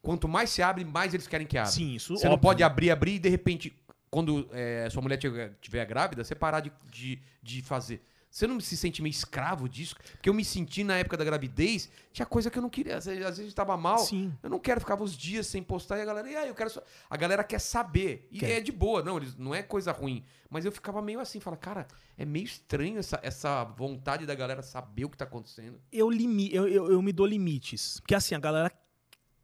S1: quanto mais se abre, mais eles querem que abra.
S3: Sim, isso.
S1: Você não
S3: óbvio.
S1: pode abrir, abrir e de repente, quando é, sua mulher tiver tiver grávida, você parar de, de, de fazer. Você não se sente meio escravo disso? Porque eu me senti na época da gravidez, tinha coisa que eu não queria. Às vezes às vezes tava mal.
S3: Sim.
S1: Eu não quero ficar uns dias sem postar e a galera, e aí, eu quero só... A galera quer saber. E
S3: Quer.
S1: é de boa, não, eles, não é coisa ruim. Mas eu ficava meio assim, fala, cara, é meio estranho essa, essa vontade da galera saber o que tá acontecendo.
S3: Eu, limi... eu, eu, eu me dou limites. Porque assim, a galera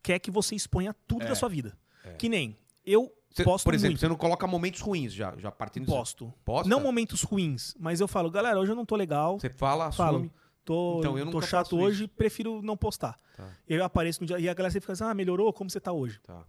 S3: quer que você exponha tudo da sua vida. Que nem eu
S1: Você-
S3: posto
S1: É. por exemplo,
S3: muito.
S1: você não coloca momentos ruins já, já partindo disso.
S3: Posto.
S1: Posta?
S3: Não momentos ruins, mas eu falo, galera, hoje eu não tô legal.
S1: Você fala, assume.
S3: Falo, tô,
S1: Então, eu
S3: tô
S1: nunca
S3: chato
S1: faço
S3: hoje, prefiro não postar.
S1: Tá.
S3: Eu apareço no dia e a galera sempre fica assim, ah, melhorou? Como você tá hoje?
S1: Tá.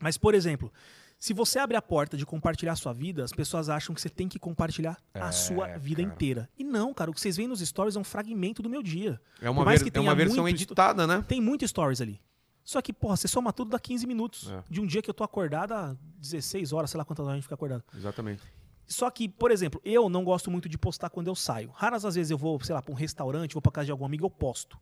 S3: Mas, por exemplo, se você abre a porta de compartilhar a sua vida, as pessoas acham que você tem que compartilhar a sua vida
S1: É, cara.
S3: inteira. E não, cara, o que vocês veem nos stories é um fragmento do meu dia.
S1: É uma,
S3: Por mais
S1: ver-
S3: que
S1: é uma
S3: tenha
S1: versão
S3: muito esto-
S1: editada, né?
S3: Tem muito stories ali. Só que, porra, você soma tudo dá 15 minutos.
S1: É.
S3: De um dia que eu tô acordado há 16 horas, sei lá quantas horas a gente fica acordado.
S1: Exatamente.
S3: Só que, por exemplo, eu não gosto muito de postar quando eu saio. Raras às vezes eu vou, sei lá, pra um restaurante, vou pra casa de algum amigo, eu posto.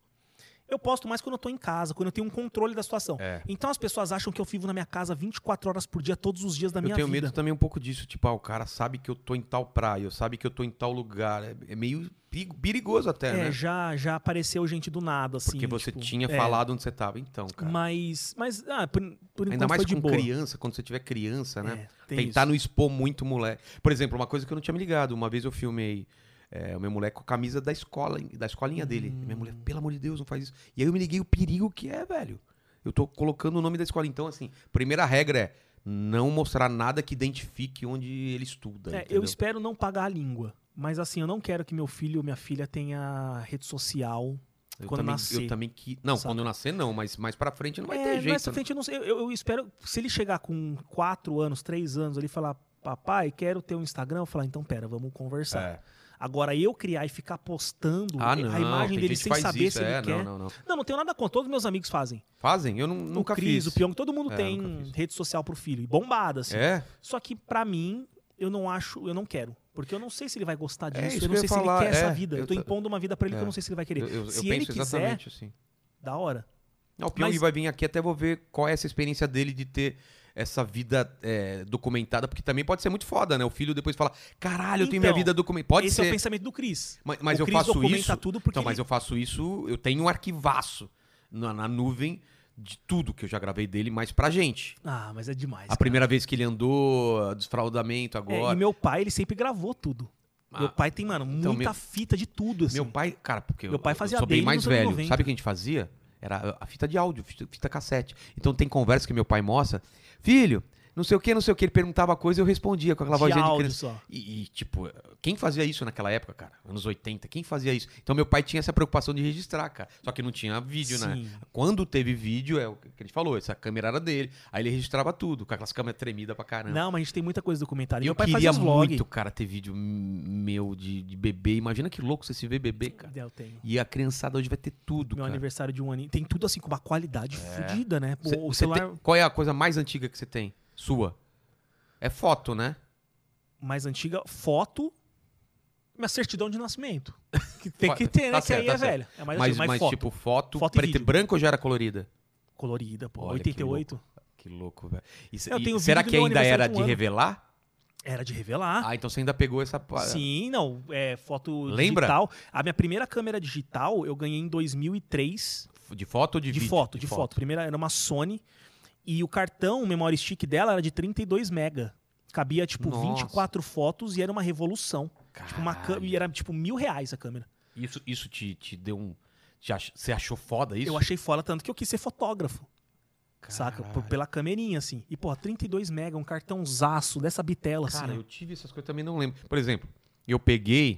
S3: Eu posto mais quando eu tô em casa, quando eu tenho um controle da situação.
S1: É.
S3: Então as pessoas acham que eu vivo na minha casa 24 horas por dia, todos os dias da minha
S1: eu tenho
S3: vida.
S1: medo também um pouco disso. Tipo, ah, o cara sabe que eu tô em tal praia, eu sabe que eu tô em tal lugar. É, é meio perigo- perigoso até,
S3: É,
S1: né?
S3: já, já apareceu gente do nada, assim.
S1: Porque você
S3: tipo,
S1: tinha
S3: é,
S1: falado onde você tava. Então, cara.
S3: Mas, mas ah, por, por enquanto
S1: Ainda mais
S3: foi de
S1: com
S3: boa.
S1: criança, quando você tiver criança, né?
S3: É, tem
S1: Tentar
S3: isso.
S1: não expor muito o moleque. Por exemplo, uma coisa que eu não tinha me ligado. Uma vez eu filmei é, o meu moleque com a camisa da escola, da escolinha dele. E Minha
S3: Hum.
S1: mulher, pelo amor de Deus, não faz isso. E aí eu me liguei o perigo que é, velho. Eu tô colocando o nome da escola. Então, assim, primeira regra é não mostrar nada que identifique onde ele estuda.
S3: É, eu
S1: Tá, entendeu?
S3: espero não pagar a língua. Mas assim, eu não quero que meu filho ou minha filha tenha rede social.
S1: Eu
S3: quando
S1: também,
S3: nascer.
S1: Eu também que. Não,
S3: Saca?
S1: quando eu nascer, não, mas mais pra frente não vai
S3: É,
S1: ter jeito.
S3: Mais pra
S1: né?
S3: frente, eu, não sei, eu, eu espero, se ele chegar com 4 anos, 3 anos ali e falar, papai, quero ter um Instagram, eu falar, então pera, vamos conversar.
S1: É.
S3: Agora, eu criar e ficar postando
S1: Ah,
S3: a
S1: não.
S3: imagem
S1: tem
S3: dele
S1: gente que
S3: sem
S1: faz
S3: saber
S1: isso,
S3: se ele
S1: é,
S3: quer.
S1: Não, não, não.
S3: Não, não tenho nada contra, todos meus amigos fazem.
S1: Fazem? Eu não, nunca
S3: o Cris,
S1: fiz.
S3: o Pyong, todo mundo
S1: É, nunca
S3: tem
S1: fiz.
S3: rede social pro filho, e bombada, assim.
S1: É?
S3: Só que pra mim, eu não acho, eu não quero. Porque eu não sei se ele vai gostar disso,
S1: isso
S3: eu não
S1: que eu
S3: sei
S1: ia
S3: se
S1: falar,
S3: ele quer
S1: é,
S3: essa vida. Eu
S1: eu
S3: tô
S1: ta-
S3: impondo uma vida pra ele que
S1: É.
S3: eu não sei se ele vai querer.
S1: Eu, eu- eu
S3: se ele
S1: penso
S3: quiser,
S1: exatamente assim.
S3: da hora.
S1: Não, o Pyong
S3: Mas-
S1: vai vir aqui, até vou ver qual é essa experiência dele de ter essa vida é, documentada, porque também pode ser muito foda, né? O filho depois fala: caralho, eu tenho minha
S3: Então,
S1: vida documentada. Pode
S3: Esse é o
S1: ser.
S3: pensamento do Cris.
S1: mas mas
S3: o
S1: eu
S3: Cris
S1: faço
S3: documenta
S1: isso.
S3: tudo porque
S1: então, mas
S3: ele-
S1: eu faço isso, eu tenho um arquivaço na, na nuvem de tudo que eu já gravei dele, mas pra gente.
S3: Ah, mas é demais.
S1: A
S3: cara.
S1: primeira vez que ele andou, desfraudamento
S3: É,
S1: agora.
S3: e meu pai, ele sempre gravou tudo.
S1: Ah,
S3: meu pai tem, mano,
S1: então,
S3: muita
S1: meu-
S3: fita de tudo, assim.
S1: Meu pai, cara, porque
S3: Meu
S1: eu-
S3: pai
S1: eu
S3: fazia
S1: sou bem
S3: desde
S1: mais
S3: os anos
S1: velho.
S3: 90.
S1: Sabe o que a gente fazia? Era a fita de áudio, fita, fita cassete. Então tem conversa que meu pai mostra. Filho, não sei o que, não sei o que. Ele perguntava coisa e eu respondia com aquela
S3: de
S1: vozinha de
S3: áudio
S1: criança.
S3: só.
S1: E, e, tipo, quem fazia isso naquela época, cara? Anos 80, quem fazia isso? Então meu pai tinha essa preocupação de registrar, cara. Só que não tinha vídeo, né?
S3: Sim.
S1: Quando teve vídeo, é o que a gente falou, essa câmera era dele. Aí ele registrava tudo, com aquelas câmeras tremidas pra caramba.
S3: Não, mas a gente tem muita coisa documentada.
S1: É. E eu
S3: meu pai
S1: queria
S3: fazia os vlog.
S1: muito, cara, ter vídeo meu de, de bebê. Imagina que louco você se vê bebê, cara.
S3: Eu tenho.
S1: E a criançada hoje vai ter tudo,
S3: Meu
S1: cara. É.
S3: aniversário de um ano. Tem tudo assim, com uma qualidade fodida, né? Pô,
S1: Cê-
S3: o
S1: cê
S3: celular
S1: tem- qual é a coisa mais antiga que você tem? Sua. É foto, né?
S3: mais antiga, foto, minha certidão de nascimento. Que tem
S1: Tá
S3: que ter, né?
S1: certo,
S3: que aí
S1: tá
S3: é
S1: certo.
S3: velha. É mais
S1: mas
S3: antiga, mais
S1: mas,
S3: foto.
S1: tipo, foto,
S3: Foto e
S1: preto e
S3: vídeo.
S1: branco ou já era colorida?
S3: Colorida, pô.
S1: Olha que
S3: 88.
S1: Que louco, velho. E cê-
S3: Eu
S1: e
S3: tenho
S1: será
S3: vídeo do
S1: que
S3: meu
S1: ainda era
S3: aniversário de um
S1: de
S3: ano.
S1: revelar?
S3: Era de revelar.
S1: Ah, então você ainda pegou essa... pa-
S3: Sim, não. É foto
S1: Lembra?
S3: digital. A minha primeira câmera digital eu ganhei em 2003.
S1: De foto ou de,
S3: De,
S1: vídeo?
S3: foto, de, foto. Primeira era uma Sony. E o cartão, o memory stick dela era de 32 mega. Cabia, tipo,
S1: Nossa.
S3: 24 fotos e era uma revolução. Tipo, uma
S1: Caralho.
S3: câmera. E era, tipo, mil reais a câmera.
S1: Isso, isso te, te deu um... te ach- Você achou foda isso?
S3: Eu achei foda, tanto que eu quis ser fotógrafo. Saca?
S1: Caralho.
S3: Por- pela camerinha, assim. E, pô, 32 mega, um cartão zaço dessa bitela,
S1: Cara,
S3: assim.
S1: eu tive essas coisas também não lembro. Por exemplo, eu peguei,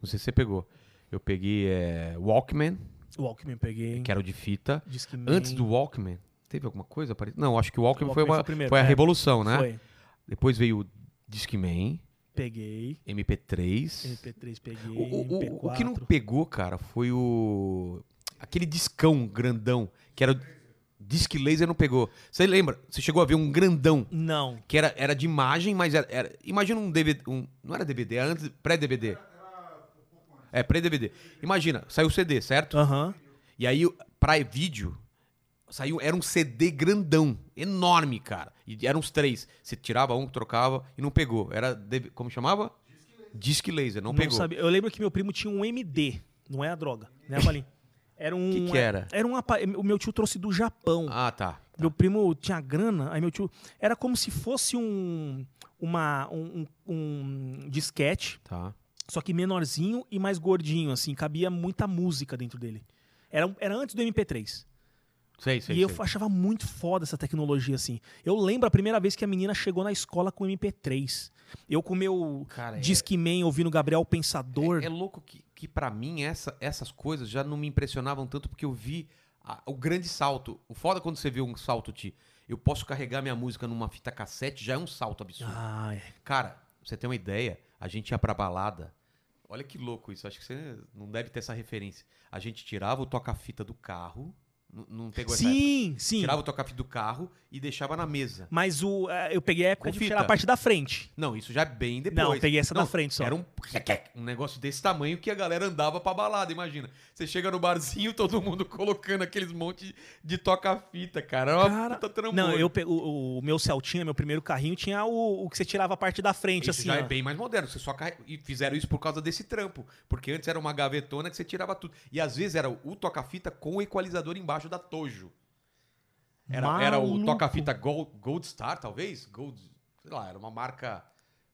S1: não sei se você pegou, Eu peguei é, Walkman,
S3: Walkman eu peguei.
S1: É que era o de fita.
S3: Disque
S1: Antes do Walkman, teve alguma coisa parecida? Não, acho que o Walkman,
S3: O
S1: foi,
S3: Walkman
S1: uma-
S3: foi o primeiro,
S1: foi a
S3: é.
S1: revolução, né?
S3: Foi.
S1: Depois veio o Discman,
S3: Peguei.
S1: MP3.
S3: MP3 peguei.
S1: O, o- o-
S3: MP4.
S1: o que não pegou, cara, foi o. Aquele discão grandão, que era. o Disque laser não pegou. Você lembra? Você chegou a ver um grandão,
S3: Não.
S1: que era, era de imagem, mas era. era- imagina um DVD. um- não era DVD, era antes. Pré-DVD. É, pré-DVD. Imagina, saiu o CD, certo?
S3: Aham.
S1: E aí, pra vídeo, saiu, era um CD grandão, enorme, cara. E eram uns três. Você tirava um, trocava e não pegou. Era. DV Como chamava? Disque laser, não,
S3: Não
S1: pegou.
S3: sabia. Eu lembro que meu primo tinha um MD, não é a droga, né, Valim? Era um.
S1: Que que era?
S3: Era um apa- O meu tio trouxe do Japão.
S1: Ah, tá.
S3: Meu primo tinha grana, aí meu tio. Era como se fosse um. Uma, um, um- um disquete,
S1: Tá.
S3: só que menorzinho e mais gordinho, assim. Cabia muita música dentro dele. Era, um- era antes do MP3.
S1: Sei, sei.
S3: e eu
S1: sei.
S3: achava muito foda essa tecnologia, assim. Eu lembro a primeira vez que a menina chegou na escola com MP3. Eu com o meu
S1: Cara, é-
S3: Discman ouvindo Gabriel Pensador.
S1: É louco que, que para mim essa- essas coisas já não me impressionavam tanto porque eu vi a- o grande salto. O foda quando você vê um salto, Ti. Eu posso carregar minha música numa fita cassete, já é um salto absurdo.
S3: Ah, é.
S1: Cara, pra você tem uma ideia? A gente ia pra balada. Olha que louco isso. Acho que você não deve ter essa referência. A gente tirava o toca-fita do carro. n- Não pegou essa época?
S3: Sim, sim.
S1: Tirava o toca-fita do carro e deixava na mesa.
S3: Mas o, eh, eu peguei a época
S1: Com
S3: de
S1: fita.
S3: tirar a parte da frente.
S1: Não, isso já é bem depois.
S3: Não, eu peguei essa da frente só.
S1: Era um, um negócio desse tamanho que a galera andava pra balada, imagina. Você chega no barzinho, todo mundo colocando aqueles monte de toca-fita, cara. Era uma
S3: Cara,
S1: puta trambolha.
S3: Não, eu pe- o, o meu Celtinha, meu primeiro carrinho, tinha o, o que você tirava a parte da frente,
S1: Isso
S3: assim.
S1: já
S3: ó.
S1: é bem mais moderno. Você só carre- E fizeram isso por causa desse trampo. Porque antes era uma gavetona que você tirava tudo. E às vezes era o toca-fita com o equalizador embaixo da Tojo. Era, era o
S3: Maluco.
S1: toca-fita Gold, Gold Star, talvez? Gold, sei lá, era uma marca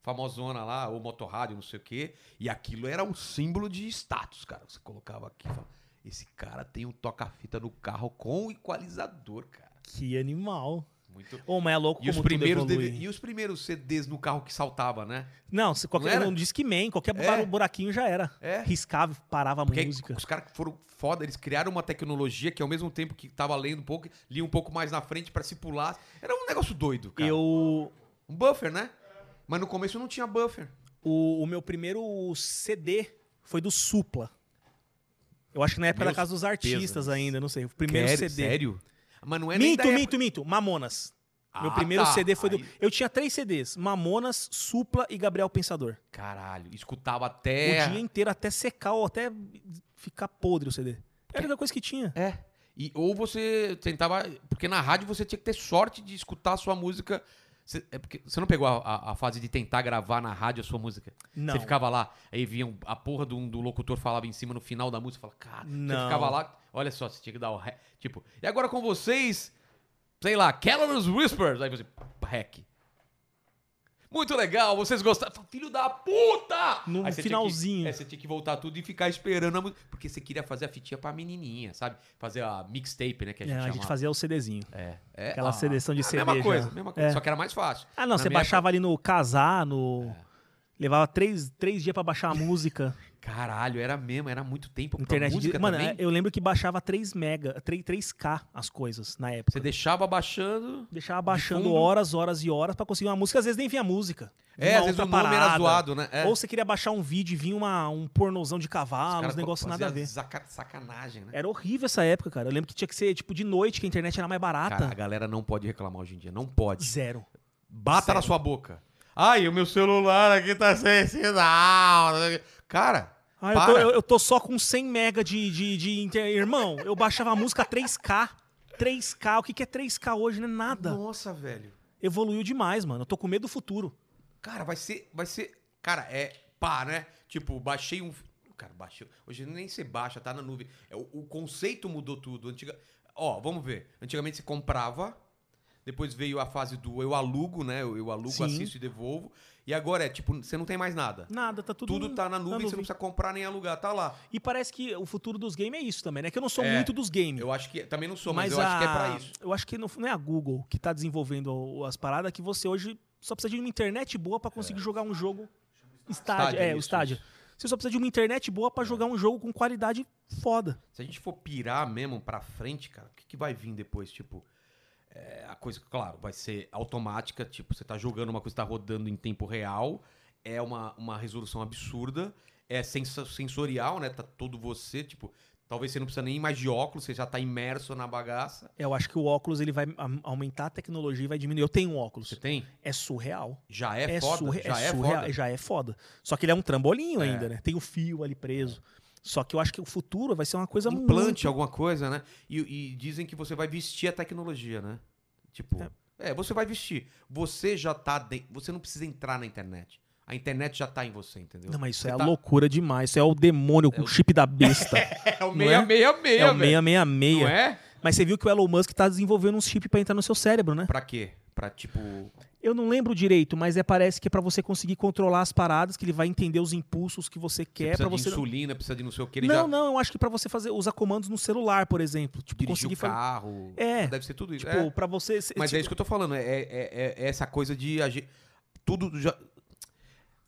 S1: famosona lá, ou motorrádio, não sei o quê. E aquilo era um símbolo de status, cara. Você colocava aqui e falava, esse cara tem um toca-fita no carro com o equalizador, cara.
S3: Que animal.
S1: Muito...
S3: Ô, mas é louco
S1: E os,
S3: como tudo
S1: primeiros
S3: evolui.
S1: DV e os primeiros CDs no carro que saltava, né?
S3: Não, se qualquer
S1: Não era?
S3: um diz que man, qualquer
S1: É.
S3: bar- buraquinho já era.
S1: É.
S3: Riscava, parava a
S1: Porque é aí
S3: música.
S1: os caras que foram foda, eles criaram uma tecnologia que ao mesmo tempo que tava lendo um pouco, lia um pouco mais na frente pra se pular. Era um negócio doido, cara.
S3: Eu.
S1: Um buffer, né? Mas no começo não tinha buffer.
S3: O, o meu primeiro CD foi do Supla. Eu acho que na época
S1: Meus
S3: da casa dos
S1: pêsames.
S3: artistas ainda, não sei. O primeiro
S1: Sério?
S3: CD.
S1: Sério? Mas não é nem da
S3: Minto,
S1: época-
S3: minto, minto. Mamonas. Meu
S1: Ah,
S3: primeiro
S1: tá.
S3: CD foi do.
S1: Aí-
S3: Eu tinha três CDs: Mamonas, Supla e Gabriel Pensador.
S1: Caralho, escutava até...
S3: O dia inteiro até secar ou até ficar podre o CD. Era a única coisa que tinha.
S1: É. E, ou você tentava... Porque na rádio você tinha que ter sorte de escutar a sua música... Você, é porque você não pegou a, a- a fase de tentar gravar na rádio a sua música?
S3: Não.
S1: Você ficava lá, aí vinha um- a porra do, do locutor falava em cima no final da música, falava, cara, você
S3: Não.
S1: ficava lá, olha só, você tinha que dar o rec, tipo, e agora com vocês, sei lá, Keller's Whispers, aí você, rec. Muito legal, vocês gostaram, Fala, filho da puta!
S3: No
S1: Aí você tinha que-
S3: finalzinho.
S1: é, você tinha que voltar tudo e ficar esperando a música, porque você queria fazer a fitinha pra menininha, sabe? Fazer a mixtape, né, que a
S3: É,
S1: gente
S3: a
S1: chamava.
S3: gente fazia o CDzinho.
S1: É, é,
S3: Aquela seleção de
S1: a
S3: CD
S1: Mesma
S3: já.
S1: coisa, mesma coisa,
S3: É.
S1: só que era mais fácil.
S3: Ah, não,
S1: Na
S3: você
S1: minha É.
S3: baixava ali no casar, no. Levava três, três dias pra baixar a música.
S1: época- Caralho, era mesmo, era muito tempo pra
S3: Internet de...
S1: música
S3: Mano,
S1: também.
S3: eu lembro que baixava 3 mega, 3, 3K as coisas na época.
S1: Você deixava baixando.
S3: Deixava baixando
S1: fundo.
S3: horas, horas e horas pra conseguir uma música. Às vezes nem vinha música. Vinha
S1: É,
S3: uma
S1: às vezes o
S3: outra
S1: nome era
S3: parada.
S1: zoado, né? É.
S3: Ou você queria baixar um vídeo e vinha uma, um pornozão de
S1: Os
S3: cavalo,
S1: caras
S3: uns negócios nada a
S1: faziam
S3: ver.
S1: saca- sacanagem, né?
S3: Era horrível essa época, cara. Eu lembro que tinha que ser, tipo, de noite, que a internet era mais barata.
S1: Cara, a galera não pode reclamar hoje em dia. Não pode.
S3: Zero.
S1: Bata na sua boca. Ai, o meu celular aqui tá sem sinal. Cara,
S3: Ah, eu
S1: para.
S3: tô, eu- eu tô só com 100 mega de, de, de inter... Irmão, eu baixava a música 3K. 3K, o que, que é 3K hoje? Não é nada.
S1: Nossa, velho.
S3: Evoluiu demais, mano. Eu tô com medo do futuro.
S1: Cara, vai ser. Vai ser. Cara, é pá, né? Tipo, baixei um. Cara, baixei. Hoje nem se baixa, tá na nuvem. É, o, o conceito mudou tudo. Antiga... Ó, vamos ver. Antigamente você comprava. Depois veio a fase do eu alugo, né? Eu, eu alugo,
S3: Sim.
S1: assisto e devolvo. E agora é, tipo, você não tem mais nada.
S3: Nada, tá tudo.
S1: Tudo tá na nuvem, você não precisa comprar nem alugar, tá lá.
S3: E parece que o futuro dos games é isso também, né? Que eu não sou
S1: É,
S3: muito dos games.
S1: Eu acho que. Também não sou, mas, eu acho que é pra isso.
S3: Eu acho que não, não é a Google que tá desenvolvendo o- as paradas que você hoje só precisa de uma internet boa pra conseguir jogar um jogo. Estádio,
S1: É. Estádio,
S3: é,
S1: isso,
S3: o estádio. Você só precisa de uma internet boa pra jogar um jogo com qualidade foda.
S1: Se a gente for pirar mesmo pra frente, cara, o que, que vai vir depois? Tipo, é, a coisa, claro, vai ser automática. Tipo, você tá jogando uma coisa, tá rodando em tempo real. É uma, uma resolução absurda. É sensa- sensorial, né? Tá todo você, tipo... Talvez você não precisa nem mais de óculos, você já tá imerso na bagaça.
S3: Eu acho que o óculos ele vai am- aumentar a tecnologia e vai diminuir. Eu tenho um óculos.
S1: Você tem?
S3: É surreal.
S1: Já é, foda,
S3: surre-
S1: já é,
S3: surreal-
S1: foda.
S3: Já é foda. Só que ele é um trambolinho
S1: É.
S3: ainda, né? Tem o fio ali preso. Só que eu acho que o futuro vai ser uma coisa
S1: Implante alguma coisa, né? E, e dizem que você vai vestir a tecnologia, né? Tipo,
S3: É.
S1: é, você vai vestir. Você já tá dentro, você não precisa entrar na internet. A internet já tá em você, entendeu?
S3: Não, mas isso
S1: Você
S3: é
S1: tá-
S3: loucura demais. Isso é o demônio com o chip da besta.
S1: É o
S3: Não é?
S1: 666,
S3: é o
S1: velho.
S3: 666.
S1: Não é?
S3: Mas você viu que o Elon Musk tá desenvolvendo uns chip pra entrar no seu cérebro, né?
S1: Pra quê? Pra tipo,
S3: Eu não lembro direito, mas é, parece que é pra você conseguir controlar as paradas, que ele vai entender os impulsos que você
S1: você
S3: quer
S1: precisa
S3: para
S1: de
S3: é você. não-
S1: insulina, precisa de não sei o que, ele
S3: não,
S1: já
S3: não, eu acho que pra você fazer usar comandos no celular, por exemplo, tipo,
S1: dirige
S3: conseguir
S1: o
S3: fazer,
S1: carro.
S3: É.
S1: Deve ser tudo isso.
S3: tipo,
S1: é.
S3: pra você se-
S1: Mas é
S3: tipo,
S1: isso que eu tô falando. É, é- é- é essa coisa de. a gen- Tudo já.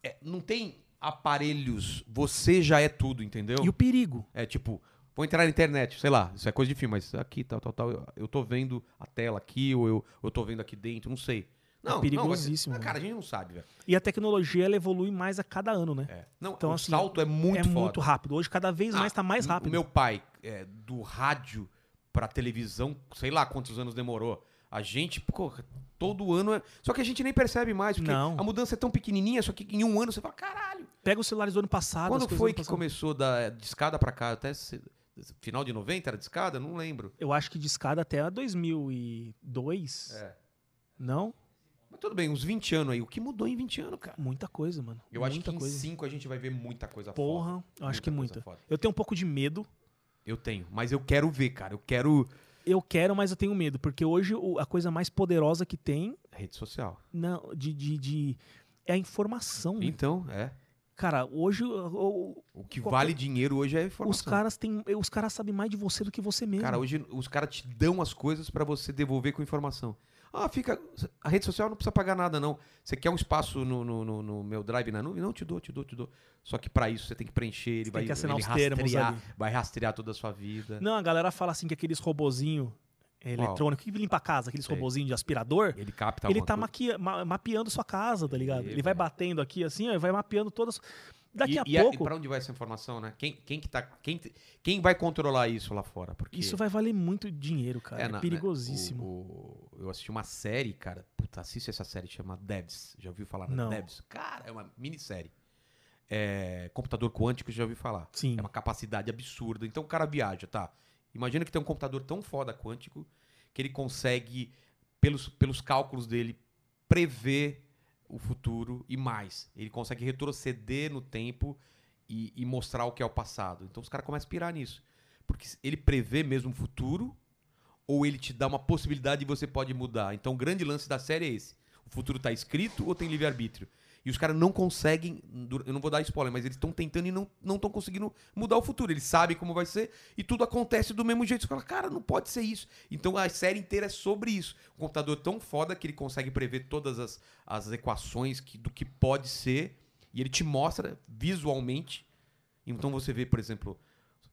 S1: é, não tem aparelhos. Você já é tudo, entendeu?
S3: e o perigo.
S1: É tipo. Vou entrar na internet, sei lá, isso é coisa de filme, mas aqui, tal, tal, tal. Eu, eu tô vendo a tela aqui, ou eu, eu tô vendo aqui dentro, não sei. Não, não, vai ser-
S3: É perigosíssimo, né?
S1: Ah, cara, a gente não sabe, velho.
S3: E a tecnologia ela evolui mais a cada ano, né?
S1: É. Não,
S3: Então,
S1: o
S3: assim,
S1: salto é muito
S3: é
S1: foda.
S3: muito rápido. Hoje cada vez
S1: Ah,
S3: mais tá mais
S1: m-
S3: rápido.
S1: O meu pai, é, do rádio pra televisão, sei lá quantos anos demorou. A gente, porra, todo ano. É... Só que a gente nem percebe mais, porque
S3: Não.
S1: a mudança é tão pequenininha, só que em um ano você fala, caralho.
S3: Pega os celulares do ano passado, as
S1: quando
S3: Ah, coisas
S1: foi
S3: do ano
S1: que
S3: passado.
S1: começou da de escada pra cá? Até se- final de 90 era de escada? Não lembro.
S3: Eu acho que de escada até a 2002.
S1: É.
S3: Não?
S1: Mas tudo bem, uns 20 anos aí. O que mudou em 20 anos, cara?
S3: Muita coisa, mano.
S1: Eu acho
S3: muita
S1: que
S3: coisa.
S1: em 5 a gente vai ver muita coisa foda.
S3: Porra, eu acho que
S1: muita
S3: muita.
S1: coisa foda.
S3: Eu tenho um pouco de medo.
S1: Eu tenho, mas eu quero ver, cara. Eu quero
S3: Eu quero, mas eu tenho medo, porque hoje o- a coisa mais poderosa que tem
S1: rede social.
S3: não, de, de, de- é a informação. Né?
S1: Então, é.
S3: Cara, hoje o- o-
S1: O que
S3: Qualquer-
S1: vale dinheiro hoje é a
S3: os
S1: informação.
S3: caras têm, os caras sabem mais de você do que você mesmo.
S1: Cara, hoje os caras te dão as coisas pra você devolver com informação. Ah, fica. A rede social não precisa pagar nada, não. Você quer um espaço no, no, no- no meu drive na nuvem? Não, te dou, te dou, te dou. Só que pra isso você tem que preencher, ele
S3: Você tem
S1: vai
S3: que assinar
S1: ele
S3: os termos
S1: rastrear,
S3: ali.
S1: vai rastrear toda a sua vida.
S3: Não, a galera fala assim que aqueles robozinho eletrônico que limpa a casa, aqueles
S1: Sei.
S3: robozinho de aspirador,
S1: Ele capta
S3: ele
S1: alguma
S3: tá
S1: coisa.
S3: maquia- ma- mapeando sua casa, tá ligado?
S1: Ele
S3: Ele vai
S1: vai.
S3: batendo aqui assim, ó, e vai mapeando todas. Daqui
S1: é. e,
S3: a
S1: e E
S3: pouco,
S1: pra onde vai essa informação, né? Quem, quem, que tá, quem, te- quem vai controlar isso lá fora? Porque
S3: isso vai valer muito dinheiro, cara. É,
S1: na- né,
S3: perigosíssimo.
S1: o- o- eu assisti uma série, cara. Puta, assiste essa série, chama Devs. Já ouviu falar? né?
S3: Não.
S1: Devs. Cara, é uma minissérie. É, computador quântico, já ouviu falar.
S3: Sim.
S1: É uma capacidade absurda. Então o cara viaja, tá? Imagina que tem um computador tão foda quântico que ele consegue, pelos, pelos cálculos dele, prever o futuro e mais. Ele consegue retroceder no tempo e, e mostrar o que é o passado. Então os caras começam a pirar nisso. Porque ele prevê mesmo o futuro ou ele te dá uma possibilidade e você pode mudar. Então o grande lance da série é esse. O futuro tá escrito ou tem livre-arbítrio? E os caras não conseguem, dur- eu não vou dar spoiler, mas eles estão tentando e não não estão conseguindo mudar o futuro. Eles sabem como vai ser e tudo acontece do mesmo jeito. Você fala, cara, não pode ser isso. Então a série inteira é sobre isso. O computador é tão foda que ele consegue prever todas as, as equações que- do que pode ser e ele te mostra visualmente. Então você vê, por exemplo,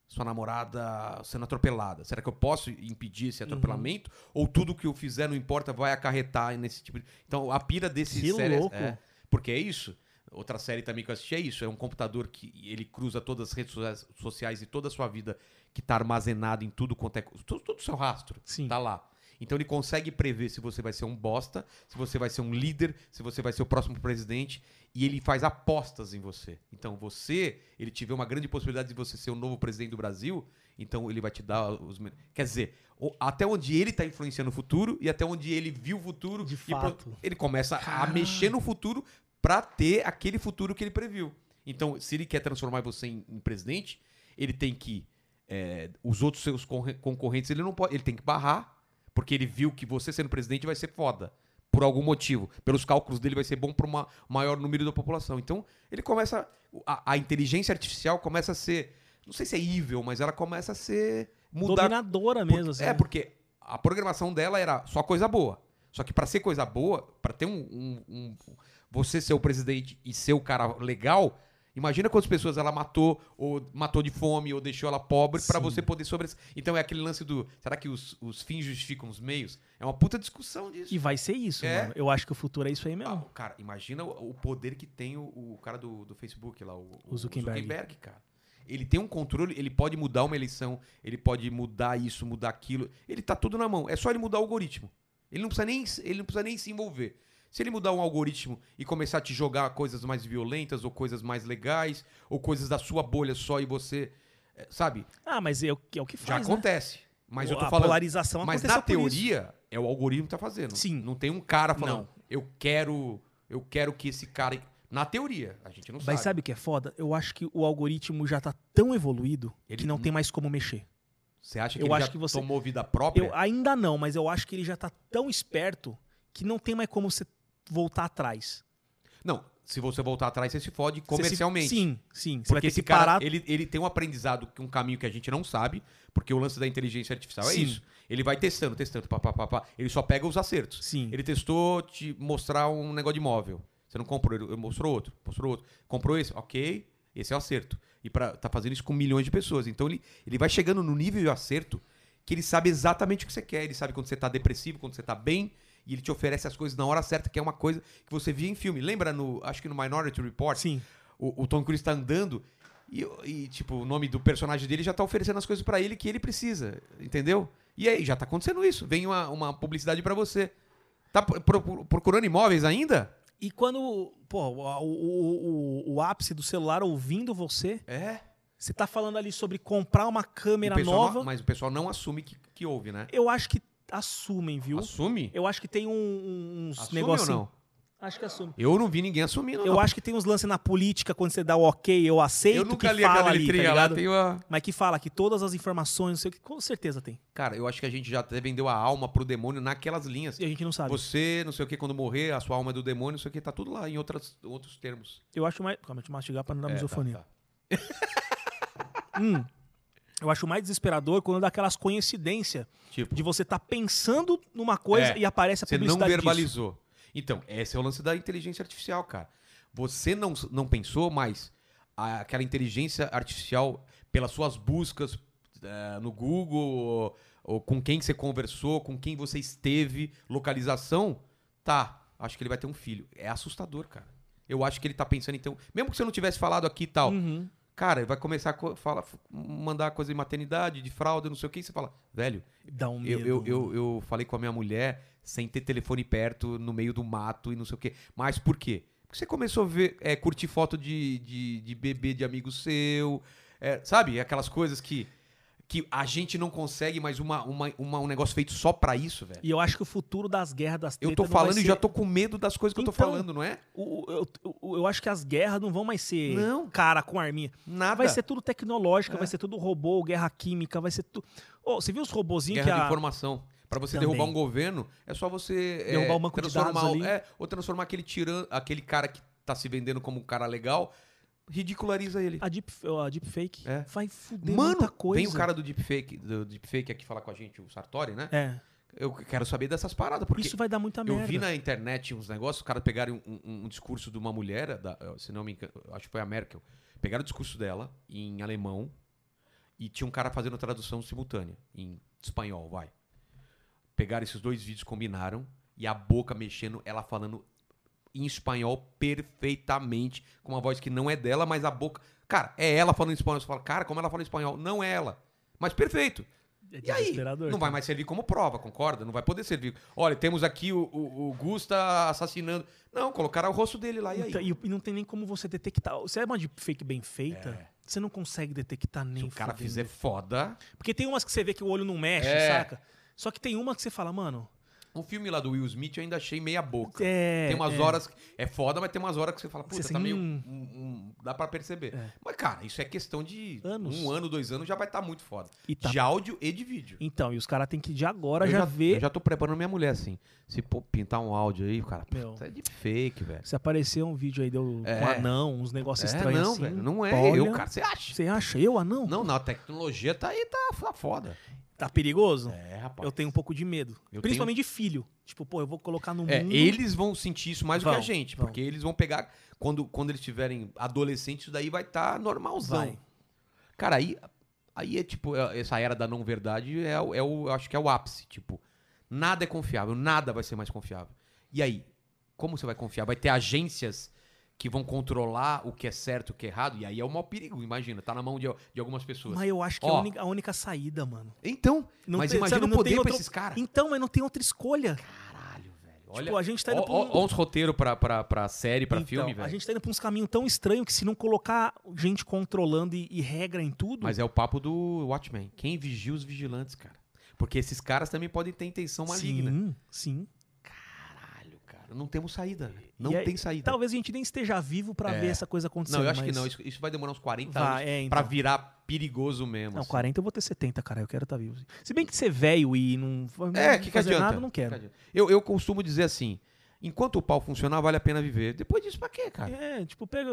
S1: sua namorada sendo atropelada. Será que eu posso impedir
S3: Uhum.
S1: esse atropelamento? Ou tudo que eu fizer, não importa, vai acarretar nesse tipo de. Então a pira desse
S3: Que
S1: série é-
S3: louco.
S1: é. Porque é isso. Outra série também que eu assisti é isso. É um computador que ele cruza todas as redes socia- sociais e toda a sua vida que tá armazenado em tudo quanto é. co- Todo todo o seu rastro
S3: Sim.
S1: tá lá. Então ele consegue prever se você vai ser um bosta, se você vai ser um líder, se você vai ser o próximo presidente, e ele faz apostas em você. Então você, ele tiver uma grande possibilidade de você ser o novo presidente do Brasil, então ele vai te dar os. me- Quer dizer, o- até onde ele tá influenciando o futuro e até onde ele viu o futuro.
S3: De
S1: e pro-
S3: fato.
S1: Ele começa a mexer no futuro pra ter aquele futuro que ele previu. Então, se ele quer transformar você em, em presidente, ele tem que. é, os outros seus concorre- concorrentes, ele não pode. Ele tem que barrar, porque ele viu que você sendo presidente vai ser foda. Por algum motivo. Pelos cálculos dele vai ser bom para um maior número da população. Então, ele começa. A, a inteligência artificial começa a ser. Não sei se é evil, mas ela começa a ser. Mudar
S3: Dominadora
S1: porque-
S3: mesmo, assim.
S1: é,
S3: né?
S1: porque a programação dela era só coisa boa. Só que pra ser coisa boa, pra ter um, um- um- Você ser o presidente e ser o cara legal, Imagina quantas pessoas ela matou, ou matou de fome, ou deixou ela pobre pra você poder sobre. Então é aquele lance do. Será que os, os fins justificam os meios? É uma puta discussão disso.
S3: E vai ser isso,
S1: É.
S3: mano. Eu acho que o futuro é isso aí
S1: Ah,
S3: mesmo.
S1: cara, imagina o, o poder que tem o, o cara do, do Facebook lá, o,
S3: O Zuckerberg.
S1: cara. Ele tem um controle, ele pode mudar uma eleição, ele pode mudar isso, mudar aquilo. Ele tá tudo na mão. É só ele mudar o algoritmo. Ele não precisa nem, ele não precisa nem se envolver. Se ele mudar um algoritmo e começar a te jogar coisas mais violentas, ou coisas mais legais, ou coisas da sua bolha só e você. é, Sabe?
S3: Ah, mas é o, que- é o que
S1: Já
S3: faz, né?
S1: acontece. Mas eu
S3: A
S1: tô falando.
S3: polarização
S1: Mas
S3: Então aconteceu
S1: na
S3: por isso.
S1: teoria, é o algoritmo que tá fazendo.
S3: Sim.
S1: Não tem um cara falando,
S3: Não.
S1: eu quero. Eu quero que esse cara. Na teoria, a gente não
S3: Mas
S1: sabe.
S3: sabe o que é foda? Eu acho que o algoritmo já tá tão evoluído
S1: Ele-
S3: que não tem mais como mexer.
S1: Você acha que
S3: Eu
S1: ele
S3: acho
S1: já
S3: que você-
S1: tomou vida própria?
S3: Eu ainda não, mas eu acho que ele já tá tão esperto que não tem mais como você voltar atrás.
S1: Não, se você voltar atrás, você se fode
S3: Você se-
S1: comercialmente.
S3: Sim, sim. Você
S1: Porque
S3: vai ter
S1: esse
S3: que
S1: cara,
S3: parar.
S1: ele, ele tem um aprendizado, um caminho que a gente não sabe, porque o lance da inteligência artificial é
S3: Sim.
S1: isso. Ele vai testando, testando, pá, pá, pá, pá. Ele só pega os acertos.
S3: Sim.
S1: Ele é testou te mostrar um negócio de imóvel. Você não comprou, ele mostrou outro, mostrou outro. Comprou esse, ok, esse é o acerto. E pra, tá fazendo isso com milhões de pessoas. Então ele, ele vai chegando no nível de acerto que ele sabe exatamente o que você quer. Ele sabe quando você tá depressivo, quando você tá bem. E ele te oferece as coisas na hora certa, que é uma coisa que você via em filme. Lembra no, acho que no Minority Report?
S3: Sim.
S1: O, o Tom Cruise tá andando e, e, tipo, o nome do personagem dele já tá oferecendo as coisas pra ele que ele precisa, entendeu? E aí, já tá acontecendo isso. Vem uma, uma publicidade pra você. Tá pro- pro- procurando imóveis ainda?
S3: E quando, pô, o, o- o- o ápice do celular ouvindo você,
S1: É.
S3: você tá falando ali sobre comprar uma câmera nova.
S1: mas o pessoal não assume que, que houve, né?
S3: Eu acho que assumem, viu?
S1: Assume?
S3: Eu acho que tem um- um- uns
S1: Assume
S3: negócios.
S1: ou não?
S3: Acho que assume.
S1: assim, Eu não vi ninguém assumindo,
S3: Eu
S1: não.
S3: acho que tem uns lances na política quando você dá o ok, eu aceito.
S1: eu nunca
S3: que
S1: li
S3: fala
S1: aquela
S3: ali, tá
S1: letrinha lá,
S3: ligado?
S1: tem uma...
S3: Mas que fala que todas as informações, não sei o que, com certeza tem.
S1: Cara, eu acho que a gente já até vendeu a alma pro demônio naquelas linhas.
S3: E a gente não sabe.
S1: Você, não sei o que, quando morrer, a sua alma é do demônio, não sei o que, tá tudo lá em outras, outros termos.
S3: Eu acho mais. Calma, deixa eu mastigar pra não dar
S1: É, tá,
S3: misofonia.
S1: tá.
S3: Hum. Eu acho mais desesperador quando dá aquelas coincidências
S1: Tipo,
S3: de você tá pensando numa coisa
S1: É.
S3: e aparece a
S1: Você não
S3: publicidade disso.
S1: verbalizou. Então, esse é o lance da inteligência artificial, cara. Você não, não pensou, mas a- aquela inteligência artificial, pelas suas buscas eh, no Google, ou, ou com quem você conversou, com quem você esteve, localização, tá, acho que ele vai ter um filho. É assustador, cara. Eu acho que ele tá pensando, então, mesmo que você não tivesse falado aqui e tal,
S3: Uhum.
S1: cara, ele vai começar a co- fala- f- mandar coisa de maternidade, de fralda, não sei o que, e você fala, velho,
S3: Dá um
S1: eu,
S3: medo.
S1: eu, eu, eu falei com a minha mulher sem ter telefone perto, no meio do mato e não sei o quê. Mas por quê? Porque você começou a ver, é, curtir foto de, de, de bebê de amigo seu, é, sabe? Aquelas coisas que, que a gente não consegue, mas uma, uma, uma- um negócio feito só pra isso, velho.
S3: E eu acho que o futuro das guerras das
S1: Eu
S3: tretas
S1: tô
S3: não vai
S1: falando e
S3: ser-
S1: já tô com medo das coisas que eu tô
S3: Então-
S1: falando, não é?
S3: o- o- eu, eu- eu acho que as guerras não vão mais ser
S1: Não.
S3: cara com arminha.
S1: Nada. É.
S3: Vai ser tudo tecnológica, vai ser tudo robô, guerra química, vai ser tudo. Ô, você viu os robozinhos que
S1: Guerra de
S3: a...
S1: informação. Pra você
S3: Também.
S1: derrubar um governo, é só você é,
S3: Derrubar um banco de
S1: transformar
S3: dados
S1: o-
S3: ali.
S1: é, ou transformar aquele tirano, aquele cara que tá se vendendo como um cara legal, ridiculariza ele.
S3: a deep, a deepfake
S1: É.
S3: vai fuder
S1: Mano,
S3: Ah, muita coisa.
S1: vem o cara do deepfake, do deepfake aqui falar com a gente, o Sartori, né?
S3: É,
S1: Eu quero saber dessas paradas, porque
S3: isso vai dar muita
S1: eu
S3: merda.
S1: vi na internet uns negócios, os caras pegaram um, um- um discurso de uma mulher, da- eh, se não me engano, acho que foi a Merkel, pegaram o discurso dela em alemão e tinha um cara fazendo tradução simultânea, em espanhol, vai. Pegaram esses dois vídeos, combinaram, e a boca mexendo, ela falando em espanhol perfeitamente, com uma voz que não é dela, mas a boca. Cara, é ela falando em espanhol. Você fala, cara, como ela fala em espanhol? Não é ela. Mas perfeito.
S3: É
S1: E aí?
S3: desesperador,
S1: Não vai mais servir como prova, concorda? Não vai poder servir. Olha, temos aqui o, o, o Gusta assassinando. Não, colocaram o rosto dele lá. E aí?
S3: Então, e, e não tem nem como você detectar. Se é uma deepfake bem feita, você não consegue detectar nem.
S1: É. Se o cara
S3: fudendo.
S1: fizer foda.
S3: Porque tem umas que você vê que o olho não mexe,
S1: É.
S3: saca? Só que tem uma que você fala, mano.
S1: Um filme lá do Will Smith eu ainda achei meia boca.
S3: É,
S1: tem umas
S3: é.
S1: horas. que- É foda, mas tem umas horas que você fala, puta,
S3: Você
S1: tá
S3: assim,
S1: meio.
S3: hum.
S1: um- um- dá pra perceber. Mas, cara, isso é questão de
S3: Anos.
S1: um ano, dois anos, já vai estar muito foda.
S3: E tá-
S1: De áudio e de vídeo.
S3: Então, e os caras têm que de agora
S1: Eu
S3: já,
S1: Eu
S3: ver.
S1: já tô preparando minha mulher assim. Se pô, pintar um áudio aí, cara,
S3: Meu.
S1: puta, é de fake, velho.
S3: Se aparecer um vídeo aí deu
S1: É.
S3: com anão, uns negócios
S1: É,
S3: estranhos
S1: não,
S3: assim.
S1: velho. Não é
S3: olha,
S1: eu, cara. Você acha?
S3: Você acha eu anão?
S1: Não, não, a tecnologia tá aí, tá, tá foda.
S3: Tá perigoso?
S1: É, rapaz.
S3: eu tenho um pouco de medo.
S1: Eu
S3: Principalmente de filho. Tipo, pô, eu vou colocar no
S1: É,
S3: mundo.
S1: eles vão sentir isso mais do
S3: Vão,
S1: que a gente,
S3: vão.
S1: porque eles vão pegar quando, quando eles tiverem adolescentes, isso daí vai estar normalzão.
S3: Vai.
S1: Cara, aí aí é tipo é- essa era da não verdade é, o- é o eu acho que é o ápice, tipo, nada é confiável, nada vai ser mais confiável. E aí, como você vai confiar? Vai ter agências que vão controlar o que é certo, o que é errado, e aí é o maior perigo, imagina, tá na mão de, de algumas pessoas.
S3: Mas eu acho que é
S1: Ó.
S3: a única, a única saída, mano.
S1: Então,
S3: Não
S1: mas
S3: tem-
S1: imagina
S3: sabe,
S1: o
S3: não
S1: poder
S3: tem
S1: pra
S3: outro-
S1: esses caras.
S3: Então, mas não tem outra escolha.
S1: Caralho, velho.
S3: tipo, a gente tá indo
S1: ó,
S3: pra
S1: ó, ó uns roteiros pra, pra, pra série, pra
S3: Então,
S1: filme,
S3: A
S1: velho.
S3: gente tá indo pra uns caminhos tão estranhos que se não colocar gente controlando e, e regra em tudo.
S1: Mas é o papo do Watchmen. Quem vigia os vigilantes, cara? Porque esses caras também podem ter intenção maligna.
S3: Sim, sim.
S1: Caralho, cara. Não temos saída. velho. Não
S3: E aí,
S1: tem saída.
S3: Talvez a gente nem esteja vivo pra ver essa coisa acontecendo.
S1: É. não, eu acho que
S3: mas-
S1: não. Isso, isso vai demorar uns 40
S3: Vai,
S1: anos
S3: é,
S1: pra
S3: então.
S1: virar perigoso mesmo.
S3: Não,
S1: assim.
S3: 40 eu vou ter 70, cara. Eu quero estar vivo. Se bem que ser velho e não
S1: É,
S3: não
S1: que que
S3: fazer
S1: adianta?
S3: nada, eu não
S1: Que
S3: quero.
S1: adianta? Eu, eu costumo dizer assim: enquanto o pau funcionar, vale a pena viver. Depois disso, pra quê, cara?
S3: É, tipo, pega.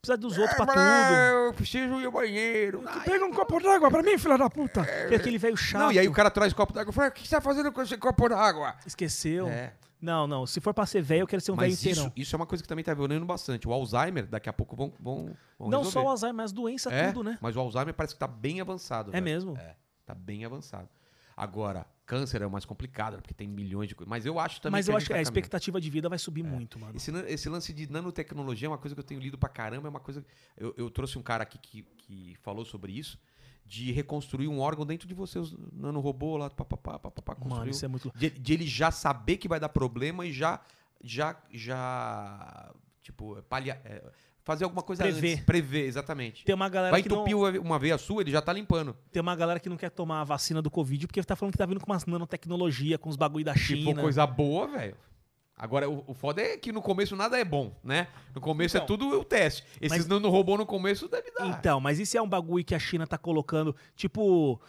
S3: Precisa dos outros pra tudo.
S1: Ah, Eu preciso ir ao banheiro. É, Ai,
S3: Pega um copo d'água pra mim, filha da puta. Que é aquele velho chato.
S1: Não, e aí o cara traz copo d'água e fala: o que você tá fazendo com esse copo d'água?
S3: Esqueceu.
S1: É.
S3: Não, não. Se for pra ser velho, eu quero ser um velho
S1: Mas
S3: inteirão.
S1: isso, isso é uma coisa que também tá evoluindo bastante. O Alzheimer, daqui a pouco vão. vão, vão
S3: não
S1: resolver.
S3: só o Alzheimer, mas doença,
S1: É,
S3: tudo, né?
S1: Mas o Alzheimer parece que tá bem avançado.
S3: É
S1: velho.
S3: mesmo.
S1: Tá bem avançado. Agora, câncer é o mais complicado, porque tem milhões de coisas. Mas eu acho também
S3: mas eu acho que
S1: gente tá
S3: a
S1: caminhando.
S3: expectativa de vida vai subir muito, mano.
S1: Esse, lan- esse lance de nanotecnologia é uma coisa que eu tenho lido pra caramba. É uma coisa. Eu, eu trouxe um cara aqui que, que falou sobre isso. De reconstruir um órgão dentro de você, os nanorobô lá, papapá, papapá,
S3: Mano,
S1: construiu.
S3: isso é muito louco.
S1: De, de ele já saber que vai dar problema e já. Já. já tipo, palha, é, fazer alguma coisa
S3: Prever.
S1: antes. Prever, exatamente.
S3: Tem uma galera
S1: Vai
S3: que não,
S1: entupir uma ve- uma veia sua, ele já tá limpando.
S3: tem uma galera que não quer tomar a vacina do Covid porque tá falando que tá vindo com umas nanotecnologia, com os bagulho da
S1: Se
S3: China.
S1: for Tipo coisa boa, velho. Agora, o, o foda é que no começo nada é bom, né? No começo é
S3: Então.
S1: tudo o teste. Esses não robô no começo deve dar.
S3: Então, mas e se é um bagulho que a China tá colocando, tipo,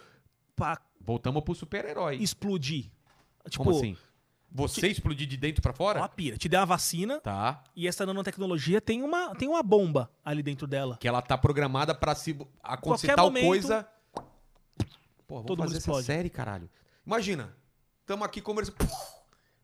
S3: pra
S1: Voltamos pro super-herói.
S3: explodir? Tipo,
S1: Como assim? Você explodir de dentro pra fora?
S3: ó, pira, te deu uma vacina
S1: Tá.
S3: e essa nanotecnologia tem uma, tem uma bomba ali dentro dela.
S1: Que ela tá programada pra se acontecer
S3: Qualquer
S1: tal
S3: momento,
S1: coisa. Pô, vamos
S3: todo mundo
S1: fazer essa
S3: explode.
S1: série, caralho. Imagina. Tamo aqui conversando.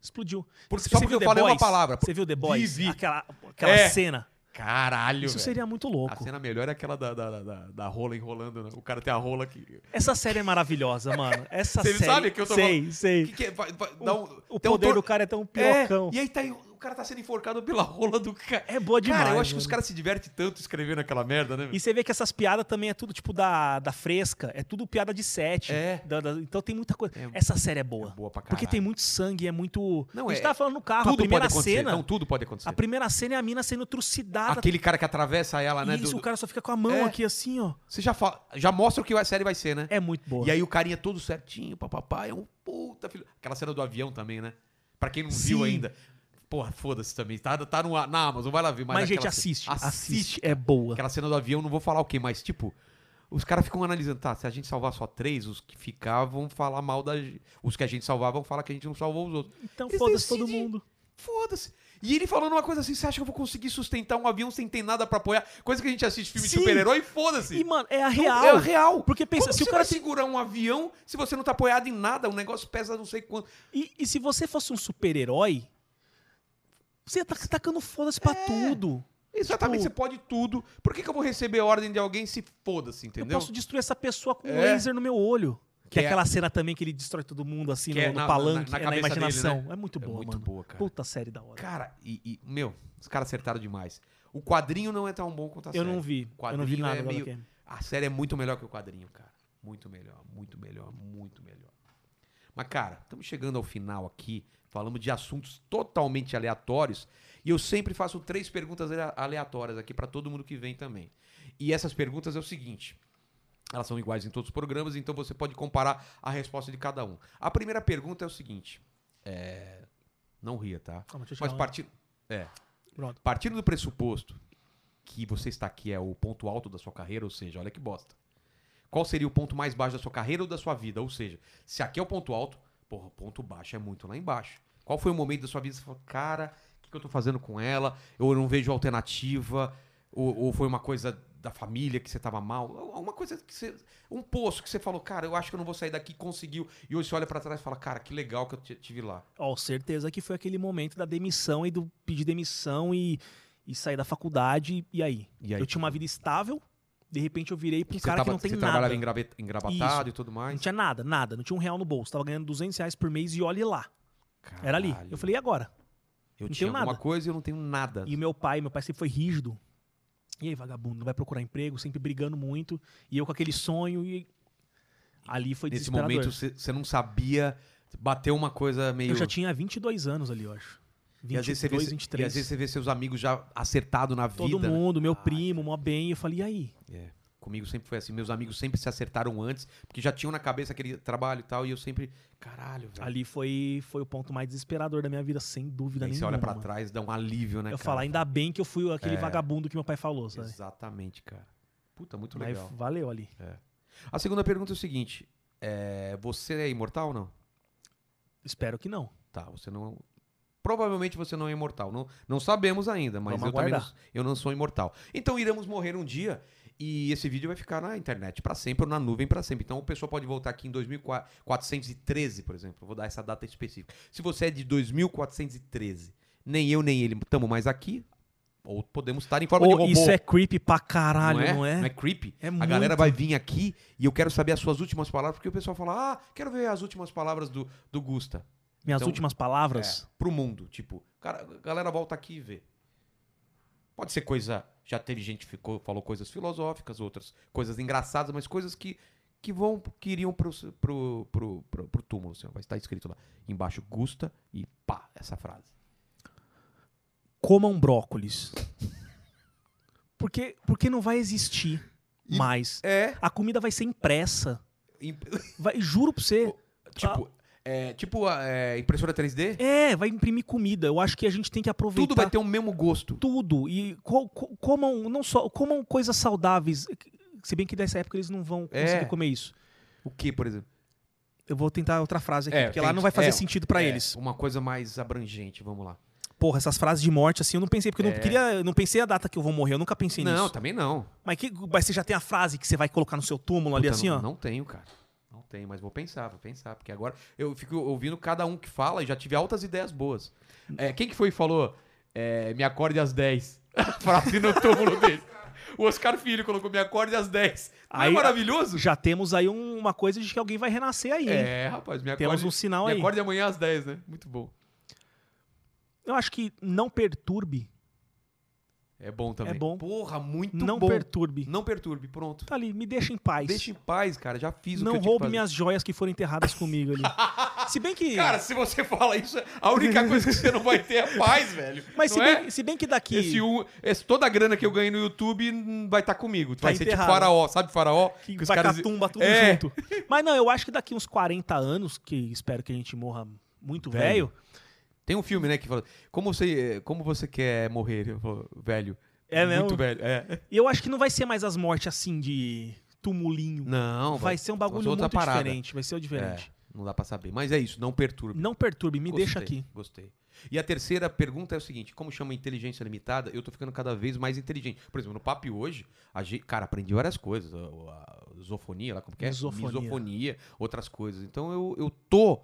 S3: Explodiu.
S1: Porque-
S3: Você
S1: só
S3: viu
S1: porque eu
S3: The
S1: falei uma
S3: Boys?
S1: palavra.
S3: Você viu The Boys?
S1: Vi, vi.
S3: Aquela, aquela
S1: É.
S3: cena.
S1: Caralho,
S3: Isso
S1: velho.
S3: seria muito
S1: A
S3: louco.
S1: cena melhor é aquela da, da, da, da rola enrolando, né? O cara tem a rola que.
S3: Essa série é maravilhosa, mano. Essa
S1: Você
S3: série.
S1: sabe que eu tô
S3: Sei, sei.
S1: que, que é? Vai- vai-
S3: O,
S1: dá um-
S3: o
S1: tem um
S3: poder
S1: tor-
S3: do cara é tão
S1: É,
S3: pirocão.
S1: e aí tá aí, o cara tá sendo enforcado pela rola do cara.
S3: É, boa demais.
S1: cara, eu acho que os
S3: mano.
S1: caras se divertem tanto escrevendo aquela merda, né? meu?
S3: E você vê que essas piadas também é tudo tipo da, da fresca, é tudo piada de sete.
S1: É.
S3: Da- da- então tem muita coisa.
S1: É.
S3: Essa série é boa.
S1: É boa pra
S3: porque
S1: caralho.
S3: tem muito sangue, é muito.
S1: Não,
S3: a gente
S1: é-
S3: tava falando no carro, a
S1: tudo pode
S3: primeira
S1: acontecer.
S3: cena.
S1: Não, tudo pode acontecer.
S3: A primeira cena é a mina sendo trucidada.
S1: Aquele cara que atravessa ela, né?
S3: isso,
S1: do-
S3: o cara só fica com a mão
S1: É.
S3: aqui assim, ó.
S1: Você já, fala, já mostra o que a série vai ser, né?
S3: É muito boa.
S1: E aí o carinha todo certinho, papapá, é um puta filho. Aquela cena do avião também, né? Pra quem não viu
S3: Sim.
S1: ainda. Porra, foda-se também. Tá, tá no, na Amazon, vai lá ver.
S3: mas, gente, assim,
S1: aquela
S3: assiste,
S1: cena-
S3: assiste. é boa.
S1: Aquela cena do avião, não vou falar o que, mas tipo, os caras ficam analisando, tá, se a gente salvar só três, os que ficavam vão falar mal da gente. Os que a gente salvar vão falar que a gente não salvou os outros.
S3: Então
S1: Eles
S3: foda-se todo
S1: decidem-
S3: mundo.
S1: Foda-se. E ele falando uma coisa assim, você acha que eu vou conseguir sustentar um avião sem ter nada pra apoiar? Coisa que a gente assiste filme de
S3: Sim.
S1: super-herói, e foda-se.
S3: E, mano, é a
S1: Não,
S3: real.
S1: É real.
S3: Porque pensa,
S1: Como
S3: se o
S1: você
S3: cara
S1: vai
S3: tem-
S1: segurar um avião se você não tá apoiado em nada, o negócio pesa não sei quanto.
S3: E, e se você fosse um super-herói, você tá tacando foda-se
S1: É.
S3: pra tudo.
S1: Exatamente,
S3: Tipo-
S1: você pode tudo. Por que, que eu vou receber a ordem de alguém se foda-se, entendeu?
S3: Eu posso destruir essa pessoa com um
S1: É.
S3: laser no meu olho. Que,
S1: Que
S3: é
S1: é-
S3: aquela cena também que ele destrói todo mundo assim
S1: Que
S3: no,
S1: é
S3: no
S1: na- na-
S3: palanque,
S1: na
S3: é na,
S1: cabeça dele,
S3: imaginação.
S1: né?
S3: É muito boa,
S1: é muito
S3: mano.
S1: boa, cara.
S3: Puta série da hora.
S1: Cara, e, e, meu, os caras acertaram demais. O quadrinho não é tão bom quanto a
S3: eu
S1: série.
S3: não vi.
S1: O
S3: Eu não vi
S1: quadrinho
S3: nada
S1: é
S3: da
S1: meio-
S3: HQ.
S1: A série é muito melhor que o quadrinho, cara. Muito melhor, muito melhor, muito melhor. Mas, cara, estamos chegando ao final aqui. Falamos de assuntos totalmente aleatórios. E eu sempre faço três perguntas ale- aleatórias aqui para todo mundo que vem também. E essas perguntas é o seguinte. Elas são iguais em todos os programas, então você pode comparar a resposta de cada um. A primeira pergunta é o seguinte. é, Não ria, tá?
S3: Calma, deixa eu
S1: Mas
S3: chegar lá.
S1: partindo... É.
S3: Pronto.
S1: Partindo do pressuposto que você está aqui é o ponto alto da sua carreira, ou seja, olha que bosta. Qual seria o ponto mais baixo da sua carreira ou da sua vida? Ou seja, se aqui é o ponto alto, porra, o ponto baixo é muito lá embaixo. Qual foi o momento da sua vida que você falou, cara, o que, que eu tô fazendo com ela? Ou eu não vejo alternativa? Ou, ou foi uma coisa da família que você tava mal? Alguma coisa que você. Um poço que você falou, cara, eu acho que eu não vou sair daqui, conseguiu. E hoje você olha pra trás e fala, cara, que legal que eu t- tive lá.
S3: Ó, certeza que foi aquele momento da demissão e do pedir demissão e, e sair da faculdade. E aí?
S1: E aí?
S3: Eu tinha uma vida estável, de repente eu virei pra um
S1: Você
S3: cara
S1: tava-
S3: que não tem
S1: você
S3: nada.
S1: trabalhava engrave- engravatado e tudo
S3: Não
S1: mais.
S3: tinha nada, nada. Não tinha um real no bolso. Tava ganhando 200 reais por mês e olhe lá. Era ali.
S1: Caralho.
S3: Eu falei, e agora?
S1: Eu
S3: não
S1: tinha
S3: tenho
S1: alguma
S3: nada.
S1: coisa e eu não tenho nada.
S3: E o meu pai, meu pai sempre foi rígido. E aí, vagabundo, não vai procurar emprego, sempre brigando muito. E eu com aquele sonho e... Ali foi
S1: Nesse
S3: desesperador.
S1: momento você você não sabia, bateu uma coisa meio.
S3: Eu já tinha 22 anos ali, eu acho.
S1: E às,
S3: 22,
S1: vezes você vê, e
S3: 23.
S1: às vezes você vê seus amigos já acertado na
S3: Todo
S1: vida. né?
S3: mundo, meu primo, mó bem. Eu falei, e aí?
S1: É. Comigo sempre foi assim. Meus amigos sempre se acertaram antes, porque já tinham na cabeça aquele trabalho e tal. E eu sempre, caralho, velho.
S3: Ali foi, foi o ponto mais desesperador da minha vida, sem dúvida
S1: Aí
S3: nenhuma.
S1: É, você olha pra
S3: mano.
S1: trás, dá um alívio, né?
S3: eu
S1: cara? É.
S3: falar, ainda bem que eu fui aquele vagabundo que meu pai falou, sabe?
S1: Exatamente, cara. Puta, muito
S3: né? Mas
S1: legal. É.
S3: valeu ali.
S1: A segunda pergunta é o seguinte: é, você é imortal ou não?
S3: Espero que não.
S1: Tá, você não. Provavelmente você não é imortal. Não, não sabemos ainda, mas
S3: Vamos
S1: eu também não,
S3: aguardar.
S1: eu não sou imortal. Então iremos morrer um dia e esse vídeo vai ficar na internet pra sempre ou na nuvem pra sempre. Então o pessoal pode voltar aqui em 2413, por exemplo. Eu Vou dar essa data específica. Se você é de 2413, nem eu nem ele estamos mais aqui, ou podemos estar em forma de
S3: Ô,
S1: robô.
S3: isso é creepy pra caralho,
S1: não é?
S3: não é?
S1: creepy?
S3: É
S1: a
S3: muito.
S1: galera vai vir aqui e eu quero saber as suas últimas palavras, porque o pessoal fala: ah, quero ver as últimas palavras do, do Gusta.
S3: Minhas
S1: Então,
S3: últimas palavras.
S1: É, pro mundo. Tipo, cara, a galera volta aqui e vê. Pode ser coisa. Já teve gente que ficou, falou coisas filosóficas, outras coisas engraçadas, mas coisas que, que vão, que iriam pro, pro, pro, pro, pro túmulo. Assim, ó. vai estar escrito lá embaixo, Gusta e pá, essa frase.
S3: Comam brócolis. Porque, porque não vai existir mais.
S1: É,
S3: A comida vai ser impressa.
S1: im-
S3: Vai, juro pra você.
S1: tipo, é, tipo a, é, impressora 3D,
S3: É, vai imprimir comida. Eu acho que a gente tem que aproveitar.
S1: tudo vai ter o mesmo gosto.
S3: tudo e co- co- comam não só comam coisas saudáveis se bem que dessa época eles não vão
S1: É.
S3: conseguir comer isso
S1: O que, por exemplo?
S3: eu vou tentar outra frase aqui
S1: É,
S3: porque
S1: tem-
S3: lá não vai fazer
S1: é,
S3: sentido pra
S1: É,
S3: eles
S1: Uma coisa mais abrangente, vamos lá.
S3: porra essas frases de morte assim eu não pensei porque eu não queria eu não pensei a data que eu vou morrer eu nunca pensei
S1: É. não, tá.
S3: nisso
S1: também não.
S3: mas que mas você já tem a frase que você vai colocar no seu túmulo ali
S1: Puta,
S3: assim
S1: não,
S3: ó
S1: Não tenho, cara. Não tenho, mas vou pensar, vou pensar. Porque agora eu fico ouvindo cada um que fala e já tive altas ideias boas. É, quem que foi e falou? é, me acorde às 10. Frase no túmulo dele. O Oscar Filho colocou me acorde às 10. Não
S3: Aí,
S1: é maravilhoso?
S3: já temos aí um- uma coisa de que alguém vai renascer aí hein?
S1: É, rapaz, me
S3: Temos
S1: acorde,
S3: um sinal
S1: me
S3: aí.
S1: acorde amanhã às 10, né? Muito bom.
S3: eu acho que não perturbe
S1: É bom também.
S3: É bom.
S1: Porra, muito
S3: não
S1: bom.
S3: perturbe
S1: Não perturbe, pronto.
S3: tá ali me deixa em paz
S1: Deixa em paz, cara. Já fiz o que
S3: não
S1: eu tinha que
S3: roube
S1: fazer.
S3: minhas joias que foram enterradas comigo ali se bem que
S1: Cara, se você fala isso, a única coisa que você não vai ter é paz, velho.
S3: Mas se
S1: não
S3: bem,
S1: é?
S3: se bem que daqui.
S1: Esse um, esse- toda a grana que eu ganhei no YouTube hum, vai estar comigo. Vai ser tipo
S3: Tá enterrado.
S1: faraó, sabe faraó?
S3: que
S1: os
S3: vai
S1: caras-
S3: catumba tudo
S1: É.
S3: junto. Mas não, eu acho que daqui uns 40 anos, que espero que a gente morra muito
S1: Velho.
S3: velho,
S1: Tem um filme, né, que fala, como você, como você quer morrer? Eu falo, velho.
S3: É
S1: muito
S3: mesmo?
S1: velho. É.
S3: eu acho que não vai ser mais as mortes assim de tumulinho.
S1: Não,
S3: vai ser um bagulho
S1: outra
S3: muito
S1: parada. É.
S3: diferente, vai ser o diferente.
S1: Não dá pra saber. Mas é isso, não perturbe.
S3: Não perturbe, me
S1: Gostei,
S3: deixa aqui.
S1: Gostei. E a terceira pergunta é o seguinte: como chama inteligência limitada, eu tô ficando cada vez mais inteligente. Por exemplo, no papo hoje, a gente, cara, aprendi várias coisas. A, a zoofonia, lá como que é?
S3: Misofonia.
S1: Misofonia, outras coisas. Então eu, eu tô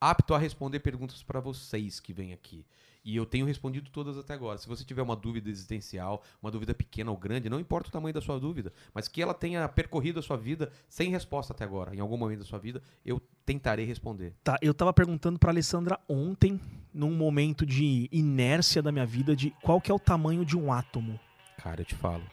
S1: apto a responder perguntas pra vocês que vêm aqui. E eu tenho respondido todas até agora. Se você tiver uma dúvida existencial, uma dúvida pequena ou grande, não importa o tamanho da sua dúvida, mas que ela tenha percorrido a sua vida sem resposta até agora, em algum momento da sua vida, eu tentarei responder.
S3: Tá, eu tava perguntando pra Alessandra ontem, num momento de inércia da minha vida, de qual que é o tamanho de um átomo.
S1: Cara, eu te falo.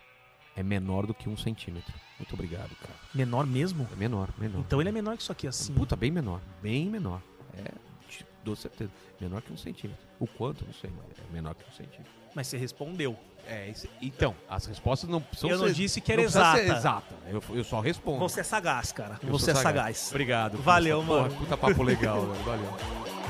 S1: É menor do que um centímetro. Muito obrigado, cara.
S3: Menor mesmo?
S1: É menor, menor.
S3: Então ele é menor que isso aqui, assim.
S1: Puta, bem menor. Bem menor. É, te dou certeza. Menor que um centímetro. O quanto, não sei, mas é menor que um centímetro.
S3: Mas você respondeu.
S1: É, isso- então, as respostas não precisam
S3: eu não
S1: ser-
S3: disse que era
S1: não precisa
S3: exata.
S1: ser exata. né? Eu, eu só respondo.
S3: Você é sagaz, cara.
S1: Eu
S3: Você é
S1: sou
S3: sagaz.
S1: Obrigado.
S3: Valeu,
S1: Porra,
S3: mano.
S1: Puta papo legal, velho. Valeu.